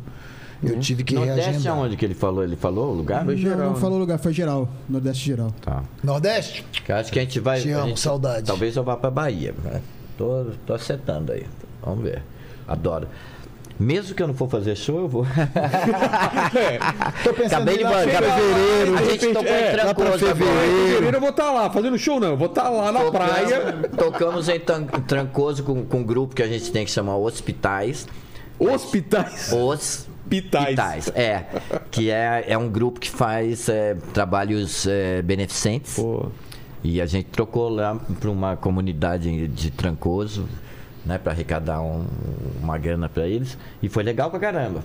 Speaker 3: Eu tive que
Speaker 4: Uhum. Nordeste é
Speaker 3: reagendar.
Speaker 4: aonde que ele falou? Ele falou o lugar?
Speaker 2: Não, não
Speaker 3: né?
Speaker 2: falou lugar, foi geral. Nordeste geral.
Speaker 4: Tá.
Speaker 3: Nordeste?
Speaker 4: Que eu acho que a gente vai.
Speaker 3: Te
Speaker 4: a
Speaker 3: amo,
Speaker 4: gente-
Speaker 3: saudade.
Speaker 4: Talvez eu vá pra Bahia. né? Tô, tô acertando aí. Vamos ver. Adoro. Mesmo que eu não for fazer show, eu vou.
Speaker 2: Tô pensando
Speaker 4: Acabei de
Speaker 2: lá-
Speaker 4: mandar. Fevereiro, é, a gente tocou em Trancoso. agora.
Speaker 1: Em é, fevereiro eu vou estar lá, fazendo show não, eu vou estar lá na praia.
Speaker 4: Tocamos em Tan- Trancoso com, com um grupo que a gente tem que chamar Hospitais.
Speaker 1: Hospitais.
Speaker 4: Os
Speaker 1: Pitais.
Speaker 4: Pitais, é. Que é, é um grupo que faz é, trabalhos é, beneficentes.
Speaker 6: Pô,
Speaker 4: E a gente trocou lá para uma comunidade de Trancoso, né, para arrecadar um- uma grana para eles. E foi legal pra caramba.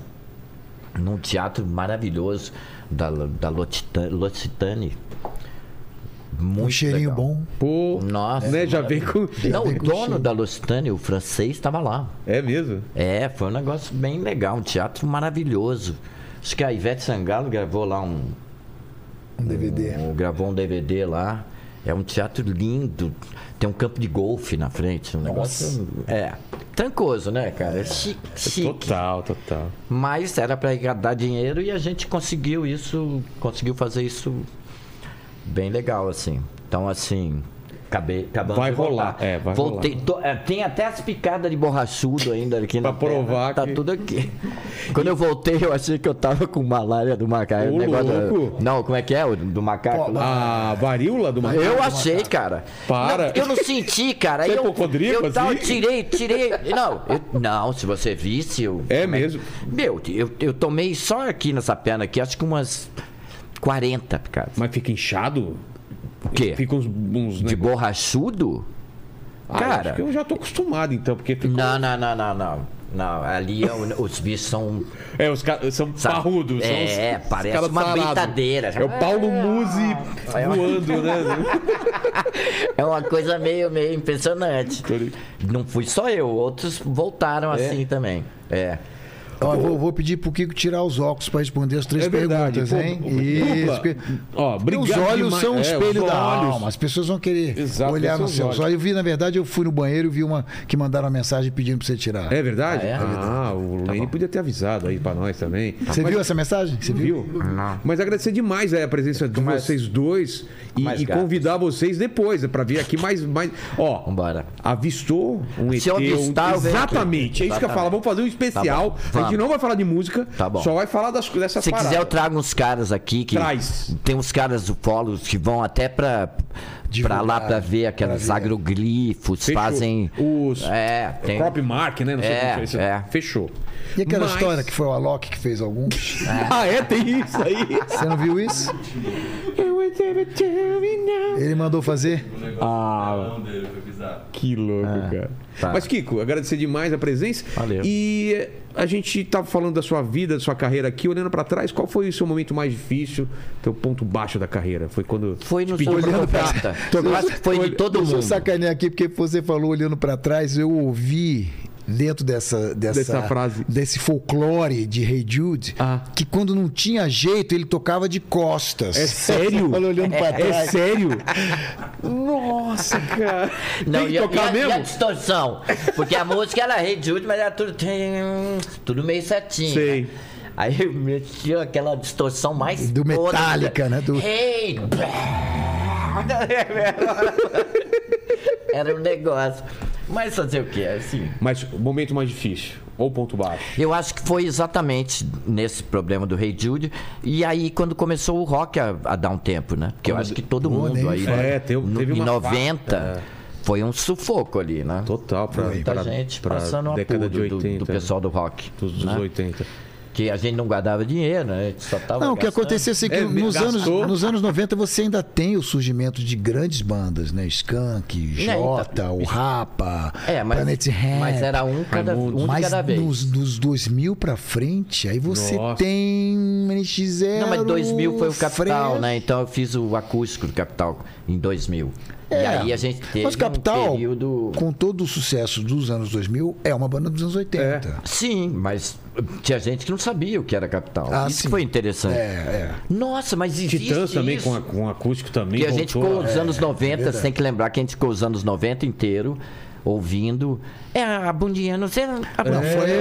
Speaker 4: Num teatro maravilhoso da, da Lotita- L'Occitane. Muito
Speaker 3: Um cheirinho
Speaker 4: legal.
Speaker 3: bom.
Speaker 1: Pô,
Speaker 4: Nossa.
Speaker 1: né, já vem com...
Speaker 4: Não, o dono da L'Occitane, o francês, estava lá.
Speaker 1: É mesmo?
Speaker 4: É, foi um negócio bem legal, um teatro maravilhoso. Acho que a Ivete Sangalo gravou lá um,
Speaker 3: Um DVD.
Speaker 4: um- gravou um DVD lá. É um teatro lindo. Tem um campo de golfe na frente. Um negócio. É. Trancoso, né, cara? É chique. chique.
Speaker 1: Total, total.
Speaker 4: Mas era para arrecadar dinheiro e a gente conseguiu isso. Conseguiu fazer isso bem legal, assim. Então, assim. Acabei, acabamos
Speaker 1: Vai
Speaker 4: de
Speaker 1: rolar,
Speaker 4: voltar.
Speaker 1: é, vai
Speaker 4: Voltei, tô- é, tem até as picadas de borrachudo ainda aqui
Speaker 1: Pra
Speaker 4: na perna,
Speaker 1: provar
Speaker 4: Tá
Speaker 1: que-
Speaker 4: tudo aqui. Quando eu voltei, eu achei que eu tava com malária do macaco.
Speaker 1: Ô,
Speaker 4: o negócio-
Speaker 1: louco!
Speaker 4: Não, como é que é? O do macaco? lá?
Speaker 1: A varíola do macaco.
Speaker 4: Eu achei, cara.
Speaker 1: Para.
Speaker 4: Não, porque eu não senti, cara.
Speaker 1: Você é
Speaker 4: eu,
Speaker 1: hipocondríaco,
Speaker 4: eu tava-
Speaker 1: assim?
Speaker 4: tirei, tirei. Não, eu- não, se você visse, eu.
Speaker 1: É mesmo.
Speaker 4: Meu, eu, eu tomei só aqui nessa perna aqui, acho que umas 40, cara.
Speaker 1: Mas fica inchado?
Speaker 4: O quê?
Speaker 1: Fica uns... uns
Speaker 4: De
Speaker 1: negócio-
Speaker 4: borrachudo?
Speaker 1: Ah,
Speaker 4: cara.
Speaker 1: acho que eu já tô acostumado, então, porque fica...
Speaker 4: Não, não, não, não, não. Não, ali é o- os bichos são.
Speaker 1: É, os caras são
Speaker 4: Sabe?
Speaker 1: parrudos. são
Speaker 4: É,
Speaker 1: os-
Speaker 4: é,
Speaker 1: os
Speaker 4: parece
Speaker 1: caras
Speaker 4: uma É.
Speaker 1: sarados.
Speaker 4: britadeira.
Speaker 1: É o Paulo Musi voando, né?
Speaker 4: É uma coisa meio, meio impressionante. Não fui só eu, outros voltaram assim também. É.
Speaker 3: Ó, Então, eu vou, vou pedir pro Kiko tirar os óculos pra responder as três
Speaker 1: É verdade,
Speaker 3: perguntas,
Speaker 1: pô,
Speaker 3: hein?
Speaker 1: pô,
Speaker 3: Isso.
Speaker 1: Duba,
Speaker 3: porque-
Speaker 1: ó,
Speaker 3: porque os
Speaker 1: obrigado
Speaker 3: olhos
Speaker 1: demais.
Speaker 3: são o
Speaker 1: É, os
Speaker 3: espelho da
Speaker 1: olhos.
Speaker 3: alma. As pessoas vão querer
Speaker 1: Exato,
Speaker 3: olhar
Speaker 1: esses
Speaker 3: nos
Speaker 1: são
Speaker 3: seus
Speaker 1: os
Speaker 3: olhos.
Speaker 1: olhos.
Speaker 3: Eu vi, na verdade, eu fui no banheiro e vi uma que mandaram uma mensagem pedindo pra você tirar.
Speaker 1: É verdade?
Speaker 4: Ah, é?
Speaker 1: Ah, o Lenny podia ter avisado aí pra nós também.
Speaker 4: Tá
Speaker 3: Você viu essa mensagem? Você viu?
Speaker 1: Viu? Mas agradecer demais aí a presença de vocês dois e,
Speaker 4: mais
Speaker 1: e
Speaker 4: gatos.
Speaker 1: convidar vocês depois né, pra vir aqui mais. mais... Ó,
Speaker 4: Vambora.
Speaker 1: avistou um
Speaker 4: Se eu
Speaker 1: ET, um-
Speaker 4: avistar, eu venho aqui.
Speaker 1: Exatamente, é isso que eu
Speaker 4: Exatamente.
Speaker 1: falo. Vamos fazer um especial.
Speaker 4: Tá bom,
Speaker 1: a gente
Speaker 4: vamos.
Speaker 1: não vai falar de música,
Speaker 4: Tá bom.
Speaker 1: só vai falar das, dessas
Speaker 4: Se
Speaker 1: paradas.
Speaker 4: quiser, eu trago uns caras aqui que.
Speaker 1: Traz.
Speaker 4: Tem uns caras ufólogos que vão até pra, pra
Speaker 3: Divulgar,
Speaker 4: lá pra ver aqueles
Speaker 3: pra ver.
Speaker 4: agroglifos,
Speaker 1: Fechou.
Speaker 4: fazem.
Speaker 1: Os
Speaker 4: É, tem.
Speaker 1: Crop Mark, né? Não sei
Speaker 4: É,
Speaker 1: como que isso.
Speaker 4: é.
Speaker 1: Fechou.
Speaker 3: E aquela
Speaker 1: Mas-
Speaker 3: história que foi o Alok que fez alguns?
Speaker 1: Ah, é? Tem isso aí.
Speaker 3: Você não viu isso? Ele mandou fazer?
Speaker 7: O negócio ah. mão dele foi bizarro.
Speaker 1: Que louco,
Speaker 4: É,
Speaker 1: cara.
Speaker 4: tá.
Speaker 1: Mas, Kiko, agradecer demais a presença.
Speaker 6: Valeu.
Speaker 1: E a gente tava falando da sua vida, da sua carreira aqui, olhando pra trás, qual foi o seu momento mais difícil, teu ponto baixo da carreira? Foi quando.
Speaker 4: Foi no
Speaker 1: te pediu
Speaker 4: Samba
Speaker 1: pra tocar?
Speaker 4: Completa. Eu acho que foi de todo
Speaker 3: Deixa eu
Speaker 4: mundo.
Speaker 3: sacanear aqui, porque você falou olhando pra trás, eu ouvi dentro dessa, dessa,
Speaker 1: Dessa frase. Ah.
Speaker 3: desse folclore de Hey Jude, que quando não tinha jeito, ele tocava de costas.
Speaker 1: É sério?
Speaker 3: Falou olhando pra
Speaker 1: É
Speaker 3: trás.
Speaker 1: sério? Nossa, cara.
Speaker 4: Não,
Speaker 1: Tem que
Speaker 4: e, a-
Speaker 1: tocar
Speaker 4: e a, e a
Speaker 1: mesmo?
Speaker 4: distorção? Porque a música era rei de último, mas era tudo, tudo meio certinho.
Speaker 1: Sei.
Speaker 4: né? Aí eu metia aquela distorção mais.
Speaker 3: Do
Speaker 4: foda,
Speaker 3: Metallica, né? Do-
Speaker 4: Hey! Era um negócio. Mas fazer o que? Assim.
Speaker 1: Mas o momento mais difícil, ou ponto baixo.
Speaker 4: Eu acho que foi exatamente nesse problema do Rei Jude. E aí, quando começou o rock a, a dar um tempo, né? Porque eu acho que todo mundo aí.
Speaker 1: É,
Speaker 4: né?
Speaker 1: teve-
Speaker 4: No-
Speaker 1: teve
Speaker 4: em
Speaker 1: uma
Speaker 4: 90, foi um sufoco ali, né?
Speaker 1: Total, pra,
Speaker 4: Muita gente passando a
Speaker 1: década de 80,
Speaker 4: do, do pessoal do rock.
Speaker 1: dos, dos
Speaker 4: né?
Speaker 1: 80.
Speaker 4: Que a gente não guardava dinheiro, né? A gente só tava
Speaker 3: Não, o que
Speaker 4: gastando.
Speaker 3: aconteceu é que
Speaker 1: É,
Speaker 3: nos, anos,
Speaker 1: gastou.
Speaker 3: nos anos 90 você ainda tem o surgimento de grandes bandas, né? Skunk,
Speaker 4: então,
Speaker 3: Jota, o Rapa,
Speaker 4: É, mas,
Speaker 3: Planet Hemp.
Speaker 4: mas era um, cada, um de
Speaker 3: Mas
Speaker 4: cada vez.
Speaker 3: Nos, dos 2000 pra frente, aí você
Speaker 1: Nossa.
Speaker 3: tem um NX0.
Speaker 4: Não, mas 2000 foi o Capital,
Speaker 3: Fresno.
Speaker 4: né? Então eu fiz o acústico do Capital em 2000.
Speaker 3: É,
Speaker 4: e aí a gente teve
Speaker 3: mas Capital,
Speaker 4: um período...
Speaker 3: com todo o sucesso dos anos 2000, é uma banda dos anos 80.
Speaker 4: Sim, mas Tinha gente que não sabia o que era capital.
Speaker 3: Ah,
Speaker 4: isso
Speaker 3: sim.
Speaker 4: foi interessante.
Speaker 3: É, é.
Speaker 4: Nossa, mas existe
Speaker 1: Titãs também
Speaker 4: isso.
Speaker 1: com, a- com acústico também.
Speaker 4: Porque a gente ficou
Speaker 1: voltou, É
Speaker 4: os anos 90, você tem que lembrar que a gente ficou os anos 90 inteiro ouvindo. É a bundinha, não
Speaker 1: É,
Speaker 4: sei. A
Speaker 3: Não,
Speaker 4: bundinha, Então,
Speaker 3: foi a hegemonia,
Speaker 4: o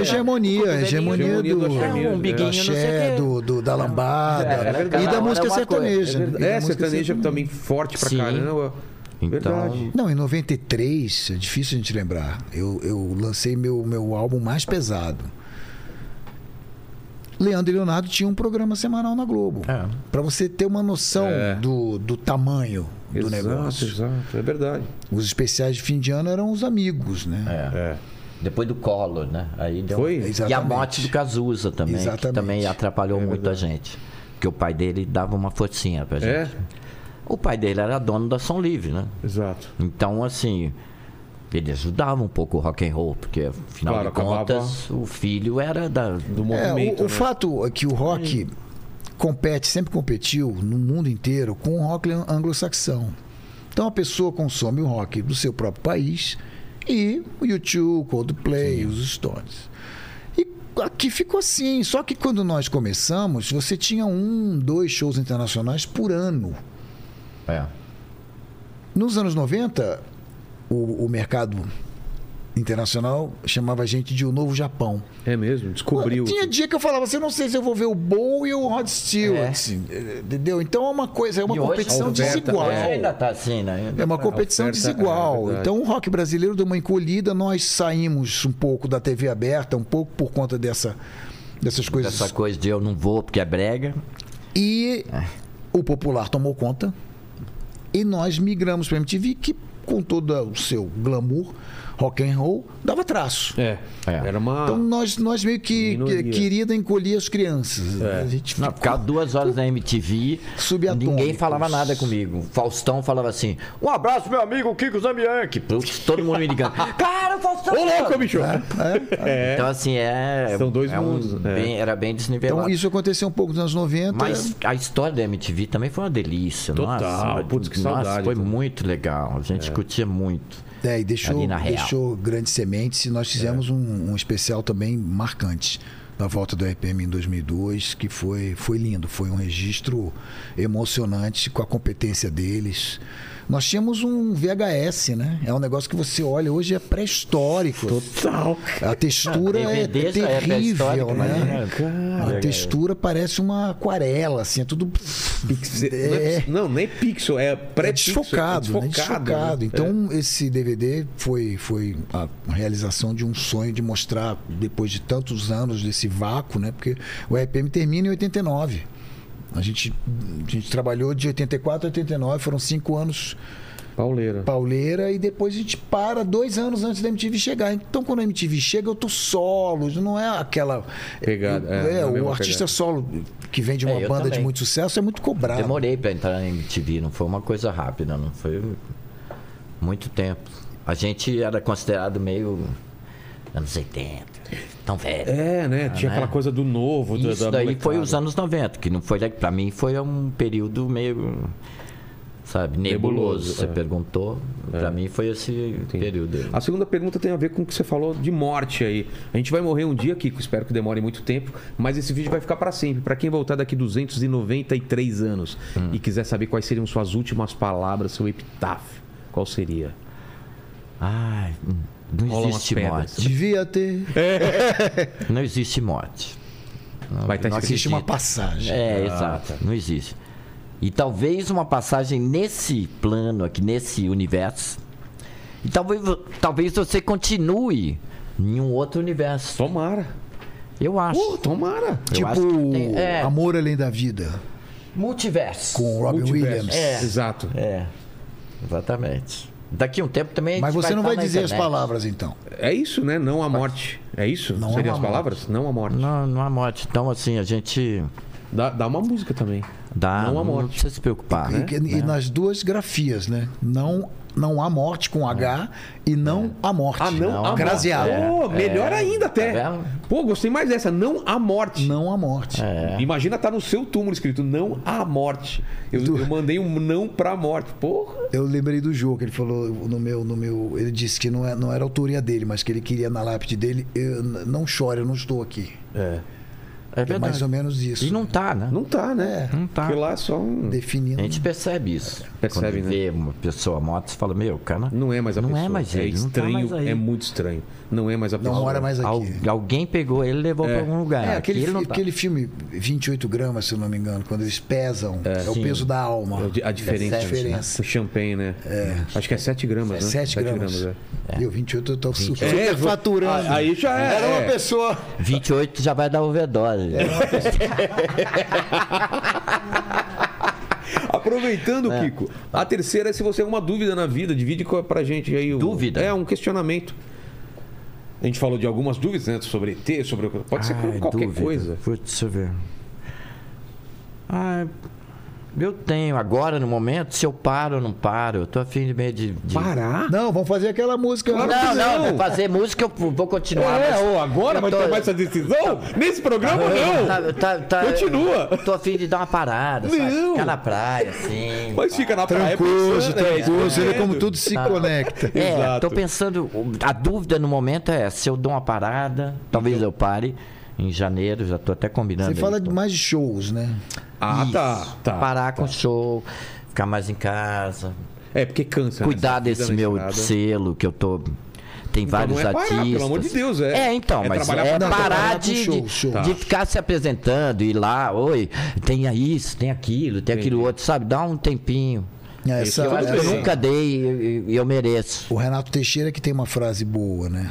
Speaker 3: a
Speaker 4: cotovelinho,
Speaker 3: hegemonia
Speaker 1: Hegemonia do
Speaker 3: do,
Speaker 1: axé
Speaker 4: É um
Speaker 1: mesmo,
Speaker 4: biguinho,
Speaker 3: do
Speaker 4: não sei o
Speaker 3: axé,
Speaker 4: quê.
Speaker 3: do, do- da lambada né?
Speaker 1: é verdade.
Speaker 3: e
Speaker 4: Cada
Speaker 3: da
Speaker 4: um
Speaker 3: música
Speaker 4: é uma coisa.
Speaker 3: sertaneja.
Speaker 1: É, verdade.
Speaker 3: né?
Speaker 1: é
Speaker 3: Da música
Speaker 1: sertaneja também forte pra
Speaker 4: Sim.
Speaker 1: caramba.
Speaker 4: Então-
Speaker 1: Verdade.
Speaker 3: Não, em 93, é difícil a gente lembrar. Eu, eu lancei meu, meu álbum mais pesado. Leandro e Leonardo tinha um programa semanal na Globo.
Speaker 4: É.
Speaker 3: Pra você ter uma noção
Speaker 1: É.
Speaker 3: do, do tamanho do
Speaker 1: exato,
Speaker 3: negócio.
Speaker 1: exato. É verdade.
Speaker 3: Os especiais de fim de ano eram os amigos, né?
Speaker 4: É.
Speaker 1: É.
Speaker 4: Depois do Collor, né? Aí deu
Speaker 1: Foi?
Speaker 4: E a morte do Cazuza também, que
Speaker 3: Exatamente.
Speaker 4: também atrapalhou
Speaker 1: É
Speaker 4: muito a gente. Porque o pai dele dava uma forcinha pra gente.
Speaker 1: É?
Speaker 4: O pai dele era dono da Som Livre, né?
Speaker 1: Exato.
Speaker 4: Então, assim, ele ajudava um pouco o rock and roll, porque afinal
Speaker 1: Claro,
Speaker 4: de contas, o filho era da
Speaker 1: Do
Speaker 3: É,
Speaker 1: movimento.
Speaker 3: o, o
Speaker 1: né? Hum.
Speaker 3: fato é que o rock compete, sempre competiu no mundo inteiro com o rock anglo-saxão. Então a pessoa consome o rock do seu próprio país e o YouTube, Coldplay, os Stones. E aqui ficou assim. Só que quando nós começamos, você tinha um, dois shows internacionais por ano.
Speaker 4: É.
Speaker 3: Nos anos 90, o, o mercado internacional chamava a gente de o Novo Japão.
Speaker 1: É mesmo, descobriu.
Speaker 3: Tinha dia que eu falava assim, eu não sei se eu vou ver o Bowie e o Rod Stewart. assim, Entendeu? Então é uma coisa, é uma
Speaker 4: É. E hoje-
Speaker 3: competição
Speaker 1: Alberta,
Speaker 3: desigual.
Speaker 4: Hoje
Speaker 3: É,
Speaker 4: ainda tá assim, né?
Speaker 3: uma competição
Speaker 1: Alberta, é
Speaker 3: desigual.
Speaker 1: verdade.
Speaker 3: então o rock brasileiro deu uma encolhida, nós saímos um pouco da TV aberta, um pouco por conta dessa, dessas coisas.
Speaker 4: Essa coisa de eu não vou porque é brega.
Speaker 3: E
Speaker 4: É.
Speaker 3: o popular tomou conta. E nós migramos para MTV, que com todo o seu glamour, rock and roll, dava traço.
Speaker 1: É.
Speaker 4: É.
Speaker 1: Era uma.
Speaker 3: Então nós, nós meio que
Speaker 1: Minoria. É.
Speaker 3: que- querida encolher as crianças. A gente
Speaker 4: Não, ficava duas horas na MTV,
Speaker 3: Subatômicos.
Speaker 4: ninguém falava nada comigo. Faustão falava assim: Um abraço, meu amigo Kiko Zambianchi. Putz, todo mundo me ligando. Cara, o Faustão!
Speaker 1: Ô, louco, bicho!
Speaker 4: Então, assim, é.
Speaker 1: São dois
Speaker 4: é um
Speaker 1: mundos, né?
Speaker 4: bem- Era bem desnivelado.
Speaker 3: Então isso aconteceu um pouco nos anos 90.
Speaker 4: Mas a história da MTV também foi uma delícia.
Speaker 1: Total,
Speaker 4: nossa,
Speaker 1: putz, que
Speaker 4: nossa,
Speaker 1: saudade
Speaker 4: Foi
Speaker 1: também.
Speaker 4: muito legal. A gente curtia muito.
Speaker 3: É, e deixou,
Speaker 4: Ali na real. É.
Speaker 3: deixou grandes sementes. E nós fizemos um, um especial também marcante da volta do RPM em 2002, que foi, foi lindo. Foi um registro emocionante com a competência deles. Nós tínhamos um VHS, né? É um negócio que você olha hoje é pré-histórico.
Speaker 1: Total.
Speaker 3: A textura
Speaker 4: Não,
Speaker 3: é,
Speaker 4: DVD já é
Speaker 3: terrível,
Speaker 4: pré-histórico,
Speaker 3: né?
Speaker 4: né?
Speaker 3: A textura parece uma aquarela, assim, é tudo.
Speaker 1: Pixel- não é
Speaker 3: É.
Speaker 1: pix- Não, nem pixel, é
Speaker 3: É
Speaker 1: pré-pixel.
Speaker 3: desfocado, né?
Speaker 1: é
Speaker 3: desfocado.
Speaker 1: né?
Speaker 3: Então, esse DVD foi, foi a realização de um sonho de mostrar, depois de tantos anos desse vácuo, né? Porque o RPM termina em 89. A gente, a gente trabalhou de 84 a 89, foram cinco anos
Speaker 1: É. Pauleira.
Speaker 3: pauleira e depois a gente para dois anos antes da MTV chegar. Então, quando a MTV chega, eu tô solo, não é aquela.
Speaker 1: Pegada, é,
Speaker 3: é,
Speaker 1: não é a
Speaker 3: o
Speaker 1: mesma
Speaker 3: artista
Speaker 1: pegada.
Speaker 3: solo que vem de uma
Speaker 4: É, eu
Speaker 3: banda de
Speaker 4: também.
Speaker 3: muito sucesso é muito
Speaker 1: Ah.
Speaker 3: cobrado.
Speaker 4: Demorei pra entrar na MTV, não foi uma coisa rápida, não foi muito tempo. A gente era considerado meio anos 80, tão velho.
Speaker 1: É, né? Tinha
Speaker 4: né?
Speaker 1: aquela coisa do novo. da-
Speaker 4: Isso
Speaker 1: da
Speaker 4: daí
Speaker 1: molecada.
Speaker 4: foi os anos 90, que não foi para mim foi um período meio sabe, nebuloso.
Speaker 1: Nebuloso,
Speaker 4: Você
Speaker 1: é.
Speaker 4: perguntou, pra mim foi esse período. aí.
Speaker 1: A segunda pergunta tem a ver com o que você falou de morte aí. A gente vai morrer um dia, Kiko, espero que demore muito tempo, mas esse vídeo vai ficar pra sempre. Pra quem voltar daqui 293 anos
Speaker 4: Hum.
Speaker 1: e quiser saber quais seriam suas últimas palavras, seu epitáfio, qual seria?
Speaker 4: Ai, não
Speaker 1: Rolam as
Speaker 4: existe
Speaker 1: pedras.
Speaker 4: morte.
Speaker 3: Devia ter.
Speaker 1: É,
Speaker 4: Não existe morte.
Speaker 1: Vai estar
Speaker 4: não
Speaker 1: escrito.
Speaker 3: Existe uma
Speaker 4: acredito.
Speaker 3: passagem.
Speaker 4: É, exato. Não existe. E talvez uma passagem nesse plano aqui, nesse universo. E talvez, vo- talvez você continue em um outro universo.
Speaker 1: Tomara.
Speaker 4: Eu acho.
Speaker 1: Pô, tomara.
Speaker 4: acho que
Speaker 3: Tipo,
Speaker 4: tem- é.
Speaker 3: Amor Além da Vida,
Speaker 4: Multiverso.
Speaker 3: com o Robin
Speaker 1: Multiverso.
Speaker 3: Williams.
Speaker 4: É.
Speaker 1: Exato.
Speaker 4: É, exatamente. Daqui a um tempo também. a
Speaker 3: Mas
Speaker 4: gente
Speaker 3: você não vai
Speaker 4: estar na
Speaker 3: dizer as
Speaker 4: internet.
Speaker 3: palavras, então.
Speaker 1: É isso, né? Não a morte. É isso?
Speaker 3: Não
Speaker 1: Seriam
Speaker 3: há
Speaker 1: as
Speaker 3: morte.
Speaker 1: palavras? Não a morte.
Speaker 4: Não, não há morte. Então, assim, a gente
Speaker 1: Dá, dá uma música também.
Speaker 4: dá.
Speaker 1: Não há morte.
Speaker 4: precisa se preocupar.
Speaker 3: E,
Speaker 4: né?
Speaker 3: e nas duas grafias, né? Não não há morte com H e não há morte.
Speaker 1: Ah, não, a
Speaker 3: Graziado.
Speaker 1: Pô, melhor
Speaker 4: É.
Speaker 1: ainda até.
Speaker 4: Tá vendo?
Speaker 1: Pô, gostei mais dessa. Não há morte.
Speaker 3: Não há morte.
Speaker 4: É.
Speaker 1: Imagina tá no seu túmulo escrito não há morte. Eu, eu mandei um não pra morte. Porra.
Speaker 3: Eu lembrei do jogo que ele falou no meu, no meu, ele disse que não, é, não era autoria dele, mas que ele queria na lápide dele, eu, não chore, eu não estou aqui.
Speaker 4: É
Speaker 3: É mais
Speaker 4: verdade.
Speaker 3: ou menos isso.
Speaker 4: E não tá, né?
Speaker 1: Não tá, né?
Speaker 4: Não tá.
Speaker 1: Porque lá é só um.
Speaker 3: definindo.
Speaker 4: A gente percebe isso.
Speaker 1: Percebe,
Speaker 4: Quando
Speaker 1: né?
Speaker 4: vê uma pessoa morta, você fala, meu, cara.
Speaker 1: Não é mais a
Speaker 4: Não é
Speaker 1: pessoa.
Speaker 4: mais
Speaker 1: é
Speaker 4: ele, não tá
Speaker 1: estranho,
Speaker 4: mais aí.
Speaker 1: é muito estranho. Não é mais a pessoa.
Speaker 3: Não mora mais aqui.
Speaker 4: al- alguém pegou ele e levou pra algum lugar.
Speaker 3: É, aquele,
Speaker 4: Aqui ele
Speaker 3: fi-
Speaker 4: não tá.
Speaker 3: aquele filme 28 gramas, se eu não me engano, quando eles pesam, é, o
Speaker 4: Sim.
Speaker 3: peso da alma.
Speaker 1: É o di- A diferença.
Speaker 4: É sete,
Speaker 3: diferença.
Speaker 1: O champanhe, né? Acho que é 7 gramas, né?
Speaker 3: 7 gramas.
Speaker 1: é.
Speaker 3: E o 28 eu tô su-
Speaker 1: É,
Speaker 3: super
Speaker 1: vou-
Speaker 3: faturando.
Speaker 1: Ah, aí já é,
Speaker 3: Era uma
Speaker 1: é.
Speaker 3: pessoa.
Speaker 4: 28 já vai dar overdose.
Speaker 1: Aproveitando,
Speaker 4: É.
Speaker 1: Kiko, a terceira é se você tem alguma dúvida na vida, divide com- pra gente aí. o-
Speaker 4: Dúvida?
Speaker 1: É, um questionamento. A gente falou de algumas dúvidas, né? Sobre ET, sobre. Pode ser
Speaker 4: Ai,
Speaker 1: qualquer
Speaker 4: dúvida.
Speaker 1: coisa.
Speaker 4: Putz, deixa eu ver. Ah, eu tenho agora, no momento, se eu paro ou não paro. Eu tô afim de meio de. de-
Speaker 1: Parar?
Speaker 3: Tá? Não, vamos fazer aquela música.
Speaker 1: Claro
Speaker 4: Não,
Speaker 1: que
Speaker 4: não,
Speaker 1: não.
Speaker 4: fazer música eu
Speaker 3: Ah,
Speaker 4: vou continuar.
Speaker 1: é,
Speaker 4: mas-
Speaker 1: ou agora
Speaker 4: eu
Speaker 1: vai
Speaker 4: tô-
Speaker 1: tomar essa decisão? Nesse programa, não!
Speaker 4: Tá- tá- tá-
Speaker 1: Continua.
Speaker 4: Eu tô afim de dar uma parada, sabe?
Speaker 1: Não.
Speaker 4: Ficar na praia, assim.
Speaker 1: Mas fica na praia
Speaker 3: Trancoso,
Speaker 1: pensando, é,
Speaker 3: trancoso, ele
Speaker 1: escrevendo.
Speaker 3: como tudo se
Speaker 4: Tá.
Speaker 3: conecta.
Speaker 4: É,
Speaker 1: Exato.
Speaker 4: tô pensando. A dúvida no momento é se eu dou uma parada, talvez eu pare. Em janeiro, já tô até combinando.
Speaker 3: Você
Speaker 4: aí,
Speaker 3: fala
Speaker 4: tô-
Speaker 3: de mais de shows, né?
Speaker 1: Ah,
Speaker 4: Isso.
Speaker 1: tá. tá.
Speaker 4: Parar com o show, ficar mais em casa,
Speaker 1: É, porque cansa. né?
Speaker 4: cuidar
Speaker 1: Você
Speaker 4: desse
Speaker 1: fica
Speaker 4: meu
Speaker 1: na estrada.
Speaker 4: selo que eu tô. Tem
Speaker 1: Então não
Speaker 4: vários
Speaker 1: é parar,
Speaker 4: artistas.
Speaker 1: pelo amor de Deus, é.
Speaker 4: É, então,
Speaker 1: É
Speaker 4: mas
Speaker 1: trabalhar Tá.
Speaker 4: é
Speaker 1: pra-
Speaker 3: Não, trabalhar
Speaker 4: parar
Speaker 3: com
Speaker 4: de,
Speaker 3: show,
Speaker 4: de-
Speaker 3: show.
Speaker 4: de ficar se apresentando, ir lá, oi, tem isso, tem aquilo, tem aquilo outro, sabe? Dá um tempinho.
Speaker 3: Essa,
Speaker 1: eu
Speaker 3: essa-
Speaker 4: Eu nunca dei e eu, eu mereço.
Speaker 3: O Renato Teixeira que tem uma frase boa, né?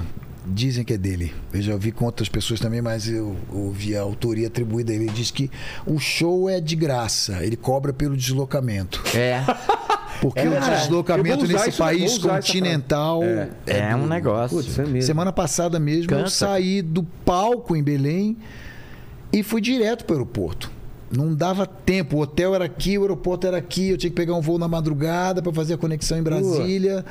Speaker 3: Dizem que é dele. Eu já ouvi com outras pessoas também, mas eu ouvi a autoria atribuída a ele. Ele diz que o show é de graça, ele cobra pelo deslocamento.
Speaker 4: É,
Speaker 3: Porque
Speaker 1: É,
Speaker 3: o
Speaker 1: cara, eu vou
Speaker 3: deslocamento
Speaker 1: usar
Speaker 3: nesse
Speaker 1: isso, né? eu vou
Speaker 3: país
Speaker 1: usar essa
Speaker 3: continental.
Speaker 1: frase.
Speaker 4: é um negócio.
Speaker 1: Putz, é mesmo.
Speaker 3: Semana passada mesmo eu
Speaker 4: Cansa.
Speaker 3: saí do palco em Belém e fui direto para o aeroporto. Não dava tempo, o hotel era aqui, o aeroporto era aqui, eu tinha que pegar um voo na madrugada para fazer a conexão em Brasília.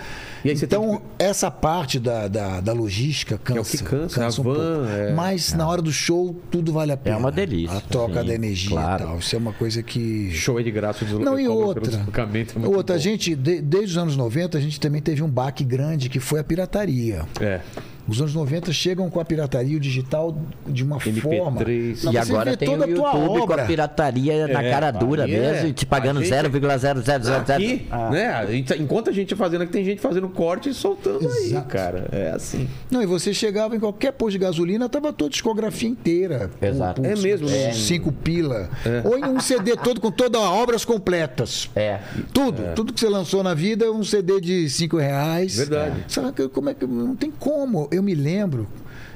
Speaker 1: E aí você
Speaker 3: então,
Speaker 1: tem que- É
Speaker 3: essa parte da, da, da logística cansa. um
Speaker 1: o que cansa, a
Speaker 3: pouco.
Speaker 1: van, é.
Speaker 3: Mas na hora do show tudo vale a pena.
Speaker 4: É uma delícia,
Speaker 3: A troca
Speaker 4: sim,
Speaker 3: da energia
Speaker 4: claro.
Speaker 3: e tal. Isso é uma coisa que.
Speaker 1: Show é de graça. o deslo-
Speaker 3: Não, e
Speaker 1: cobra pelo
Speaker 3: outra.
Speaker 1: deslocamento, é muito
Speaker 3: Outra, a
Speaker 1: bom.
Speaker 3: gente, de- desde os anos 90, a gente também teve um baque grande que foi a pirataria.
Speaker 1: É.
Speaker 3: Os anos 90 chegam com a pirataria e o digital de uma forma.
Speaker 1: MP3.
Speaker 3: Não,
Speaker 4: e
Speaker 3: você
Speaker 4: agora
Speaker 3: vê
Speaker 4: tem
Speaker 3: toda
Speaker 4: o
Speaker 3: a tua
Speaker 4: YouTube com
Speaker 3: obra.
Speaker 4: a pirataria na
Speaker 1: É,
Speaker 4: cara dura
Speaker 1: aí é.
Speaker 4: mesmo e te pagando
Speaker 1: A gente-
Speaker 4: 0,0000.
Speaker 1: Aqui,
Speaker 3: ah.
Speaker 1: né? a gente- Enquanto a gente tá fazendo aqui, tem gente fazendo corte e soltando aí,
Speaker 3: Exato.
Speaker 1: cara. É assim.
Speaker 3: Não, e você chegava em qualquer posto de gasolina, tava toda a discografia inteira.
Speaker 4: Exato.
Speaker 1: É mesmo.
Speaker 3: É.
Speaker 1: É.
Speaker 3: Cinco pila. Ou em um CD todo, com todas obras completas.
Speaker 4: É.
Speaker 3: Tudo, tudo que você lançou na vida é um CD de cinco reais.
Speaker 1: Verdade.
Speaker 3: Sabe que- como é que. Não tem como. Eu me lembro,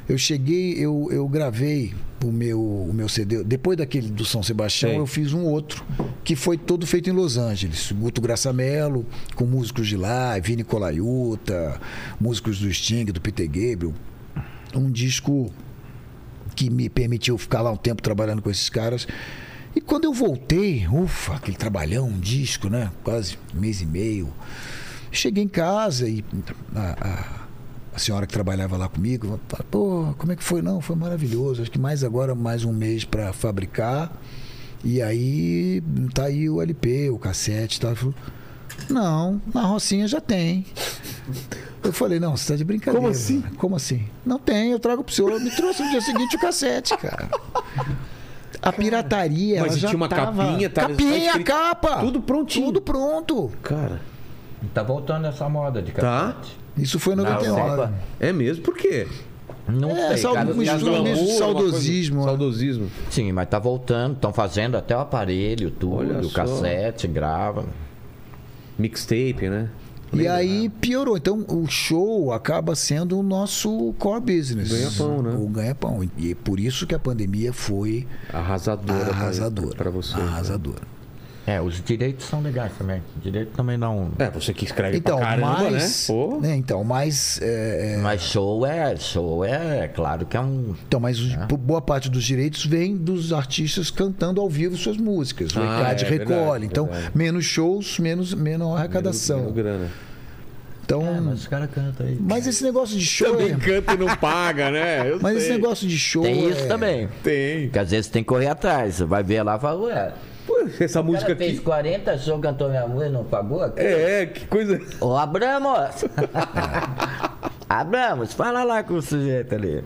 Speaker 3: eu cheguei, eu, eu gravei o meu, o meu CD. Depois daquele do São Sebastião,
Speaker 1: Sim.
Speaker 3: eu fiz um outro, que foi todo feito em Los Angeles. Guto Graçamelo, com músicos de lá, Vini Colaiuta, músicos do Sting, do Peter Gabriel. Um disco que me permitiu ficar lá um tempo trabalhando com esses caras. E quando eu voltei, ufa, aquele trabalhão, um disco, né? Quase um mês e meio. Cheguei em casa e a, a- a senhora que trabalhava lá comigo falou: pô, como é que foi? Não, foi maravilhoso. Acho que mais agora, mais um mês para fabricar. E aí tá aí o LP, o cassete e tal. Ela falou, não, na Rocinha já tem. Eu falei, não, você tá de brincadeira. Como assim? Como assim? Não tem, eu trago pro senhor. Eu Me trouxe no dia seguinte o cassete, cara. A pirataria,
Speaker 1: Mas
Speaker 3: ela
Speaker 1: e
Speaker 3: já
Speaker 1: tinha uma
Speaker 3: tava...
Speaker 1: capinha, tava- tá
Speaker 3: Capinha,
Speaker 1: escrito-
Speaker 3: capa!
Speaker 1: Tudo prontinho.
Speaker 3: Tudo pronto.
Speaker 1: Cara,
Speaker 4: Tá voltando essa moda de
Speaker 1: Tá.
Speaker 4: cassete.
Speaker 3: Isso foi em
Speaker 4: Na
Speaker 3: 99.
Speaker 4: Europa.
Speaker 1: é mesmo? Por quê?
Speaker 4: Ah,
Speaker 1: Um
Speaker 4: Não
Speaker 3: É,
Speaker 4: sei,
Speaker 3: saúde
Speaker 4: cara.
Speaker 3: com
Speaker 4: Os
Speaker 3: estudo
Speaker 4: caras-
Speaker 3: mesmo.
Speaker 1: Glamour,
Speaker 3: saudosismo,
Speaker 1: uma
Speaker 3: né?
Speaker 1: Saudosismo.
Speaker 4: Sim, mas tá voltando, estão fazendo até o aparelho, tudo,
Speaker 1: Olha
Speaker 4: o
Speaker 1: só.
Speaker 4: cassete, grava.
Speaker 1: Mixtape, né?
Speaker 3: E aí piorou. Então o show acaba sendo o nosso core business.
Speaker 1: Ganha-pão, né?
Speaker 3: O ganha-pão. E é por isso que a pandemia foi
Speaker 1: Arrasadora. pra-
Speaker 3: arrasadora.
Speaker 1: Pra você.
Speaker 3: Arrasadora.
Speaker 4: É, os direitos são legais também. Direito também dá um.
Speaker 1: É, você que escreve
Speaker 3: Então,
Speaker 1: pra caramba,
Speaker 3: mas.
Speaker 1: né? Pô.
Speaker 3: né, Então, mas. é, é,
Speaker 4: Mas show é, show é, claro que é um.
Speaker 3: então, mas os- po- boa parte dos direitos vem dos artistas cantando ao vivo suas músicas. O
Speaker 1: Ah,
Speaker 3: ECAD
Speaker 1: é,
Speaker 3: recolhe.
Speaker 1: verdade,
Speaker 3: então,
Speaker 1: verdade.
Speaker 3: menos shows, menos, menor arrecadação.
Speaker 1: Menos grana.
Speaker 3: Então,
Speaker 4: É, mas
Speaker 3: mas...
Speaker 4: os caras cantam aí.
Speaker 3: esse negócio de show.
Speaker 1: Também
Speaker 3: é-
Speaker 1: canta e não paga, né? Eu
Speaker 3: Mas
Speaker 1: sei.
Speaker 3: esse negócio de show.
Speaker 4: Tem isso
Speaker 3: é-
Speaker 4: também.
Speaker 1: Tem.
Speaker 4: Porque às vezes tem que correr atrás. Você vai ver lá e fala, ué,
Speaker 1: Pô, essa
Speaker 4: o
Speaker 1: música
Speaker 4: cara fez
Speaker 1: aqui.
Speaker 4: 40 shows, cantou minha música e não pagou?
Speaker 1: É, que coisa.
Speaker 4: Ô, Abramos! Ah. Abramos, fala lá com o sujeito ali.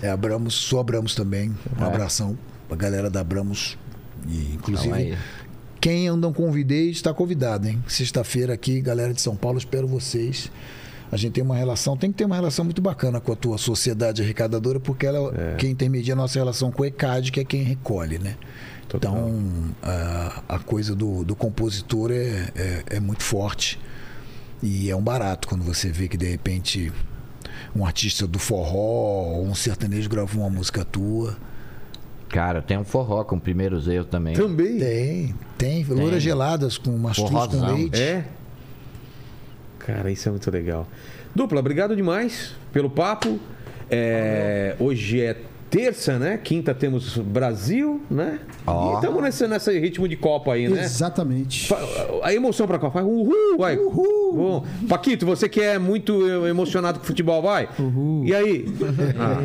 Speaker 3: É, Abramos, sou Abramos também. Um abração pra galera da Abramos. E,
Speaker 4: Então,
Speaker 3: inclusive,
Speaker 4: aí.
Speaker 3: quem eu não convidei está convidado, hein? Sexta-feira aqui, galera de São Paulo, espero vocês. A gente tem uma relação, tem que ter uma relação muito bacana com a tua sociedade arrecadadora, porque ela é quem intermedia a nossa relação com o ECAD, que é quem recolhe, né?
Speaker 1: Total.
Speaker 3: Então, a, a coisa do, do compositor é, é, é muito forte. E é um barato quando você vê que, de repente, um artista do forró ou um sertanejo gravou uma música tua.
Speaker 4: Cara, tem um forró com primeiros erros também.
Speaker 1: Também.
Speaker 3: Tem, tem. Louras geladas com mastruz com
Speaker 4: Forrozão.
Speaker 3: leite.
Speaker 1: É? Cara, isso é muito legal. Dupla, obrigado demais pelo papo. É, hoje é terça, né? Quinta temos Brasil, né?
Speaker 4: Ó.
Speaker 1: E estamos nesse, nesse ritmo de Copa aí, né?
Speaker 2: Exatamente.
Speaker 1: Fa- A emoção pra Copa. Vai, Uhul! Vai. Uhul! Bom. Paquito, você que é muito eh, emocionado com futebol, vai? Uhul! E aí?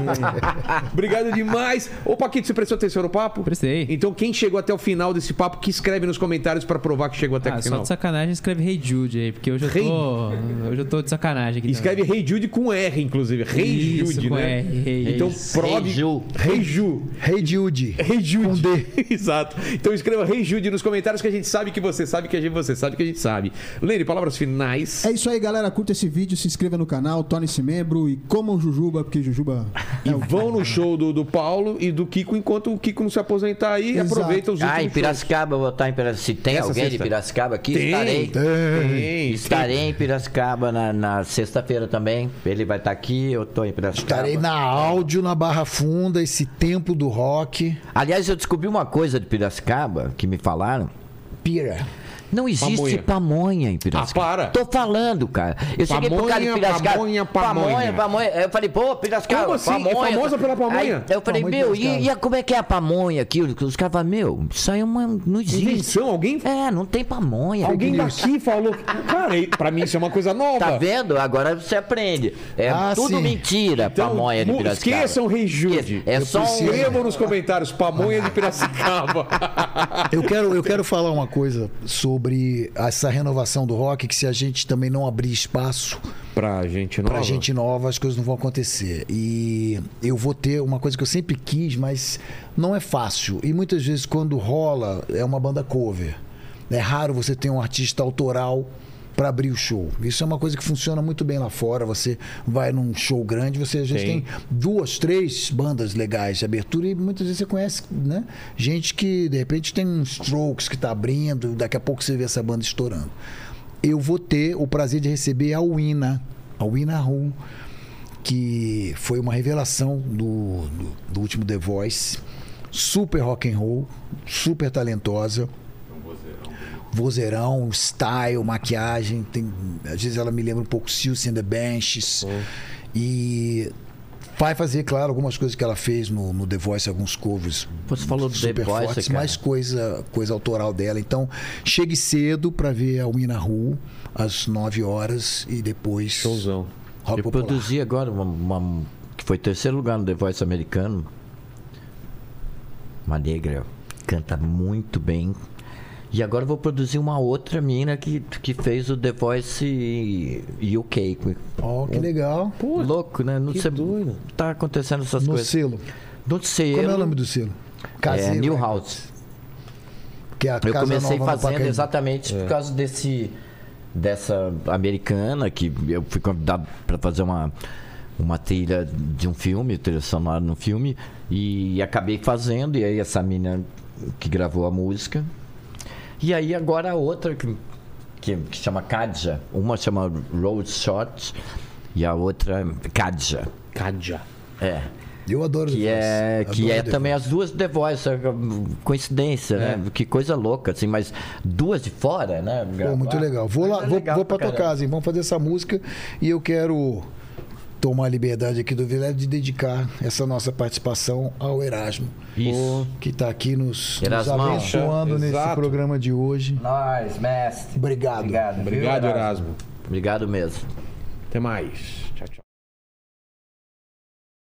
Speaker 1: Ah. Obrigado demais. Ô, Paquito, você prestou atenção no papo?
Speaker 5: Prestei.
Speaker 1: Então, quem chegou até o final desse papo, que escreve nos comentários pra provar que chegou até
Speaker 5: Ah,
Speaker 1: o
Speaker 5: só
Speaker 1: final.
Speaker 5: de sacanagem escreve Rei Jude aí, porque hoje eu
Speaker 1: Hey-
Speaker 5: tô. Hoje eu tô de sacanagem aqui.
Speaker 1: Escreve Rei Jude com R, inclusive. Rei
Speaker 5: Isso,
Speaker 1: Jude,
Speaker 5: com
Speaker 1: né?
Speaker 5: R, Rei.
Speaker 1: Então,
Speaker 4: Isso.
Speaker 1: prove.
Speaker 4: Rei Ju.
Speaker 1: Rei Ju.
Speaker 3: Rei Jude.
Speaker 1: Rei Jude. Exato. Então escreva Rei Jude nos comentários que a gente sabe que você sabe que a gente você sabe que a gente sabe. Lene, palavras finais.
Speaker 2: É isso aí, galera. Curta esse vídeo, se inscreva no canal, torne-se membro e comam Jujuba, porque Jujuba. é
Speaker 1: E vão no show do, do Paulo e do Kiko enquanto o Kiko não se aposentar aí e
Speaker 2: Exato.
Speaker 1: aproveita os
Speaker 4: Ah,
Speaker 1: últimos
Speaker 4: em Piracicaba, eu vou estar em Piracicaba. Se tem
Speaker 1: um Essa
Speaker 4: alguém de
Speaker 1: sexta.
Speaker 4: Piracicaba aqui,
Speaker 1: Tem,
Speaker 4: estarei.
Speaker 1: shows. Tem,
Speaker 4: Estarei em Piracicaba na, na sexta-feira também. Ele vai estar aqui, eu tô em Piracicaba.
Speaker 3: Estarei na áudio, na Barra Funda, esse tempo do rock.
Speaker 4: Aliás, eu descobri uma coisa de Piracicaba que me falaram.
Speaker 3: Pira.
Speaker 4: Não existe
Speaker 1: Pamonha.
Speaker 4: pamonha, em Piracicaba.
Speaker 1: Ah, para.
Speaker 4: Tô falando, cara. Eu cheguei pro cara de
Speaker 1: Pamonha,
Speaker 4: Piracicaba.
Speaker 1: pamonha, pamonha.
Speaker 4: pamonha. pamonha. Eu falei, pô, Piracicaba.
Speaker 1: Como assim? É
Speaker 4: Pamonha.
Speaker 1: famosa pela pamonha?
Speaker 4: Aí eu falei,
Speaker 3: Pamonha de
Speaker 4: meu,
Speaker 3: Piracicaba.
Speaker 4: e, e a- como é que é a pamonha aqui? Os caras falam, meu, isso aí é uma. Não existe.
Speaker 1: Invenção, alguém,
Speaker 4: É, não tem pamonha.
Speaker 1: alguém daqui falou. Cara, e pra mim isso é uma coisa nova.
Speaker 4: Tá vendo? Agora você aprende. É
Speaker 3: Ah,
Speaker 4: tudo
Speaker 3: sim.
Speaker 4: mentira,
Speaker 1: Então,
Speaker 4: pamonha de
Speaker 1: mu-
Speaker 4: Piracicaba.
Speaker 1: Esqueçam Rei Jude.
Speaker 4: É
Speaker 1: Eu
Speaker 4: só um-
Speaker 1: preciso- Escrevam nos comentários pamonha de Piracicaba.
Speaker 3: Eu quero, eu quero falar uma coisa sobre essa renovação do rock, que se a gente também não abrir espaço
Speaker 1: pra gente não.
Speaker 3: pra gente nova, as coisas não vão acontecer. E eu vou ter uma coisa que eu sempre quis, mas não é fácil. E muitas vezes quando rola, é uma banda cover. É raro você ter um artista autoral pra abrir o show. Isso é uma coisa que funciona muito bem lá fora. Você vai num show grande, você às vezes
Speaker 1: Sim.
Speaker 3: tem duas, três bandas legais de abertura e muitas vezes você conhece, né? Gente que de repente tem um Strokes que tá abrindo, daqui a pouco você vê essa banda estourando. Eu vou ter o prazer de receber a Wina, a Wina Rum, que foi uma revelação do, do, do último The Voice, super rock and roll, super talentosa vozeirão, style, maquiagem. Tem, às vezes ela me lembra um pouco Silce and the Benches. E vai fazer, claro, algumas coisas que ela fez no, no The Voice, alguns covers.
Speaker 4: Pô, você falou do The
Speaker 3: super
Speaker 4: Voice,
Speaker 3: fortes,
Speaker 4: cara.
Speaker 3: mas coisa, coisa autoral dela. Então, chegue cedo pra ver a Wina Ru às 9 horas e depois.
Speaker 1: Showzão.
Speaker 3: Rock
Speaker 4: Eu
Speaker 3: popular.
Speaker 4: produzi agora uma, uma- que foi terceiro lugar no The Voice americano. Uma negra canta muito bem. E agora eu vou produzir uma outra mina que, que fez o The Voice UK.
Speaker 3: Ó, que legal.
Speaker 4: Louco, né? Não sei. Tá acontecendo essas
Speaker 3: No
Speaker 4: coisas.
Speaker 3: selo.
Speaker 4: Não sei.
Speaker 3: Como
Speaker 4: eu
Speaker 3: é o
Speaker 4: não-
Speaker 3: nome do selo?
Speaker 4: É,
Speaker 3: Caseiro,
Speaker 4: New
Speaker 3: né?
Speaker 4: House.
Speaker 3: Que é a
Speaker 4: Eu
Speaker 3: casa
Speaker 4: comecei
Speaker 3: nova no
Speaker 4: fazendo
Speaker 3: Pacaembu. É.
Speaker 4: exatamente por causa desse dessa americana que eu fui convidado para fazer uma uma trilha de um filme, trilha sonora no filme e acabei fazendo e aí essa menina que gravou a música e aí agora a outra que que, que chama Kadja, uma chama Road Shot e a outra Kadja.
Speaker 1: Cádia.
Speaker 4: É,
Speaker 3: Eu adoro The
Speaker 4: que
Speaker 3: Voice.
Speaker 4: é, que
Speaker 3: Adoro
Speaker 4: é
Speaker 3: The
Speaker 4: também as duas The Voice, é coincidência, né? Que coisa louca, assim, mas duas de fora, né?
Speaker 3: É. Pô, muito legal. Vou lá,
Speaker 4: Mas é
Speaker 3: vou,
Speaker 4: legal
Speaker 3: vou pra tua
Speaker 4: caramba.
Speaker 3: casa, hein? Vamos fazer essa música e eu quero tomar a liberdade aqui do Vileve de dedicar essa nossa participação ao Erasmo,
Speaker 4: Isso.
Speaker 3: que tá aqui nos, nos
Speaker 4: Erasmão.
Speaker 3: abençoando nesse
Speaker 1: Exato.
Speaker 3: programa de hoje.
Speaker 4: Nós, mestre.
Speaker 3: Obrigado.
Speaker 4: Obrigado. viu,
Speaker 1: Obrigado, Erasmo.
Speaker 4: Obrigado mesmo.
Speaker 1: Até mais. Tchau, tchau.